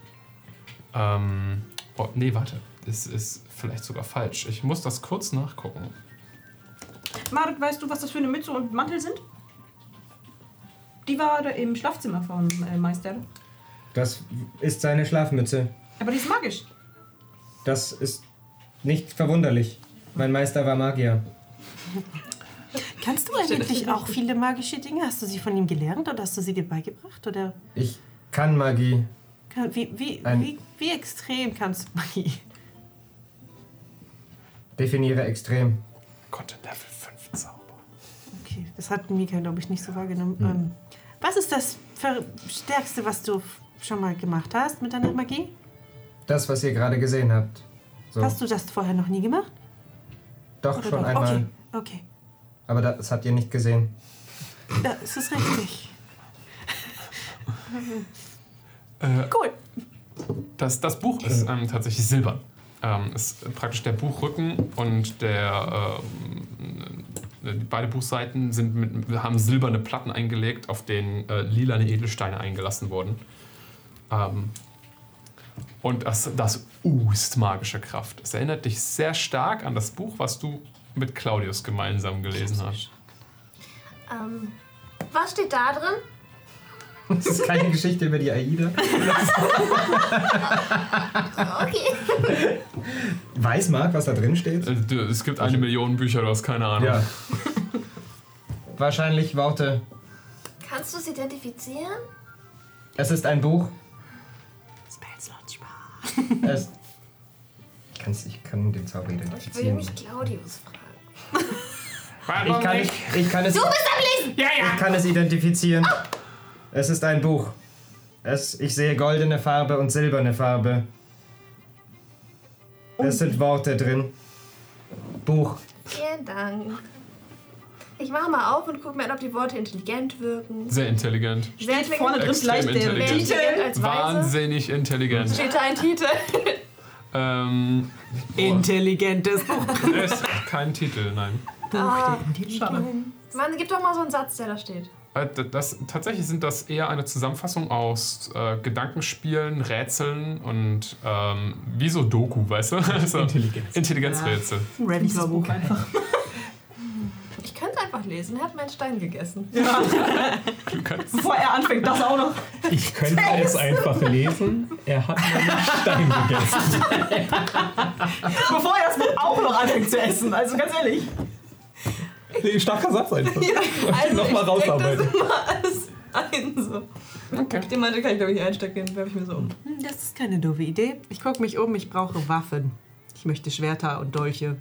Ähm, oh, nee, warte. Es ist vielleicht sogar falsch. Ich muss das kurz nachgucken. Marek, weißt du, was das für eine Mütze und Mantel sind? Die war da im Schlafzimmer vom äh, Meister. Das ist seine Schlafmütze. Aber die ist magisch. Das ist nicht verwunderlich. Mein Meister war Magier. Kannst du eigentlich auch viele magische Dinge? Hast du sie von ihm gelernt oder hast du sie dir beigebracht? Oder Ich kann Magie. kann, wie, wie, Ein- wie, wie extrem kannst du Magie? Definiere extrem. Gott, Level 5 Zauber. Okay, das hat Mika, glaube ich, nicht so wahrgenommen. Hm. Ähm, was ist das Ver Stärkste, was du f- schon mal gemacht hast mit deiner Magie? Das, was ihr gerade gesehen habt. So. Hast du das vorher noch nie gemacht? Doch, Oder schon doch? einmal. Okay, Aber das habt ihr nicht gesehen. okay. Ja, es ist richtig. Äh, cool. Das, das Buch ist ähm, tatsächlich silbern. Ähm, ist praktisch der Buchrücken und der ähm, äh, beide Buchseiten sind mit, haben silberne Platten eingelegt, auf denen äh, lilane Edelsteine eingelassen wurden. Ähm, Und das, das U ist magische Kraft. Es erinnert dich sehr stark an das Buch, was du mit Claudius gemeinsam gelesen hast. Ähm, was steht da drin? Das ist keine Geschichte über die Aida. Okay. Weiß Marc, was da drin steht? Äh, Es gibt eine Million Bücher, du hast keine Ahnung. Ja. Wahrscheinlich Worte. Kannst du es identifizieren? Es ist ein Buch. Spellslot Spaß. Es Kannst, ich kann den Zauber Ich will identifizieren. mich Claudius fragen. Ich kann, ich, ich kann es. Du bist am Lesen! Oh! Ja, Ich kann es identifizieren. Es ist ein Buch. Es, ich sehe goldene Farbe und silberne Farbe. Es sind Worte drin. Buch. Vielen Dank. Ich mache mal auf und gucke mir an, ob die Worte intelligent wirken. Sehr intelligent. Sehr intelligent. vorne drin Extrem vielleicht der intelligent. Intelligent als Weise. Wahnsinnig intelligent. Steht da ein Titel? Ähm, Intelligentes Buch. Es ist kein Titel, nein. Ah, Mann, gib doch mal so einen Satz, der da steht. Äh, d- Das, tatsächlich sind das eher eine Zusammenfassung aus äh, Gedankenspielen, Rätseln und ähm, wie so Doku, weißt du? Also, Intelligenz. Intelligenzrätsel. Ein Ravenclaw-Buch einfach. Ich könnte es einfach lesen. Er hat meinen Stein gegessen. Bevor er anfängt, das auch noch. Ich könnte es einfach lesen. Er hat meinen Stein gegessen. Bevor er das Buch auch noch anfängt zu essen. Also ganz ehrlich. Nee, starker Satz einfach. Ja, also Nochmal ich steck rausarbeiten. Das immer alles ein, so. Okay. Den Mantel kann ich, glaube ich, nicht einstecken. Werfe ich mir so um. Hm, Das ist keine doofe Idee. Ich gucke mich um, ich brauche Waffen. Ich möchte Schwerter und Dolche.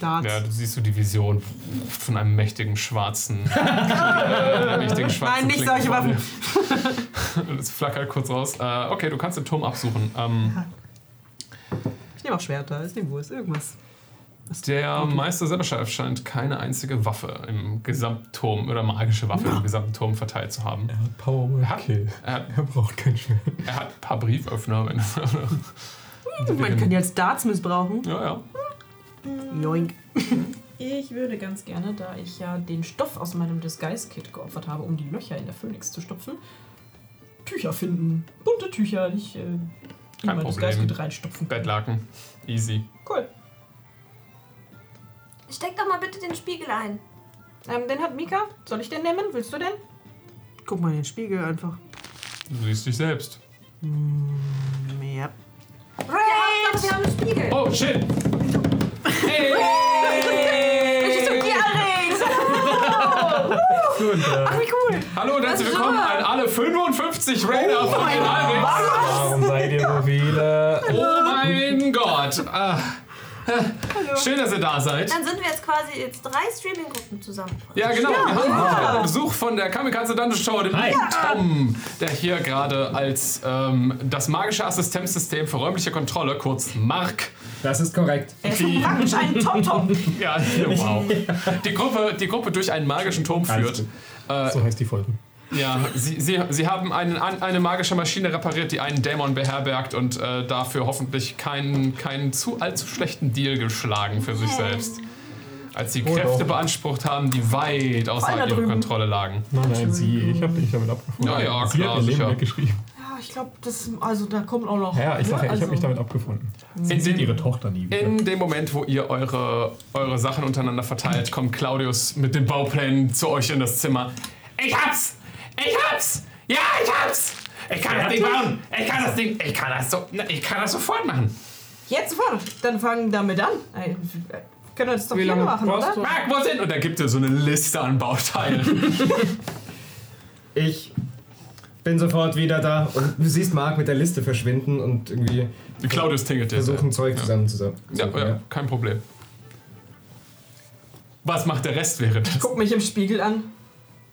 Darts. Ja, du siehst so die Vision von einem mächtigen schwarzen. äh, mächtigen schwarzen Nein, nicht Klinge solche vor Waffen. dir. Das flackert kurz raus. Äh, okay, du kannst den Turm absuchen. Ähm, Ich nehme auch Schwerter, ist eine Wurst, irgendwas. Der Meister Sebeschalf scheint keine einzige Waffe im Gesamtturm oder magische Waffe im gesamten Turm verteilt zu haben. Er hat Power er hat, er, braucht kein Schwert. Er hat ein paar Brieföffner. Wenn, Man kann jetzt Darts missbrauchen. Ja, ja. Joink. Ich würde ganz gerne, da ich ja den Stoff aus meinem Disguise-Kit geopfert habe, um die Löcher in der Phönix zu stopfen, Tücher finden. Bunte Tücher, die ich äh, in mein kein Problem. Disguise-Kit reinstopfen kann. Bettlaken. Easy. Cool. Steck doch mal bitte den Spiegel ein. Ähm, den hat Mika. Soll ich den nehmen? Willst du den? Guck mal in den Spiegel einfach. Du siehst dich selbst. Ja. Rage! Wir haben einen Spiegel. Oh, shit! Hey! Äh. Ich so, ja, Rage! Ach, wie cool! Hallo und herzlich willkommen an alle 55 Raider Oh von mein den Alvix. Warum seid ihr so viele? Oh mein Gott. Ah. Schön, dass ihr da seid. Dann sind wir jetzt quasi jetzt drei Streaming-Gruppen zusammen. Ja, genau. Ja. Wir haben Ja. Besuch von der Kamikaze Dungeon Show, dem Hi. Tom, der hier gerade als ähm, das magische Assistenzsystem für räumliche Kontrolle, kurz MARC. Das ist korrekt. Er ist praktisch ein Tom-Tom. ja, wow. Die Gruppe, die Gruppe durch einen magischen Turm führt. So heißt die Folge. Ja, sie, sie, sie haben einen, an- eine magische Maschine repariert, die einen Dämon beherbergt und äh, dafür hoffentlich keinen, keinen zu allzu schlechten Deal geschlagen für sich selbst. Als sie Oh, Kräfte doch. beansprucht haben, die weit da außerhalb ihrer drüben. Kontrolle lagen. Nein, nein, sie. Ich habe dich damit abgefunden. Ja, ja, sie klar, hat ihr sicher. Leben weggeschrieben. Ja, ich glaube, das. Also da kommt auch noch. Ja, ja, ich sag ja, ich also, habe mich damit abgefunden. Sie In sieht dem- ihre Tochter nie wieder. In dem Moment, wo ihr eure, eure Sachen untereinander verteilt, kommt Claudius mit den Bauplänen zu euch in das Zimmer. Ich hab's! Ich hab's! Ja, ich hab's! Ich kann das Ding bauen! Ich kann das Ding! Ich kann das so. na, Ich kann das sofort machen! Jetzt sofort. Dann fangen damit an. Äh, äh, Können wir das doch Wie hier lange machen, brauchst oder? du? Marc, wo sind? Und da gibt er so eine Liste an Bauteilen. Ich bin sofort wieder da und du siehst Marc mit der Liste verschwinden und irgendwie Claudius tingelt jetzt. versuchen Zeug zusammen zusammen. Ja, ja, kein Problem. Was macht der Rest währenddessen? Guck mich im Spiegel an.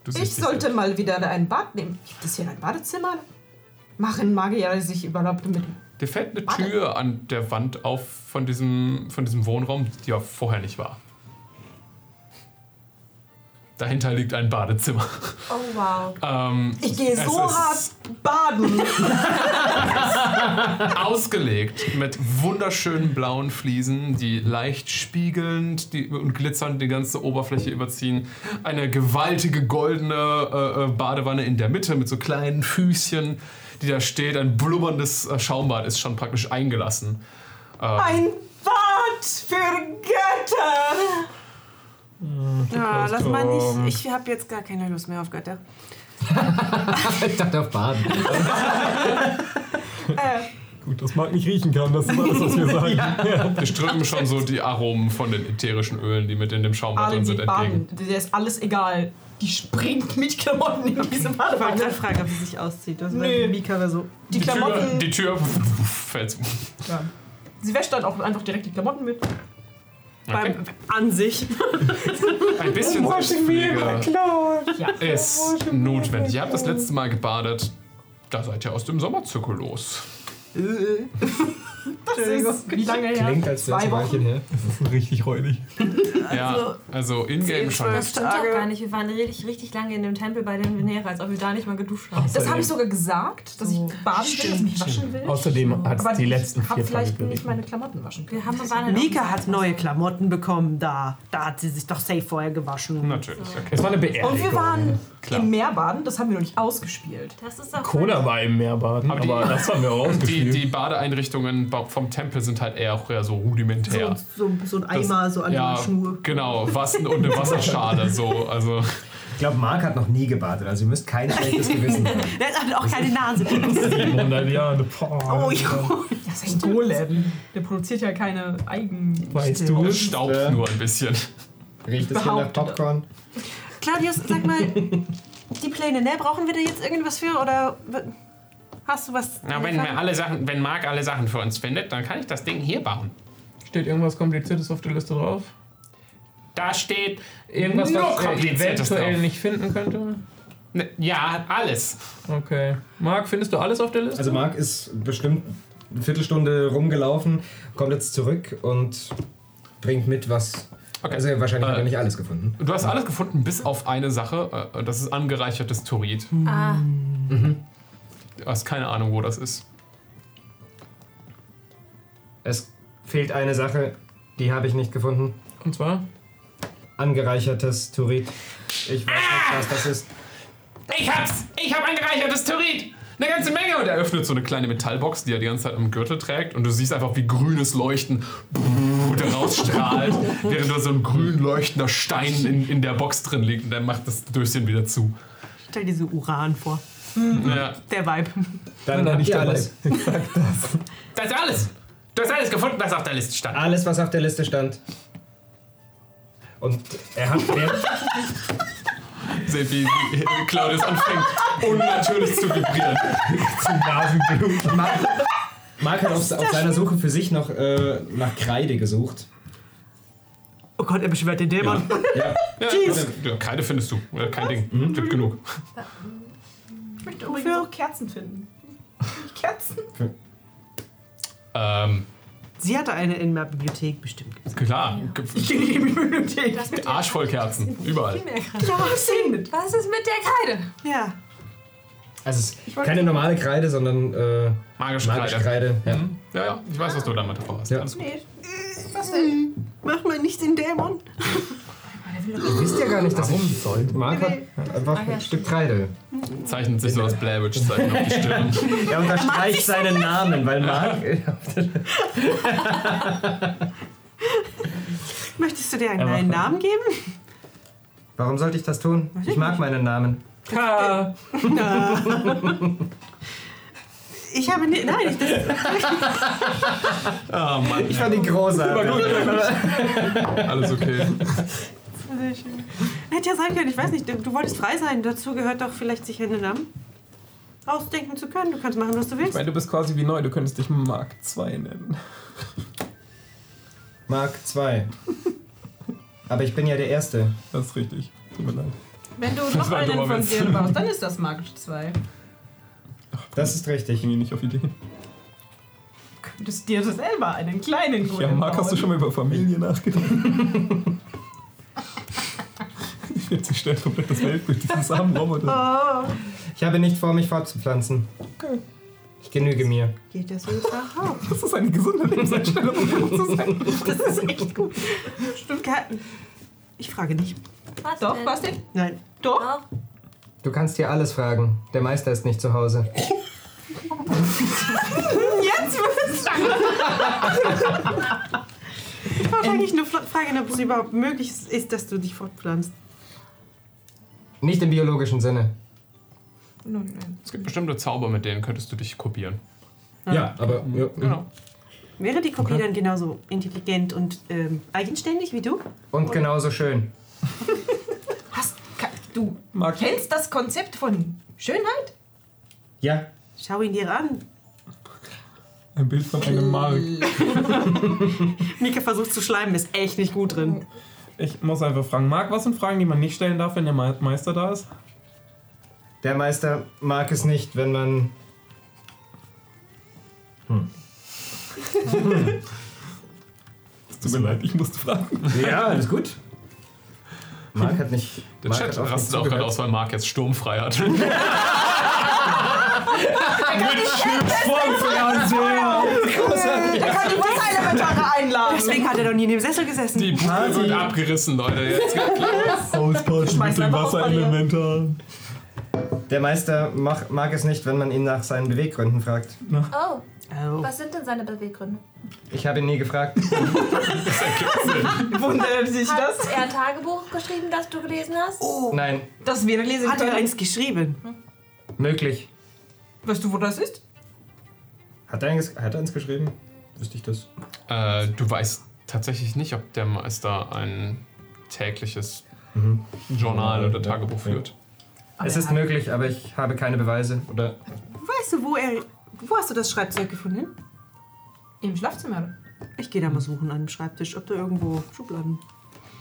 Du Ich siehst dich sollte mal wieder ein Bad nehmen. Gibt es hier ein Badezimmer? Machen Magier sich überhaupt mit. Dir fällt eine Tür an der Wand auf von diesem, von diesem Wohnraum, die ja vorher nicht war. Dahinter liegt ein Badezimmer. Oh, wow. Ähm, Ich gehe es so ist hart baden. Ausgelegt mit wunderschönen blauen Fliesen, die leicht spiegelnd die, und glitzernd die ganze Oberfläche überziehen. Eine gewaltige goldene äh, äh, Badewanne in der Mitte mit so kleinen Füßchen, die da steht. Ein blubberndes äh, Schaumbad ist schon praktisch eingelassen. Ähm, Ein Wort für Götter! Ja, Ah, lass mal Augen. nicht. Ich habe jetzt gar keine Lust mehr auf Götter. ich dachte auf Baden. Gut, das Marc nicht riechen kann, das ist alles, was wir sagen. Wir strömen schon so die Aromen von den ätherischen Ölen, die mit in dem Schaumbad Alle drin die sind, entgegen. baden. Der ist alles egal. Die springt mit Klamotten in diese Badewanne. Ich frage, ob sie sich auszieht. Das Nee. nee. Mika wäre so. Die Klamotten. Tür, die Tür fällt zu. Ja. Sie wäscht dann auch einfach direkt die Klamotten mit. Okay. An sich. Ein bisschen Selbstpflege ist notwendig. Ihr habt das letzte Mal gebadet. Da seid ihr aus dem Sommerzirkel los. Das ist wie lange her? Klingt als Zwei letzte Wochen. Weilchen her. Das ist richtig räudig. ja, also in-game schon. Das stimmt doch gar nicht. Wir waren richtig, richtig lange in dem Tempel bei den Venera, als ob wir da nicht mal geduscht haben. Das habe ich sogar gesagt, dass ich baden will, dass ich mich waschen will. Außerdem hat Aber es die ich letzten hab vier Tage vielleicht nicht geregnet. meine Klamotten waschen können. Wir haben waren halt Mika hat neue Klamotten bekommen da. Da hat sie sich doch safe vorher gewaschen. Natürlich, okay. Es war eine Und Beerdigung. wir waren Klar. im Meerbaden, das haben wir noch nicht ausgespielt. Das ist auch Cola war im Meerbaden, aber, das haben wir auch die, ausgespielt. die Badeeinrichtungen ba- vom Tempel sind halt eher, auch eher so rudimentär. So, so ein Eimer so an ja, der Schnur. Genau, was, und eine Wasserschale. So, also. Ich glaube, Marc hat noch nie gebadet, also ihr müsst kein schlechtes Gewissen haben. Der hat auch keine Nase. 700 Jahre. Boah. Oh, jo. Das ist ein Golem. Der produziert ja keine eigenen. Weißt du? Es staubt nur ein bisschen. Riecht es hier nach Behauptet. Popcorn? Claudius, sag mal, die Pläne, ne? Brauchen wir da jetzt irgendwas für oder w- hast du was? Na, wenn, mir alle Sachen, wenn Marc alle Sachen für uns findet, dann kann ich das Ding hier bauen. Steht irgendwas Kompliziertes auf der Liste drauf? Da steht Irgendwas, nur was er kompliziertes eventuell drauf. nicht finden könnte? Ne, Ja, alles. Okay. Marc, findest du alles auf der Liste? Also Marc ist bestimmt eine Viertelstunde rumgelaufen, kommt jetzt zurück und bringt mit, was... Okay. Also wahrscheinlich hat Ah. Äh, er nicht alles gefunden. Du hast alles gefunden, bis auf eine Sache. äh, Das ist angereichertes Turit. Ah, Du hast keine Ahnung, wo das ist. Es fehlt eine Sache, die habe ich nicht gefunden. Und zwar? Angereichertes Turit. Ich weiß Ah! nicht, was das ist. Ich hab's! Ich hab ein gereichertes Turit! Eine ganze Menge! Und er öffnet so eine kleine Metallbox, die er die ganze Zeit am Gürtel trägt. Und du siehst einfach, wie grünes Leuchten da rausstrahlt, während da so ein grün leuchtender Stein in, in der Box drin liegt. Und er macht das Döschen wieder zu. Stell dir so Uran vor. Ja. Der Vibe. Dann habt ihr alles. Das ist alles! Du hast alles gefunden, was auf der Liste stand. Alles, was auf der Liste stand. Und er hat... Er, Seht, wie wie Claudius anfängt, unnatürlich zu vibrieren. Marc, Marc hat auf, auf seiner Suche für sich noch äh, nach Kreide gesucht. Oh Gott, er beschwert den Dämon. Ja. Ja, Jeez. ja, keine findest du. Ja, Kein Ding. Mhm. Gibt genug. Ich möchte übrigens auch Kerzen finden. Kerzen? Ähm, Sie hatte eine in der Bibliothek bestimmt. klar. Gibt Ich gehe nicht in die Bibliothek. das mit der Arsch voll Kerzen. Überall. Ja, was denn? Was ist mit der Kreide? Ja. Also es ist keine normale Kreide, sondern äh, Magische magische Kreide. Kreide. Ja. Hm? Ja, ja, ich weiß, was du damit vorhast. Ja. Alles gut. Mach mal nicht den Dämon. Ihr wisst ja gar nicht, dass Warum ich sollte. Marc hat einfach Ah, ja, ein Stück Kreide. Zeichnet sich so das Blair Witch Zeichen auf die Stirn. Er unterstreicht seinen Namen, weil Marc... Möchtest du dir einen neuen Namen geben? Warum sollte ich das tun? Ich mag meinen Namen. Ka. Ich habe nie, nein, ich, das, Ah, Mann. Ich fand ihn großartig. Alles okay. Sehr schön. Hätte ja sein können, ich weiß nicht, du, du wolltest frei sein. Dazu gehört doch vielleicht, sich einen Namen ausdenken zu können. Du kannst machen, was du Ich willst. meine, du bist quasi wie neu, du könntest dich Mark II nennen. Mark 2. Aber ich bin ja der Erste. Das ist richtig. Tut mir leid. Wenn du noch war ein einen dummer von Witz. dir baust, dann ist das Magisch 2. Das ist Ich richtig. ging nicht auf Ideen. Könntest dir das selber einen kleinen Golem Ja, Marc, hast du schon mal über Familie nachgedacht? Ich jetzt die Stelle komplett das Weltbild dieses armen Roboters. Ich habe nicht vor, mich fortzupflanzen. Ich genüge mir. Geht das so überhaupt? Das ist eine gesunde Lebenseinstellung, um ehrlich zu sein. Das ist echt gut. Stimmt. Ke- Ich frage nicht. Was Doch, denn? was denn? Nein. Doch. Doch. Du kannst dir alles fragen. Der Meister ist nicht zu Hause. Jetzt wird es lang. Ich wollte eigentlich nur fla- fragen, ob es überhaupt möglich ist, ist, dass du dich fortpflanzt. Nicht im biologischen Sinne. Nun, nein. Es gibt bestimmte Zauber, mit denen könntest du dich kopieren. Ja, aber. Ja, genau. Wäre die Kopie Okay. dann genauso intelligent und ähm, eigenständig wie du? Und genauso schön. Du kennst das Konzept von Schönheit? Ja. Schau ihn dir an. Ein Bild von einem Mark. Mika versucht zu schleimen, ist echt nicht gut drin. Ich muss einfach fragen. Marc, was sind Fragen, die man nicht stellen darf, wenn der Me- Meister da ist? Der Meister mag es nicht, wenn man. Hm. Es tut mir leid, ich musste fragen. Ja, alles gut. Marc hat nicht. Der Marc Chat hat auch rastet nicht auch gerade aus, weil Mark jetzt sturmfrei hat. Da kann die Wasserelementare einladen. Deswegen hat er doch nie in dem Sessel gesessen. Die Ah, Bude wird abgerissen, Leute. Jetzt geht's los. Hausparty mit den Wasserelementern. Der Meister mag, mag es nicht, wenn man ihn nach seinen Beweggründen fragt. Oh. Oh. Was sind denn seine Beweggründe? Ich habe ihn nie gefragt. Wundert sich Hat das? er ein Tagebuch geschrieben, das du gelesen hast? Oh. Nein, Das wäre lesen Hat er eins geschrieben? möglich. Weißt du, wo das ist? Hat er eins, hat er eins geschrieben? Wüsste ich das? Äh, du weißt tatsächlich nicht, ob der Meister ein tägliches Journal oder Tagebuch führt. es ist möglich, aber ich habe keine Beweise. Oder Weißt du, wo er. Wo hast du das Schreibzeug gefunden? Im Schlafzimmer. Ich gehe da mal suchen an dem Schreibtisch, ob da irgendwo Schubladen.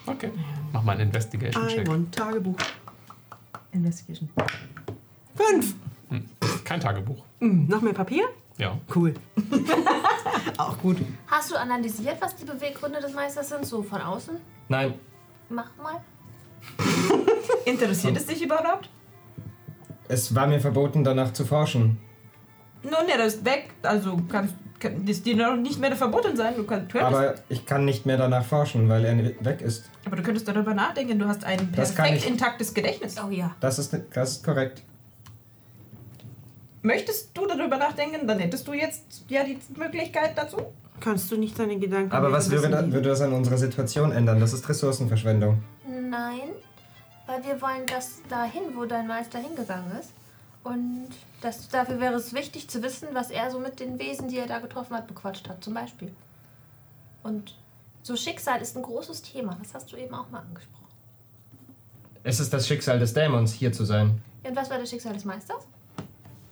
Okay. Mach mal einen Investigation-Check. I want Tagebuch. Investigation. Fünf! Kein Tagebuch. Hm, noch mehr Papier? Ja. Cool. Auch gut. Hast du analysiert, was die Beweggründe des Meisters sind, so von außen? Nein. Mach mal. Interessiert es dich überhaupt? es war mir verboten, danach zu forschen. Nun, er ist weg. Also kannst, kann das dir noch nicht mehr verboten sein. Du kannst, könntest, aber, Aber ich kann nicht mehr danach forschen, weil er weg ist. du könntest darüber nachdenken. Du hast ein Das kann perfekt ich. intaktes Gedächtnis. Oh ja. Das ist, das ist korrekt. Möchtest du darüber nachdenken, dann hättest du jetzt ja die Möglichkeit dazu. Kannst du nicht deine Gedanken. Aber was lesen würde, da, lassen? würde das an unserer Situation ändern? Das ist Ressourcenverschwendung. Nein, weil wir wollen das dahin, wo dein Meister hingegangen ist. Und das, dafür wäre es wichtig zu wissen, was er so mit den Wesen, die er da getroffen hat, bequatscht hat, zum Beispiel. Und so Schicksal ist ein großes Thema. Das hast du eben auch mal angesprochen. Es ist das Schicksal des Dämons, hier zu sein. Und was war das Schicksal des Meisters?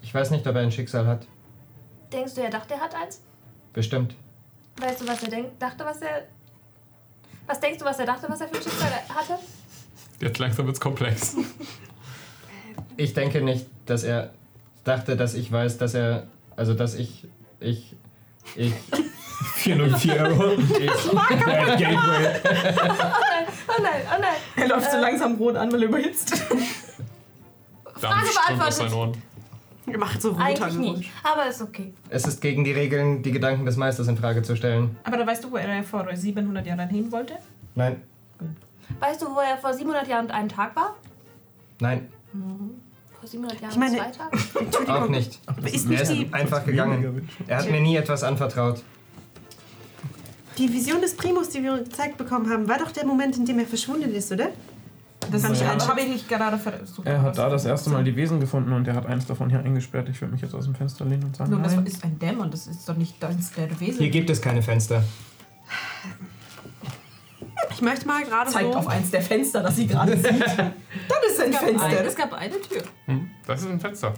Ich weiß nicht, ob er ein Schicksal hat. Denkst du, er dachte, er hat eins? Bestimmt. Weißt du, was er denk dachte, was er. Was denkst du, was er dachte, was er für ein Schicksal hatte? Jetzt langsam wird's komplex. Ich denke nicht, dass er dachte, dass ich weiß, dass er. Also, dass ich. Ich. Ich. 404 Euro. Bad Gateway. Oh nein, oh nein, oh nein. Er läuft so langsam rot an, weil er überhitzt. Frage beantwortet. Er macht so Eigentlich runter. nicht. Aber ist okay. Es ist gegen die Regeln, die Gedanken des Meisters in Frage zu stellen. Aber da weißt du, wo er vor 700 Jahren hin wollte? Nein, Weißt du, wo er vor 700 Jahren und einem Tag war? nein, Vor 700 Jahren Ich meine- und zwei Tagen? auch nicht. Ist er nicht ist die- einfach gegangen. Er hat mir nie etwas anvertraut. Die Vision des Primus, die wir gezeigt bekommen haben, war doch der Moment, in dem er verschwunden ist, oder? Das Ja. habe ich nicht gerade versucht. Er hat da das erste Mal die Wesen gefunden und er hat eins davon hier eingesperrt. Ich würde mich jetzt aus dem Fenster lehnen und sagen, Nun, das nein. ist ein Dämon, das ist doch nicht deins der Wesen. Hier gibt es keine Fenster. Ich möchte mal gerade Zeigt so. auf eins der Fenster, das sie gerade sieht. Das ist Es ein gab, ein, es Fenster. gab eine Tür. Hm, das ist ein Fenster.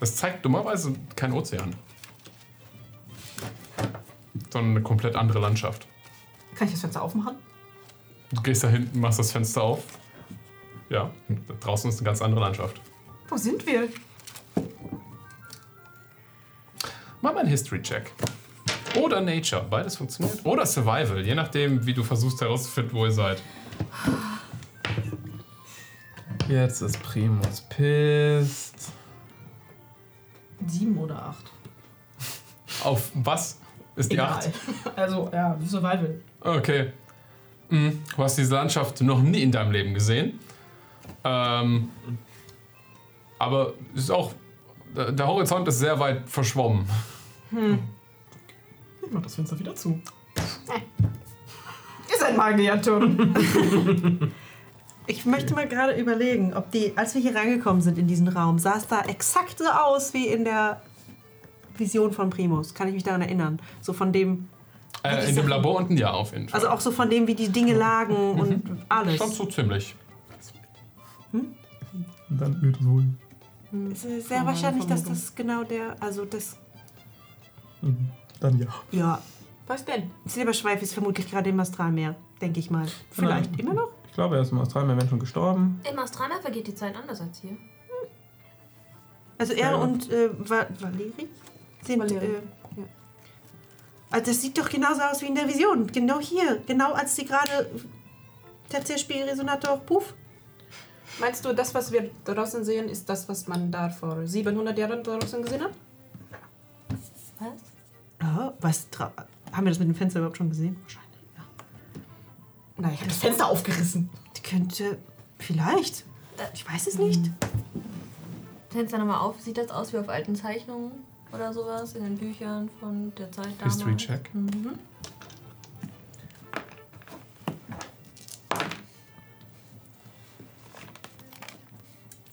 Das zeigt dummerweise keinen Ozean. Sondern eine komplett andere Landschaft. Kann ich das Fenster aufmachen? Du gehst da hinten, machst das Fenster auf. Ja, da draußen ist eine ganz andere Landschaft. Wo sind wir? Mach mal einen History-Check. Oder Nature, beides funktioniert. Oder Survival, je nachdem, wie du versuchst herauszufinden, wo ihr seid. Jetzt ist Primus pisst. Sieben oder acht. Auf was ist die Egal. Acht? Also, ja, Survival. Okay. Hm, Du hast diese Landschaft noch nie in deinem Leben gesehen. Ähm, aber es ist auch äh, der Horizont ist sehr weit verschwommen. Hm. Ich mach das Fenster wieder zu. Ist ein Magierturm. Ich möchte mal gerade überlegen, ob die, als wir hier reingekommen sind in diesen Raum, sah es da exakt so aus wie in der Vision von Primus. Kann ich mich daran erinnern? So von dem, Äh, in dem Labor unten ja auf jeden Fall. also auch so von dem, wie die Mhm. Dinge lagen und alles. Schon so ziemlich. Und dann blöd holen. Es ist sehr wahrscheinlich, dass das genau der, also das, Dann ja. ja. Was denn? Silberschweif ist vermutlich gerade im Astralmeer, denke ich mal. Vielleicht Nein. immer noch? Ich glaube, er ist im Australien Menschen gestorben. Im Astralmeer vergeht die Zeit anders als hier. Also er und äh, Va Valeri sind. Äh, ja. also das sieht doch genauso aus wie in der Vision. Genau hier. Genau als sie gerade Tertiärspielresonator puff. Meinst du, das, was wir draußen sehen, ist das, was man da vor 700 Jahren draußen gesehen hat? Was? Ah, was? Tra haben wir das mit dem Fenster überhaupt schon gesehen? Wahrscheinlich, ja. Na, ich habe das Fenster aufgerissen. Die könnte. Vielleicht. Ich weiß es nicht. Fenster nochmal auf. Sieht das aus wie auf alten Zeichnungen oder sowas in den Büchern von der Zeit damals? History check. Mhm.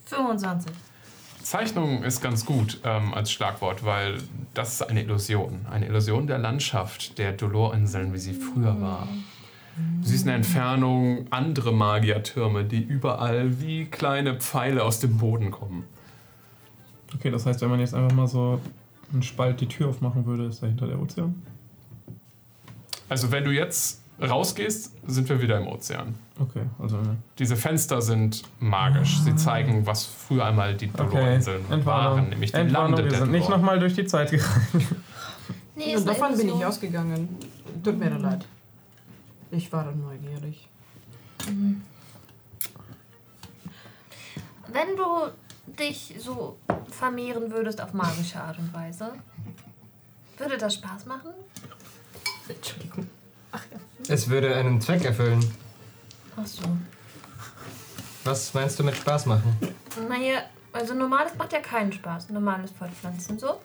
»25. Zeichnung ist ganz gut ähm, als Schlagwort, weil das ist eine Illusion. Eine Illusion der Landschaft der Dolorinseln, wie sie früher war. Mm. Du siehst in der Entfernung andere Magiertürme, die überall wie kleine Pfeile aus dem Boden kommen. Okay, das heißt, wenn man jetzt einfach mal so einen Spalt die Tür aufmachen würde, ist dahinter der Ozean. Also wenn du jetzt rausgehst, sind wir wieder im Ozean. Okay, also. ja. Diese Fenster sind magisch. Sie zeigen, was früher einmal die Ah. Okay, Dolorinseln waren, Entwarnung. nämlich die Entwarnung, Lande wir der sind nicht Dolor. nochmal durch die Zeit gegangen. Nee, davon bin ich ausgegangen. Tut mir leid. Ich war neugierig. Wenn du dich so vermehren würdest auf magische Art und Weise, würde das Spaß machen? Entschuldigung. Es würde einen Zweck erfüllen. Ach so. Was meinst du mit Spaß machen? Naja, also normales macht ja keinen Spaß. Normales Fortpflanzen so.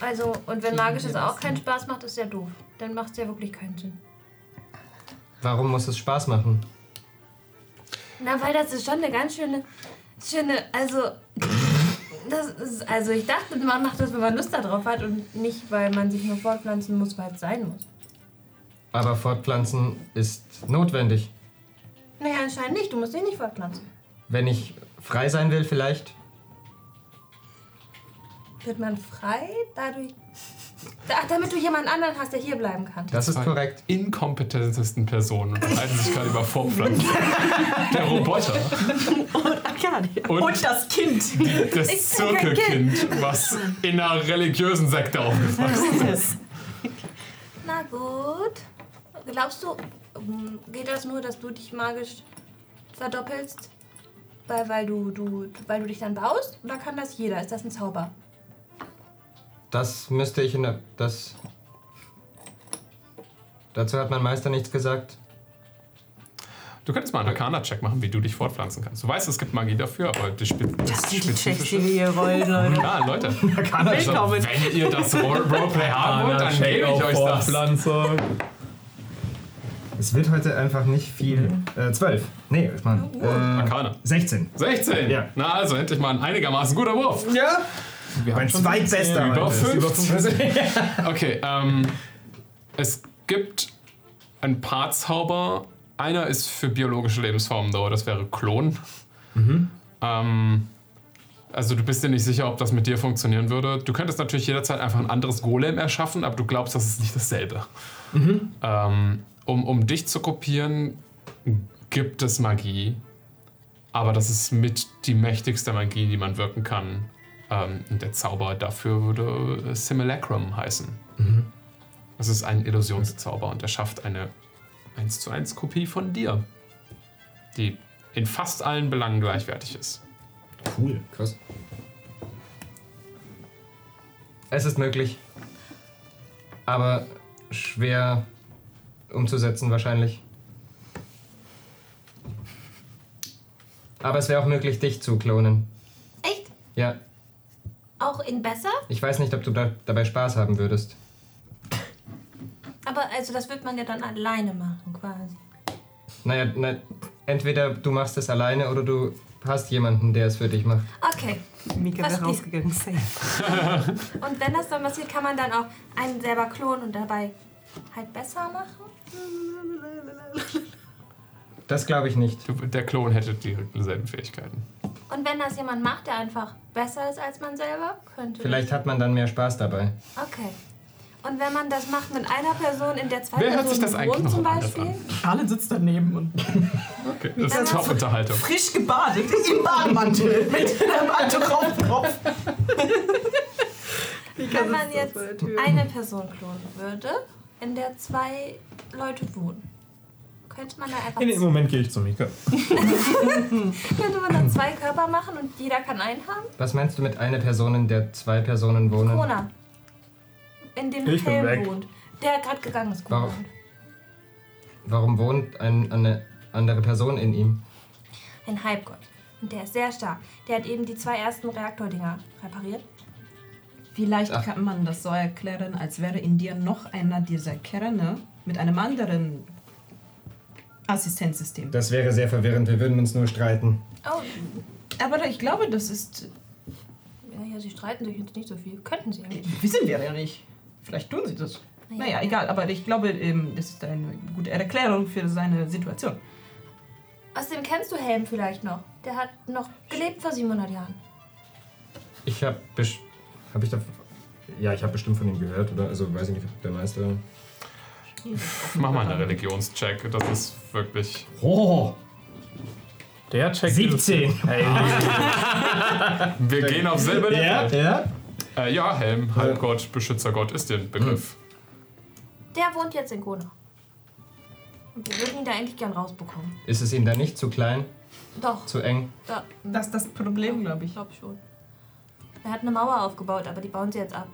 Also, und wenn magisches auch keinen Spaß macht, ist ja doof. Dann macht es ja wirklich keinen Sinn. Warum muss es Spaß machen? Na, weil das ist schon eine ganz schöne, schöne, also, das ist, also ich dachte, man macht das, wenn man Lust darauf hat und nicht, weil man sich nur fortpflanzen muss, weil es sein muss. Aber fortpflanzen ist notwendig. Naja, anscheinend nicht. Du musst dich nicht fortpflanzen. Wenn ich frei sein will, vielleicht. Wird man frei dadurch. Ach, damit du jemanden anderen hast, der hier bleiben kann. Die zwei Inkompetentesten Personen unterhalten sich gerade über Fortpflanzung. Der Roboter. Und, das Kind. Das Zirkelkind, was in einer religiösen Sekte aufgewachsen ist. Na gut. Glaubst du, ähm, geht das nur, dass du dich magisch verdoppelst? Weil, weil, du, du, weil du dich dann baust? Oder kann das jeder? Ist das ein Zauber? Das müsste ich in der. Das. Dazu hat mein Meister nichts gesagt. Du könntest mal einen Arcana-Check machen, wie du dich fortpflanzen kannst. Du weißt, es gibt Magie dafür, aber die spe das sind die Checks, die wir hier rollen, Leute. Ja, Leute. Also, Willkommen. wenn ihr das Role- Roleplay haben wollt, dann Arcana-Check gebe ich auf euch das. Es wird heute einfach nicht viel. Äh, 12. Nee, ich meine. Äh, Arcana. 16. 16. Ja. Na also, endlich mal ein einigermaßen guter Wurf. Ja. Wir Mein zweitbester Über heute. Über 5. okay, ähm, es gibt ein paar Zauber. Einer ist für biologische Lebensformen da, das wäre Klon. Mhm. Ähm, also du bist dir nicht sicher, ob das mit dir funktionieren würde. Du könntest natürlich jederzeit einfach ein anderes Golem erschaffen, aber du glaubst, das ist nicht dasselbe. Mhm. Ähm, um, um dich zu kopieren, gibt es Magie. Aber das ist mit die mächtigste Magie, die man wirken kann. Ähm, und der Zauber dafür würde äh, Simulacrum heißen. Mhm. Das ist ein Illusionszauber und er schafft eine 1 zu 1 Kopie von dir, die in fast allen Belangen gleichwertig ist. Cool, krass. Es ist möglich. Aber schwer umzusetzen wahrscheinlich. Aber es wäre auch möglich, dich zu klonen. Echt? Ja. auch in besser. Ich weiß nicht, ob du da, dabei Spaß haben würdest. Aber also das wird man ja dann alleine machen, quasi. Naja, na, entweder du machst es alleine oder du hast jemanden, der es für dich macht. Okay. Mika wäre Verstehe. rausgegangen, safe. Und wenn das dann passiert, kann man dann auch einen selber klonen und dabei halt besser machen. Das glaube ich nicht. Der Klon hätte die selben Fähigkeiten. Und wenn das jemand macht, der einfach besser ist als man selber, könnte. Vielleicht hat man dann mehr Spaß dabei. Okay. Und wenn man das macht mit einer Person, in der zwei Wer hört sich Personen das eigentlich wohnen noch zum anders Beispiel. Charlotte sitzt daneben und Okay, das Dann ist hast du- Top-Unterhaltung. frisch gebadet im Bademantel mit einem Handtuch auf dem Kopf. Wenn man jetzt eine Person klonen würde, in der zwei Leute wohnen, könnte man da einfach. In dem Moment gehe ich zu Mika. könnte man dann zwei Körper machen und jeder kann einen haben? Was meinst du mit einer Person, in der zwei Personen wohnen? Corona. In dem Ich bin Film weg. wohnt. Der gerade gegangen ist. Corona. Warum, warum wohnt ein, eine andere Person in ihm? Ein Halbgott. Und der ist sehr stark. Der hat eben die zwei ersten Reaktordinger repariert. Vielleicht Ach. kann man das so erklären, als wäre in dir noch einer dieser Kerne mit einem anderen Assistenzsystem. Das wäre sehr verwirrend, wir würden uns nur streiten. Oh. Aber ich glaube, das ist. Ja, ja, sie streiten sich jetzt nicht so viel. Könnten sie eigentlich. Wissen wir ja nicht. Vielleicht tun sie das. Naja. Naja, egal, aber ich glaube, ähm, das ist eine gute Erklärung für seine Situation. Außerdem kennst du Helm vielleicht noch. Der hat noch gelebt vor 700 Jahren. Ich habe hab ich da ja, ich habe bestimmt von ihm gehört oder also weiß ich nicht, ob der Meister. Mach mal einen Religionscheck, das ist wirklich. Oh. Der Check 17. Hey. Wir gehen auf selber Ja, ja. Äh, ja, Helm, Halbgott, Beschützergott ist dir ein Begriff. Hm. Der wohnt jetzt in Gona. Und wir würden ihn da eigentlich gern rausbekommen. Ist es ihm da nicht zu klein, Doch. zu eng? Da, Das ist das Problem, glaube ich. glaub schon. Er hat eine Mauer aufgebaut, aber die bauen sie jetzt ab.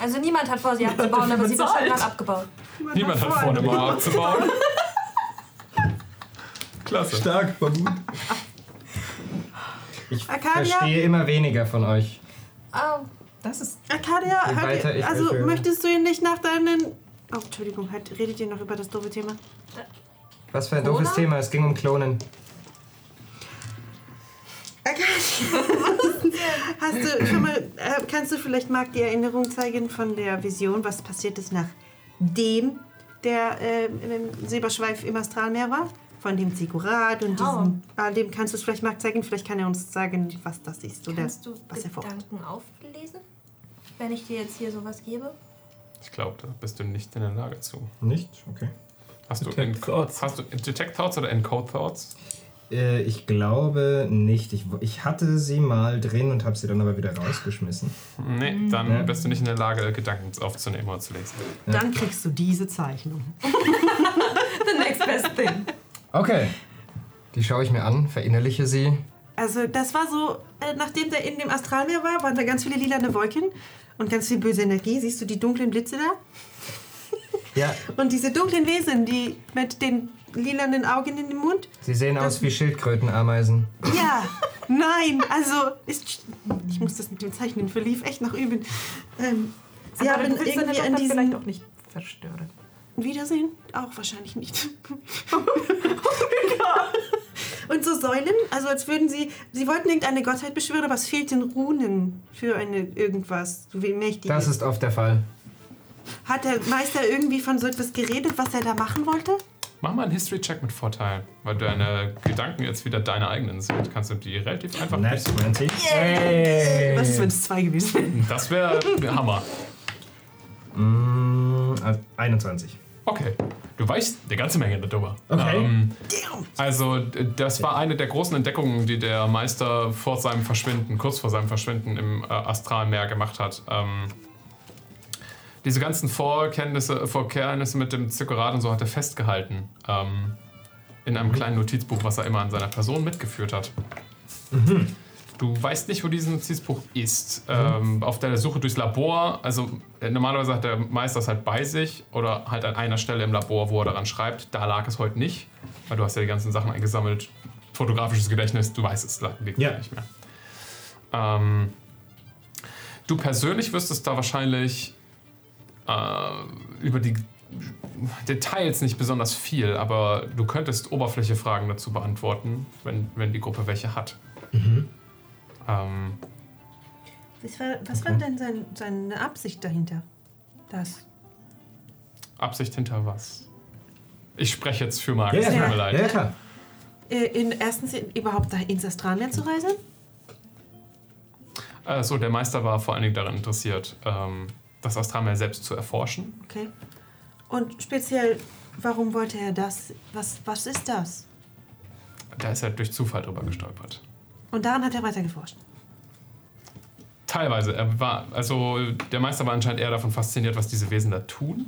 Also niemand hat vor, sie Niemand hat abzubauen, dafür aber sie wird schon bezahlt. gerade abgebaut. Niemand hat vorne mal abzubauen. Klasse. Stark, war gut. Ich Arcadia? verstehe immer weniger von euch. Oh. Das ist. Arcadia, Je hört weiter ihr- ich also euch höre. möchtest du ihn nicht nach deinen. Oh, Entschuldigung, halt, redet ihr noch über das doofe Thema? Was für ein Corona? doofes Thema, es ging um Klonen. Hast du schon mal, äh, kannst du vielleicht Marc die Erinnerung zeigen von der Vision, was passiert ist, nachdem der äh, im Silberschweif im Astralmeer war? Von dem Ziggurat und Oh. diesem, all dem kannst du es vielleicht Marc zeigen, vielleicht kann er uns sagen, was das ist oder Kannst du was er vorhat. Gedanken auflesen? Wenn ich dir jetzt hier sowas gebe? Ich glaube, da bist du nicht in der Lage zu. Nicht? Okay. Hast du, Enco- hast du Detect Thoughts oder Encode Thoughts? Äh, ich glaube nicht. Ich, ich hatte sie mal drin und habe sie dann aber wieder rausgeschmissen. Nee, dann Ja. bist du nicht in der Lage, Gedanken aufzunehmen oder zu lesen. Dann kriegst du diese Zeichnung. The next best thing. Okay. Die schaue ich mir an, verinnerliche sie. Also das war so, äh, nachdem der in dem Astralmeer war, waren da ganz viele lilane Wolken und ganz viel böse Energie. Siehst du die dunklen Blitze da? Ja, Und diese dunklen Wesen, die mit den lilanen Augen in dem Mund? sie sehen aus wie Schildkrötenameisen. Ja, nein, also ist, ich muss das mit dem Zeichnen für Leaf echt noch üben. Ähm, sie Aber haben du willst deine irgendwie an Tochter diesen vielleicht auch nicht verstören. Wiedersehen? Auch wahrscheinlich nicht. Oh Und so Säulen, also als würden sie, sie wollten irgendeine Gottheit beschwören, aber es fehlten Runen für eine irgendwas, so wie mächtig. Das ist oft der Fall. Hat der Meister irgendwie von so etwas geredet, was er da machen wollte? Mach mal einen History-Check mit Vorteil, weil deine Gedanken jetzt wieder deine eigenen sind. Kannst du die relativ einfach. Nice, Hey. Was ist, wenn es zwei gewesen wären? Das wäre Hammer. Mm, also 21. Okay. Du weißt eine ganze Menge darüber. Ähm, also, d- das war eine der großen Entdeckungen, die der Meister vor seinem Verschwinden, kurz vor seinem Verschwinden im äh, Astralmeer gemacht hat. Ähm, diese ganzen Vorkenntnisse, Vorkenntnisse mit dem Zirkurat und so hat er festgehalten. Ähm, in einem kleinen Notizbuch, was er immer an seiner Person mitgeführt hat. Du weißt nicht, wo dieses Notizbuch ist. Ähm, auf deiner Suche durchs Labor, also äh, normalerweise hat der Meister es halt bei sich oder halt an einer Stelle im Labor, wo er daran schreibt. Da lag es heute nicht, weil du hast ja die ganzen Sachen eingesammelt. Fotografisches Gedächtnis, du weißt es liegt ja. nicht mehr. Ähm, Du persönlich wirst es da wahrscheinlich äh, über die Details nicht besonders viel, aber du könntest Oberflächefragen dazu beantworten, wenn, wenn die Gruppe welche hat. Mhm. Ähm, Was war, was war denn sein, seine Absicht dahinter? Das. Absicht hinter was? Ich spreche jetzt für Marc, Ja, es ja, tut mir klar. leid. Ja, ja, klar. Äh, in, erstens in, überhaupt da- ins Astralland zu reisen? Äh, so, der Meister war vor allen Dingen daran interessiert, ähm, das Astralmeer selbst zu erforschen. Okay. Und speziell, warum wollte er das? Was, was ist das? Da ist er durch Zufall drüber gestolpert. Und daran hat er weitergeforscht. Teilweise. Er war, also der Meister war anscheinend eher davon fasziniert, was diese Wesen da tun.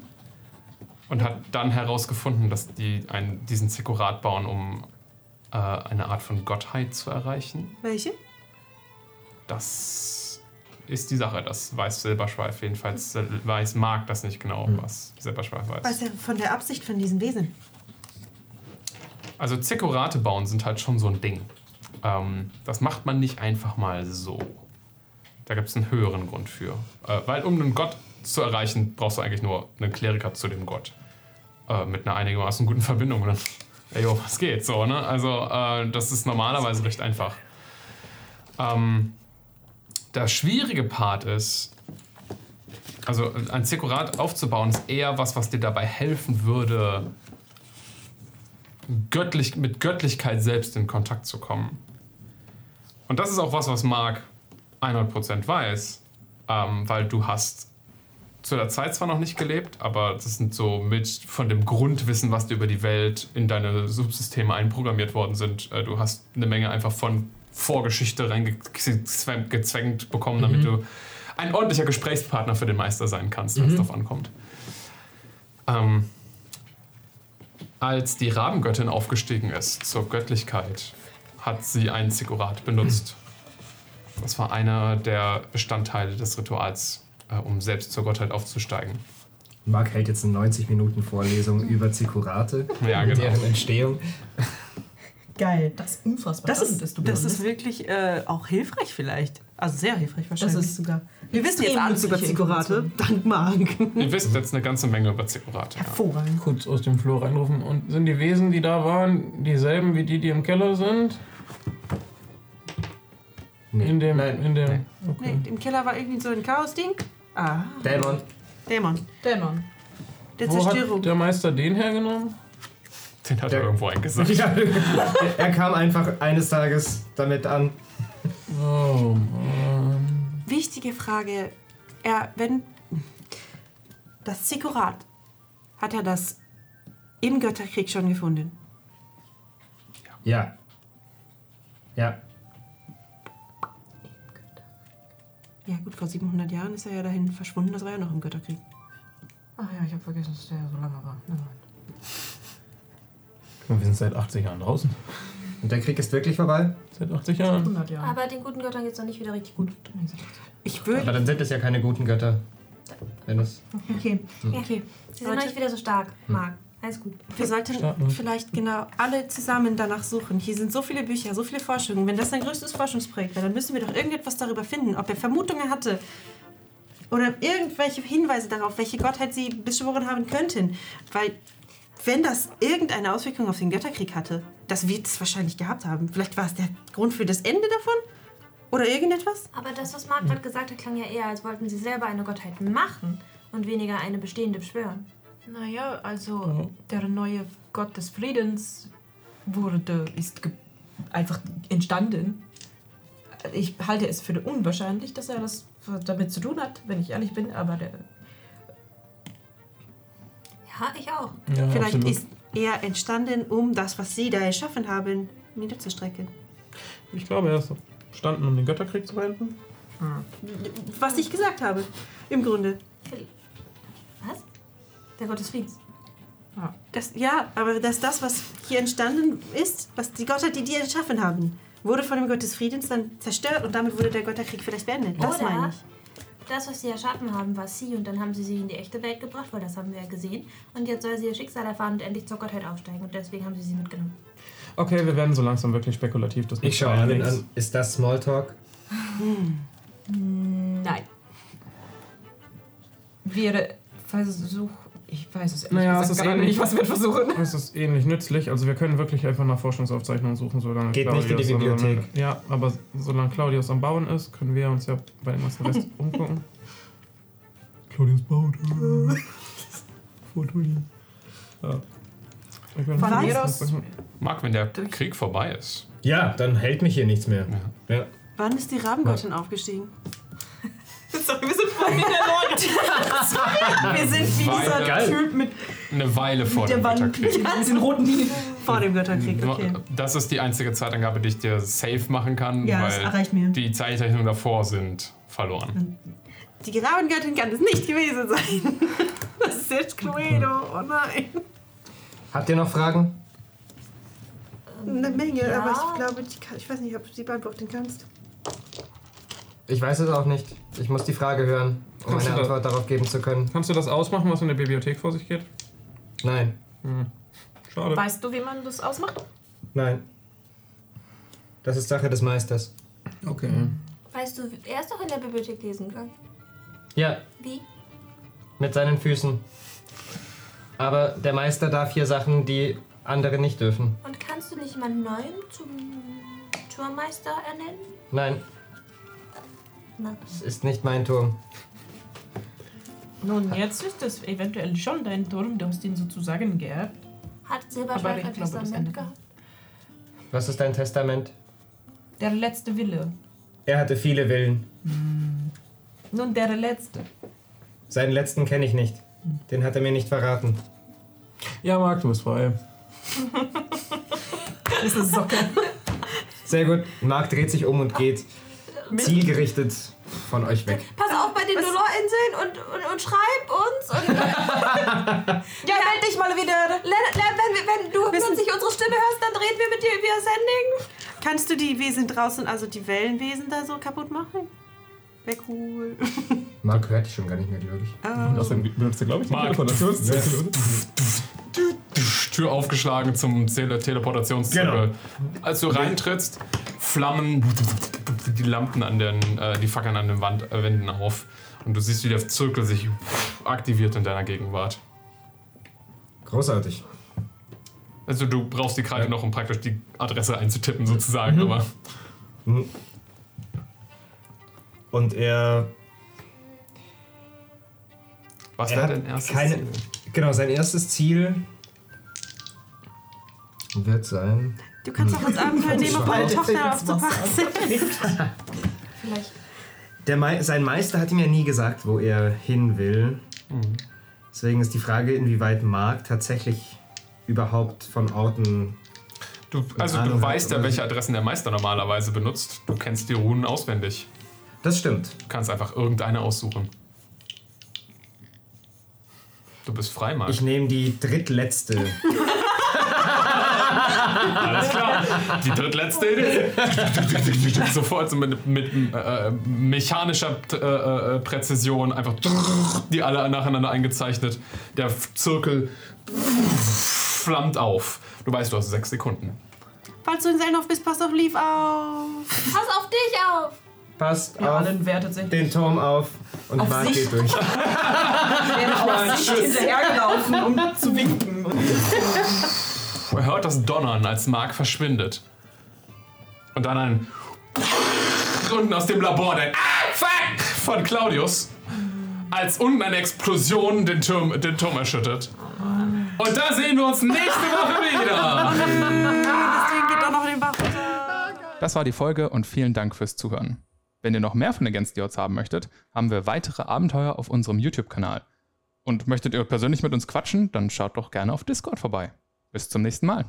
Und hat dann herausgefunden, dass die einen, diesen Zikorat bauen, um äh, eine Art von Gottheit zu erreichen. Welche? Das ist die Sache. Das weiß Silberschweif jedenfalls. Sil- Weiß mag das nicht genau, was Silberschweif weiß. Weiß er von der Absicht von diesen Wesen? Also Zikkorate bauen sind halt schon so ein Ding. Ähm, das macht man nicht einfach mal so. Da gibt es einen höheren Grund für. Äh, weil um einen Gott zu erreichen, brauchst du eigentlich nur einen Kleriker zu dem Gott. Äh, mit einer einigermaßen guten Verbindung. Und dann, ey, jo, was geht? So, ne? Also äh, das ist normalerweise recht einfach. Ähm, der schwierige Part ist, also ein Zikkorat aufzubauen, ist eher was, was dir dabei helfen würde, göttlich, mit Göttlichkeit selbst in Kontakt zu kommen. Und das ist auch was, was Mark 100% weiß, ähm, weil du hast zu der Zeit zwar noch nicht gelebt, aber das sind so mit von dem Grundwissen, was dir über die Welt in deine Subsysteme einprogrammiert worden sind. Äh, du hast eine Menge einfach von Vorgeschichte reingezwängt bekommen, damit Mhm. du ein ordentlicher Gesprächspartner für den Meister sein kannst, wenn es Mhm. darauf ankommt. Ähm, als die Rabengöttin aufgestiegen ist zur Göttlichkeit, hat sie einen Zikkurat benutzt. Das war einer der Bestandteile des Rituals, äh, um selbst zur Gottheit aufzusteigen. Marc hält jetzt eine 90 Minuten Vorlesung über Zikurate Ja, und genau. deren Entstehung. Geil. Das ist unfassbar. Das ist, spannend, dass du das blond ist wirklich äh, auch hilfreich vielleicht. Also sehr hilfreich bist. Das wahrscheinlich. ist sogar. Wir wissen jetzt alles über Zikorate. Dank Mark. Ihr wisst jetzt eine ganze Menge über Zikkurate. Ja. Hervorragend. Kurz aus dem Flur reinrufen. Und sind die Wesen, die da waren, dieselben wie die, die im Keller sind? In dem. in dem. Okay. Nee, im Keller war irgendwie so ein Chaos-Ding. Ah. Dämon. Dämon. Dämon. Der Wo Zerstörung. hat der Meister den hergenommen? Den hat er irgendwo eingesagt. Ja, er kam einfach eines Tages damit an. Oh Mann. Wichtige Frage. Er, wenn. Das Zikorat. Hat er das im Götterkrieg schon gefunden? Ja. Ja. Ja, gut, vor 700 Jahren ist er ja dahin verschwunden. Das war ja noch im Götterkrieg. Ach ja, ich habe vergessen, dass der so lange war. Wir sind seit 80 Jahren draußen. Und der Krieg ist wirklich vorbei? Seit 80 Jahren. Ah, Aber den guten Göttern geht's noch nicht wieder richtig gut. Ich würde. Aber dann sind es ja keine guten Götter. Wenn es. Okay. Hm. okay. Sie sind Leute. noch nicht wieder so stark, Marc. Alles gut. Wir sollten Starten. vielleicht genau alle zusammen danach suchen. Hier sind so viele Bücher, so viele Forschungen. Wenn das sein größtes Forschungsprojekt wäre, dann müssen wir doch irgendetwas darüber finden, ob er Vermutungen hatte. Oder irgendwelche Hinweise darauf, welche Gottheit sie beschworen haben könnten. Weil, wenn das irgendeine Auswirkung auf den Götterkrieg hatte, das wird es wahrscheinlich gehabt haben. Vielleicht war es der Grund für das Ende davon? Oder irgendetwas? Aber das, was Marc gerade gesagt hat, klang ja eher, als wollten sie selber eine Gottheit machen und weniger eine bestehende beschwören. Naja, also der neue Gott des Friedens wurde, ist ge- einfach entstanden. Ich halte es für unwahrscheinlich, dass er das damit zu tun hat, wenn ich ehrlich bin, aber der, Ja, ich auch. Ja, Vielleicht absolut. ist er entstanden, um das, was sie da erschaffen haben, niederzustrecken. Ich glaube, er ist entstanden, um den Götterkrieg zu beenden. Was ich gesagt habe, im Grunde. Was? Der Gott des Friedens. Das, ja, aber dass das, was hier entstanden ist, was die Gottheit, die die erschaffen haben, wurde von dem Gott des Friedens dann zerstört und damit wurde der Götterkrieg vielleicht beendet. Das Oder- meine ich. Das, was sie erschaffen haben, war sie und dann haben sie sie in die echte Welt gebracht, weil das haben wir ja gesehen. Und jetzt soll sie ihr Schicksal erfahren und endlich zur Gottheit aufsteigen und deswegen haben sie sie mitgenommen. Okay, wir werden so langsam wirklich spekulativ. Das Ich schaue macht ja Armin nichts. an. Ist das Smalltalk? Nein. wäre Versuch. Ich weiß es eh ehrlich Naja, es gesagt ist gerade ähnlich. nicht, was wir versuchen. Es ist ähnlich nützlich. Also wir können wirklich einfach nach Forschungsaufzeichnungen suchen, solange Geht nicht in die am- Bibliothek. ja, aber solange Claudius am Bauen ist, können wir uns ja bei dem ganzen Rest umgucken. Claudius baut. äh, Foto hier. Ja. Ich bin Wann das? ist- Mag, wenn der Krieg vorbei ist. Ja, dann hält mich hier nichts mehr. Ja. Wann ist die Rabengöttin aufgestiegen? Sorry, wir sind vorhin erläutert. Wir sind wie dieser Geil. Typ mit Eine Weile vor dem Götterkrieg. diesen roten Linien. Also Vor dem Götterkrieg, Nur, okay. Das ist die einzige Zeitangabe, die ich dir safe machen kann, Ja, das weil reicht mir. die Zeichnungen davor sind verloren. Die Rabengöttin kann es nicht gewesen sein. Das ist jetzt Cluedo, oh nein. Habt ihr noch Fragen? Eine Menge, Ja. aber ich glaube, die kann, ich weiß nicht, ob du sie beantworten kannst. Ich weiß es auch nicht. Ich muss die Frage hören, um Kannst eine du da- Antwort darauf geben zu können. Kannst du das ausmachen, was in der Bibliothek vor sich geht? Nein. Schade. Weißt du, wie man das ausmacht? Nein. Das ist Sache des Meisters. Okay. Weißt du, er ist doch in der Bibliothek lesen gegangen. Ja, Wie? mit seinen Füßen. Aber der Meister darf hier Sachen, die andere nicht dürfen. Und kannst du nicht jemanden neuen zum Turmmeister ernennen? Nein, Na, es ist nicht mein Turm. Nun, jetzt ist es eventuell schon dein Turm, du hast ihn sozusagen geerbt. hat Aber Silberschweif ich ein glaube, das Ende- Testament gehabt? Was ist dein Testament? Der letzte Wille. Er hatte viele Willen. Nun, der letzte. Seinen letzten kenne ich nicht. Den hat er mir nicht verraten. Ja, Marc, du bist frei. Das ist eine Socke. Sehr gut. Marc dreht sich um und geht zielgerichtet von euch weg. Pass auf bei den Dolor-Inseln und, und, und schreib uns. Und ja, meld dich mal wieder. wenn, wir- wenn du plötzlich unsere Stimme hörst, dann reden wir mit dir über Sending. Kannst du die Wesen draußen, also die Wellenwesen da so kaputt machen? Wäre cool. Marc hört dich schon gar nicht mehr, glaube ich. Ah. Das benutzt er, glaube ich, die Marc. Teleportation. Tür aufgeschlagen zum Tele Teleportationszirkel. Als du reintrittst, Flammen, die Lampen an den, äh, die Fackeln an den Wand, äh, Wänden auf. Und du siehst, wie der Zirkel sich aktiviert in deiner Gegenwart. Großartig. Also du brauchst die Karte noch, um praktisch die Adresse einzutippen sozusagen, aber Mhm. Und er. Was er war hat dein erstes keine, Ziel? Genau, sein erstes Ziel wird sein. Du kannst auch das Abenteuer nehmen, um meine Tochter aufzupassen. Vielleicht. Der Mei sein Meister hat ihm ja nie gesagt, wo er hin will. Deswegen ist die Frage, inwieweit Mark tatsächlich überhaupt von Orten. Du, also Ahnung du hat, weißt ja, oder? welche Adressen der Meister normalerweise benutzt. Du kennst die Runen auswendig. Das stimmt. Du kannst einfach irgendeine aussuchen. Du bist frei, Mann. Ich nehme die drittletzte. Alles klar. Die drittletzte Idee. Sofort so mit, mit äh, mechanischer äh, äh, Präzision einfach die alle nacheinander eingezeichnet. Der Zirkel flammt auf. Du weißt, du hast sechs Sekunden. Falls du in Sellenhof bist, pass auf Leaf auf. Pass auf dich auf! Passt auf Allen wäre tatsächlich. den Turm auf und Auf Mark sich. geht durch. wäre auch sich hinterhergelaufen, um zu winken. Er hört das Donnern, als Mark verschwindet. Und dann ein unten aus dem Labor, dein Ah, fuck! von Claudius, als unten eine Explosion den Turm, den Turm erschüttert. Und da sehen wir uns nächste Woche wieder. Deswegen geht doch noch den Bach runter. Das war die Folge und vielen Dank fürs Zuhören. Wenn ihr noch mehr von Against the Odds haben möchtet, haben wir weitere Abenteuer auf unserem YouTube-Kanal. Und möchtet ihr persönlich mit uns quatschen, dann schaut doch gerne auf Discord vorbei. Bis zum nächsten Mal.